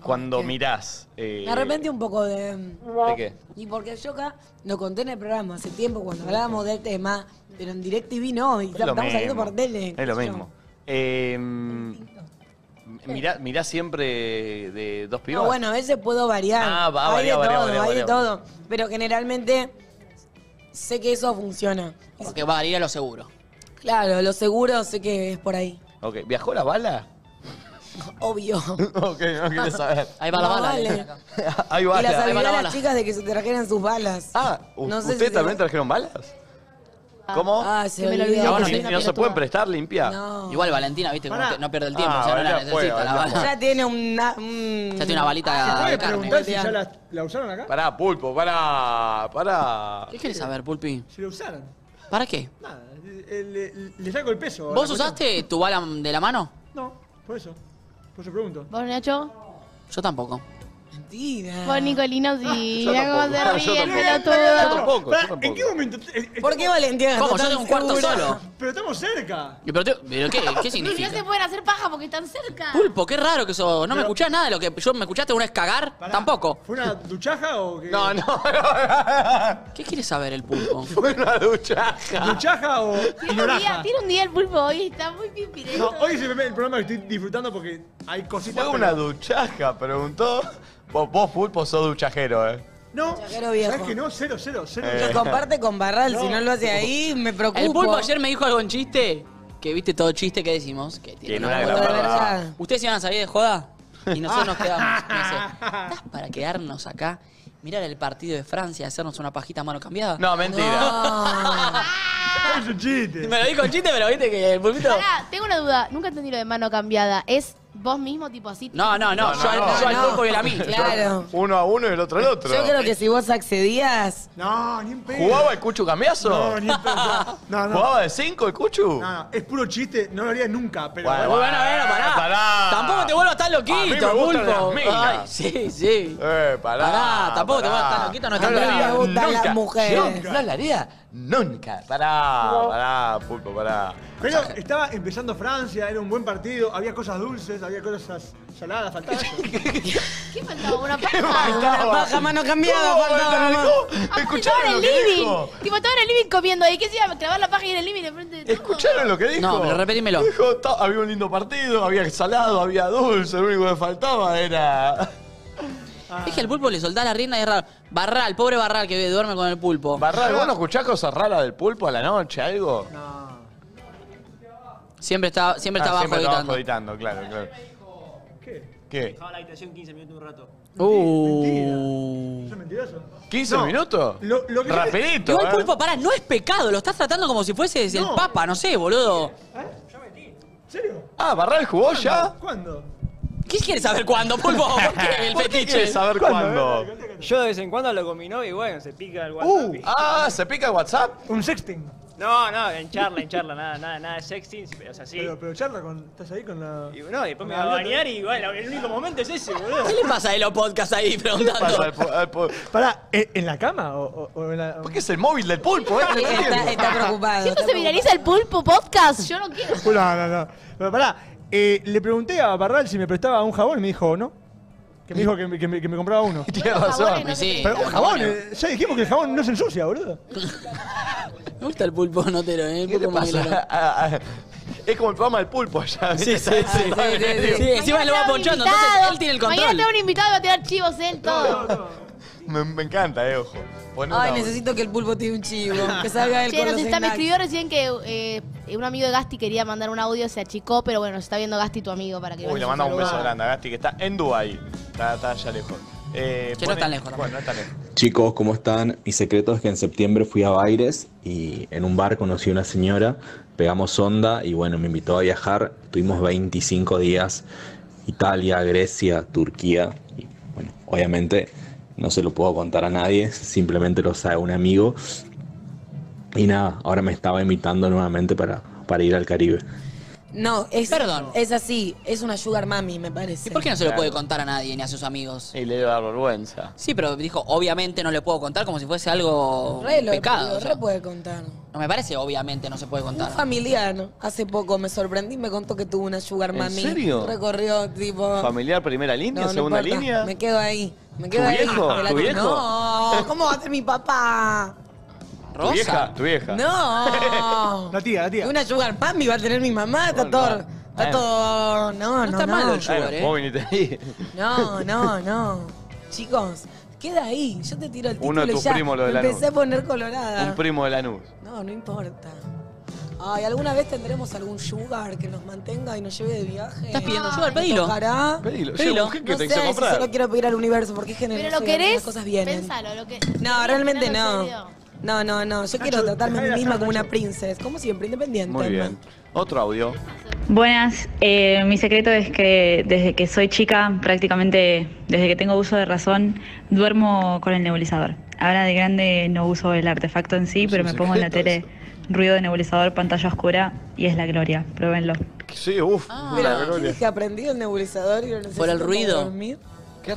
Speaker 2: cuando mirás. eh,
Speaker 5: Me arrepentí un poco de...
Speaker 2: ¿De qué?
Speaker 5: Y porque yo acá lo conté en el programa hace tiempo cuando hablábamos del tema, pero en DirecTV no, y
Speaker 2: Es lo
Speaker 5: estamos saliendo
Speaker 2: mismo.
Speaker 5: por tele.
Speaker 2: Es lo mismo. Eh, mirá, mirá siempre de dos pibas.
Speaker 5: No, bueno, a veces puedo variar.
Speaker 2: Ah, va,
Speaker 5: hay de
Speaker 2: varía, varía,
Speaker 5: todo,
Speaker 2: varía,
Speaker 5: hay de
Speaker 2: varía.
Speaker 5: todo. Pero generalmente sé que eso funciona.
Speaker 7: Porque va a ir a lo seguro.
Speaker 5: Claro, lo seguro sé que es por ahí.
Speaker 2: Ok, ¿viajó la bala?
Speaker 5: Obvio.
Speaker 2: ok, no quiero saber.
Speaker 7: Ahí va la
Speaker 5: No
Speaker 7: bala. eh.
Speaker 5: vale.
Speaker 7: dicen acá.
Speaker 2: Ahí va
Speaker 5: Y las
Speaker 2: la
Speaker 5: avisé
Speaker 2: bala.
Speaker 5: a las chicas de que se trajeran sus balas.
Speaker 2: Ah,
Speaker 5: no sé
Speaker 2: ¿Ustedes
Speaker 5: si-
Speaker 2: también trajeron balas? ¿Cómo?
Speaker 5: Ah, se
Speaker 7: Que me lo
Speaker 5: olvidó.
Speaker 7: olvidé.
Speaker 2: Ah, bueno,
Speaker 7: soy
Speaker 2: ni-
Speaker 7: una
Speaker 2: no se
Speaker 7: pelotuda.
Speaker 2: pueden prestar limpia.
Speaker 7: Igual Valentina, viste, como
Speaker 5: Pará.
Speaker 7: te- no pierde el tiempo,
Speaker 2: Ah,
Speaker 7: ya no la
Speaker 2: Valentina
Speaker 7: necesita
Speaker 2: juega,
Speaker 7: la
Speaker 2: Valentina
Speaker 7: bala.
Speaker 5: Ya tiene una... mm.
Speaker 7: Ya tiene una
Speaker 6: Ah,
Speaker 7: balita de carne.
Speaker 6: Preguntá si ya la, la usaron acá.
Speaker 2: Pará, pulpo, pará, pará.
Speaker 7: ¿Qué quieres saber, Pulpi?
Speaker 6: Si la usaron.
Speaker 7: ¿Para qué?
Speaker 6: Nada. Le, Eh, le- le saco el peso. a la
Speaker 7: ¿Vos
Speaker 6: cuestión.
Speaker 7: usaste tu bala de la mano?
Speaker 6: No, por eso. Por eso pregunto.
Speaker 12: ¿Vos, Nacho?
Speaker 7: Yo tampoco.
Speaker 5: Mentira.
Speaker 12: Vos, Nicolino, sí.
Speaker 7: Yo
Speaker 12: Mirá cómo
Speaker 7: tampoco.
Speaker 12: se ríe el
Speaker 7: Yo tampoco.
Speaker 12: pelotudo.
Speaker 7: Yo tampoco, yo
Speaker 6: ¿En qué momento?
Speaker 5: ¿Por qué Valentina?
Speaker 7: ¿Cómo?
Speaker 5: está
Speaker 7: Yo
Speaker 5: tan
Speaker 7: tengo un cuarto
Speaker 5: segura?
Speaker 7: solo.
Speaker 6: Pero estamos cerca.
Speaker 7: ¿Y ¿Pero, te- pero qué, qué
Speaker 12: Y no se
Speaker 7: significa?
Speaker 12: pueden hacer paja porque están cerca.
Speaker 7: Pulpo, qué raro que eso. No me escuchás nada de lo que yo me escuchaste una vez cagar. Tampoco.
Speaker 6: ¿Fue una duchaja o qué?
Speaker 2: No, no, no.
Speaker 7: ¿Qué quiere saber el pulpo?
Speaker 2: Fue una duchaja.
Speaker 6: ¿Duchaja o
Speaker 12: Tiene un, día,
Speaker 6: ignoraja?
Speaker 12: tiene un día el pulpo hoy, está muy pipireto.
Speaker 6: No, hoy es el, el programa que estoy disfrutando porque hay cositas.
Speaker 2: Fue una
Speaker 6: pero-
Speaker 2: duchaja, preguntó. Vos, vos pulpo, sos duchajero, eh.
Speaker 6: No,
Speaker 5: Duchajero viejo.
Speaker 6: ¿sabes que no? Cero, cero, cero.
Speaker 2: Eh.
Speaker 5: Que comparte con Barral,
Speaker 6: No.
Speaker 5: si no lo hace ahí, me preocupo.
Speaker 7: El pulpo ayer me dijo algo en chiste. Que viste todo chiste que decimos. Que tiene
Speaker 2: Tiene
Speaker 7: una
Speaker 2: una
Speaker 7: buena-
Speaker 2: gran
Speaker 5: de
Speaker 2: verdad.
Speaker 5: verdad.
Speaker 7: Ustedes iban a salir de joda y nosotros nos quedamos. Me dice, ¿estás para quedarnos acá? Mirar el partido de Francia, hacernos una pajita a mano cambiada.
Speaker 2: No, mentira.
Speaker 7: Ah.
Speaker 6: Es un chiste.
Speaker 7: Me lo dijo en chiste, pero viste que el pulpito.
Speaker 12: Pará, tengo una duda. Nunca entendí lo de mano cambiada. ¿Es vos mismo, tipo así?
Speaker 7: No, no, no.
Speaker 2: No,
Speaker 7: yo, al-
Speaker 2: no,
Speaker 7: yo al
Speaker 5: no.
Speaker 7: pulpo y él a mí.
Speaker 5: Claro.
Speaker 2: Uno a uno y el otro al otro.
Speaker 5: Yo creo que si vos accedías,
Speaker 6: No, ni en pedo.
Speaker 2: ¿Jugaba el Cuchu Camiazo?
Speaker 6: No, ni en pedo. No, no.
Speaker 2: ¿Jugaba de cinco el Cuchu?
Speaker 6: No, no, es puro chiste, no lo haría nunca, pero.
Speaker 2: Bueno,
Speaker 7: Bueno, bueno, pará.
Speaker 2: Pará.
Speaker 7: Tampoco te vuelvas tan loquito,
Speaker 2: A mí me gustan
Speaker 7: pulpo.
Speaker 2: las minas.
Speaker 7: Ay, sí, sí.
Speaker 2: Eh, pará.
Speaker 7: Pará, tampoco te vuelvas tan loquito, no es tan
Speaker 2: lo
Speaker 7: grave.
Speaker 2: haría
Speaker 5: Me gustan las
Speaker 2: nunca.
Speaker 5: mujeres.
Speaker 2: Nunca, No lo haría nunca. Pará, pará, pulpo, pará.
Speaker 6: Pero estaba empezando Francia, era un buen partido, había cosas dulces, había cosas saladas, faltaba
Speaker 7: Ah,
Speaker 6: eso.
Speaker 12: ¿Qué faltaba? ¿Una
Speaker 2: faltaba?
Speaker 12: paja?
Speaker 5: una paja mano cambiada,
Speaker 2: ¿Cómo
Speaker 5: faltaba,
Speaker 2: va a
Speaker 5: mamá.
Speaker 2: tener-
Speaker 12: Aparte,
Speaker 2: ¿Escucharon
Speaker 12: estaba
Speaker 2: lo
Speaker 12: en
Speaker 2: que
Speaker 12: el living.
Speaker 2: dijo?
Speaker 12: Tipo, estaba en el living comiendo ahí. ¿Qué se iba a clavar la paja y en el living enfrente de todo?
Speaker 2: ¿Escucharon lo que dijo?
Speaker 7: No, pero repetímelo.
Speaker 2: Dijo, "Ta- había un lindo partido, había salado, había dulce, lo único que faltaba era...
Speaker 7: Dije al pulpo le soltá la rienda y es raro. Barral, pobre Barral que duerme con el pulpo.
Speaker 2: Barral, ¿vos no escuchás cosas raras del pulpo a la noche, algo?
Speaker 6: No.
Speaker 7: Siempre está, siempre está
Speaker 2: Ah,
Speaker 7: abajo
Speaker 2: siempre abajo
Speaker 7: gritando.
Speaker 2: editando, claro, claro.
Speaker 6: ¿Qué?
Speaker 2: ¿Qué?
Speaker 35: la habitación 15 minutos un rato.
Speaker 7: Uh.
Speaker 6: ¿Eso es mentiroso?
Speaker 2: ¿15
Speaker 6: No,
Speaker 2: minutos?
Speaker 6: lo- lo que-
Speaker 2: Rapidito,
Speaker 7: Igual
Speaker 2: ¿eh?
Speaker 7: pulpo, pará, no es pecado, lo estás tratando como si fueses el
Speaker 6: No. ¿Eh?
Speaker 7: papa, no sé, boludo.
Speaker 6: ¿En serio?
Speaker 2: Ah, ¿Barral jugó ya?
Speaker 6: ¿Cuándo?
Speaker 7: ¿Qué quieres saber cuándo, pulpo? ¿Por qué el
Speaker 2: ¿Por qué
Speaker 7: fetiche?
Speaker 2: quieres saber
Speaker 6: eh?
Speaker 2: cuándo?
Speaker 3: Yo de vez en cuando hablo con mi novia y bueno, se pica el
Speaker 6: Uh,
Speaker 3: WhatsApp. y-
Speaker 2: Ah, ¿se pica el WhatsApp?
Speaker 6: Un sexting.
Speaker 3: No, no, en charla, en charla, nada, nada, nada de sexting, pero, o sea, sí.
Speaker 6: Pero, pero charla con. ¿Estás ahí con la.?
Speaker 3: Y no, después me
Speaker 6: Ah,
Speaker 3: va a
Speaker 6: no,
Speaker 3: bañar y bueno, el único momento es ese, boludo.
Speaker 7: ¿Qué le pasa a los podcasts ahí
Speaker 2: Pasa al
Speaker 7: preguntando?
Speaker 2: pu- al pu-
Speaker 6: Pará, ¿en, en la cama o, o- o en la.?
Speaker 2: Porque es el móvil del pulpo, ¿eh? No
Speaker 5: Sí, está,
Speaker 2: entiendo.
Speaker 5: está preocupado. está
Speaker 12: Si esto se
Speaker 5: preocupado.
Speaker 12: viraliza el pulpo podcast, yo no quiero.
Speaker 6: No, no, no. Pero pará, eh, le pregunté a Barral si me prestaba un jabón y me dijo no. Que me dijo que me, que me- que me compraba uno.
Speaker 2: Tiene
Speaker 12: Los
Speaker 2: razón.
Speaker 12: jabones no se
Speaker 7: Sí.
Speaker 12: te-
Speaker 6: Pero un jabón, eh, ya dijimos que el jabón no se ensucia, boludo.
Speaker 7: Me gusta el pulpo notero, ¿eh? El
Speaker 2: ¿Qué te
Speaker 7: pulpo marinero.
Speaker 2: pasa? Ah, ah, Es como el programa del pulpo allá.
Speaker 7: Sí, sí, sí. sí, sí, sí. Encima
Speaker 12: Mañana
Speaker 7: lo va
Speaker 12: tengo un
Speaker 7: ponchando,
Speaker 12: invitado.
Speaker 7: entonces él tiene el
Speaker 12: Mañana
Speaker 7: control.
Speaker 12: tengo un invitado y va a tirar chivos él todo.
Speaker 2: Me, me encanta, eh, ojo. Poné
Speaker 5: Ay,
Speaker 2: una-
Speaker 5: necesito que el pulpo tire un chivo. Que salga él
Speaker 12: Che,
Speaker 5: con
Speaker 12: nos
Speaker 5: los
Speaker 12: está, me
Speaker 5: snacks.
Speaker 12: escribió recién que eh, un amigo de Gasti quería mandar un audio, se achicó, pero bueno, está viendo Gasti tu amigo para que
Speaker 2: Uy,
Speaker 12: vayas
Speaker 2: le
Speaker 12: a
Speaker 2: mandamos un beso
Speaker 12: saludar.
Speaker 2: grande a Gasti, que está en Dubái. Está, está allá lejos. Eh,
Speaker 7: Que no es tan lejos, tampoco.
Speaker 2: Bueno, no es tan lejos.
Speaker 8: Chicos, ¿cómo están? Mi secreto es que en septiembre fui a Baires y en un bar conocí a una señora, pegamos onda y bueno, me invitó a viajar. Tuvimos 25 días, Italia, Grecia, Turquía. Y bueno, obviamente no se lo puedo contar a nadie, simplemente lo sabe un amigo. Y nada, ahora me estaba invitando nuevamente para, para ir al Caribe.
Speaker 5: No, es,
Speaker 7: Perdón.
Speaker 5: es así. Es una sugar mami, me parece.
Speaker 7: ¿Y por qué no se lo
Speaker 2: Claro.
Speaker 7: puede contar a nadie ni a sus amigos?
Speaker 2: Y le da vergüenza.
Speaker 7: Sí, pero dijo, obviamente no le puedo contar como si fuese algo
Speaker 5: Re lo
Speaker 7: pecado.
Speaker 5: lo
Speaker 7: o sea.
Speaker 5: re puede contar.
Speaker 7: No me parece, obviamente no se puede
Speaker 5: Un
Speaker 7: contar.
Speaker 5: familiar ¿no? hace poco me sorprendí y me contó que tuvo una sugar
Speaker 2: ¿En
Speaker 5: mami.
Speaker 2: serio?
Speaker 5: Recorrió tipo.
Speaker 2: ¿Familiar primera línea,
Speaker 5: No, no
Speaker 2: segunda
Speaker 5: importa.
Speaker 2: línea?
Speaker 5: Me quedo ahí. Me quedo
Speaker 2: ¿Tu
Speaker 5: ahí.
Speaker 2: viejo?
Speaker 5: Me la-
Speaker 2: ¿Tu viejo?
Speaker 5: No, ¿cómo va a ser mi papá?
Speaker 2: ¿Tu vieja? ¿Tu vieja?
Speaker 5: No.
Speaker 6: La tía, la tía.
Speaker 5: Una sugar mami va a tener mi mamá, está
Speaker 2: Bueno,
Speaker 5: todo.
Speaker 2: va.
Speaker 5: Está
Speaker 2: Bueno.
Speaker 5: todo. No, no,
Speaker 7: No está
Speaker 5: no.
Speaker 7: malo el sugar,
Speaker 2: Bueno,
Speaker 7: eh.
Speaker 2: vos viniste ahí.
Speaker 5: No, no, no. Chicos, queda ahí. Yo te tiro el título
Speaker 2: Uno de
Speaker 5: y
Speaker 2: tus
Speaker 5: ya
Speaker 2: primos, lo de
Speaker 5: me
Speaker 2: Lanús.
Speaker 5: empecé a poner colorada.
Speaker 2: Un primo de Lanús.
Speaker 5: No, no importa. Ay, alguna vez tendremos algún sugar que nos mantenga y nos lleve de viaje.
Speaker 7: ¿Estás pidiendo
Speaker 5: Ay,
Speaker 7: sugar? Pedilo.
Speaker 5: tocará.
Speaker 2: Pedilo.
Speaker 7: Che, Pedilo. mujer,
Speaker 5: No
Speaker 7: ¿qué
Speaker 5: sé
Speaker 7: tenés que
Speaker 5: si
Speaker 2: comprar?
Speaker 5: solo quiero pedir al universo porque es generoso.
Speaker 12: Pero lo
Speaker 5: y algunas
Speaker 12: querés.
Speaker 5: cosas vienen.
Speaker 12: Pensalo, lo que.
Speaker 5: No, realmente
Speaker 12: Pensalo en
Speaker 5: no.
Speaker 12: serio.
Speaker 5: No, no, no. Yo quiero tratarme a mí misma como una princesa. Como siempre, independiente.
Speaker 2: Muy bien. Otro audio.
Speaker 8: Buenas, eh, mi secreto es que desde que soy chica, prácticamente desde que tengo uso de razón, duermo con el nebulizador. Ahora de grande no uso el artefacto en sí, pero
Speaker 2: un
Speaker 8: me pongo en la
Speaker 2: secreto
Speaker 8: tele ruido de nebulizador, pantalla oscura y es la gloria. Pruébenlo.
Speaker 2: Sí, uff.
Speaker 5: Pero, ¿quién es que aprendí el nebulizador y lo necesito
Speaker 7: Por el
Speaker 5: para
Speaker 7: ruido.
Speaker 5: dormir?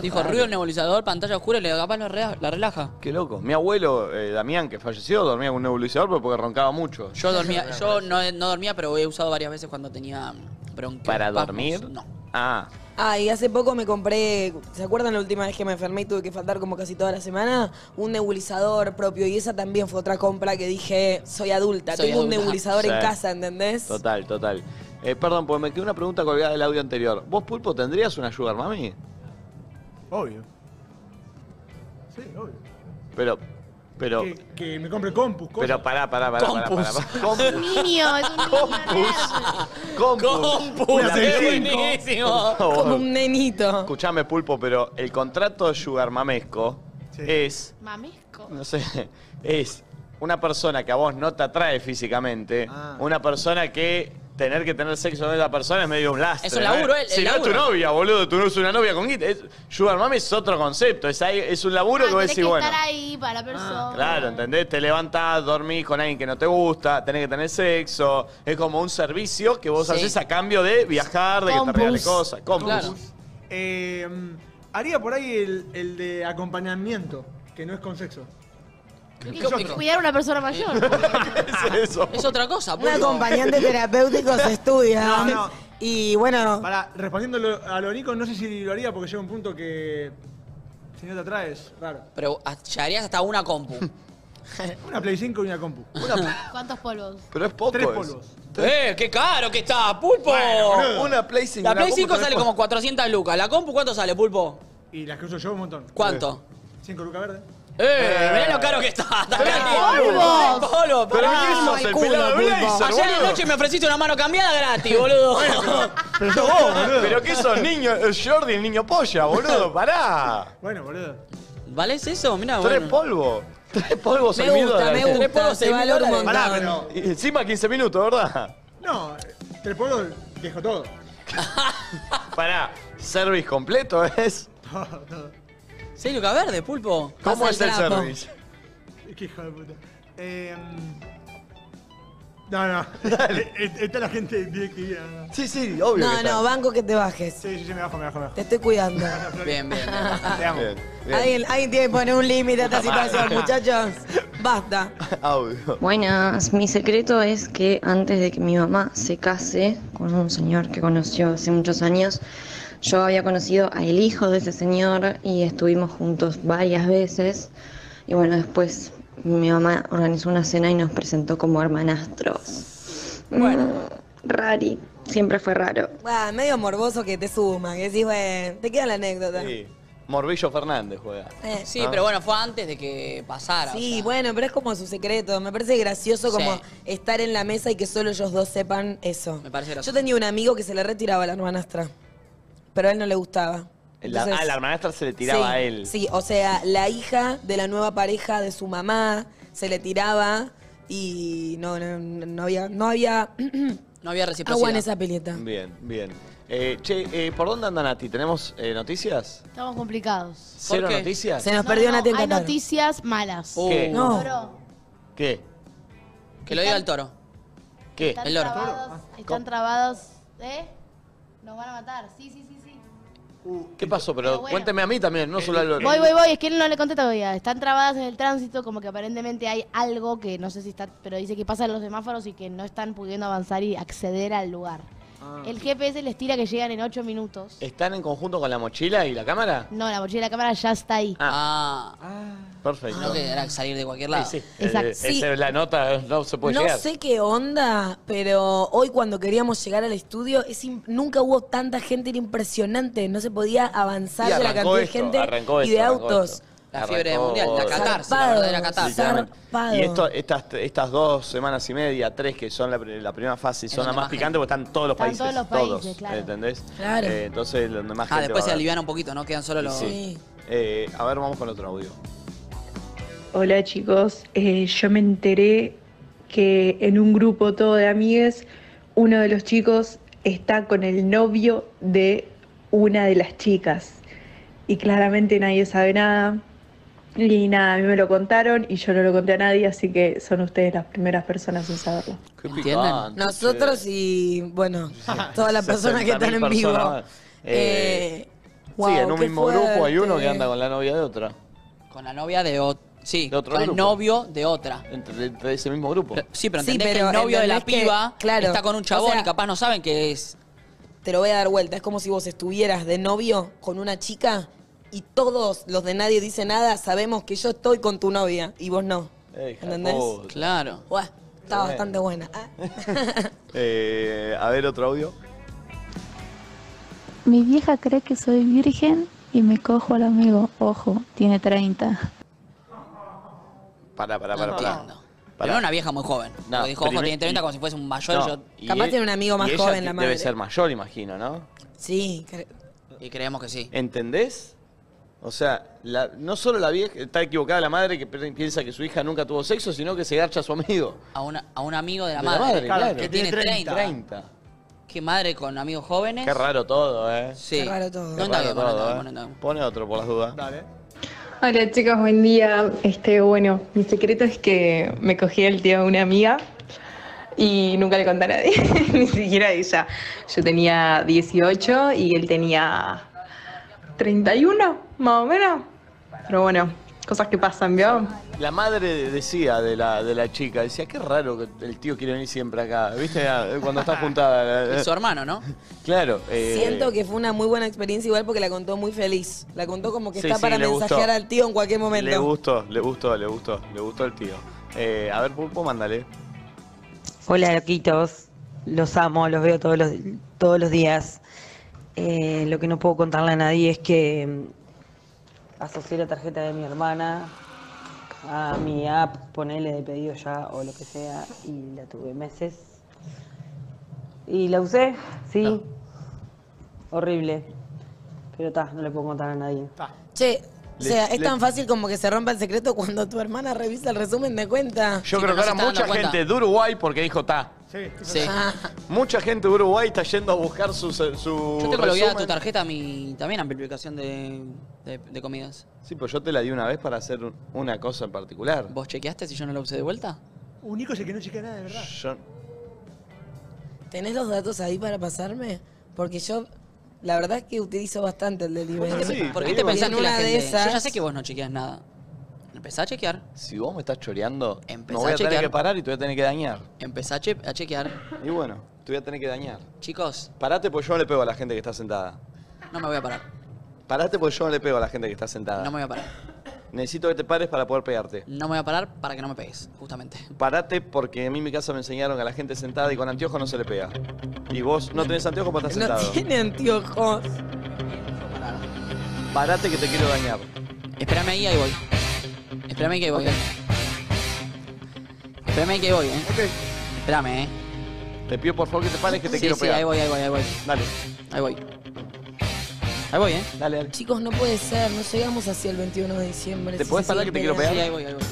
Speaker 7: Dijo
Speaker 2: raro.
Speaker 7: ruido el nebulizador, pantalla oscura, y le capaz lo rea- la relaja.
Speaker 2: Qué loco. Mi abuelo, eh, Damián, que falleció, dormía con un nebulizador pero porque roncaba mucho.
Speaker 7: Yo dormía, yo no, no dormía, pero he usado varias veces cuando tenía mm, bronquitis.
Speaker 2: ¿Para dormir?
Speaker 7: No.
Speaker 2: Ah.
Speaker 5: Ah, y hace poco me compré, ¿se acuerdan la última vez que me enfermé y tuve que faltar como casi toda la semana? Un nebulizador propio y esa también fue otra compra que dije, soy adulta,
Speaker 2: Soy
Speaker 5: tengo
Speaker 2: adulta.
Speaker 5: un nebulizador en
Speaker 2: Sí.
Speaker 5: casa, ¿entendés?
Speaker 2: Total, total. Eh, perdón, porque me quedó una pregunta colgada del audio anterior. ¿Vos, Pulpo, tendrías una sugar mami?
Speaker 6: Obvio. Sí, obvio.
Speaker 2: Pero, pero,
Speaker 6: Que, que me compre compus, cosas.
Speaker 2: pero pará, pará, pará, pará, pará. pará.
Speaker 12: Es un niño, es un
Speaker 2: Compus.
Speaker 5: Compus,
Speaker 2: La
Speaker 5: sí,
Speaker 2: P.
Speaker 5: buenísimo.
Speaker 2: Por favor.
Speaker 5: Como un nenito.
Speaker 2: Escuchame, Pulpo, pero el contrato sugar mamesco es,
Speaker 12: Mamesco.
Speaker 2: no sé, es una persona que a vos no te atrae físicamente, una persona que tener que tener sexo con esa persona es medio un lastre.
Speaker 7: Es un
Speaker 2: ¿no?
Speaker 7: laburo, el-
Speaker 2: si
Speaker 7: el
Speaker 2: no es tu
Speaker 7: laburo.
Speaker 2: novia, boludo, tú no es una novia con guita. Es- Sugar mami es otro concepto, es, ahí- es un laburo que
Speaker 12: Ah,
Speaker 2: vos
Speaker 12: tenés
Speaker 2: decís,
Speaker 12: que
Speaker 2: bueno. Ah,
Speaker 12: estar ahí para la persona.
Speaker 2: Claro, ¿entendés? Te levantás, dormís con alguien que no te gusta, tenés que tener sexo. Es como un servicio que vos
Speaker 6: Sí.
Speaker 2: haces a cambio de viajar, de que te
Speaker 6: Compus.
Speaker 2: regalen cosas. Compus.
Speaker 6: Eh, haría por ahí el, el de acompañamiento, que no es con sexo.
Speaker 12: Y cu- Cuidar a una persona mayor.
Speaker 2: es eso?
Speaker 7: Es otra
Speaker 2: Ah,
Speaker 7: cosa.
Speaker 5: Un acompañante terapéutico se estudia.
Speaker 6: No, no.
Speaker 5: Y bueno.
Speaker 6: Para, respondiendo lo- a lo Nico, no sé si lo haría porque llega un punto que. Si no te atraes, raro.
Speaker 7: Pero a- llegarías hasta una compu.
Speaker 6: Una Play 5 y una compu.
Speaker 12: ¿Cuántos polvos?
Speaker 2: Pero es poco.
Speaker 6: Tres
Speaker 2: eso.
Speaker 6: polvos.
Speaker 7: ¡Eh, qué caro que está! ¡Pulpo!
Speaker 6: Bueno, boludo. Una
Speaker 2: Play 5,
Speaker 7: La
Speaker 6: una
Speaker 7: Play
Speaker 6: compu
Speaker 7: 5 sale
Speaker 6: tenés
Speaker 7: como 400 lucas. ¿La compu cuánto sale, Pulpo?
Speaker 6: Y las que uso yo un montón.
Speaker 7: ¿Cuánto?
Speaker 6: 5 lucas verdes.
Speaker 7: ¡Eh! mirá lo caro que está. está
Speaker 6: Tres
Speaker 7: caro.
Speaker 6: polvos.
Speaker 7: Tres polvos,
Speaker 6: Pero
Speaker 7: pará.
Speaker 6: ¿quién sos, el Ay, culo, pelado de Pulpo. Blazer,
Speaker 7: Ayer a la
Speaker 6: boludo?
Speaker 7: noche me ofreciste una mano cambiada gratis, boludo.
Speaker 2: Pero, pero que sos niño, eh, Jordi, el niño polla, boludo, pará.
Speaker 6: Bueno, boludo.
Speaker 7: ¿Vale es eso? Mirá,
Speaker 2: Tres
Speaker 7: Ah, bueno.
Speaker 2: polvos. Tres polvos
Speaker 7: Me
Speaker 2: en mil
Speaker 7: gusta,
Speaker 2: dólares.
Speaker 7: me gusta,
Speaker 2: Tres polvos
Speaker 7: se
Speaker 2: en mil
Speaker 7: valora
Speaker 2: dólares.
Speaker 7: un
Speaker 2: Pará,
Speaker 7: montón.
Speaker 2: pero. y Encima 15 minutos, ¿verdad?
Speaker 6: No, tres polvos dejo todo.
Speaker 2: Pará, service completo es.
Speaker 6: Todo, todo.
Speaker 7: ¿Seis lucas verde, Pulpo?
Speaker 2: ¿Cómo
Speaker 7: Pasa
Speaker 2: es el
Speaker 7: trapo.
Speaker 2: service?
Speaker 6: Qué hijo de puta. Eh, no, no. Eh, Está la gente directiva. no, no.
Speaker 2: Sí, sí,
Speaker 5: No, no, banco que te bajes.
Speaker 6: Sí, sí, sí, me bajo, me bajo, me bajo.
Speaker 5: Te estoy cuidando.
Speaker 7: Bien, bien. bien.
Speaker 6: Te amo.
Speaker 5: ¿Alguien, alguien tiene que poner un límite a esta situación, muchachos. Basta.
Speaker 2: Audio.
Speaker 8: Buenas, mi secreto es que antes de que mi mamá se case con un señor que conoció hace muchos años, yo había conocido al hijo de ese señor y estuvimos juntos varias veces. Y bueno, después mi mamá organizó una cena y nos presentó como hermanastros. Bueno, rari, siempre fue raro.
Speaker 5: Buah, medio morboso que te suma, que decís, bueno, te queda la anécdota. Sí,
Speaker 2: Sí. Morbillo Fernández juega.
Speaker 5: Eh.
Speaker 7: Sí,
Speaker 2: Ah.
Speaker 7: pero bueno, fue antes de que pasara. o sea.
Speaker 5: bueno, pero es como su secreto. Me parece gracioso
Speaker 7: Sí.
Speaker 5: como estar en la mesa y que solo ellos dos sepan eso.
Speaker 7: Me parece gracioso.
Speaker 5: Yo tenía un amigo que se le retiraba la hermanastra, pero a él no le gustaba.
Speaker 2: La-
Speaker 5: Entonces-
Speaker 2: ah, la hermanastra se le tiraba
Speaker 5: Sí,
Speaker 2: a él.
Speaker 5: Sí, o sea, la hija de la nueva pareja de su mamá se le tiraba y no, no, no había, no había
Speaker 7: No había
Speaker 5: agua
Speaker 7: reciprocidad.
Speaker 5: en esa pileta.
Speaker 2: Bien, bien. Eh, che, eh, ¿por dónde anda Nati? ¿Tenemos eh, noticias?
Speaker 12: Estamos complicados.
Speaker 2: ¿Cero noticias?
Speaker 5: Se nos perdió Nati el
Speaker 12: Hay
Speaker 5: Tataro.
Speaker 12: noticias malas.
Speaker 2: ¿Qué?
Speaker 5: No.
Speaker 12: Bro,
Speaker 2: ¿Qué?
Speaker 7: Que lo diga el toro.
Speaker 2: ¿Qué? Ah,
Speaker 12: están
Speaker 7: El loro.
Speaker 12: trabadas, están trabadas, ¿eh? Nos van a matar. Sí, sí, sí, sí.
Speaker 2: ¿Qué pasó? Pero
Speaker 12: Pero bueno.
Speaker 2: cuénteme a mí también, no solo a Lore.
Speaker 12: Voy, voy, voy, es que él no le conté todavía. Están trabadas en el tránsito, como que aparentemente hay algo que no sé si está, pero dice que pasa en los semáforos y que no están pudiendo avanzar y acceder al lugar. El GPS les tira que llegan en 8 minutos.
Speaker 2: Ah. ¿Están en conjunto con la mochila y la cámara?
Speaker 12: No, la mochila de la cámara ya está ahí.
Speaker 7: Ah.
Speaker 2: Perfecto.
Speaker 7: No que era salir de cualquier lado.
Speaker 2: Sí, sí.
Speaker 12: Exacto.
Speaker 2: Eh, esa es la nota, no se puede
Speaker 5: No
Speaker 2: llegar.
Speaker 5: sé qué onda, pero hoy cuando queríamos llegar al estudio, es im- nunca hubo tanta gente, era impresionante, no se podía avanzar
Speaker 2: Y
Speaker 5: de la
Speaker 2: arrancó
Speaker 5: cantidad de
Speaker 2: esto,
Speaker 5: gente
Speaker 2: arrancó
Speaker 5: y de
Speaker 2: esto, arrancó
Speaker 5: autos.
Speaker 2: esto.
Speaker 7: La fiebre
Speaker 2: Arrancó-
Speaker 7: mundial, la catarsis, la verdadera catarsis.
Speaker 2: Literalmente. Y esto, estas, estas dos semanas y media, tres que son la, pri- la primera fase, son las
Speaker 7: donde
Speaker 2: más
Speaker 7: más
Speaker 2: picantes porque están todos los
Speaker 7: Están
Speaker 2: países.
Speaker 7: todos los países, claro.
Speaker 2: ¿Entendés?
Speaker 7: Claro.
Speaker 2: Eh, entonces, donde más
Speaker 7: Ah,
Speaker 2: gente
Speaker 7: después
Speaker 2: va
Speaker 7: se
Speaker 2: a ver.
Speaker 7: alivian un poquito, ¿no? Quedan solo
Speaker 2: Y
Speaker 7: los.
Speaker 2: sí. Eh, a ver, vamos con otro audio.
Speaker 8: Hola chicos, Eh, yo me enteré que en un grupo todo de amigues, uno de los chicos está con el novio de una de las chicas. Y claramente nadie sabe nada. Y nada, a mí me lo contaron y yo no lo conté a nadie, así que son ustedes las primeras personas en saberlo.
Speaker 5: ¿Entienden? Nosotros y, bueno, todas las personas que están en
Speaker 2: 60.000
Speaker 5: vivo.
Speaker 2: personas. Eh,
Speaker 5: Eh,
Speaker 2: sí, en
Speaker 5: wow,
Speaker 2: un
Speaker 5: qué
Speaker 2: mismo grupo hay uno que
Speaker 5: fuerte.
Speaker 2: anda con la novia de otra.
Speaker 7: Con la novia de otra. Sí,
Speaker 2: otro
Speaker 7: con el
Speaker 2: grupo.
Speaker 7: novio de otra.
Speaker 2: Entre, entre ese mismo grupo.
Speaker 7: Sí, pero
Speaker 5: Sí,
Speaker 7: entendés
Speaker 5: pero
Speaker 7: que el novio de la
Speaker 5: entendés que-
Speaker 7: piba
Speaker 5: claro.
Speaker 7: está con un
Speaker 5: O
Speaker 7: chabón
Speaker 5: sea-
Speaker 7: y capaz no saben que es.
Speaker 5: Te lo voy a dar vuelta. Es como si vos estuvieras de novio con una chica y todos los de nadie dice nada sabemos que yo estoy con tu novia y vos no.
Speaker 2: Eh,
Speaker 5: ¿Entendés?
Speaker 2: Oh,
Speaker 7: Claro.
Speaker 5: Buah, está
Speaker 2: Tremendo.
Speaker 5: bastante buena. Ah.
Speaker 2: Eh, a ver, otro audio.
Speaker 36: Mi vieja cree que soy virgen y me cojo al amigo. Ojo, tiene 30.
Speaker 2: Pará, pará,
Speaker 7: No
Speaker 2: pará. pará.
Speaker 7: entiendo. Pero era una vieja muy joven.
Speaker 2: No,
Speaker 7: porque dijo, ojo,
Speaker 2: primer-
Speaker 7: tiene 30 como si fuese un mayor.
Speaker 2: No,
Speaker 7: yo-
Speaker 2: y
Speaker 5: Capaz
Speaker 2: e-
Speaker 5: tiene un amigo
Speaker 2: y
Speaker 5: más
Speaker 2: ella
Speaker 5: joven, la madre.
Speaker 2: Debe ser mayor, imagino, ¿no?
Speaker 5: Sí. cre-
Speaker 7: Y creemos que sí.
Speaker 2: ¿Entendés? O sea, la- no solo la vieja está equivocada la madre que pi- piensa que su hija nunca tuvo sexo, sino que se garcha a su amigo.
Speaker 7: A, una- a un amigo de la
Speaker 2: De
Speaker 7: madre.
Speaker 2: claro,
Speaker 7: Que tiene 30. Qué madre con amigos jóvenes.
Speaker 2: Qué raro todo, ¿eh?
Speaker 7: Sí. Qué raro todo. No
Speaker 2: Qué
Speaker 7: está
Speaker 2: raro
Speaker 7: bien, pon
Speaker 2: todo,
Speaker 7: otro,
Speaker 2: ¿eh?
Speaker 7: pon otro.
Speaker 2: Pone otro por las dudas. Dale.
Speaker 8: Hola chicos, buen día. Este, bueno, mi secreto es que me cogí el tío de una amiga y nunca le conté a nadie, ni siquiera a ella. Yo tenía 18 y él tenía 31, más o menos. Pero bueno, cosas que pasan, ¿vio?
Speaker 2: La madre decía de la, de la chica, decía, qué raro que el tío quiere venir siempre acá. ¿Viste? Ah, Cuando está juntada. eh.
Speaker 5: Y su
Speaker 7: hermano, ¿no?
Speaker 2: Claro. eh,
Speaker 7: este
Speaker 5: Siento que fue una muy buena experiencia igual porque la contó muy feliz. La contó como que
Speaker 2: Sí,
Speaker 5: está
Speaker 2: sí,
Speaker 5: para
Speaker 2: le
Speaker 5: mensajear
Speaker 2: gustó.
Speaker 5: al tío en cualquier
Speaker 2: Le
Speaker 5: momento.
Speaker 2: gustó, le gustó, le gustó, le gustó el tío. Eh, a ver, Pulpo, mándale.
Speaker 37: Hola, loquitos. Los amo, los veo todos los, todos los días. Eh, lo que no puedo contarle a nadie es que mm, asocié la tarjeta de mi hermana a mi app, ponele de pedido ya o lo que sea, y la tuve meses. Y la usé, sí.
Speaker 5: Ah.
Speaker 37: Horrible. Pero está, no le puedo contar a nadie.
Speaker 5: Che, o
Speaker 37: Le-
Speaker 5: sea, es
Speaker 37: le-
Speaker 5: tan fácil como que se rompa el secreto cuando tu hermana revisa el resumen de cuenta.
Speaker 2: Yo creo que ahora mucha gente de Uruguay porque dijo ta. Ah.
Speaker 5: Sí.
Speaker 2: Mucha gente de Uruguay está yendo a buscar su, su
Speaker 7: Yo tengo
Speaker 2: resumen.
Speaker 7: logueada tu tarjeta, mi también amplificación de, de, de comidas.
Speaker 2: Sí, pues yo te la di una vez para hacer un- una cosa en particular.
Speaker 7: ¿Vos chequeaste si yo no la usé de vuelta?
Speaker 6: Un Nico es el que no chequea nada, de verdad.
Speaker 2: Yo-
Speaker 5: ¿Tenés los datos ahí para pasarme? Porque yo, la verdad es que utilizo bastante el delivery.
Speaker 7: ¿Por qué te
Speaker 5: pensás
Speaker 7: pensás que la gente...
Speaker 5: de esas...
Speaker 7: Yo ya sé que vos no chequeas nada. Empezá a chequear.
Speaker 2: Si vos me estás choreando, me
Speaker 7: Empezá
Speaker 2: voy a,
Speaker 7: a
Speaker 2: tener
Speaker 7: chequear. Em-
Speaker 2: que parar y te voy a tener que dañar.
Speaker 7: Empezá a, che- a chequear.
Speaker 2: Y bueno, te voy a tener que dañar.
Speaker 7: Chicos.
Speaker 2: Parate porque yo no le pego a la gente que está sentada.
Speaker 7: No me voy a parar.
Speaker 2: Parate porque yo no le pego a la gente que está sentada.
Speaker 7: No me voy a parar.
Speaker 2: Necesito que te pares para poder pegarte.
Speaker 7: No me voy a parar para que no me pegues, justamente.
Speaker 2: Parate porque a mí en mi casa me enseñaron que a la gente sentada y con anteojos no se le pega. Y vos no tenés anteojos porque estás
Speaker 5: No
Speaker 2: sentado.
Speaker 5: tiene anteojos.
Speaker 2: Parate que te quiero dañar.
Speaker 7: Espérame ahí, ahí voy. Espérame ahí que ahí voy. eh. Espérame ahí que ahí voy, eh. Espérame, eh.
Speaker 2: Te pido por favor que te pares que te
Speaker 7: Sí,
Speaker 2: quiero
Speaker 7: sí,
Speaker 2: pegar.
Speaker 7: ahí voy, ahí voy, ahí voy.
Speaker 2: Dale.
Speaker 7: Ahí voy. Ahí voy, eh.
Speaker 2: Dale, dale.
Speaker 5: Chicos, no puede ser, no llegamos hacia el 21 de diciembre.
Speaker 7: ¿Te
Speaker 5: Sí,
Speaker 7: podés
Speaker 5: sí,
Speaker 7: parar
Speaker 5: sí,
Speaker 7: que te quiero
Speaker 5: espera.
Speaker 7: pegar? Sí, ahí voy, ahí voy.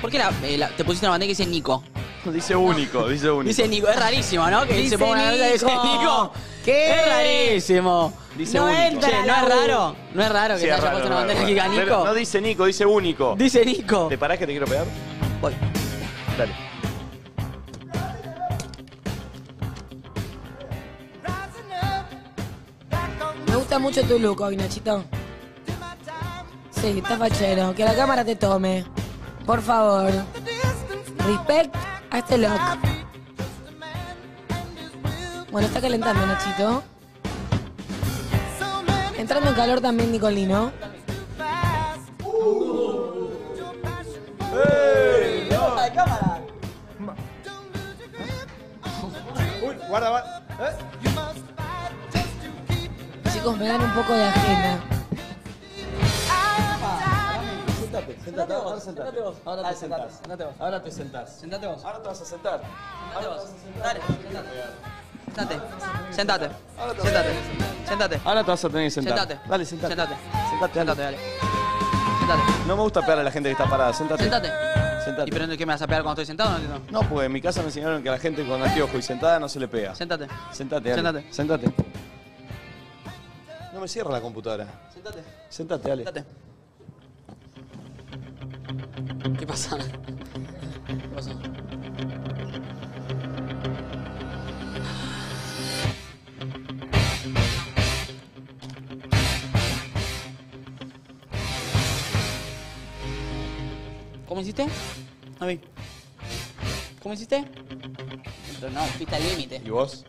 Speaker 7: ¿Por qué la, eh, la- te pusiste una bandera que dice Nico?
Speaker 2: Dice único, dice único.
Speaker 7: Dice Nico, es rarísimo, ¿no? Que
Speaker 5: Dice
Speaker 7: se ponga una bandera que dice
Speaker 5: Nico.
Speaker 7: Nico.
Speaker 5: ¿Qué?
Speaker 7: Es rarísimo.
Speaker 2: Dice
Speaker 7: no
Speaker 2: único.
Speaker 7: entra,
Speaker 2: Che,
Speaker 7: no
Speaker 2: no.
Speaker 7: es raro. No es raro que
Speaker 2: Sí,
Speaker 7: te
Speaker 2: es
Speaker 7: haya
Speaker 2: raro,
Speaker 7: puesto una
Speaker 2: raro,
Speaker 7: bandera
Speaker 2: raro.
Speaker 7: que diga
Speaker 2: Pero
Speaker 7: Nico.
Speaker 2: No dice Nico, dice único.
Speaker 7: Dice Nico.
Speaker 2: ¿Te parás que te quiero pegar?
Speaker 7: Voy.
Speaker 2: Dale.
Speaker 5: Me gusta mucho tu look hoy, Nachito. Sí, está fachero. Que la cámara te tome. Por favor. Respect a este look. Bueno, está calentando, Nachito. Entrando en calor también, Nicolino.
Speaker 6: Uy, guarda, guarda. ¿Eh?
Speaker 5: Chicos, me dan un poco de ajena.
Speaker 38: Sentate, sentate, ahora sentate.
Speaker 7: Ahora
Speaker 38: Ah,
Speaker 7: te
Speaker 38: sentás.
Speaker 7: sentás. Sentate vos.
Speaker 38: Ahora te sentás.
Speaker 7: Sentate vos.
Speaker 38: Ahora te vas a sentar.
Speaker 7: Sentate vos. Dale, sentate. Sentate. Sentate. Sentate. Sentate.
Speaker 2: Ahora te vas a tener que sentar.
Speaker 7: Sentate.
Speaker 2: Dale, sentate.
Speaker 7: Sentate.
Speaker 2: Sentate,
Speaker 7: Sentate, dale.
Speaker 2: No me gusta pegar a la gente que está parada. Sentate.
Speaker 7: Sentate.
Speaker 2: Sentate.
Speaker 7: ¿Y pero en qué me vas a pegar cuando estoy sentado? No entiendo.
Speaker 2: No, pues en mi casa me enseñaron que a la gente con anteojo y sentada no se le pega.
Speaker 7: Sentate.
Speaker 2: Sentate, dale.
Speaker 7: Sentate.
Speaker 2: Sentate. No me cierra la computadora.
Speaker 7: Sentate.
Speaker 2: Sentate, dale.
Speaker 7: Sentate. ¿Qué pasa? ¿Qué pasa? ¿Cómo hiciste? A ver. ¿Cómo hiciste? Pero no, fuiste al límite.
Speaker 2: ¿Y vos?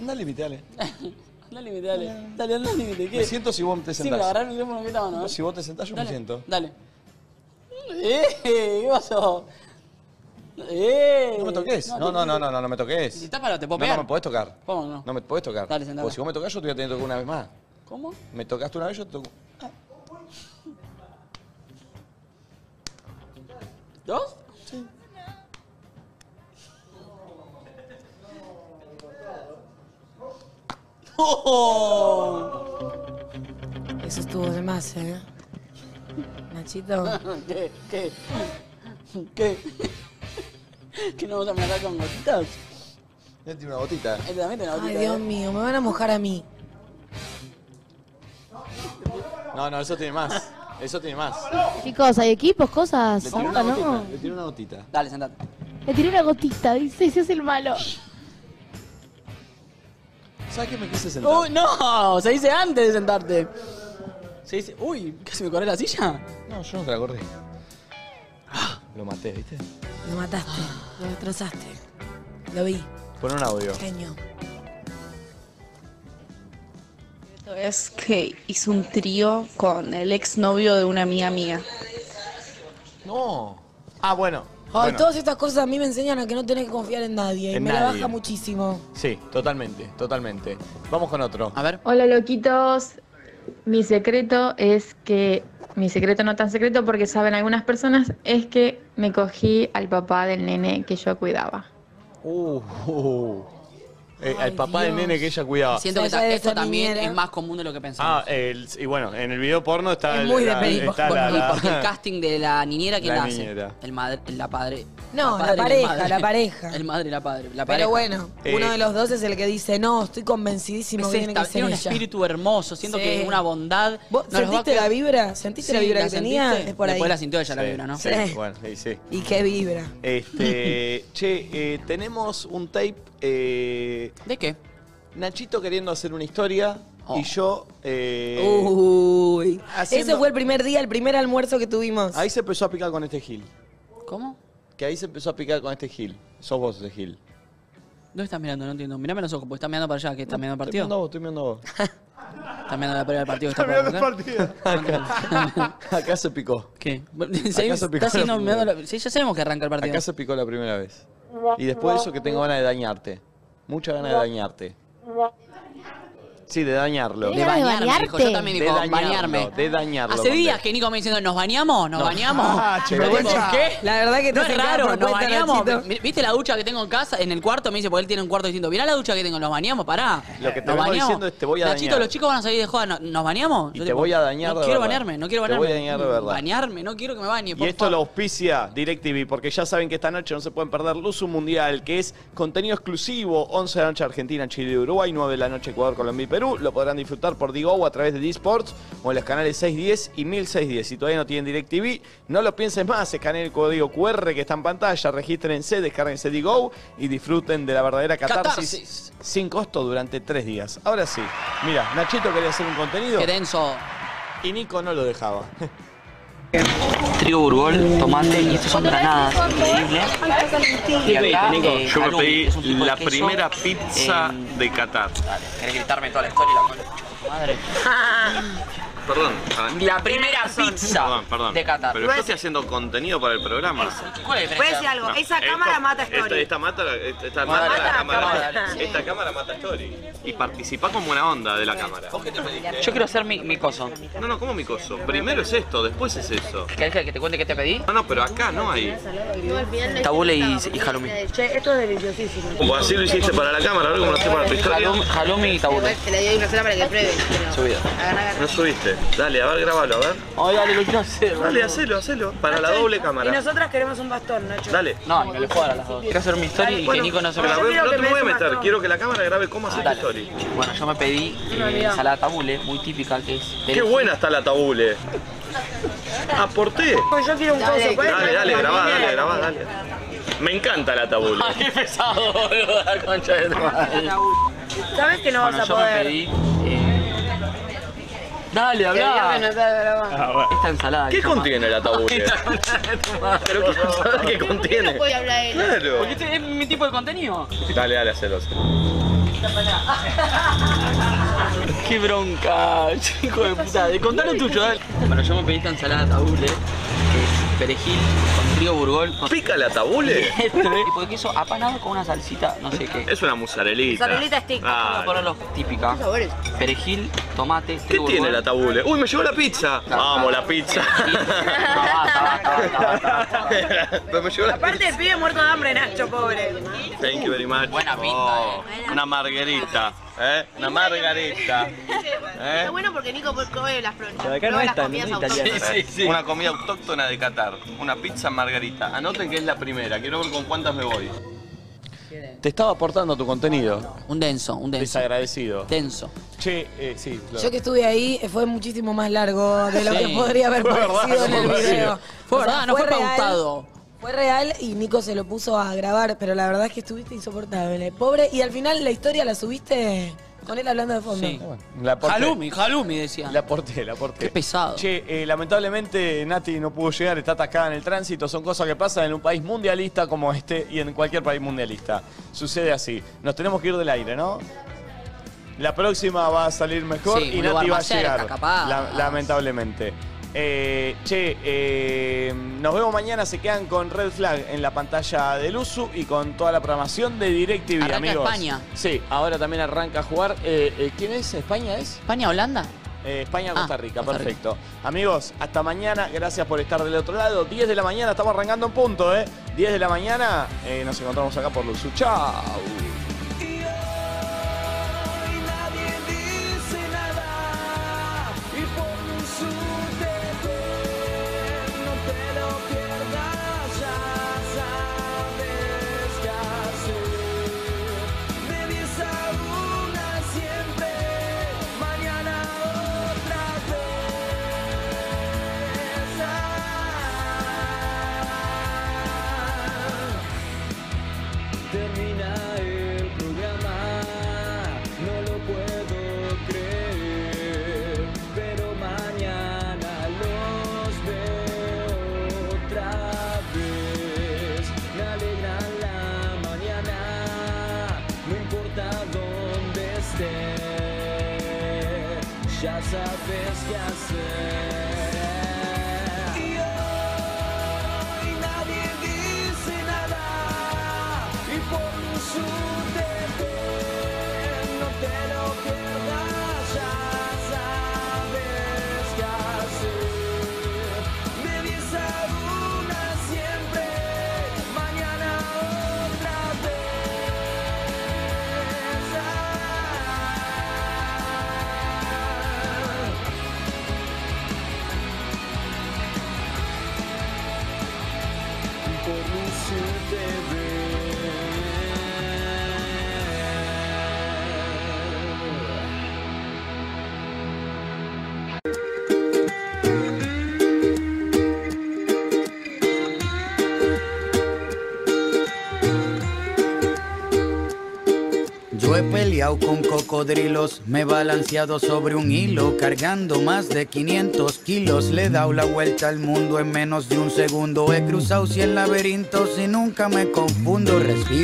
Speaker 2: Anda al límite, dale.
Speaker 7: Anda al límite, dale. Dale, anda al límite. ¿qué?
Speaker 2: Me siento si vos te
Speaker 7: Sí, pero agarrá
Speaker 2: sentás.
Speaker 7: el micrófono que estaba, ¿no?
Speaker 2: Si vos te sentás, yo me
Speaker 7: Dale,
Speaker 2: siento.
Speaker 7: Dale. ¡Eh! ¿Qué pasó? ¡Eh!
Speaker 2: No me toques. No, no, no, no, no, no me toques.
Speaker 7: Si tápalo, te puedo
Speaker 2: No,
Speaker 7: pegar.
Speaker 2: no me podés tocar.
Speaker 7: ¿Cómo no?
Speaker 2: No me podés tocar.
Speaker 7: Dale, sentate.
Speaker 2: Porque si vos me tocás, yo te voy a tener que tocar una vez más.
Speaker 7: ¿Cómo?
Speaker 2: Me tocaste una vez, yo te toco.
Speaker 7: ¿Dos?
Speaker 2: Sí.
Speaker 5: Eso estuvo de más, ¿eh? Nachito.
Speaker 7: ¿Qué? ¿Qué? ¿Qué? ¿Que no vas a matar con gotitas?
Speaker 2: Mete una gotita.
Speaker 7: Él también tiene una
Speaker 5: Ay,
Speaker 7: gotita.
Speaker 5: Dios
Speaker 7: ¿eh?
Speaker 5: mío, me van a mojar a mí.
Speaker 2: No, no, eso tiene más. Eso tiene más.
Speaker 12: Chicos, hay equipos, cosas.
Speaker 2: Le tiré una
Speaker 12: Apa, ¿no?
Speaker 2: gotita. Le tiré una gotita.
Speaker 7: Dale, sentate.
Speaker 12: Le tiré una gotita, dice, ese es el malo.
Speaker 2: ¿Sabes qué me quise sentar?
Speaker 7: ¡Uy, no! Se dice antes de sentarte. Se dice... ¡Uy! ¿Casi me corré la silla?
Speaker 2: No, yo no te la corrí. Lo maté, ¿viste?
Speaker 5: Lo mataste, lo destrozaste. Lo vi,
Speaker 2: Pon un audio.
Speaker 5: genio.
Speaker 39: Esto es que hice un trío con el exnovio de una amiga mía.
Speaker 2: No. Ah, bueno.
Speaker 5: Ay,
Speaker 2: Bueno,
Speaker 5: todas estas cosas a mí me enseñan a que no tenés que confiar en nadie. Y
Speaker 2: En
Speaker 5: me la
Speaker 2: nadie.
Speaker 5: baja muchísimo.
Speaker 2: Sí, totalmente, totalmente. Vamos con otro. A
Speaker 7: ver.
Speaker 8: Hola loquitos, mi secreto es que, mi secreto no tan secreto porque saben algunas personas, es que me cogí al papá del nene que yo cuidaba.
Speaker 2: Uh, uh. Eh, al papá del nene que ella cuidaba.
Speaker 7: Siento que ta- esto también es más común de lo que pensamos.
Speaker 2: Ah, el- y bueno, en el video porno está el-
Speaker 7: muy de
Speaker 2: la-
Speaker 7: peli,
Speaker 2: está
Speaker 7: porque,
Speaker 2: la- la-
Speaker 7: porque el casting de la niñera, ¿quién
Speaker 2: La
Speaker 7: la, hace?
Speaker 2: niñera.
Speaker 7: El madre, la padre.
Speaker 5: No, la
Speaker 7: padre y
Speaker 5: pareja,
Speaker 7: madre.
Speaker 5: la pareja.
Speaker 7: El madre y la padre. La pareja.
Speaker 5: Pero bueno,
Speaker 7: Eh,
Speaker 5: uno de los dos es el que dice, no, estoy convencidísimo
Speaker 7: Es
Speaker 5: que tiene
Speaker 7: esta-
Speaker 5: que ser
Speaker 7: tiene un
Speaker 5: ella.
Speaker 7: espíritu hermoso, siento
Speaker 5: Sí.
Speaker 7: que es una bondad.
Speaker 5: ¿Vos
Speaker 7: nos los va a
Speaker 5: sentiste
Speaker 7: quedar-
Speaker 5: la vibra? ¿Sentiste la
Speaker 7: Sí,
Speaker 5: vibra
Speaker 7: ¿la
Speaker 5: que tenía?
Speaker 7: sentiste?
Speaker 5: Es por ahí.
Speaker 7: Después la sintió ella la
Speaker 2: Sí,
Speaker 7: vibra, ¿no?
Speaker 2: Sí,
Speaker 5: Sí.
Speaker 2: bueno, sí, sí.
Speaker 5: ¿Y qué vibra?
Speaker 2: Este, che, eh, tenemos un tape. eh,
Speaker 7: ¿De qué? Oh.
Speaker 2: Nachito queriendo hacer una historia y yo. eh,
Speaker 5: Uy.
Speaker 2: haciendo-
Speaker 5: Ese fue el primer día, el primer almuerzo que tuvimos.
Speaker 2: Ahí se empezó a picar con este Gil.
Speaker 7: ¿Cómo?
Speaker 2: Que ahí se empezó a picar con este Gil. Sos vos ese Gil.
Speaker 7: ¿Dónde estás mirando? No entiendo. Mirame los ojos, porque estás mirando para allá, que estás mirando el
Speaker 2: Estoy mirando
Speaker 7: partido.
Speaker 2: a vos, estoy mirando a vos.
Speaker 7: Estás mirando la pelea del partido que está
Speaker 2: Está
Speaker 7: por
Speaker 2: mirando
Speaker 7: comenzar.
Speaker 2: Acá, acá se picó.
Speaker 7: ¿Qué?
Speaker 2: se
Speaker 7: Seguimos-
Speaker 2: picó
Speaker 7: estás
Speaker 2: la
Speaker 7: siendo-
Speaker 2: primera.
Speaker 7: mirando la- Sí, ya sabemos que arranca el partido.
Speaker 2: Acá se picó la primera vez. Y después de eso que tengo ganas de dañarte. Mucha ganas de dañarte. Sí, de dañarlo.
Speaker 7: De bañarme, dijo. Yo también
Speaker 2: De
Speaker 7: digo,
Speaker 2: dañarlo,
Speaker 7: bañarme.
Speaker 2: De dañarlo.
Speaker 7: Hace
Speaker 2: con
Speaker 7: días que Nico me diciendo, ¿nos bañamos? ¿Nos
Speaker 2: No.
Speaker 7: bañamos?
Speaker 2: Ah, che,
Speaker 7: Yo
Speaker 2: vergüenza.
Speaker 7: digo, ¿Qué?
Speaker 5: La verdad que
Speaker 7: no
Speaker 5: te
Speaker 7: es
Speaker 5: sacabas
Speaker 7: raro,
Speaker 5: por
Speaker 7: nos
Speaker 5: cuenta,
Speaker 7: bañamos.
Speaker 5: Nachito.
Speaker 7: Mi- ¿Viste la ducha que tengo en casa? En el cuarto me dice, porque él tiene un cuarto distinto. Mirá la ducha que tengo, ¿nos bañamos? Pará.
Speaker 2: Lo que te
Speaker 7: ¿Nos
Speaker 2: vengo
Speaker 7: bañamos?
Speaker 2: diciendo es te voy a
Speaker 7: Nachito,
Speaker 2: dañar.
Speaker 7: los chicos van a salir de joda, ¿no- ¿nos bañamos?
Speaker 2: Y te voy a dañar
Speaker 7: No
Speaker 2: de
Speaker 7: quiero
Speaker 2: verdad.
Speaker 7: bañarme, no quiero
Speaker 2: Te
Speaker 7: bañarme.
Speaker 2: voy a dañar de verdad.
Speaker 7: Bañarme, no quiero que me bañe,
Speaker 2: Y
Speaker 7: por
Speaker 2: esto lo auspicia DirecTV, porque ya saben que esta noche no se pueden perder Luz Un Mundial, que es contenido exclusivo, 11 de la noche Argentina, Chile y Uruguay, 9 de la noche Ecuador, Colombia y Perú. Lo podrán disfrutar por Digo o a través de D-Sports o en los canales 610 y 1610. Si todavía no tienen DirecTV, no lo piensen más, escaneen el código QR que está en pantalla, regístrense, descárguense Digo y disfruten de la verdadera catarsis,
Speaker 7: Catarsis.
Speaker 2: sin costo durante tres días. Ahora sí, mira, Nachito quería hacer un contenido.
Speaker 7: Qué denso.
Speaker 2: Y Nico no lo dejaba.
Speaker 3: trigo burgol, tomate y estas son granadas increíbles.
Speaker 40: ¿Qué pediste, Nico?
Speaker 3: eh,
Speaker 40: Yo me
Speaker 3: halloumi,
Speaker 40: pedí
Speaker 3: es un tipo de
Speaker 40: la
Speaker 3: queso.
Speaker 40: primera pizza de Qatar.
Speaker 3: ¿Querés gritarme toda la historia y la concha de tu madre?
Speaker 2: Perdón. a ver.
Speaker 20: La primera pizza
Speaker 2: Perdón, perdón.
Speaker 20: de Qatar.
Speaker 2: Pero yo estoy haciendo contenido para el programa.
Speaker 20: ¿Cuál es la
Speaker 4: Voy a
Speaker 20: diferencia?
Speaker 4: decir algo,
Speaker 2: No,
Speaker 4: esa
Speaker 2: esto-
Speaker 4: cámara mata
Speaker 2: Esta,
Speaker 4: story.
Speaker 2: esta mata, esta, esta
Speaker 20: Mata
Speaker 2: mata la
Speaker 20: la
Speaker 2: cámara.
Speaker 20: cámara, sí.
Speaker 2: Esta cámara mata story. Y participa con buena onda de la cámara.
Speaker 20: Yo quiero hacer mi, mi coso.
Speaker 2: No, no, ¿cómo mi coso? Primero es esto, después es eso.
Speaker 20: ¿Querés que te cuente qué te pedí?
Speaker 2: No, no, pero acá no hay.
Speaker 20: Tabule y, y halloumi.
Speaker 4: Che, esto es deliciosísimo.
Speaker 2: O así lo hiciste para la cámara, ahora como lo haces para el
Speaker 20: Halloumi,
Speaker 2: pistola.
Speaker 20: halloumi y tabule.
Speaker 4: Te la doy una sola para que pruebes.
Speaker 20: Subida.
Speaker 2: No subiste. Dale, a ver, grabalo, a ver.
Speaker 20: Ay, dale, lo quiero hacer.
Speaker 2: Dale, hacelo, hacelo. Para la doble cámara.
Speaker 4: Y nosotras queremos un bastón, Nacho.
Speaker 2: Dale.
Speaker 20: No, me lo jugar a las dos. Quiero hacer mi historia y que
Speaker 2: Bueno,
Speaker 20: Nico no se me
Speaker 2: pero a ver,
Speaker 20: Yo quiero
Speaker 2: no te
Speaker 20: que
Speaker 2: me voy a
Speaker 20: des un
Speaker 2: meter,
Speaker 20: bastón.
Speaker 2: quiero que la cámara grabe cómo hace tu
Speaker 20: Ah, dale.
Speaker 2: story.
Speaker 20: Bueno, yo me pedí eh, ensalada tabule, muy típica que es.
Speaker 2: Qué buena está la tabule. Aporté.
Speaker 4: Yo quiero un
Speaker 20: Dale,
Speaker 4: coso, ¿puedes?
Speaker 2: Dale, dale, grabá, dale, grabá, dale. Me encanta la tabule.
Speaker 20: Ay, qué pesado, boludo, la concha de tu madre.
Speaker 4: Sabes que no
Speaker 20: Bueno,
Speaker 4: vas a
Speaker 20: yo me
Speaker 4: poder.
Speaker 20: pedí. eh, Dale, hablá. Esta ensalada.
Speaker 2: ¿Qué
Speaker 20: que toma-
Speaker 2: contiene la tabule?
Speaker 20: Esta concha de tu madre.
Speaker 2: Pero quiero saber qué contiene.
Speaker 20: Voy a hablar de ella.
Speaker 2: Claro.
Speaker 20: Porque este es mi tipo de contenido.
Speaker 2: Dale, dale, hacelo. hacelo.
Speaker 20: Qué bronca, chico de puta. De contar lo tuyo, dale. Bueno, yo me pedí esta ensalada tabule, que es perejil con trigo burgol. Con...
Speaker 2: ¿Pica la tabule?
Speaker 20: Y Esto es tipo de queso apanado con una salsita, no sé qué.
Speaker 2: Es una mozzarellita.
Speaker 20: Mozzarellita
Speaker 2: stick.
Speaker 20: Voy a ponerlo típica. Perejil, tomate,
Speaker 2: ¿Qué
Speaker 20: trigo
Speaker 2: tiene
Speaker 20: burgol.
Speaker 2: la tabule? Uy, me llegó la pizza. Vamos, la pizza. Pero me llegó la
Speaker 4: Aparte, el pibe muerto de hambre, Nacho, pobre.
Speaker 2: Thank you very much. Buena pinta. eh. Una margarita. ¿Eh? Una margarita. ¿Eh?
Speaker 16: bueno porque Nico pruebe las flores.
Speaker 2: Sí, sí, sí. Una comida autóctona de Qatar. Una pizza margarita. Anoten que es la primera. Quiero ver con cuántas me voy. Te estaba aportando tu contenido.
Speaker 7: Un denso, un denso.
Speaker 2: Desagradecido.
Speaker 7: Denso.
Speaker 2: Che, sí,
Speaker 5: Yo que estuve ahí eh, fue muchísimo más largo de lo
Speaker 7: Sí.
Speaker 5: que podría haber
Speaker 7: Fue verdad,
Speaker 5: parecido en el
Speaker 7: fue
Speaker 5: video.
Speaker 7: parecido. Fue verdad, no fue pautado.
Speaker 5: Fue real y Nico se lo puso a grabar, pero la verdad es que estuviste insoportable. Pobre, y al final la historia la subiste con él hablando de fondo.
Speaker 7: Sí.
Speaker 2: La
Speaker 7: Halloumi, halloumi decía.
Speaker 2: La aporté, la aporté.
Speaker 7: Qué pesado.
Speaker 6: Che, eh, lamentablemente Nati no pudo llegar, está atascada en el tránsito. Son cosas que pasan en un país mundialista como este y en cualquier país mundialista. Sucede así. Nos tenemos que ir del aire, ¿no? La próxima va a salir mejor
Speaker 7: Sí,
Speaker 6: y
Speaker 7: un lugar
Speaker 6: Nati va a
Speaker 7: más cerca,
Speaker 6: llegar.
Speaker 7: capaz.
Speaker 6: La- lamentablemente. Eh, che, eh, nos vemos mañana. Se quedan con Red Flag en la pantalla del USU y con toda la programación de DirecTV,
Speaker 7: Arranca
Speaker 6: amigos.
Speaker 7: España.
Speaker 6: Sí, ahora también arranca a jugar. Eh, eh, ¿Quién es? ¿España es?
Speaker 7: España, Holanda.
Speaker 6: Eh, España,
Speaker 7: Ah,
Speaker 6: Costa Rica,
Speaker 7: Costa Rica.
Speaker 6: perfecto. Amigos, hasta mañana, gracias por estar del otro lado. 10 de la mañana, estamos arrancando en punto, ¿eh? 10 de la mañana, eh, nos encontramos acá por Luzu. Chao.
Speaker 3: dice nada y por un subtexto no te lo pierdas ya sabes qué hacer de 10 a 1 siempre mañana otra vez Ah. Termina el programa, no lo puedo creer, pero mañana los veo otra vez. Me alegran la mañana, no importa dónde esté, ya sabes qué hacer. Y hoy nadie dice nada y por su deber no te lo pierdas ya sabes qué hacer de 10 a 1 siempre mañana otra vez Ah. por un superhéroe.
Speaker 14: Yo he peleado con cocodrilos, me he balanceado sobre un hilo, cargando más de 500 kilos. Le he dado la vuelta al mundo en menos de un segundo. He cruzado 100 laberintos y nunca me confundo. Respiro.